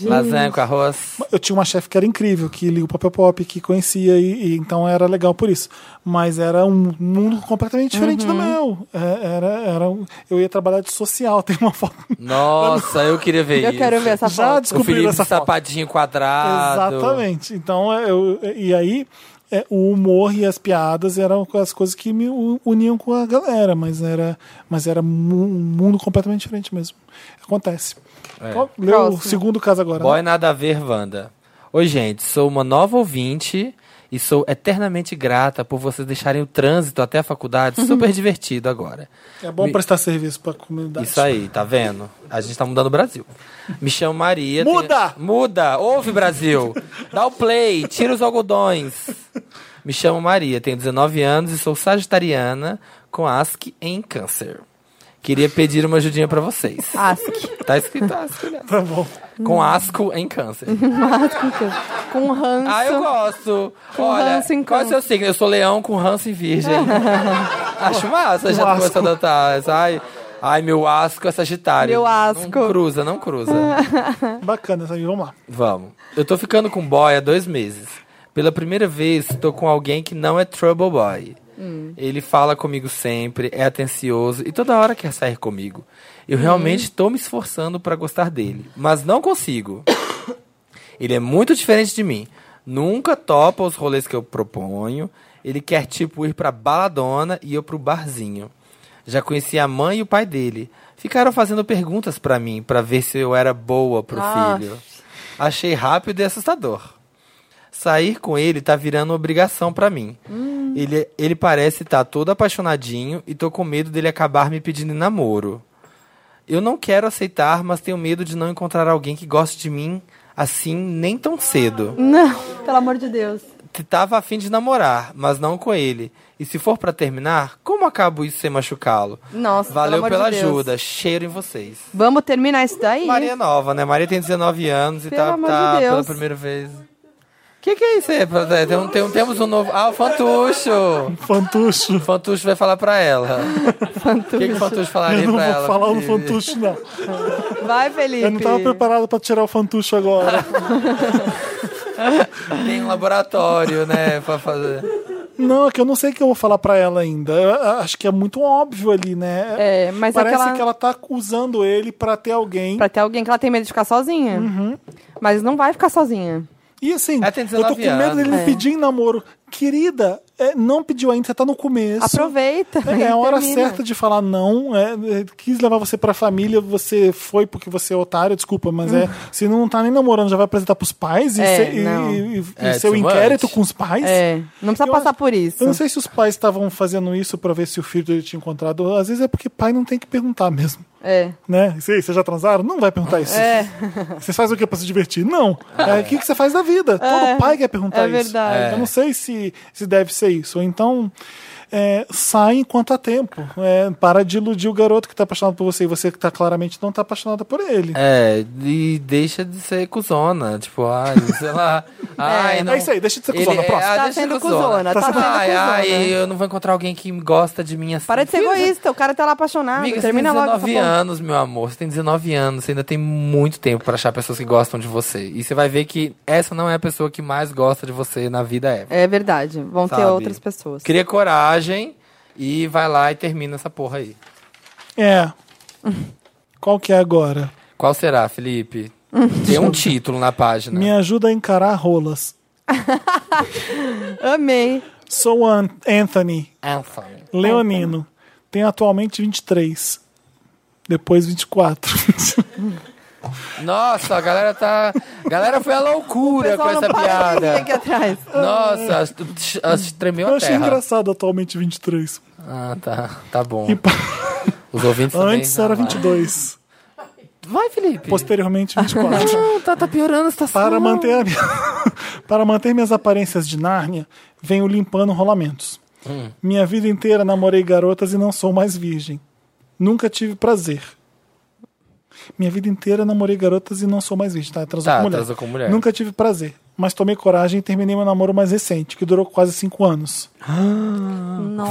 [SPEAKER 3] Lasanha com arroz.
[SPEAKER 1] Eu tinha uma chefe que era incrível, que lia o papel pop, que conhecia, e, e então era legal por isso. Mas era um mundo completamente diferente
[SPEAKER 4] Uhum.
[SPEAKER 1] do meu. É, era, era um- eu ia trabalhar de social, tem uma foto.
[SPEAKER 3] Nossa, eu queria ver
[SPEAKER 4] Eu
[SPEAKER 3] isso.
[SPEAKER 4] quero ver essa
[SPEAKER 1] Já
[SPEAKER 4] foto.
[SPEAKER 3] O
[SPEAKER 1] descobri
[SPEAKER 3] Felipe
[SPEAKER 1] essa foto.
[SPEAKER 3] sapatinho quadrado.
[SPEAKER 1] Exatamente. Então, é, eu, e aí, é, o humor e as piadas eram as coisas que me u- uniam com a galera, mas era, mas era mu- um mundo completamente diferente mesmo. Acontece. Qual- Lê o
[SPEAKER 4] Próximo.
[SPEAKER 1] segundo caso agora.
[SPEAKER 3] É. Boy
[SPEAKER 1] né?
[SPEAKER 3] nada a ver, Wanda. Oi, gente, sou uma nova ouvinte e sou eternamente grata por vocês deixarem o trânsito até a faculdade super divertido agora.
[SPEAKER 1] É bom
[SPEAKER 3] Me-
[SPEAKER 1] prestar serviço para a comunidade.
[SPEAKER 3] Isso aí, tá vendo? A gente tá mudando o Brasil. Me chamo Maria.
[SPEAKER 1] Muda!
[SPEAKER 3] tenho- Muda! Ouve, Brasil! Dá o play, tira os algodões. Me chamo Maria, tenho 19 anos e sou sagitariana com ASC em câncer. Queria pedir uma ajudinha pra vocês.
[SPEAKER 4] Ask.
[SPEAKER 3] Tá escrito ASC, né?
[SPEAKER 1] Tá bom.
[SPEAKER 3] Com asco em câncer.
[SPEAKER 4] Com ranço.
[SPEAKER 3] Ah, eu gosto.
[SPEAKER 4] Com
[SPEAKER 3] Olha,
[SPEAKER 4] ranço em
[SPEAKER 3] qual é o
[SPEAKER 4] câncer.
[SPEAKER 3] seu signo? Eu sou leão com ranço em virgem. Acho massa,
[SPEAKER 4] Um
[SPEAKER 3] já
[SPEAKER 1] asco.
[SPEAKER 3] começou a adotar. Ai, ai, meu asco é sagitário.
[SPEAKER 4] Meu asco.
[SPEAKER 3] Não cruza, não cruza.
[SPEAKER 1] Bacana, sabe? Vamos lá.
[SPEAKER 3] Vamos. Eu tô ficando com boy há dois meses. Pela primeira vez, tô com alguém que não é trouble boy.
[SPEAKER 4] Hum.
[SPEAKER 3] Ele fala comigo sempre, é atencioso e toda hora quer sair comigo. Eu realmente
[SPEAKER 4] Hum.
[SPEAKER 3] tô me esforçando pra gostar dele, mas não consigo. Ele é muito diferente de mim. Nunca topa os rolês que eu proponho. Ele quer, tipo, ir pra baladona e eu pro barzinho. Já conheci a mãe e o pai dele. Ficaram fazendo perguntas pra mim, pra ver se eu era boa pro
[SPEAKER 4] Ah.
[SPEAKER 3] filho. Achei rápido e assustador. Sair com ele tá virando obrigação pra mim. Ele, ele parece estar todo apaixonadinho e tô com medo dele acabar me pedindo em namoro. Eu não quero aceitar, mas tenho medo de não encontrar alguém que goste de mim assim nem tão cedo.
[SPEAKER 4] Não, pelo amor de Deus.
[SPEAKER 3] T- Tava afim de namorar, mas não com ele. E se for pra terminar, como acabo isso sem machucá-lo?
[SPEAKER 4] Nossa,
[SPEAKER 3] Valeu
[SPEAKER 4] pelo amor
[SPEAKER 3] pela
[SPEAKER 4] de Deus.
[SPEAKER 3] ajuda. Cheiro em vocês.
[SPEAKER 4] Vamos terminar isso daí?
[SPEAKER 3] Maria é nova, né? Maria tem 19 anos e
[SPEAKER 4] Pelo
[SPEAKER 3] tá,
[SPEAKER 4] amor
[SPEAKER 3] tá
[SPEAKER 4] de Deus.
[SPEAKER 3] pela primeira vez. Que que é isso aí? Tem um- tem um- temos um novo. Ah, o Fantucho!
[SPEAKER 1] Fantucho.
[SPEAKER 3] O Fantucho vai falar pra ela. O que, que o Fantucho falaria
[SPEAKER 1] Eu não
[SPEAKER 3] pra
[SPEAKER 1] vou
[SPEAKER 3] ela?
[SPEAKER 1] falar no
[SPEAKER 3] Felipe?
[SPEAKER 1] Fantucho, não.
[SPEAKER 4] Vai, Felipe.
[SPEAKER 1] Eu não tava preparado pra tirar o Fantucho agora.
[SPEAKER 3] Tem um laboratório, né? Pra fazer.
[SPEAKER 1] Não, é que eu não sei o que eu vou falar pra ela ainda. Eu, eu Acho que é muito óbvio ali, né?
[SPEAKER 4] É, mas
[SPEAKER 1] Parece
[SPEAKER 4] aquela-
[SPEAKER 1] que ela tá usando ele pra ter alguém.
[SPEAKER 4] Pra ter alguém que ela tem medo de ficar sozinha.
[SPEAKER 1] Uhum.
[SPEAKER 4] Mas não vai ficar sozinha.
[SPEAKER 1] E assim,
[SPEAKER 3] Ela tem
[SPEAKER 1] eu tô com
[SPEAKER 3] 19
[SPEAKER 1] medo dele
[SPEAKER 4] anos. É.
[SPEAKER 1] pedir em namoro. Querida, é, não pediu ainda, você tá no começo.
[SPEAKER 4] Aproveita.
[SPEAKER 1] É a hora
[SPEAKER 4] termina.
[SPEAKER 1] certa de falar não. é, é, quis levar você pra família, você foi porque você é otário, desculpa, mas é. Se não tá nem namorando, já vai apresentar pros pais e,
[SPEAKER 4] Hum. É,
[SPEAKER 1] se- e-
[SPEAKER 4] não.
[SPEAKER 1] e- e-
[SPEAKER 3] É,
[SPEAKER 1] e seu
[SPEAKER 3] too much.
[SPEAKER 1] inquérito com os pais.
[SPEAKER 4] É, não precisa
[SPEAKER 1] Eu
[SPEAKER 4] passar
[SPEAKER 1] acho-
[SPEAKER 4] por isso.
[SPEAKER 1] Eu não sei se os pais estavam fazendo isso pra ver se o filho dele tinha encontrado. Às vezes é porque pai não tem que perguntar mesmo.
[SPEAKER 4] É.
[SPEAKER 1] Né? E aí, Vocês já transaram? Não vai perguntar isso.
[SPEAKER 4] É.
[SPEAKER 1] Vocês fazem o que pra se divertir? Não. É, O que, que você faz da vida? Todo pai quer perguntar
[SPEAKER 4] é
[SPEAKER 1] isso.
[SPEAKER 4] verdade.
[SPEAKER 1] Eu não sei se, se deve ser isso. Ou Então, é, sai enquanto há tempo. É, para de iludir o garoto que tá apaixonado por você e você que tá claramente não tá apaixonada por ele.
[SPEAKER 3] É, e deixa de ser cuzona. Tipo, ai, sei lá. Ai,
[SPEAKER 1] É
[SPEAKER 3] não.
[SPEAKER 1] isso aí, deixa de ser
[SPEAKER 3] Ele-
[SPEAKER 1] cuzona,
[SPEAKER 3] é,
[SPEAKER 1] próximo.
[SPEAKER 3] ah,
[SPEAKER 4] Tá
[SPEAKER 3] deixa de ser
[SPEAKER 4] sendo cuzona, tá sendo
[SPEAKER 3] ai,
[SPEAKER 4] cuzona.
[SPEAKER 3] ai, eu não vou encontrar alguém que gosta de mim assim.
[SPEAKER 4] Para de ser egoísta, o cara tá lá apaixonado.
[SPEAKER 3] Amiga, você tem
[SPEAKER 4] termina logo.
[SPEAKER 3] 19
[SPEAKER 4] essa porra.
[SPEAKER 3] anos, meu amor. Você tem 19 anos. Você ainda tem muito tempo pra achar pessoas que gostam de você. E você vai ver que essa não é a pessoa que mais gosta de você na vida é.
[SPEAKER 4] É verdade, vão ter
[SPEAKER 3] Sabe?
[SPEAKER 4] outras pessoas.
[SPEAKER 3] Cria coragem e vai lá e termina essa porra aí.
[SPEAKER 1] É. Qual que é agora?
[SPEAKER 3] Qual será, Felipe? Tem um título na página.
[SPEAKER 1] Me ajuda a encarar rolas.
[SPEAKER 4] Amei.
[SPEAKER 1] Sou An- Anthony
[SPEAKER 3] Anthony.
[SPEAKER 1] Leonino. Tenho atualmente 23. Depois 24.
[SPEAKER 3] Nossa, a galera tá. A galera foi à loucura com
[SPEAKER 4] Pessoal, não
[SPEAKER 3] essa
[SPEAKER 4] para de rir aqui
[SPEAKER 3] piada.
[SPEAKER 4] atrás.
[SPEAKER 3] Nossa, as, as- as- tremeu
[SPEAKER 1] Eu
[SPEAKER 3] a
[SPEAKER 1] achei
[SPEAKER 3] terra.
[SPEAKER 1] engraçado atualmente 23.
[SPEAKER 3] Ah, tá. Tá bom.
[SPEAKER 1] E pa-
[SPEAKER 3] Os ouvintes também.
[SPEAKER 1] antes era
[SPEAKER 3] ah, vai.
[SPEAKER 1] 22.
[SPEAKER 3] Vai, Felipe.
[SPEAKER 1] Posteriormente 24.
[SPEAKER 3] Não, tá, tá piorando a situação.
[SPEAKER 1] Para manter, a minha- para manter minhas aparências de Nárnia, venho limpando rolamentos.
[SPEAKER 3] Hum.
[SPEAKER 1] Minha vida inteira namorei garotas e não sou mais virgem. Nunca tive prazer. Minha vida inteira namorei garotas e não sou mais virgem. Tá, transou
[SPEAKER 3] Tá,
[SPEAKER 1] com, mulher.
[SPEAKER 3] transou com mulher.
[SPEAKER 1] Nunca tive prazer. Mas tomei coragem e terminei meu namoro mais recente, que durou quase cinco anos.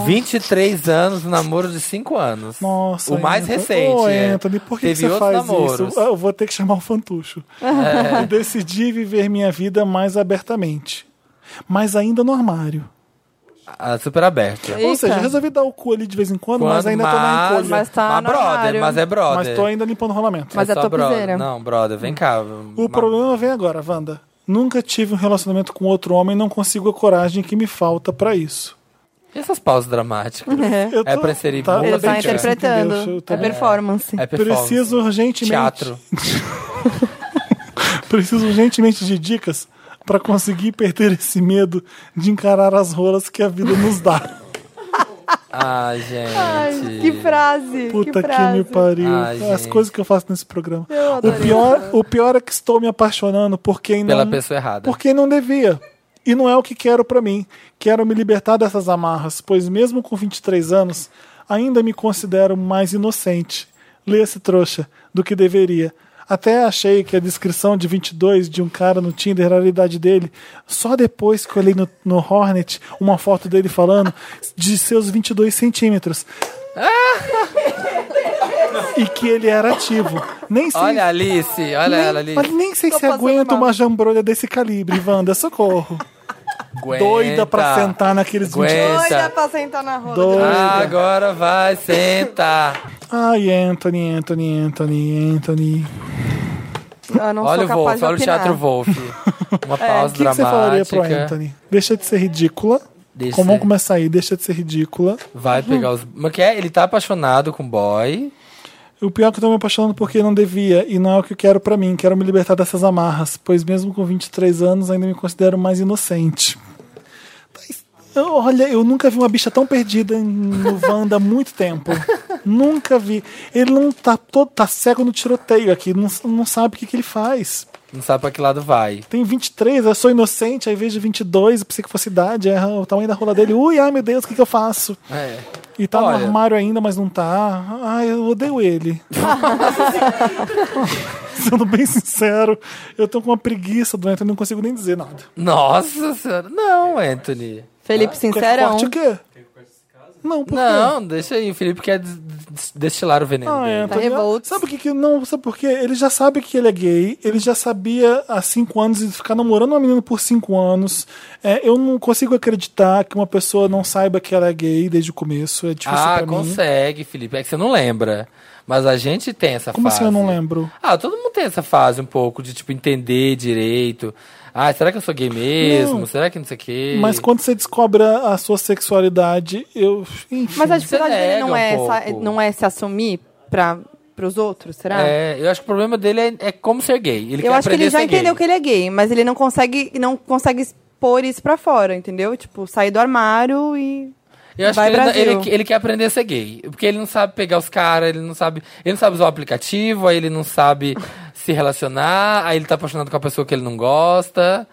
[SPEAKER 3] 23 anos, um namoro de 5 anos.
[SPEAKER 1] Nossa.
[SPEAKER 3] O mais
[SPEAKER 1] Anthony.
[SPEAKER 3] recente.
[SPEAKER 1] Ô,
[SPEAKER 3] é.
[SPEAKER 1] Anthony, por que, que
[SPEAKER 3] Teve
[SPEAKER 1] você
[SPEAKER 3] outros
[SPEAKER 1] faz
[SPEAKER 3] namoros. É.
[SPEAKER 1] isso? Ah, Eu vou ter que chamar o fantucho. Decidi viver minha vida mais abertamente. Mas ainda no armário.
[SPEAKER 3] Ah, super aberto.
[SPEAKER 1] Ou seja,
[SPEAKER 4] Eita.
[SPEAKER 1] resolvi dar o cu ali de vez em quando, mas
[SPEAKER 3] Quando-
[SPEAKER 1] ainda tô na encolha.
[SPEAKER 4] mas tá no
[SPEAKER 3] brother,
[SPEAKER 4] armário.
[SPEAKER 3] mas é brother.
[SPEAKER 1] Mas tô ainda limpando o rolamento.
[SPEAKER 4] Mas é
[SPEAKER 3] só brother.
[SPEAKER 4] topzera.
[SPEAKER 3] Não, brother, vem cá.
[SPEAKER 1] O problema vem agora, Wanda. Nunca tive um relacionamento com outro homem e não consigo a coragem que me falta pra isso.
[SPEAKER 3] E essas pausas dramáticas?
[SPEAKER 4] É.
[SPEAKER 1] Eu
[SPEAKER 3] É pra inserir
[SPEAKER 1] tá,
[SPEAKER 3] música,
[SPEAKER 4] Ele tá
[SPEAKER 3] gente, é.
[SPEAKER 1] Entendeu? Eu
[SPEAKER 4] interpretando.
[SPEAKER 1] tô-
[SPEAKER 4] É performance.
[SPEAKER 3] É performance.
[SPEAKER 1] Preciso urgentemente.
[SPEAKER 3] Teatro.
[SPEAKER 1] Preciso urgentemente de dicas pra conseguir perder esse medo de encarar as rolas que a vida nos dá.
[SPEAKER 3] Ai, gente.
[SPEAKER 4] Ai, que frase.
[SPEAKER 1] Puta que,
[SPEAKER 4] frase.
[SPEAKER 1] me pariu.
[SPEAKER 3] Ai,
[SPEAKER 1] as
[SPEAKER 3] gente.
[SPEAKER 1] coisas que eu faço nesse programa.
[SPEAKER 4] Eu
[SPEAKER 1] O
[SPEAKER 4] adorei.
[SPEAKER 1] pior, o pior é que estou me apaixonando por quem
[SPEAKER 3] Pela
[SPEAKER 1] não,
[SPEAKER 3] pessoa errada.
[SPEAKER 1] por quem não devia. E não é o que quero pra mim. Quero me libertar dessas amarras, pois mesmo com 23 anos, ainda me considero mais inocente. Lê esse trouxa do que deveria. Até achei que a descrição de 22 de um cara no Tinder era a idade dele. Só depois que eu olhei no, no Hornet uma foto dele falando de seus 22 centímetros. E que ele era ativo. Nem sei
[SPEAKER 3] Olha a Alice, olha
[SPEAKER 1] nem,
[SPEAKER 3] ela
[SPEAKER 1] mas
[SPEAKER 3] Alice.
[SPEAKER 1] nem sei
[SPEAKER 4] Tô
[SPEAKER 1] se
[SPEAKER 4] passando
[SPEAKER 1] aguenta
[SPEAKER 4] mal.
[SPEAKER 1] uma jambrolha desse calibre, Wanda. Socorro.
[SPEAKER 3] Aguenta.
[SPEAKER 1] Doida pra sentar naqueles 20.
[SPEAKER 3] Aguenta.
[SPEAKER 4] Doida pra sentar na roda.
[SPEAKER 1] Doida.
[SPEAKER 3] Agora vai, sentar.
[SPEAKER 1] Ai, Anthony, Anthony, Anthony, Anthony.
[SPEAKER 4] Eu não
[SPEAKER 3] olha
[SPEAKER 4] sou
[SPEAKER 3] o Wolf,
[SPEAKER 4] capaz de
[SPEAKER 3] olha o
[SPEAKER 4] opinar.
[SPEAKER 3] Teatro Wolf. Uma
[SPEAKER 1] É, O
[SPEAKER 3] pausa
[SPEAKER 1] que, que você falaria
[SPEAKER 3] dramática.
[SPEAKER 1] pro Anthony? Deixa de ser ridícula.
[SPEAKER 3] Deixa
[SPEAKER 1] Como
[SPEAKER 3] ser-
[SPEAKER 1] vamos começar aí? Deixa de ser ridícula.
[SPEAKER 3] Vai pegar os. Mas que é? Ele tá apaixonado com o boy.
[SPEAKER 1] O pior é que eu tô me apaixonando porque não devia e não é o que eu quero pra mim. Quero me libertar dessas amarras, pois mesmo com 23 anos ainda me considero mais inocente. Mas, eu- Olha, eu nunca vi uma bicha tão perdida em- no Wanda há muito tempo. nunca vi. Ele não tá todo tá cego no tiroteio aqui, não, não sabe o que, que ele faz.
[SPEAKER 3] Não sabe pra que lado vai.
[SPEAKER 1] Tem 23, eu sou inocente, aí vejo 22, eu pensei que fosse idade, é o tamanho da rola dele. Ui, ai meu Deus, o que, que eu faço?
[SPEAKER 3] É.
[SPEAKER 1] E tá
[SPEAKER 3] Olha.
[SPEAKER 1] no armário ainda, mas não tá. Ai, eu odeio ele. Sendo bem sincero, eu tô com uma preguiça do Anthony, não consigo nem dizer nada.
[SPEAKER 3] Nossa senhora. Não, Anthony.
[SPEAKER 4] Felipe
[SPEAKER 1] Quer
[SPEAKER 4] Sincerão.
[SPEAKER 1] corte o quê? Não, por quê?
[SPEAKER 3] Não, deixa aí. O Felipe quer des- des- destilar o veneno
[SPEAKER 1] Ah, é,
[SPEAKER 3] dele.
[SPEAKER 1] Antônio,
[SPEAKER 4] revolto.
[SPEAKER 1] Sabe o que que não? Sabe por quê? Ele já sabe que ele é gay, ele já sabia há cinco anos de ficar namorando uma menina por cinco anos. É, eu não consigo acreditar que uma pessoa não saiba que ela é gay desde o começo. É difícil
[SPEAKER 3] Ah,
[SPEAKER 1] pra mim.
[SPEAKER 3] consegue, Felipe. É que você não lembra. Mas a gente tem essa
[SPEAKER 1] Como
[SPEAKER 3] fase.
[SPEAKER 1] assim eu não lembro?
[SPEAKER 3] Ah, todo mundo tem essa fase um pouco de, tipo, entender direito. Ah, será que eu sou gay mesmo?
[SPEAKER 1] Não.
[SPEAKER 3] Será que não sei o quê?
[SPEAKER 1] Mas quando você descobre a a sua sexualidade, eu. Enfim.
[SPEAKER 4] Mas a
[SPEAKER 3] Você
[SPEAKER 4] dificuldade dele
[SPEAKER 3] nega
[SPEAKER 4] não
[SPEAKER 3] um
[SPEAKER 4] é,
[SPEAKER 3] pouco.
[SPEAKER 4] essa- não é se assumir pra, pros outros, será?
[SPEAKER 3] É, eu acho que o problema dele é, é como ser gay. Ele
[SPEAKER 4] eu
[SPEAKER 3] quer
[SPEAKER 4] acho que ele
[SPEAKER 3] aprender
[SPEAKER 4] já
[SPEAKER 3] a ser gay.
[SPEAKER 4] entendeu que ele é gay, mas ele não consegue, não consegue expor isso pra fora, entendeu? Tipo, sair do armário e.
[SPEAKER 3] Eu acho
[SPEAKER 4] Vai,
[SPEAKER 3] que ele- ele,
[SPEAKER 4] Brasil.
[SPEAKER 3] ele quer aprender a ser gay. Porque ele não sabe pegar os caras, ele não sabe. Ele não sabe usar o aplicativo, aí ele não sabe se relacionar, aí ele tá apaixonado com a pessoa que ele não gosta.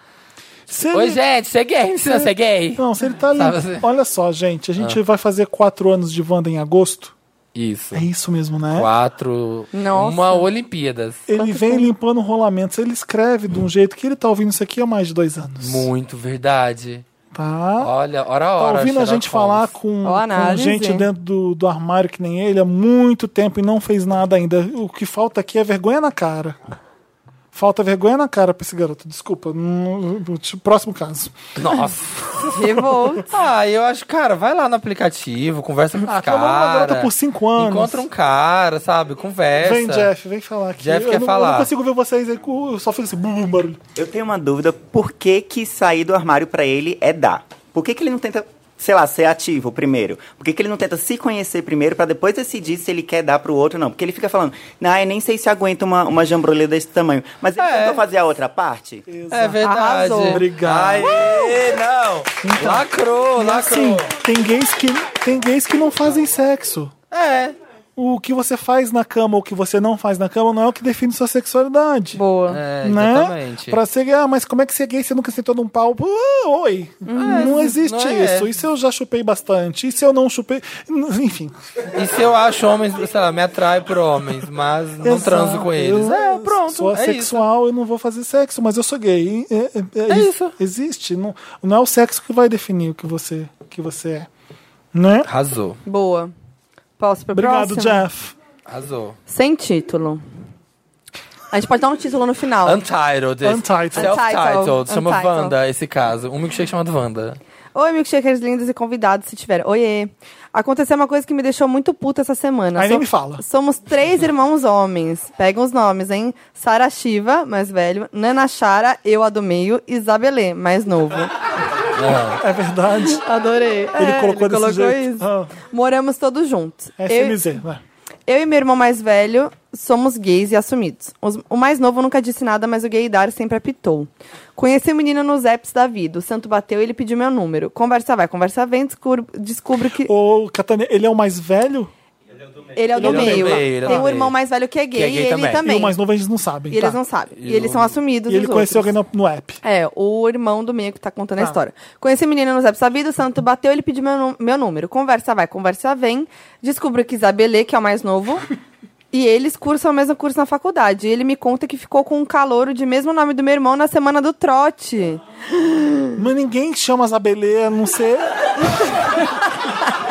[SPEAKER 1] Se
[SPEAKER 3] Oi,
[SPEAKER 1] ele-
[SPEAKER 3] gente, você é gay, me ensina a ser gay.
[SPEAKER 1] Não, se ele tá ali.
[SPEAKER 3] Sabe Ah. assim?
[SPEAKER 1] Olha só, gente, a gente vai fazer quatro anos de Wanda em agosto.
[SPEAKER 3] Isso.
[SPEAKER 1] É isso mesmo, né?
[SPEAKER 3] Quatro.
[SPEAKER 4] Nossa.
[SPEAKER 3] Uma Olimpíadas.
[SPEAKER 1] Ele vem limpando o rolamento. Ele escreve de um jeito que ele tá ouvindo isso aqui há mais de dois anos.
[SPEAKER 3] Muito verdade.
[SPEAKER 1] Tá?
[SPEAKER 3] Olha, hora a
[SPEAKER 1] Tá
[SPEAKER 3] hora.
[SPEAKER 1] ouvindo a
[SPEAKER 3] Sherlock
[SPEAKER 1] gente falar
[SPEAKER 3] Holmes.
[SPEAKER 1] com,
[SPEAKER 4] Ó,
[SPEAKER 1] com
[SPEAKER 4] análise.
[SPEAKER 1] gente dentro do, do armário que nem ele há muito tempo e não fez nada ainda. O que falta aqui é vergonha na cara. Falta vergonha na cara pra esse garoto. Desculpa. Hum, Próximo caso.
[SPEAKER 3] Nossa.
[SPEAKER 4] Revolto.
[SPEAKER 3] ah, eu acho, cara, vai lá no aplicativo, conversa com os
[SPEAKER 1] Ah,
[SPEAKER 3] caras.
[SPEAKER 1] calma, uma garota por cinco anos.
[SPEAKER 3] Encontra um cara, sabe? Conversa.
[SPEAKER 1] Vem, Jeff, vem falar aqui.
[SPEAKER 3] Jeff
[SPEAKER 1] eu
[SPEAKER 3] quer
[SPEAKER 1] não, Eu
[SPEAKER 3] falar.
[SPEAKER 1] não consigo ver vocês aí. com- Eu só fico assim, bum, bum, barulho.
[SPEAKER 9] Eu tenho uma dúvida, por que que sair do armário pra ele é dar? Por que que ele não tenta, sei lá, ser ativo primeiro? Por que que ele não tenta se conhecer primeiro pra depois decidir se ele quer dar pro outro ou não? Porque ele fica falando, nah, eu nem sei se aguenta uma, uma jambrolha desse tamanho. Mas ele
[SPEAKER 3] É.
[SPEAKER 9] tentou fazer a outra parte?
[SPEAKER 3] É verdade.
[SPEAKER 4] Arrasou.
[SPEAKER 1] Obrigado. Então,
[SPEAKER 3] Aê, não. Lacrou,
[SPEAKER 1] E assim,
[SPEAKER 3] lacrou.
[SPEAKER 1] tem gays, que, tem gays que não fazem sexo.
[SPEAKER 3] É.
[SPEAKER 1] O que você faz na cama ou o que você não faz na cama não é o que define sua sexualidade.
[SPEAKER 4] Boa.
[SPEAKER 3] É,
[SPEAKER 1] né?
[SPEAKER 3] exatamente.
[SPEAKER 1] Pra ser gay, ah, mas como é que você é gay? Você nunca sentou num pau? Uh, oi! não existe
[SPEAKER 3] não é.
[SPEAKER 1] isso. E se eu já chupei bastante? E se eu não chupei? N- Enfim.
[SPEAKER 3] E se eu acho homens, sei lá, me atrai por homens, mas não
[SPEAKER 1] Exato.
[SPEAKER 3] um transo com eles.
[SPEAKER 1] Eu
[SPEAKER 3] É, pronto.
[SPEAKER 1] Sou
[SPEAKER 3] é isso.
[SPEAKER 1] assexual, eu não vou fazer sexo, mas eu sou gay. E- É, é-
[SPEAKER 3] É
[SPEAKER 1] ex-
[SPEAKER 3] isso.
[SPEAKER 1] Existe. Não, não é o sexo que vai definir o que você, o que você é. Né?
[SPEAKER 3] Arrasou,
[SPEAKER 4] Boa. Posso ir pra
[SPEAKER 1] Obrigado,
[SPEAKER 4] próxima?
[SPEAKER 1] Jeff.
[SPEAKER 3] arrasou.
[SPEAKER 4] Sem título. A gente pode dar um título no final.
[SPEAKER 3] Untitled. esse.
[SPEAKER 1] Untitled.
[SPEAKER 3] Self-titled. Chama
[SPEAKER 4] Untitled.
[SPEAKER 3] Wanda esse caso. Um milkshake chamado Wanda.
[SPEAKER 4] Oi, milkshakers lindos e convidados, se tiver. Oiê. Aconteceu uma coisa que me deixou muito puta essa semana.
[SPEAKER 1] Aí nem me fala.
[SPEAKER 4] Somos três irmãos homens. Pegam os nomes, hein? Sara Shiva, mais velho. Nana Chara, eu a do meio. E Isabelê, mais novo.
[SPEAKER 1] É verdade.
[SPEAKER 4] Adorei. Ele
[SPEAKER 1] É, colocou desse jeito.
[SPEAKER 4] isso.
[SPEAKER 1] Ah.
[SPEAKER 4] Moramos todos juntos. Eu-
[SPEAKER 1] FMZ. né?
[SPEAKER 4] eu e meu irmão mais velho somos gays e assumidos. Os- o mais novo nunca disse nada, mas o gaydar sempre apitou. Conheci o menino nos apps da vida. O santo bateu e ele pediu meu número. Conversa vai, conversa vem, descubro, descubro que
[SPEAKER 1] O Catania, ele é o mais velho?
[SPEAKER 4] ele é o do
[SPEAKER 3] ele é do
[SPEAKER 4] meio.
[SPEAKER 3] meio, ele é do
[SPEAKER 4] Tem um
[SPEAKER 3] meio.
[SPEAKER 4] irmão mais velho que é gay,
[SPEAKER 3] Que é gay
[SPEAKER 4] e ele
[SPEAKER 3] também.
[SPEAKER 4] também.
[SPEAKER 1] E o mais novo eles não sabem.
[SPEAKER 4] E eles
[SPEAKER 1] tá.
[SPEAKER 4] não sabem.
[SPEAKER 3] E
[SPEAKER 4] E, eles
[SPEAKER 3] o-
[SPEAKER 4] são assumidos.
[SPEAKER 1] E ele
[SPEAKER 4] os
[SPEAKER 1] conheceu
[SPEAKER 4] outros.
[SPEAKER 1] alguém no, no app.
[SPEAKER 4] É, o irmão do meio que tá contando a história. Conheci o menino no Zé Sabido, o santo bateu, ele pediu meu, nu- meu número. Conversa vai, conversa vem. Descubro que Isabelê, que é o mais novo, e eles cursam o mesmo curso na faculdade. E ele me conta que ficou com um calouro de mesmo nome do meu irmão na semana do trote.
[SPEAKER 1] Mas ninguém chama as abelê, a não ser.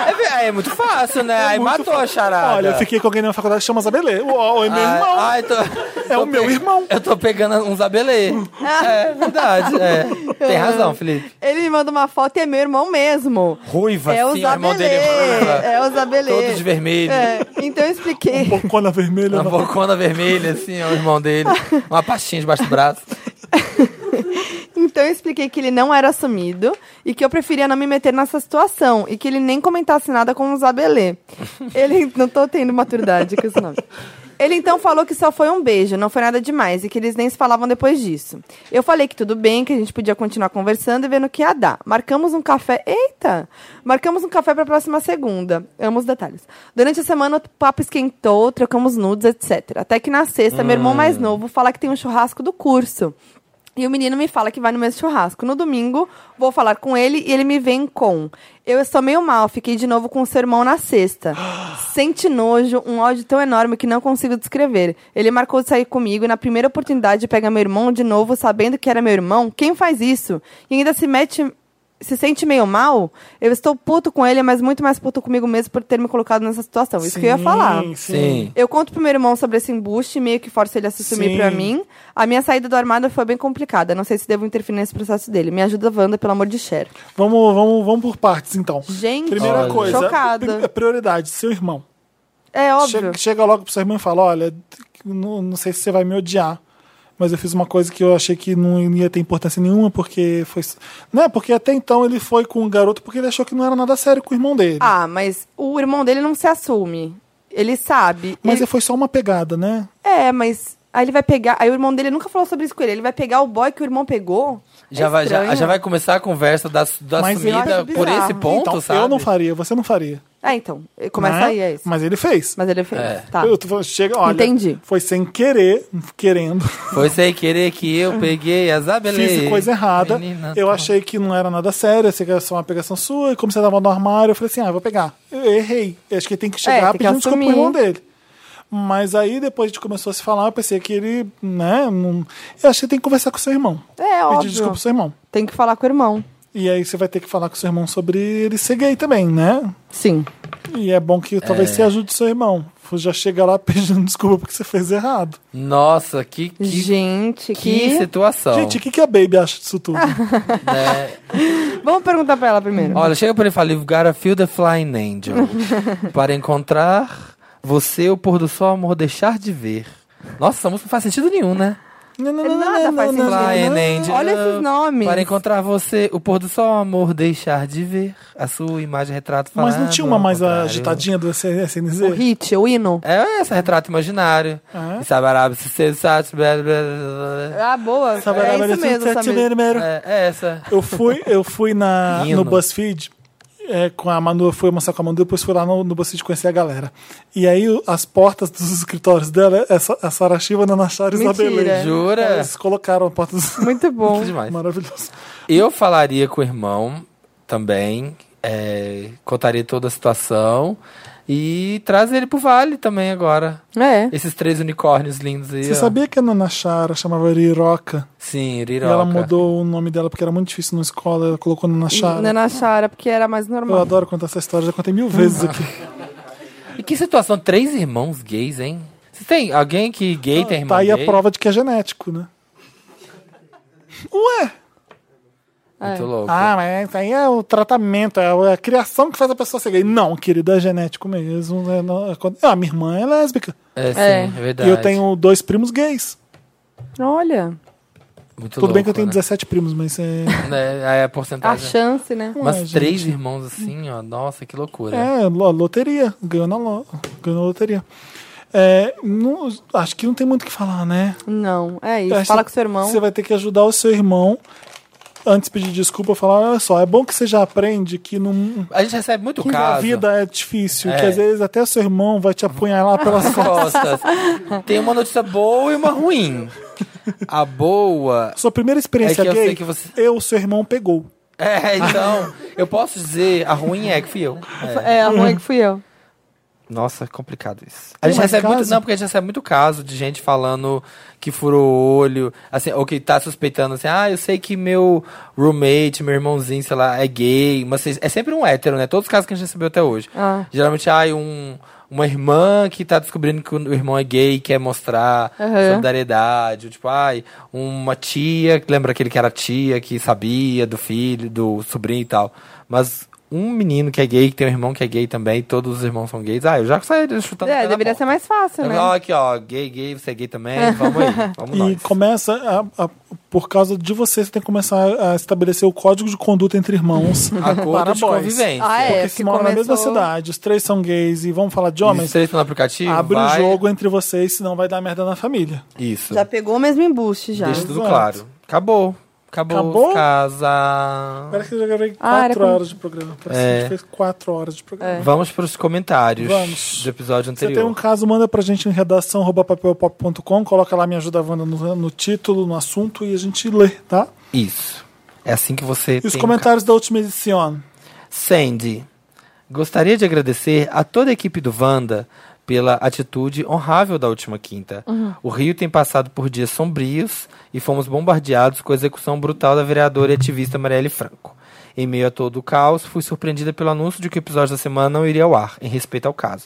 [SPEAKER 3] É, ve- é muito fácil, né? Aí
[SPEAKER 1] muito
[SPEAKER 3] matou a charada.
[SPEAKER 1] Olha, eu fiquei com alguém na faculdade que chama Zabelê. Uau, é meu
[SPEAKER 3] Ah,
[SPEAKER 1] irmão.
[SPEAKER 3] Ai, ai, tô-
[SPEAKER 1] é
[SPEAKER 3] tô
[SPEAKER 1] o meu
[SPEAKER 3] pe-
[SPEAKER 1] irmão.
[SPEAKER 3] Eu tô pegando uns abelê. é verdade. é. Tem razão, Felipe.
[SPEAKER 4] Ele me manda uma foto e é meu irmão mesmo.
[SPEAKER 3] Ruiva,
[SPEAKER 4] é o
[SPEAKER 3] sim, assim, o irmão
[SPEAKER 4] Zabelê.
[SPEAKER 3] dele é ruiva.
[SPEAKER 4] É o Zabelê.
[SPEAKER 3] Todo de vermelho. Um
[SPEAKER 4] É, então eu expliquei.
[SPEAKER 1] Bocona vermelha.
[SPEAKER 3] Uma
[SPEAKER 1] não.
[SPEAKER 3] bocona vermelha, assim, é o irmão dele. Uma pastinha debaixo do braço.
[SPEAKER 4] Então eu expliquei que ele não era assumido e que eu preferia não me meter nessa situação e que ele nem comentasse nada com o Zabelê. Ele não tô tendo maturidade com esse nome. Ele então falou que só foi um beijo, não foi nada demais e que eles nem se falavam depois disso. Eu falei que tudo bem, que a gente podia continuar conversando e vendo o que ia dar. Marcamos um café. Eita! Marcamos um café para a próxima segunda. Amo os detalhes. Durante a semana o papo esquentou, trocamos nudes, etc. Até que na sexta, meu irmão mais novo fala que tem um churrasco do curso. E o menino me fala que vai no mesmo churrasco. No domingo, vou falar com ele e ele me vem com. Eu estou meio mal, fiquei de novo com o sermão na sexta. Sente nojo, um ódio tão enorme que não consigo descrever. Ele marcou de sair comigo e na primeira oportunidade pega meu irmão de novo, sabendo que era meu irmão. Quem faz isso? E ainda se mete se sente meio mal, eu estou puto com ele, mas muito mais puto comigo mesmo por ter me colocado nessa situação. Isso que eu ia falar.
[SPEAKER 1] Sim, sim.
[SPEAKER 3] Sim.
[SPEAKER 4] Eu conto pro meu irmão sobre esse embuste, meio que forço ele a se sumir
[SPEAKER 1] Sim.
[SPEAKER 4] pra mim. A minha saída do armário foi bem complicada. Não sei se devo interferir nesse processo dele. Me ajuda, Wanda, pelo amor de Cher.
[SPEAKER 1] Vamos, vamos, vamos por partes, então.
[SPEAKER 4] Gente,
[SPEAKER 1] Primeira
[SPEAKER 3] Olha.
[SPEAKER 1] coisa,
[SPEAKER 4] Chocada.
[SPEAKER 1] pri- prioridade, seu irmão.
[SPEAKER 4] É óbvio.
[SPEAKER 1] Chega, chega logo pro seu irmão e fala: olha, não, não sei se você vai me odiar. Mas eu fiz uma coisa que eu achei que não ia ter importância nenhuma, porque foi. Né? Porque até então ele foi com o garoto porque ele achou que não era nada sério com o irmão dele.
[SPEAKER 4] Ah, mas o irmão dele não se assume. Ele sabe.
[SPEAKER 1] mas
[SPEAKER 4] Ele-
[SPEAKER 1] foi só uma pegada, né?
[SPEAKER 4] É, mas. Aí ele vai pegar. Aí o irmão dele nunca falou sobre isso com ele. Ele vai pegar o boy que o irmão pegou.
[SPEAKER 3] Já,
[SPEAKER 4] É
[SPEAKER 3] vai, já,
[SPEAKER 4] estranho.
[SPEAKER 3] já vai começar a conversa da, da
[SPEAKER 1] Mas eu
[SPEAKER 3] sumida
[SPEAKER 4] acho
[SPEAKER 3] por
[SPEAKER 4] bizarro.
[SPEAKER 3] esse ponto,
[SPEAKER 1] então,
[SPEAKER 3] sabe?
[SPEAKER 1] eu não faria, você não faria.
[SPEAKER 4] Ah, então. Começa
[SPEAKER 1] né?
[SPEAKER 4] aí, é isso. Mas,
[SPEAKER 1] Mas ele fez.
[SPEAKER 4] ele fez.
[SPEAKER 3] É.
[SPEAKER 4] Tá.
[SPEAKER 1] Eu tô falando, chega, olha,
[SPEAKER 4] Entendi.
[SPEAKER 1] Foi sem querer, querendo.
[SPEAKER 3] Foi sem querer que eu peguei as abelhas.
[SPEAKER 1] Fiz coisa errada.
[SPEAKER 4] tá.
[SPEAKER 1] eu achei que não era nada sério, eu sei que era só uma pegação sua. E como você tava no armário, eu falei assim: ah, eu vou pegar. Eu errei. Eu acho que tem que chegar
[SPEAKER 4] É, tem que
[SPEAKER 1] pedindo desculpa pro
[SPEAKER 4] assumir.
[SPEAKER 1] irmão dele. Mas aí, depois a gente começou a se falar, eu pensei que ele, né? Não... Eu achei que tem que conversar com seu irmão.
[SPEAKER 4] É,
[SPEAKER 1] Pedir
[SPEAKER 4] óbvio.
[SPEAKER 1] desculpa pro seu irmão.
[SPEAKER 4] Tem que falar com o irmão.
[SPEAKER 1] E aí você vai ter que falar com seu irmão sobre ele ser gay também, né?
[SPEAKER 4] Sim.
[SPEAKER 1] E é bom que talvez você ajude seu irmão. Já chega lá pedindo desculpa porque você fez errado.
[SPEAKER 3] Nossa, que, que,
[SPEAKER 4] Gente,
[SPEAKER 3] que
[SPEAKER 4] que.
[SPEAKER 3] situação.
[SPEAKER 1] Gente, o que, que a Baby acha disso tudo?
[SPEAKER 3] né?
[SPEAKER 4] Vamos perguntar pra ela primeiro.
[SPEAKER 3] Olha, chega pra ele e fala: You've got a field of flying angel. para encontrar você, o pôr do sol, amor, deixar de ver. Nossa, essa música não faz sentido nenhum, né?
[SPEAKER 1] Não, não,
[SPEAKER 4] Nada é faz sentido.
[SPEAKER 3] Flying Angel.
[SPEAKER 4] Olha esses nomes.
[SPEAKER 3] Para encontrar você, o pôr do sol, amor, deixar de ver. A sua imagem, retrato falado.
[SPEAKER 1] Mas não tinha uma
[SPEAKER 3] ao
[SPEAKER 1] mais
[SPEAKER 3] contrário.
[SPEAKER 1] agitadinha do SNZ?
[SPEAKER 4] O hit, o hino.
[SPEAKER 3] É essa, retrato imaginário.
[SPEAKER 1] Ah.
[SPEAKER 3] Sabarab, se se- sat- blá, blá, blá, blá.
[SPEAKER 4] Ah, boa.
[SPEAKER 1] Sabará,
[SPEAKER 4] é isso mesmo,
[SPEAKER 1] um sete
[SPEAKER 4] Samir.
[SPEAKER 1] vermelho.
[SPEAKER 3] É, é essa.
[SPEAKER 1] Eu fui, eu fui na,
[SPEAKER 3] Hino.
[SPEAKER 1] no BuzzFeed é, com a Manu, eu fui almoçar com a Manu, depois fui lá no, no BuzzFeed conhecer a galera. E aí o- as portas dos escritórios dela, essa, a Sara Shiva, Nana Chaves e a
[SPEAKER 4] Mentira.
[SPEAKER 1] Beleza.
[SPEAKER 3] Jura?
[SPEAKER 1] Eles colocaram a porta dos...
[SPEAKER 4] Muito bom.
[SPEAKER 3] é Demais.
[SPEAKER 1] Maravilhoso.
[SPEAKER 3] Eu falaria com o irmão também. é, contaria toda a situação. E traz ele pro vale também agora.
[SPEAKER 4] É.
[SPEAKER 3] Esses três unicórnios lindos aí.
[SPEAKER 1] Você
[SPEAKER 3] ó.
[SPEAKER 1] sabia que a Nana Chara chamava Riroca?
[SPEAKER 3] Sim,
[SPEAKER 1] E
[SPEAKER 3] Riroca.
[SPEAKER 1] ela mudou o nome dela porque era muito difícil na escola, ela colocou Nana Chara.
[SPEAKER 4] Nana é Chara, porque era mais
[SPEAKER 1] Eu
[SPEAKER 4] normal.
[SPEAKER 1] adoro contar essa história, já contei mil vezes aqui.
[SPEAKER 3] E que situação? Três irmãos gays, hein? Você tem alguém que gay tem irmão
[SPEAKER 1] Tá aí
[SPEAKER 3] gay?
[SPEAKER 1] a prova de que é genético, né? Ué!
[SPEAKER 3] Muito louco.
[SPEAKER 1] Ah, mas aí é o tratamento, é a criação que faz a pessoa ser gay. Não, querido, é genético mesmo. né? Não, é quando- Ah, minha irmã é lésbica.
[SPEAKER 3] é, sim,
[SPEAKER 4] é.
[SPEAKER 3] é
[SPEAKER 1] E
[SPEAKER 3] verdade.
[SPEAKER 1] eu tenho dois primos gays.
[SPEAKER 4] Olha,
[SPEAKER 3] Muito
[SPEAKER 1] Tudo bem que eu
[SPEAKER 3] louco,
[SPEAKER 1] tenho
[SPEAKER 3] né?
[SPEAKER 1] 17 primos, mas é.
[SPEAKER 3] Né? Aí a
[SPEAKER 4] a
[SPEAKER 3] porcentagem.
[SPEAKER 4] chance, né?
[SPEAKER 1] Ué,
[SPEAKER 3] Mas
[SPEAKER 1] é, gente.
[SPEAKER 3] três irmãos assim, ó. Nossa, que loucura.
[SPEAKER 1] É, lo- loteria. Ganhou na, lo... ganhou na loteria. É, não- acho que não tem muito o que falar, né?
[SPEAKER 4] Não, é
[SPEAKER 1] Eu
[SPEAKER 4] isso.
[SPEAKER 1] acho
[SPEAKER 4] Fala
[SPEAKER 1] que
[SPEAKER 4] com seu irmão.
[SPEAKER 1] Você vai ter que ajudar o seu irmão. Antes de pedir desculpa, falar: olha só, é bom que você já aprende que não,
[SPEAKER 3] A gente recebe muito
[SPEAKER 1] Que
[SPEAKER 3] caso.
[SPEAKER 1] a vida é difícil,
[SPEAKER 3] É.
[SPEAKER 1] que às vezes até seu irmão vai te apunhalar pelas costas.
[SPEAKER 3] Costas. Tem uma notícia boa e uma ruim. A boa.
[SPEAKER 1] Sua primeira experiência
[SPEAKER 3] É que eu
[SPEAKER 1] gay,
[SPEAKER 3] sei que você-
[SPEAKER 1] eu, seu irmão, pegou.
[SPEAKER 3] É, então. Eu posso dizer, a ruim é que fui eu. É.
[SPEAKER 4] É, a ruim que fui eu.
[SPEAKER 3] Nossa, é complicado isso. A
[SPEAKER 1] Tem
[SPEAKER 3] gente
[SPEAKER 1] mais
[SPEAKER 3] recebe muito.
[SPEAKER 1] caso?
[SPEAKER 3] Não, porque a gente recebe muito caso de gente falando que furou o olho, assim, ou que tá suspeitando assim, ah, eu sei que meu roommate, meu irmãozinho, sei lá, é gay. Mas vocês- é sempre um hétero, né? Todos os casos que a gente recebeu até hoje.
[SPEAKER 4] Ah.
[SPEAKER 3] Geralmente, ai, um, uma irmã que tá descobrindo que o irmão é gay e quer mostrar
[SPEAKER 4] Aham.
[SPEAKER 3] solidariedade. ou Tipo, ai, uma tia, que lembra aquele que era tia, que sabia do filho, do sobrinho e tal. Mas um menino que é gay, que tem um irmão que é gay também, todos os irmãos são gays. Ah, eu já saí chutando.
[SPEAKER 4] É, deveria ser mais fácil, né?
[SPEAKER 3] Ó, aqui, ó, gay, gay, você é gay também, vamos aí, vamos
[SPEAKER 1] E
[SPEAKER 3] nós.
[SPEAKER 1] começa, a- a- por causa de você, você tem que começar a estabelecer o código de conduta entre irmãos.
[SPEAKER 3] Acordo de
[SPEAKER 1] é? boys.
[SPEAKER 3] convivência.
[SPEAKER 4] Ah, é,
[SPEAKER 1] Porque se
[SPEAKER 4] porque
[SPEAKER 1] moram na mesma
[SPEAKER 4] começou-
[SPEAKER 1] cidade, os três são gays e vamos falar de
[SPEAKER 3] Homens,
[SPEAKER 1] homens,
[SPEAKER 3] três no aplicativo,
[SPEAKER 1] abre
[SPEAKER 3] vai.
[SPEAKER 1] o jogo entre vocês, senão vai dar merda na família.
[SPEAKER 3] Isso,
[SPEAKER 4] Já pegou o mesmo embuste já.
[SPEAKER 3] deixa tudo
[SPEAKER 1] Exato.
[SPEAKER 3] claro. Acabou, Acabou,
[SPEAKER 1] Acabou?
[SPEAKER 3] casa.
[SPEAKER 1] Parece que eu já gravei
[SPEAKER 4] Ah, era
[SPEAKER 1] quatro
[SPEAKER 4] com- É.
[SPEAKER 1] horas de programa. Parece que a gente
[SPEAKER 3] É.
[SPEAKER 1] fez quatro horas de programa.
[SPEAKER 3] Vamos pros comentários
[SPEAKER 1] Vamos.
[SPEAKER 3] do episódio
[SPEAKER 1] Se você tem
[SPEAKER 3] anterior.
[SPEAKER 1] um caso, manda pra gente em redação arroba papelpop.com, coloca lá Me Ajuda Wanda no, no título, no assunto e a gente lê, tá?
[SPEAKER 3] Isso. É assim que você.
[SPEAKER 1] E os
[SPEAKER 3] tem um
[SPEAKER 1] comentários da última edição.
[SPEAKER 3] Sandy, gostaria de agradecer a toda a equipe do Wanda pela atitude honrável da última quinta. O Rio tem passado por dias sombrios e fomos bombardeados com a execução brutal da vereadora e ativista Marielle Franco. Em meio a todo o caos, fui surpreendida pelo anúncio de que o episódio da semana não iria ao ar, em respeito ao caso.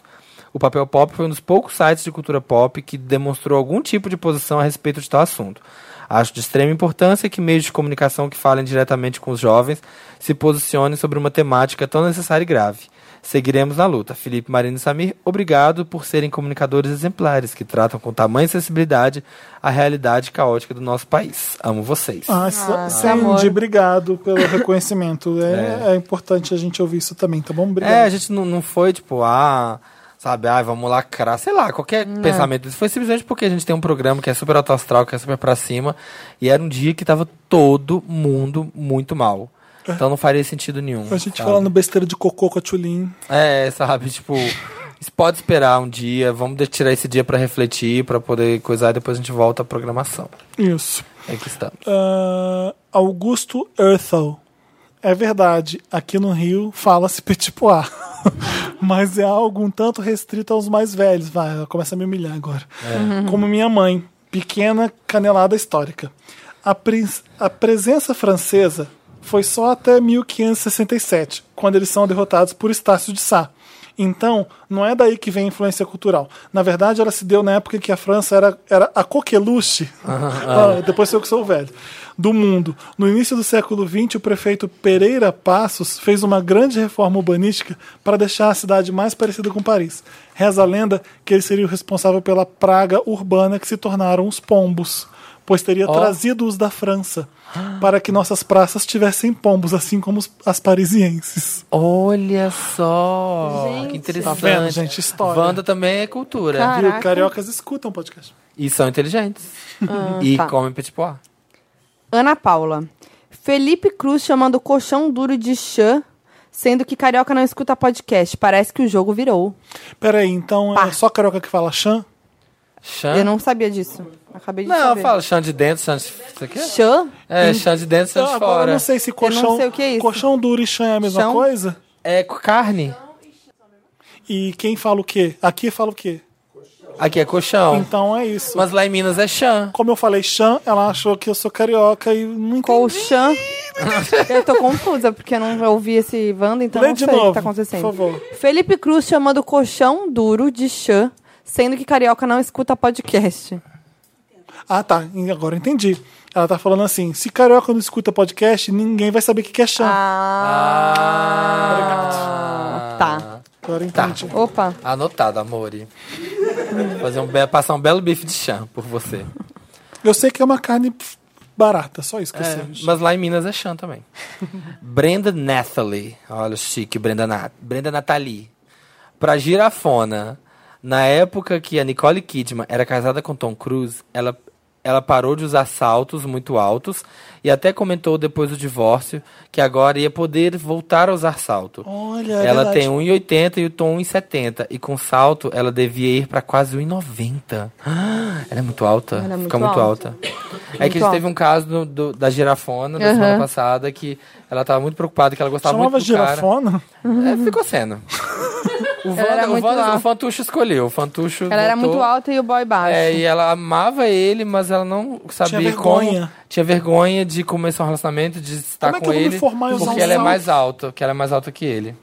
[SPEAKER 3] O Papel Pop foi um dos poucos sites de cultura pop que demonstrou algum tipo de posição a respeito de tal assunto. Acho de extrema importância que meios de comunicação que falem diretamente com os jovens se posicionem sobre uma temática tão necessária e grave. Seguiremos na luta. Felipe, Marina e Samir, obrigado por serem comunicadores exemplares que tratam com tamanha sensibilidade a realidade caótica do nosso país. Amo vocês.
[SPEAKER 1] Ah, Sandy,
[SPEAKER 4] amor.
[SPEAKER 1] obrigado pelo reconhecimento. É, é importante a gente ouvir isso também, tá bom? Obrigado.
[SPEAKER 3] É, a gente não, não foi tipo, ah, sabe, ah, vamos lacrar, sei lá, qualquer pensamento. Isso foi simplesmente porque a gente tem um programa que é super alto astral, que é super pra cima, e era um dia que tava todo mundo muito mal. Então não faria sentido nenhum.
[SPEAKER 1] É. A gente
[SPEAKER 3] sabe?
[SPEAKER 1] falando besteira de cocô com a Tulin.
[SPEAKER 3] É, sabe, tipo, isso pode esperar um dia, vamos de- tirar esse dia pra refletir, pra poder coisar, e depois a gente volta à programação.
[SPEAKER 1] Isso.
[SPEAKER 3] É que estamos.
[SPEAKER 1] Ah, Augusto Earthal. É verdade, aqui no Rio fala-se petipoá. Mas é algo um tanto restrito aos mais velhos. Vai, ela começa a me humilhar agora. Como minha mãe, pequena canelada histórica. A, pres- a presença francesa foi só até 1567, quando eles são derrotados por Estácio de Sá. Então, não é daí que vem a influência cultural. Na verdade, ela se deu na época em que a França era, era a coqueluche, Ah, depois eu que sou velho, do mundo. No início do século XX, o prefeito Pereira Passos fez uma grande reforma urbanística para deixar a cidade mais parecida com Paris. Reza a lenda que ele seria o responsável pela praga urbana que se tornaram os pombos, pois teria trazido-os da França para que nossas praças tivessem pombos, assim como os- as parisienses.
[SPEAKER 3] Olha só, que
[SPEAKER 1] Tá
[SPEAKER 3] interessante.
[SPEAKER 1] vendo, gente? História.
[SPEAKER 3] Wanda também é cultura.
[SPEAKER 4] Cara. Caraca.
[SPEAKER 1] Viu? Cariocas escutam podcast.
[SPEAKER 3] E são inteligentes.
[SPEAKER 1] Ah,
[SPEAKER 3] e
[SPEAKER 4] tá.
[SPEAKER 3] comem tipo, petit pois.
[SPEAKER 4] Ana Paula. Felipe Cruz chamando o colchão duro de chã, sendo que carioca não escuta podcast. Parece que o jogo virou.
[SPEAKER 1] Peraí, então é só carioca que fala Xan?
[SPEAKER 3] Chan?
[SPEAKER 4] Eu não sabia disso. Acabei de
[SPEAKER 3] Não,
[SPEAKER 4] saber.
[SPEAKER 3] fala chão de dentro, chão de. Isso aqui? é-
[SPEAKER 4] Chã?
[SPEAKER 3] É, chão de dentro, chão
[SPEAKER 1] Então,
[SPEAKER 3] de
[SPEAKER 1] agora eu
[SPEAKER 3] fora.
[SPEAKER 1] não sei se
[SPEAKER 4] não
[SPEAKER 1] colchão,
[SPEAKER 4] sei o que é isso.
[SPEAKER 1] colchão duro e chã é a mesma
[SPEAKER 3] Chão?
[SPEAKER 1] coisa.
[SPEAKER 3] É co- carne?
[SPEAKER 1] E quem fala o quê? Aqui fala o quê?
[SPEAKER 3] Aqui é colchão.
[SPEAKER 1] Então é isso.
[SPEAKER 3] Mas lá em Minas é chão.
[SPEAKER 1] Como eu falei chã, ela achou que eu sou carioca e não entendi.
[SPEAKER 4] Colchão. eu tô confusa, porque eu não ouvi esse Wanda, então
[SPEAKER 1] Lê
[SPEAKER 4] não
[SPEAKER 1] de
[SPEAKER 4] sei o
[SPEAKER 1] novo,
[SPEAKER 4] que tá acontecendo.
[SPEAKER 1] por favor.
[SPEAKER 4] Felipe Cruz chamando colchão duro de chã, sendo que carioca não escuta podcast.
[SPEAKER 1] Ah, tá. E Agora eu entendi. Ela tá falando assim, se carioca não escuta podcast, ninguém vai saber o que que é chã.
[SPEAKER 3] Ah,
[SPEAKER 4] Tá.
[SPEAKER 1] Agora eu entendi.
[SPEAKER 4] Opa.
[SPEAKER 3] Anotado, amore. Fazer um be- passar um belo bife de chão por você.
[SPEAKER 1] Eu sei que é uma carne pf, barata, só isso que eu sei.
[SPEAKER 3] Mas lá em Minas é chão também. Brenda Nathalie. Olha o chique, Brenda, Nat Brenda Nathalie. Pra girafona, na época que a Nicole Kidman era casada com Tom Cruise, ela, ela parou de usar saltos muito altos e até comentou depois do divórcio que agora ia poder voltar a usar salto.
[SPEAKER 1] Olha, é
[SPEAKER 3] ela
[SPEAKER 1] verdade.
[SPEAKER 3] tem 1,80 e o Tom 1,70. E com salto, ela devia ir pra quase 1,90. Ah, Ela é muito alta.
[SPEAKER 4] Ela é muito
[SPEAKER 3] Fica muito alta. É que a gente
[SPEAKER 4] alta.
[SPEAKER 3] teve um caso do- do- da girafona da semana passada que ela tava muito preocupada, que ela
[SPEAKER 4] tá
[SPEAKER 3] gostava
[SPEAKER 1] Chamava
[SPEAKER 3] muito do cara.
[SPEAKER 1] girafona?
[SPEAKER 3] É, ficou sendo. O,
[SPEAKER 4] era
[SPEAKER 3] Wanda, o,
[SPEAKER 4] muito
[SPEAKER 3] Wanda-
[SPEAKER 4] alta.
[SPEAKER 3] o Fantucho escolheu. O Fantucho
[SPEAKER 4] Ela era
[SPEAKER 3] botou-
[SPEAKER 4] é muito alta e o boy baixo.
[SPEAKER 3] É, e ela amava ele, mas ela não sabia
[SPEAKER 1] Tinha
[SPEAKER 3] como.
[SPEAKER 1] vergonha.
[SPEAKER 3] Tinha vergonha de começar um relacionamento, de estar
[SPEAKER 1] Como é que
[SPEAKER 3] com
[SPEAKER 1] eu vou me
[SPEAKER 3] ele.
[SPEAKER 1] formar e usar
[SPEAKER 3] porque
[SPEAKER 1] um
[SPEAKER 3] ela é
[SPEAKER 1] salto?
[SPEAKER 3] mais alta, que ela é mais alta que ele.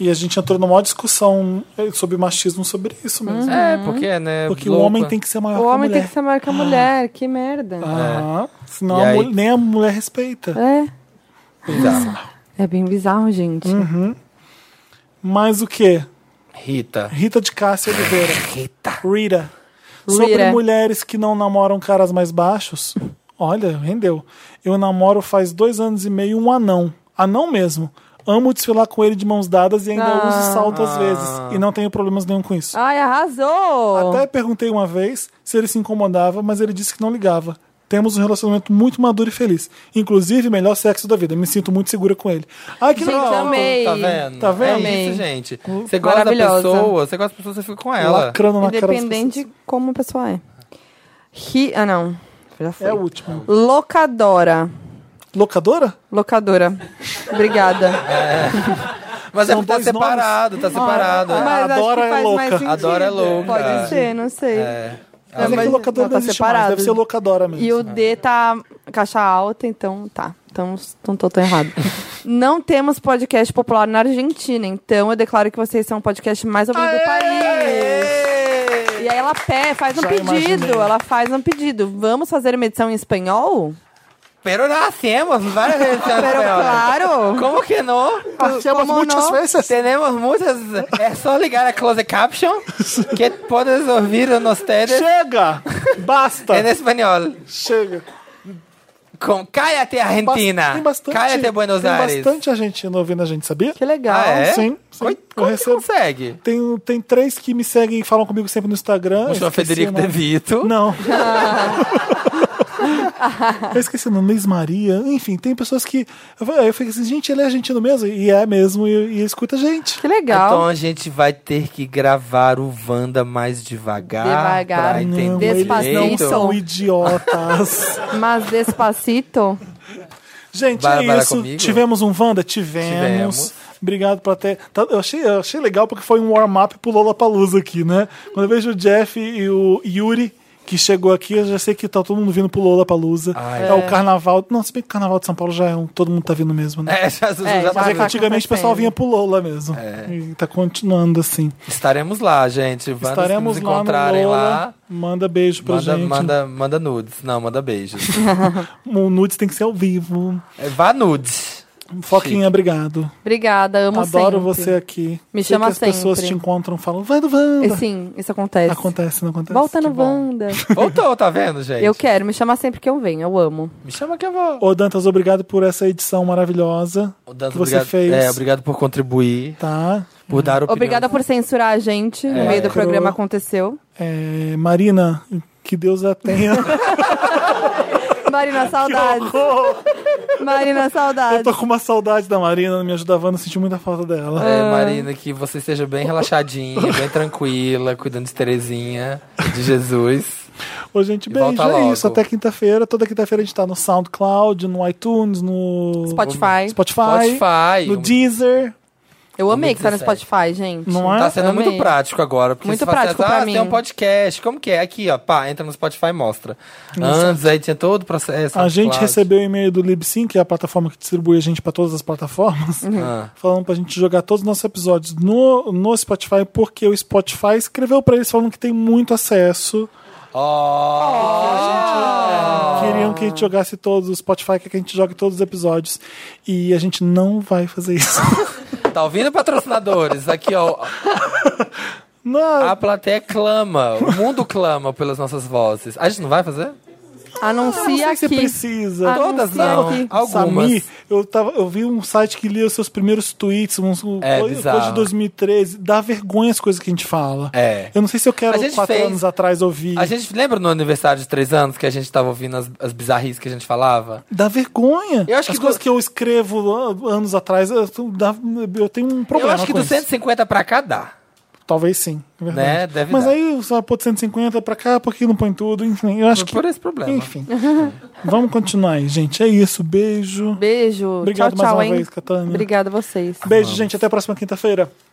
[SPEAKER 1] E a gente entrou numa discussão eh, sobre machismo sobre isso mesmo.
[SPEAKER 3] É,
[SPEAKER 4] Uhum.
[SPEAKER 3] porque, né?
[SPEAKER 1] Porque o
[SPEAKER 3] louca.
[SPEAKER 1] homem tem que ser maior
[SPEAKER 4] Hum. O
[SPEAKER 1] que a
[SPEAKER 4] homem
[SPEAKER 1] mulher. Ah.
[SPEAKER 4] tem que ser maior que a mulher, que merda.
[SPEAKER 1] Aham. Senão
[SPEAKER 3] É. E
[SPEAKER 1] a
[SPEAKER 3] aí-
[SPEAKER 1] mul- nem a mulher respeita.
[SPEAKER 4] É.
[SPEAKER 3] Tá.
[SPEAKER 4] É bem bizarro, gente.
[SPEAKER 1] Uhum. Mas o quê?
[SPEAKER 3] Rita.
[SPEAKER 1] Rita de Cássia Oliveira.
[SPEAKER 3] Rita.
[SPEAKER 1] Rita. Sobre
[SPEAKER 4] Rita.
[SPEAKER 1] mulheres que não namoram caras mais baixos. Olha, rendeu. Eu namoro faz dois anos e meio um anão. Anão mesmo. Amo desfilar com ele de mãos dadas e ainda
[SPEAKER 4] Ah.
[SPEAKER 1] uso salto às vezes. E não tenho problemas nenhum com isso.
[SPEAKER 4] Ai, arrasou!
[SPEAKER 1] Até perguntei uma vez se ele se incomodava, mas ele disse que não ligava. Temos um relacionamento muito maduro e feliz. Inclusive, melhor sexo da vida. Me sinto muito segura com ele. Ai, que
[SPEAKER 4] Gente,
[SPEAKER 1] legal.
[SPEAKER 4] amei.
[SPEAKER 3] Tá vendo?
[SPEAKER 1] Tá vendo?
[SPEAKER 3] É
[SPEAKER 4] Amei.
[SPEAKER 3] isso, gente. Você gosta da
[SPEAKER 4] Maravilhosa.
[SPEAKER 3] pessoa, você gosta da pessoa, você fica com ela.
[SPEAKER 1] Lacrando na cara das
[SPEAKER 4] Independente de como a pessoa é. Ri... Ah, não. Já
[SPEAKER 1] pessoas.
[SPEAKER 4] foi.
[SPEAKER 1] É o último.
[SPEAKER 4] Locadora.
[SPEAKER 1] Locadora?
[SPEAKER 4] Locadora. Obrigada.
[SPEAKER 3] Mas é
[SPEAKER 1] São
[SPEAKER 3] porque tá
[SPEAKER 1] dois nomes?
[SPEAKER 3] separado, tá separado.
[SPEAKER 1] ah,
[SPEAKER 3] é.
[SPEAKER 4] Mas acho
[SPEAKER 1] Adora
[SPEAKER 4] que
[SPEAKER 1] é
[SPEAKER 4] faz mais
[SPEAKER 1] louca.
[SPEAKER 4] sentido.
[SPEAKER 3] Adora é louca.
[SPEAKER 4] Pode ser, não sei.
[SPEAKER 3] É.
[SPEAKER 4] É,
[SPEAKER 1] Mas é que
[SPEAKER 4] mas-
[SPEAKER 1] locadora
[SPEAKER 4] não, tá
[SPEAKER 1] não existe mais.
[SPEAKER 4] separado.
[SPEAKER 1] Deve ser locadora mesmo.
[SPEAKER 4] E o D tá caixa alta, então tá. Então não tô tão errado. não temos podcast popular na Argentina, então eu declaro que vocês são o podcast mais ouvido do país. E aí ela pé, faz um
[SPEAKER 1] Já
[SPEAKER 4] pedido,
[SPEAKER 1] imaginei.
[SPEAKER 4] ela faz um pedido. Vamos fazer uma edição em espanhol?
[SPEAKER 3] Pero nacemos várias vezes.
[SPEAKER 4] Pero claro!
[SPEAKER 3] Como que não?
[SPEAKER 1] Chama
[SPEAKER 4] como
[SPEAKER 1] muitas
[SPEAKER 4] não?
[SPEAKER 1] vezes. assim.
[SPEAKER 3] Temos muitas. É só ligar a close caption que podes ouvir nos teres
[SPEAKER 1] Chega! Basta!
[SPEAKER 3] em espanhol.
[SPEAKER 1] Chega.
[SPEAKER 3] Com Cállate
[SPEAKER 1] Bas-
[SPEAKER 3] Argentina.
[SPEAKER 1] Tem bastante,
[SPEAKER 3] Cállate Buenos
[SPEAKER 1] tem
[SPEAKER 3] Aires.
[SPEAKER 1] bastante argentino ouvindo a gente, sabia?
[SPEAKER 4] Que legal.
[SPEAKER 3] Ah, é?
[SPEAKER 1] Sim, sim.
[SPEAKER 3] Coi-
[SPEAKER 1] Eu
[SPEAKER 3] Como que
[SPEAKER 1] recebo-
[SPEAKER 3] consegue?
[SPEAKER 1] Tem, tem três que me seguem e falam comigo sempre no Instagram. Eu
[SPEAKER 3] Mostrou
[SPEAKER 1] esqueci
[SPEAKER 3] Federico
[SPEAKER 1] o nome.
[SPEAKER 3] De Vito.
[SPEAKER 1] Não. eu esqueci o nome, Liz Maria. Enfim, tem pessoas que. Eu falei- eu fico assim, gente, ele é argentino mesmo? E é mesmo, e, e escuta a gente.
[SPEAKER 4] Que legal.
[SPEAKER 3] Então a gente vai ter que gravar o Wanda mais devagar.
[SPEAKER 4] Devagar.
[SPEAKER 3] pra
[SPEAKER 4] Não,
[SPEAKER 3] entender
[SPEAKER 1] eles não
[SPEAKER 4] Despacito.
[SPEAKER 3] direito.
[SPEAKER 1] são idiotas.
[SPEAKER 3] Então-
[SPEAKER 4] Mas despacito.
[SPEAKER 1] Gente, é
[SPEAKER 3] Bárbara
[SPEAKER 1] isso.
[SPEAKER 3] comigo?
[SPEAKER 1] Tivemos um Wanda? Tivemos.
[SPEAKER 3] Tivemos.
[SPEAKER 1] Obrigado por até. tá, eu, achei, eu achei legal porque foi um warm-up pro Lollapalooza aqui, né? Quando eu vejo o Jeff e o Yuri, que chegou aqui, eu já sei que tá todo mundo vindo pro Lollapalooza.
[SPEAKER 3] Ai.
[SPEAKER 1] É. o carnaval. Não, se bem que o carnaval de São Paulo já é um. Todo mundo tá vindo mesmo, né?
[SPEAKER 3] É, já, já
[SPEAKER 4] É, já
[SPEAKER 1] Mas é que
[SPEAKER 4] tá
[SPEAKER 1] antigamente o pessoal
[SPEAKER 4] acontecendo.
[SPEAKER 1] vinha pro Lola mesmo.
[SPEAKER 3] É.
[SPEAKER 1] E tá continuando assim.
[SPEAKER 3] Estaremos lá, gente. Vamos
[SPEAKER 1] Estaremos
[SPEAKER 3] nos
[SPEAKER 1] lá no
[SPEAKER 3] encontrarem
[SPEAKER 1] Lola.
[SPEAKER 3] lá.
[SPEAKER 1] Manda beijo pra
[SPEAKER 3] Manda,
[SPEAKER 1] gente.
[SPEAKER 3] manda, manda nudes. Não, manda beijos.
[SPEAKER 1] O nudes tem que ser ao vivo.
[SPEAKER 3] É, Vá nudes.
[SPEAKER 1] Foquinha, obrigado.
[SPEAKER 4] Obrigada, amo
[SPEAKER 1] Adoro
[SPEAKER 4] sempre.
[SPEAKER 1] você aqui.
[SPEAKER 4] Me
[SPEAKER 1] Sei
[SPEAKER 4] chama
[SPEAKER 1] que as pessoas
[SPEAKER 4] sempre.
[SPEAKER 1] te encontram e falam, vai do Wanda.
[SPEAKER 4] E Sim, isso acontece.
[SPEAKER 1] Acontece, tipo, é. não acontece.
[SPEAKER 4] Volta
[SPEAKER 1] Que
[SPEAKER 4] no
[SPEAKER 1] bom.
[SPEAKER 4] Wanda.
[SPEAKER 3] Voltou, tá vendo, gente?
[SPEAKER 4] Eu quero, me chamar sempre que eu venho, eu amo.
[SPEAKER 3] Me chama que eu vou.
[SPEAKER 1] Ô, Dantas, obrigado por essa edição maravilhosa
[SPEAKER 3] O Dantas,
[SPEAKER 1] que você
[SPEAKER 3] obrigado,
[SPEAKER 1] fez.
[SPEAKER 3] É, obrigado por contribuir,
[SPEAKER 1] Tá.
[SPEAKER 3] por dar opinião.
[SPEAKER 4] Obrigada por censurar a gente no meio do
[SPEAKER 1] Lacrou.
[SPEAKER 4] programa Aconteceu.
[SPEAKER 1] É, Marina, que Deus a tenha.
[SPEAKER 4] Marina, saudade. Marina,
[SPEAKER 1] Eu
[SPEAKER 4] saudade.
[SPEAKER 1] tô com uma saudade da Marina, me ajuda a Wanda, eu senti muita falta dela.
[SPEAKER 3] É, Marina, que você esteja bem relaxadinha, bem tranquila, cuidando de Terezinha, de Jesus.
[SPEAKER 1] Ô, gente,
[SPEAKER 3] E
[SPEAKER 1] beijo.
[SPEAKER 3] volta
[SPEAKER 1] É
[SPEAKER 3] logo.
[SPEAKER 1] isso. Até quinta-feira. Toda quinta-feira a gente tá no SoundCloud, no iTunes, no
[SPEAKER 4] Spotify.
[SPEAKER 1] Spotify,
[SPEAKER 3] Spotify.
[SPEAKER 1] no Deezer.
[SPEAKER 4] Eu amei que tá no
[SPEAKER 3] 17.
[SPEAKER 4] Spotify, gente.
[SPEAKER 1] Não é?
[SPEAKER 3] Tá sendo
[SPEAKER 4] Amei.
[SPEAKER 3] muito prático agora. Porque
[SPEAKER 4] Muito
[SPEAKER 3] se você
[SPEAKER 4] prático
[SPEAKER 3] acessa,
[SPEAKER 4] pra
[SPEAKER 3] ah,
[SPEAKER 4] mim.
[SPEAKER 3] tem um podcast. Como que é? Aqui, ó. Pá, entra no Spotify e mostra. Antes aí tinha todo o processo.
[SPEAKER 1] A gente
[SPEAKER 3] SoundCloud.
[SPEAKER 1] recebeu o e-mail do Libsyn, que é a plataforma que distribui a gente pra todas as plataformas,
[SPEAKER 3] Ah,
[SPEAKER 1] falando pra gente jogar todos os nossos episódios no, no Spotify, porque o Spotify escreveu pra eles falando que tem muito acesso.
[SPEAKER 3] Ah.
[SPEAKER 1] Queriam que a gente jogasse todos o Spotify, quer que a gente jogue todos os episódios. E a gente não vai fazer isso.
[SPEAKER 3] Tá ouvindo, patrocinadores? Aqui, ó.
[SPEAKER 1] Não,
[SPEAKER 3] A plateia clama. O mundo clama pelas nossas vozes. A gente não vai fazer?
[SPEAKER 1] não
[SPEAKER 4] Anuncia
[SPEAKER 1] sei se
[SPEAKER 4] aqui. Ah,
[SPEAKER 1] precisa.
[SPEAKER 3] Todas
[SPEAKER 4] Anuncia
[SPEAKER 3] não.
[SPEAKER 4] aqui.
[SPEAKER 3] Algumas.
[SPEAKER 1] Samir, eu, tava, eu vi um site que lia os seus primeiros tweets, uns, um,
[SPEAKER 3] É,
[SPEAKER 1] coisa,
[SPEAKER 3] bizarro.
[SPEAKER 1] coisa de 2013. Dá vergonha as coisas que a gente fala.
[SPEAKER 3] É.
[SPEAKER 1] Eu não sei se eu quero
[SPEAKER 3] A gente
[SPEAKER 1] quatro
[SPEAKER 3] fez-
[SPEAKER 1] anos atrás ouvir.
[SPEAKER 3] A gente lembra no aniversário de três anos que a gente tava ouvindo as, as bizarrices que a gente falava?
[SPEAKER 1] Dá vergonha.
[SPEAKER 3] Eu acho
[SPEAKER 1] as
[SPEAKER 3] que
[SPEAKER 1] coisas
[SPEAKER 3] do-
[SPEAKER 1] que eu escrevo ah, anos atrás, eu, tô- dá- eu tenho um problema
[SPEAKER 3] Eu acho que
[SPEAKER 1] com
[SPEAKER 3] do
[SPEAKER 1] isso.
[SPEAKER 3] 150 pra cá dá.
[SPEAKER 1] Talvez sim, é verdade.
[SPEAKER 3] Né? Deve
[SPEAKER 1] Mas
[SPEAKER 3] dar.
[SPEAKER 1] aí você pôr de 150 pra cá, porque não põe tudo, enfim. Eu acho que...
[SPEAKER 3] Por esse problema.
[SPEAKER 1] Enfim. Vamos continuar aí, gente. É isso. Beijo.
[SPEAKER 4] Beijo.
[SPEAKER 1] Obrigado
[SPEAKER 4] tchau,
[SPEAKER 1] mais
[SPEAKER 4] tchau,
[SPEAKER 1] uma
[SPEAKER 4] hein?
[SPEAKER 1] vez, Catânia.
[SPEAKER 4] Obrigada a vocês.
[SPEAKER 1] Beijo, gente. Até a próxima quinta-feira.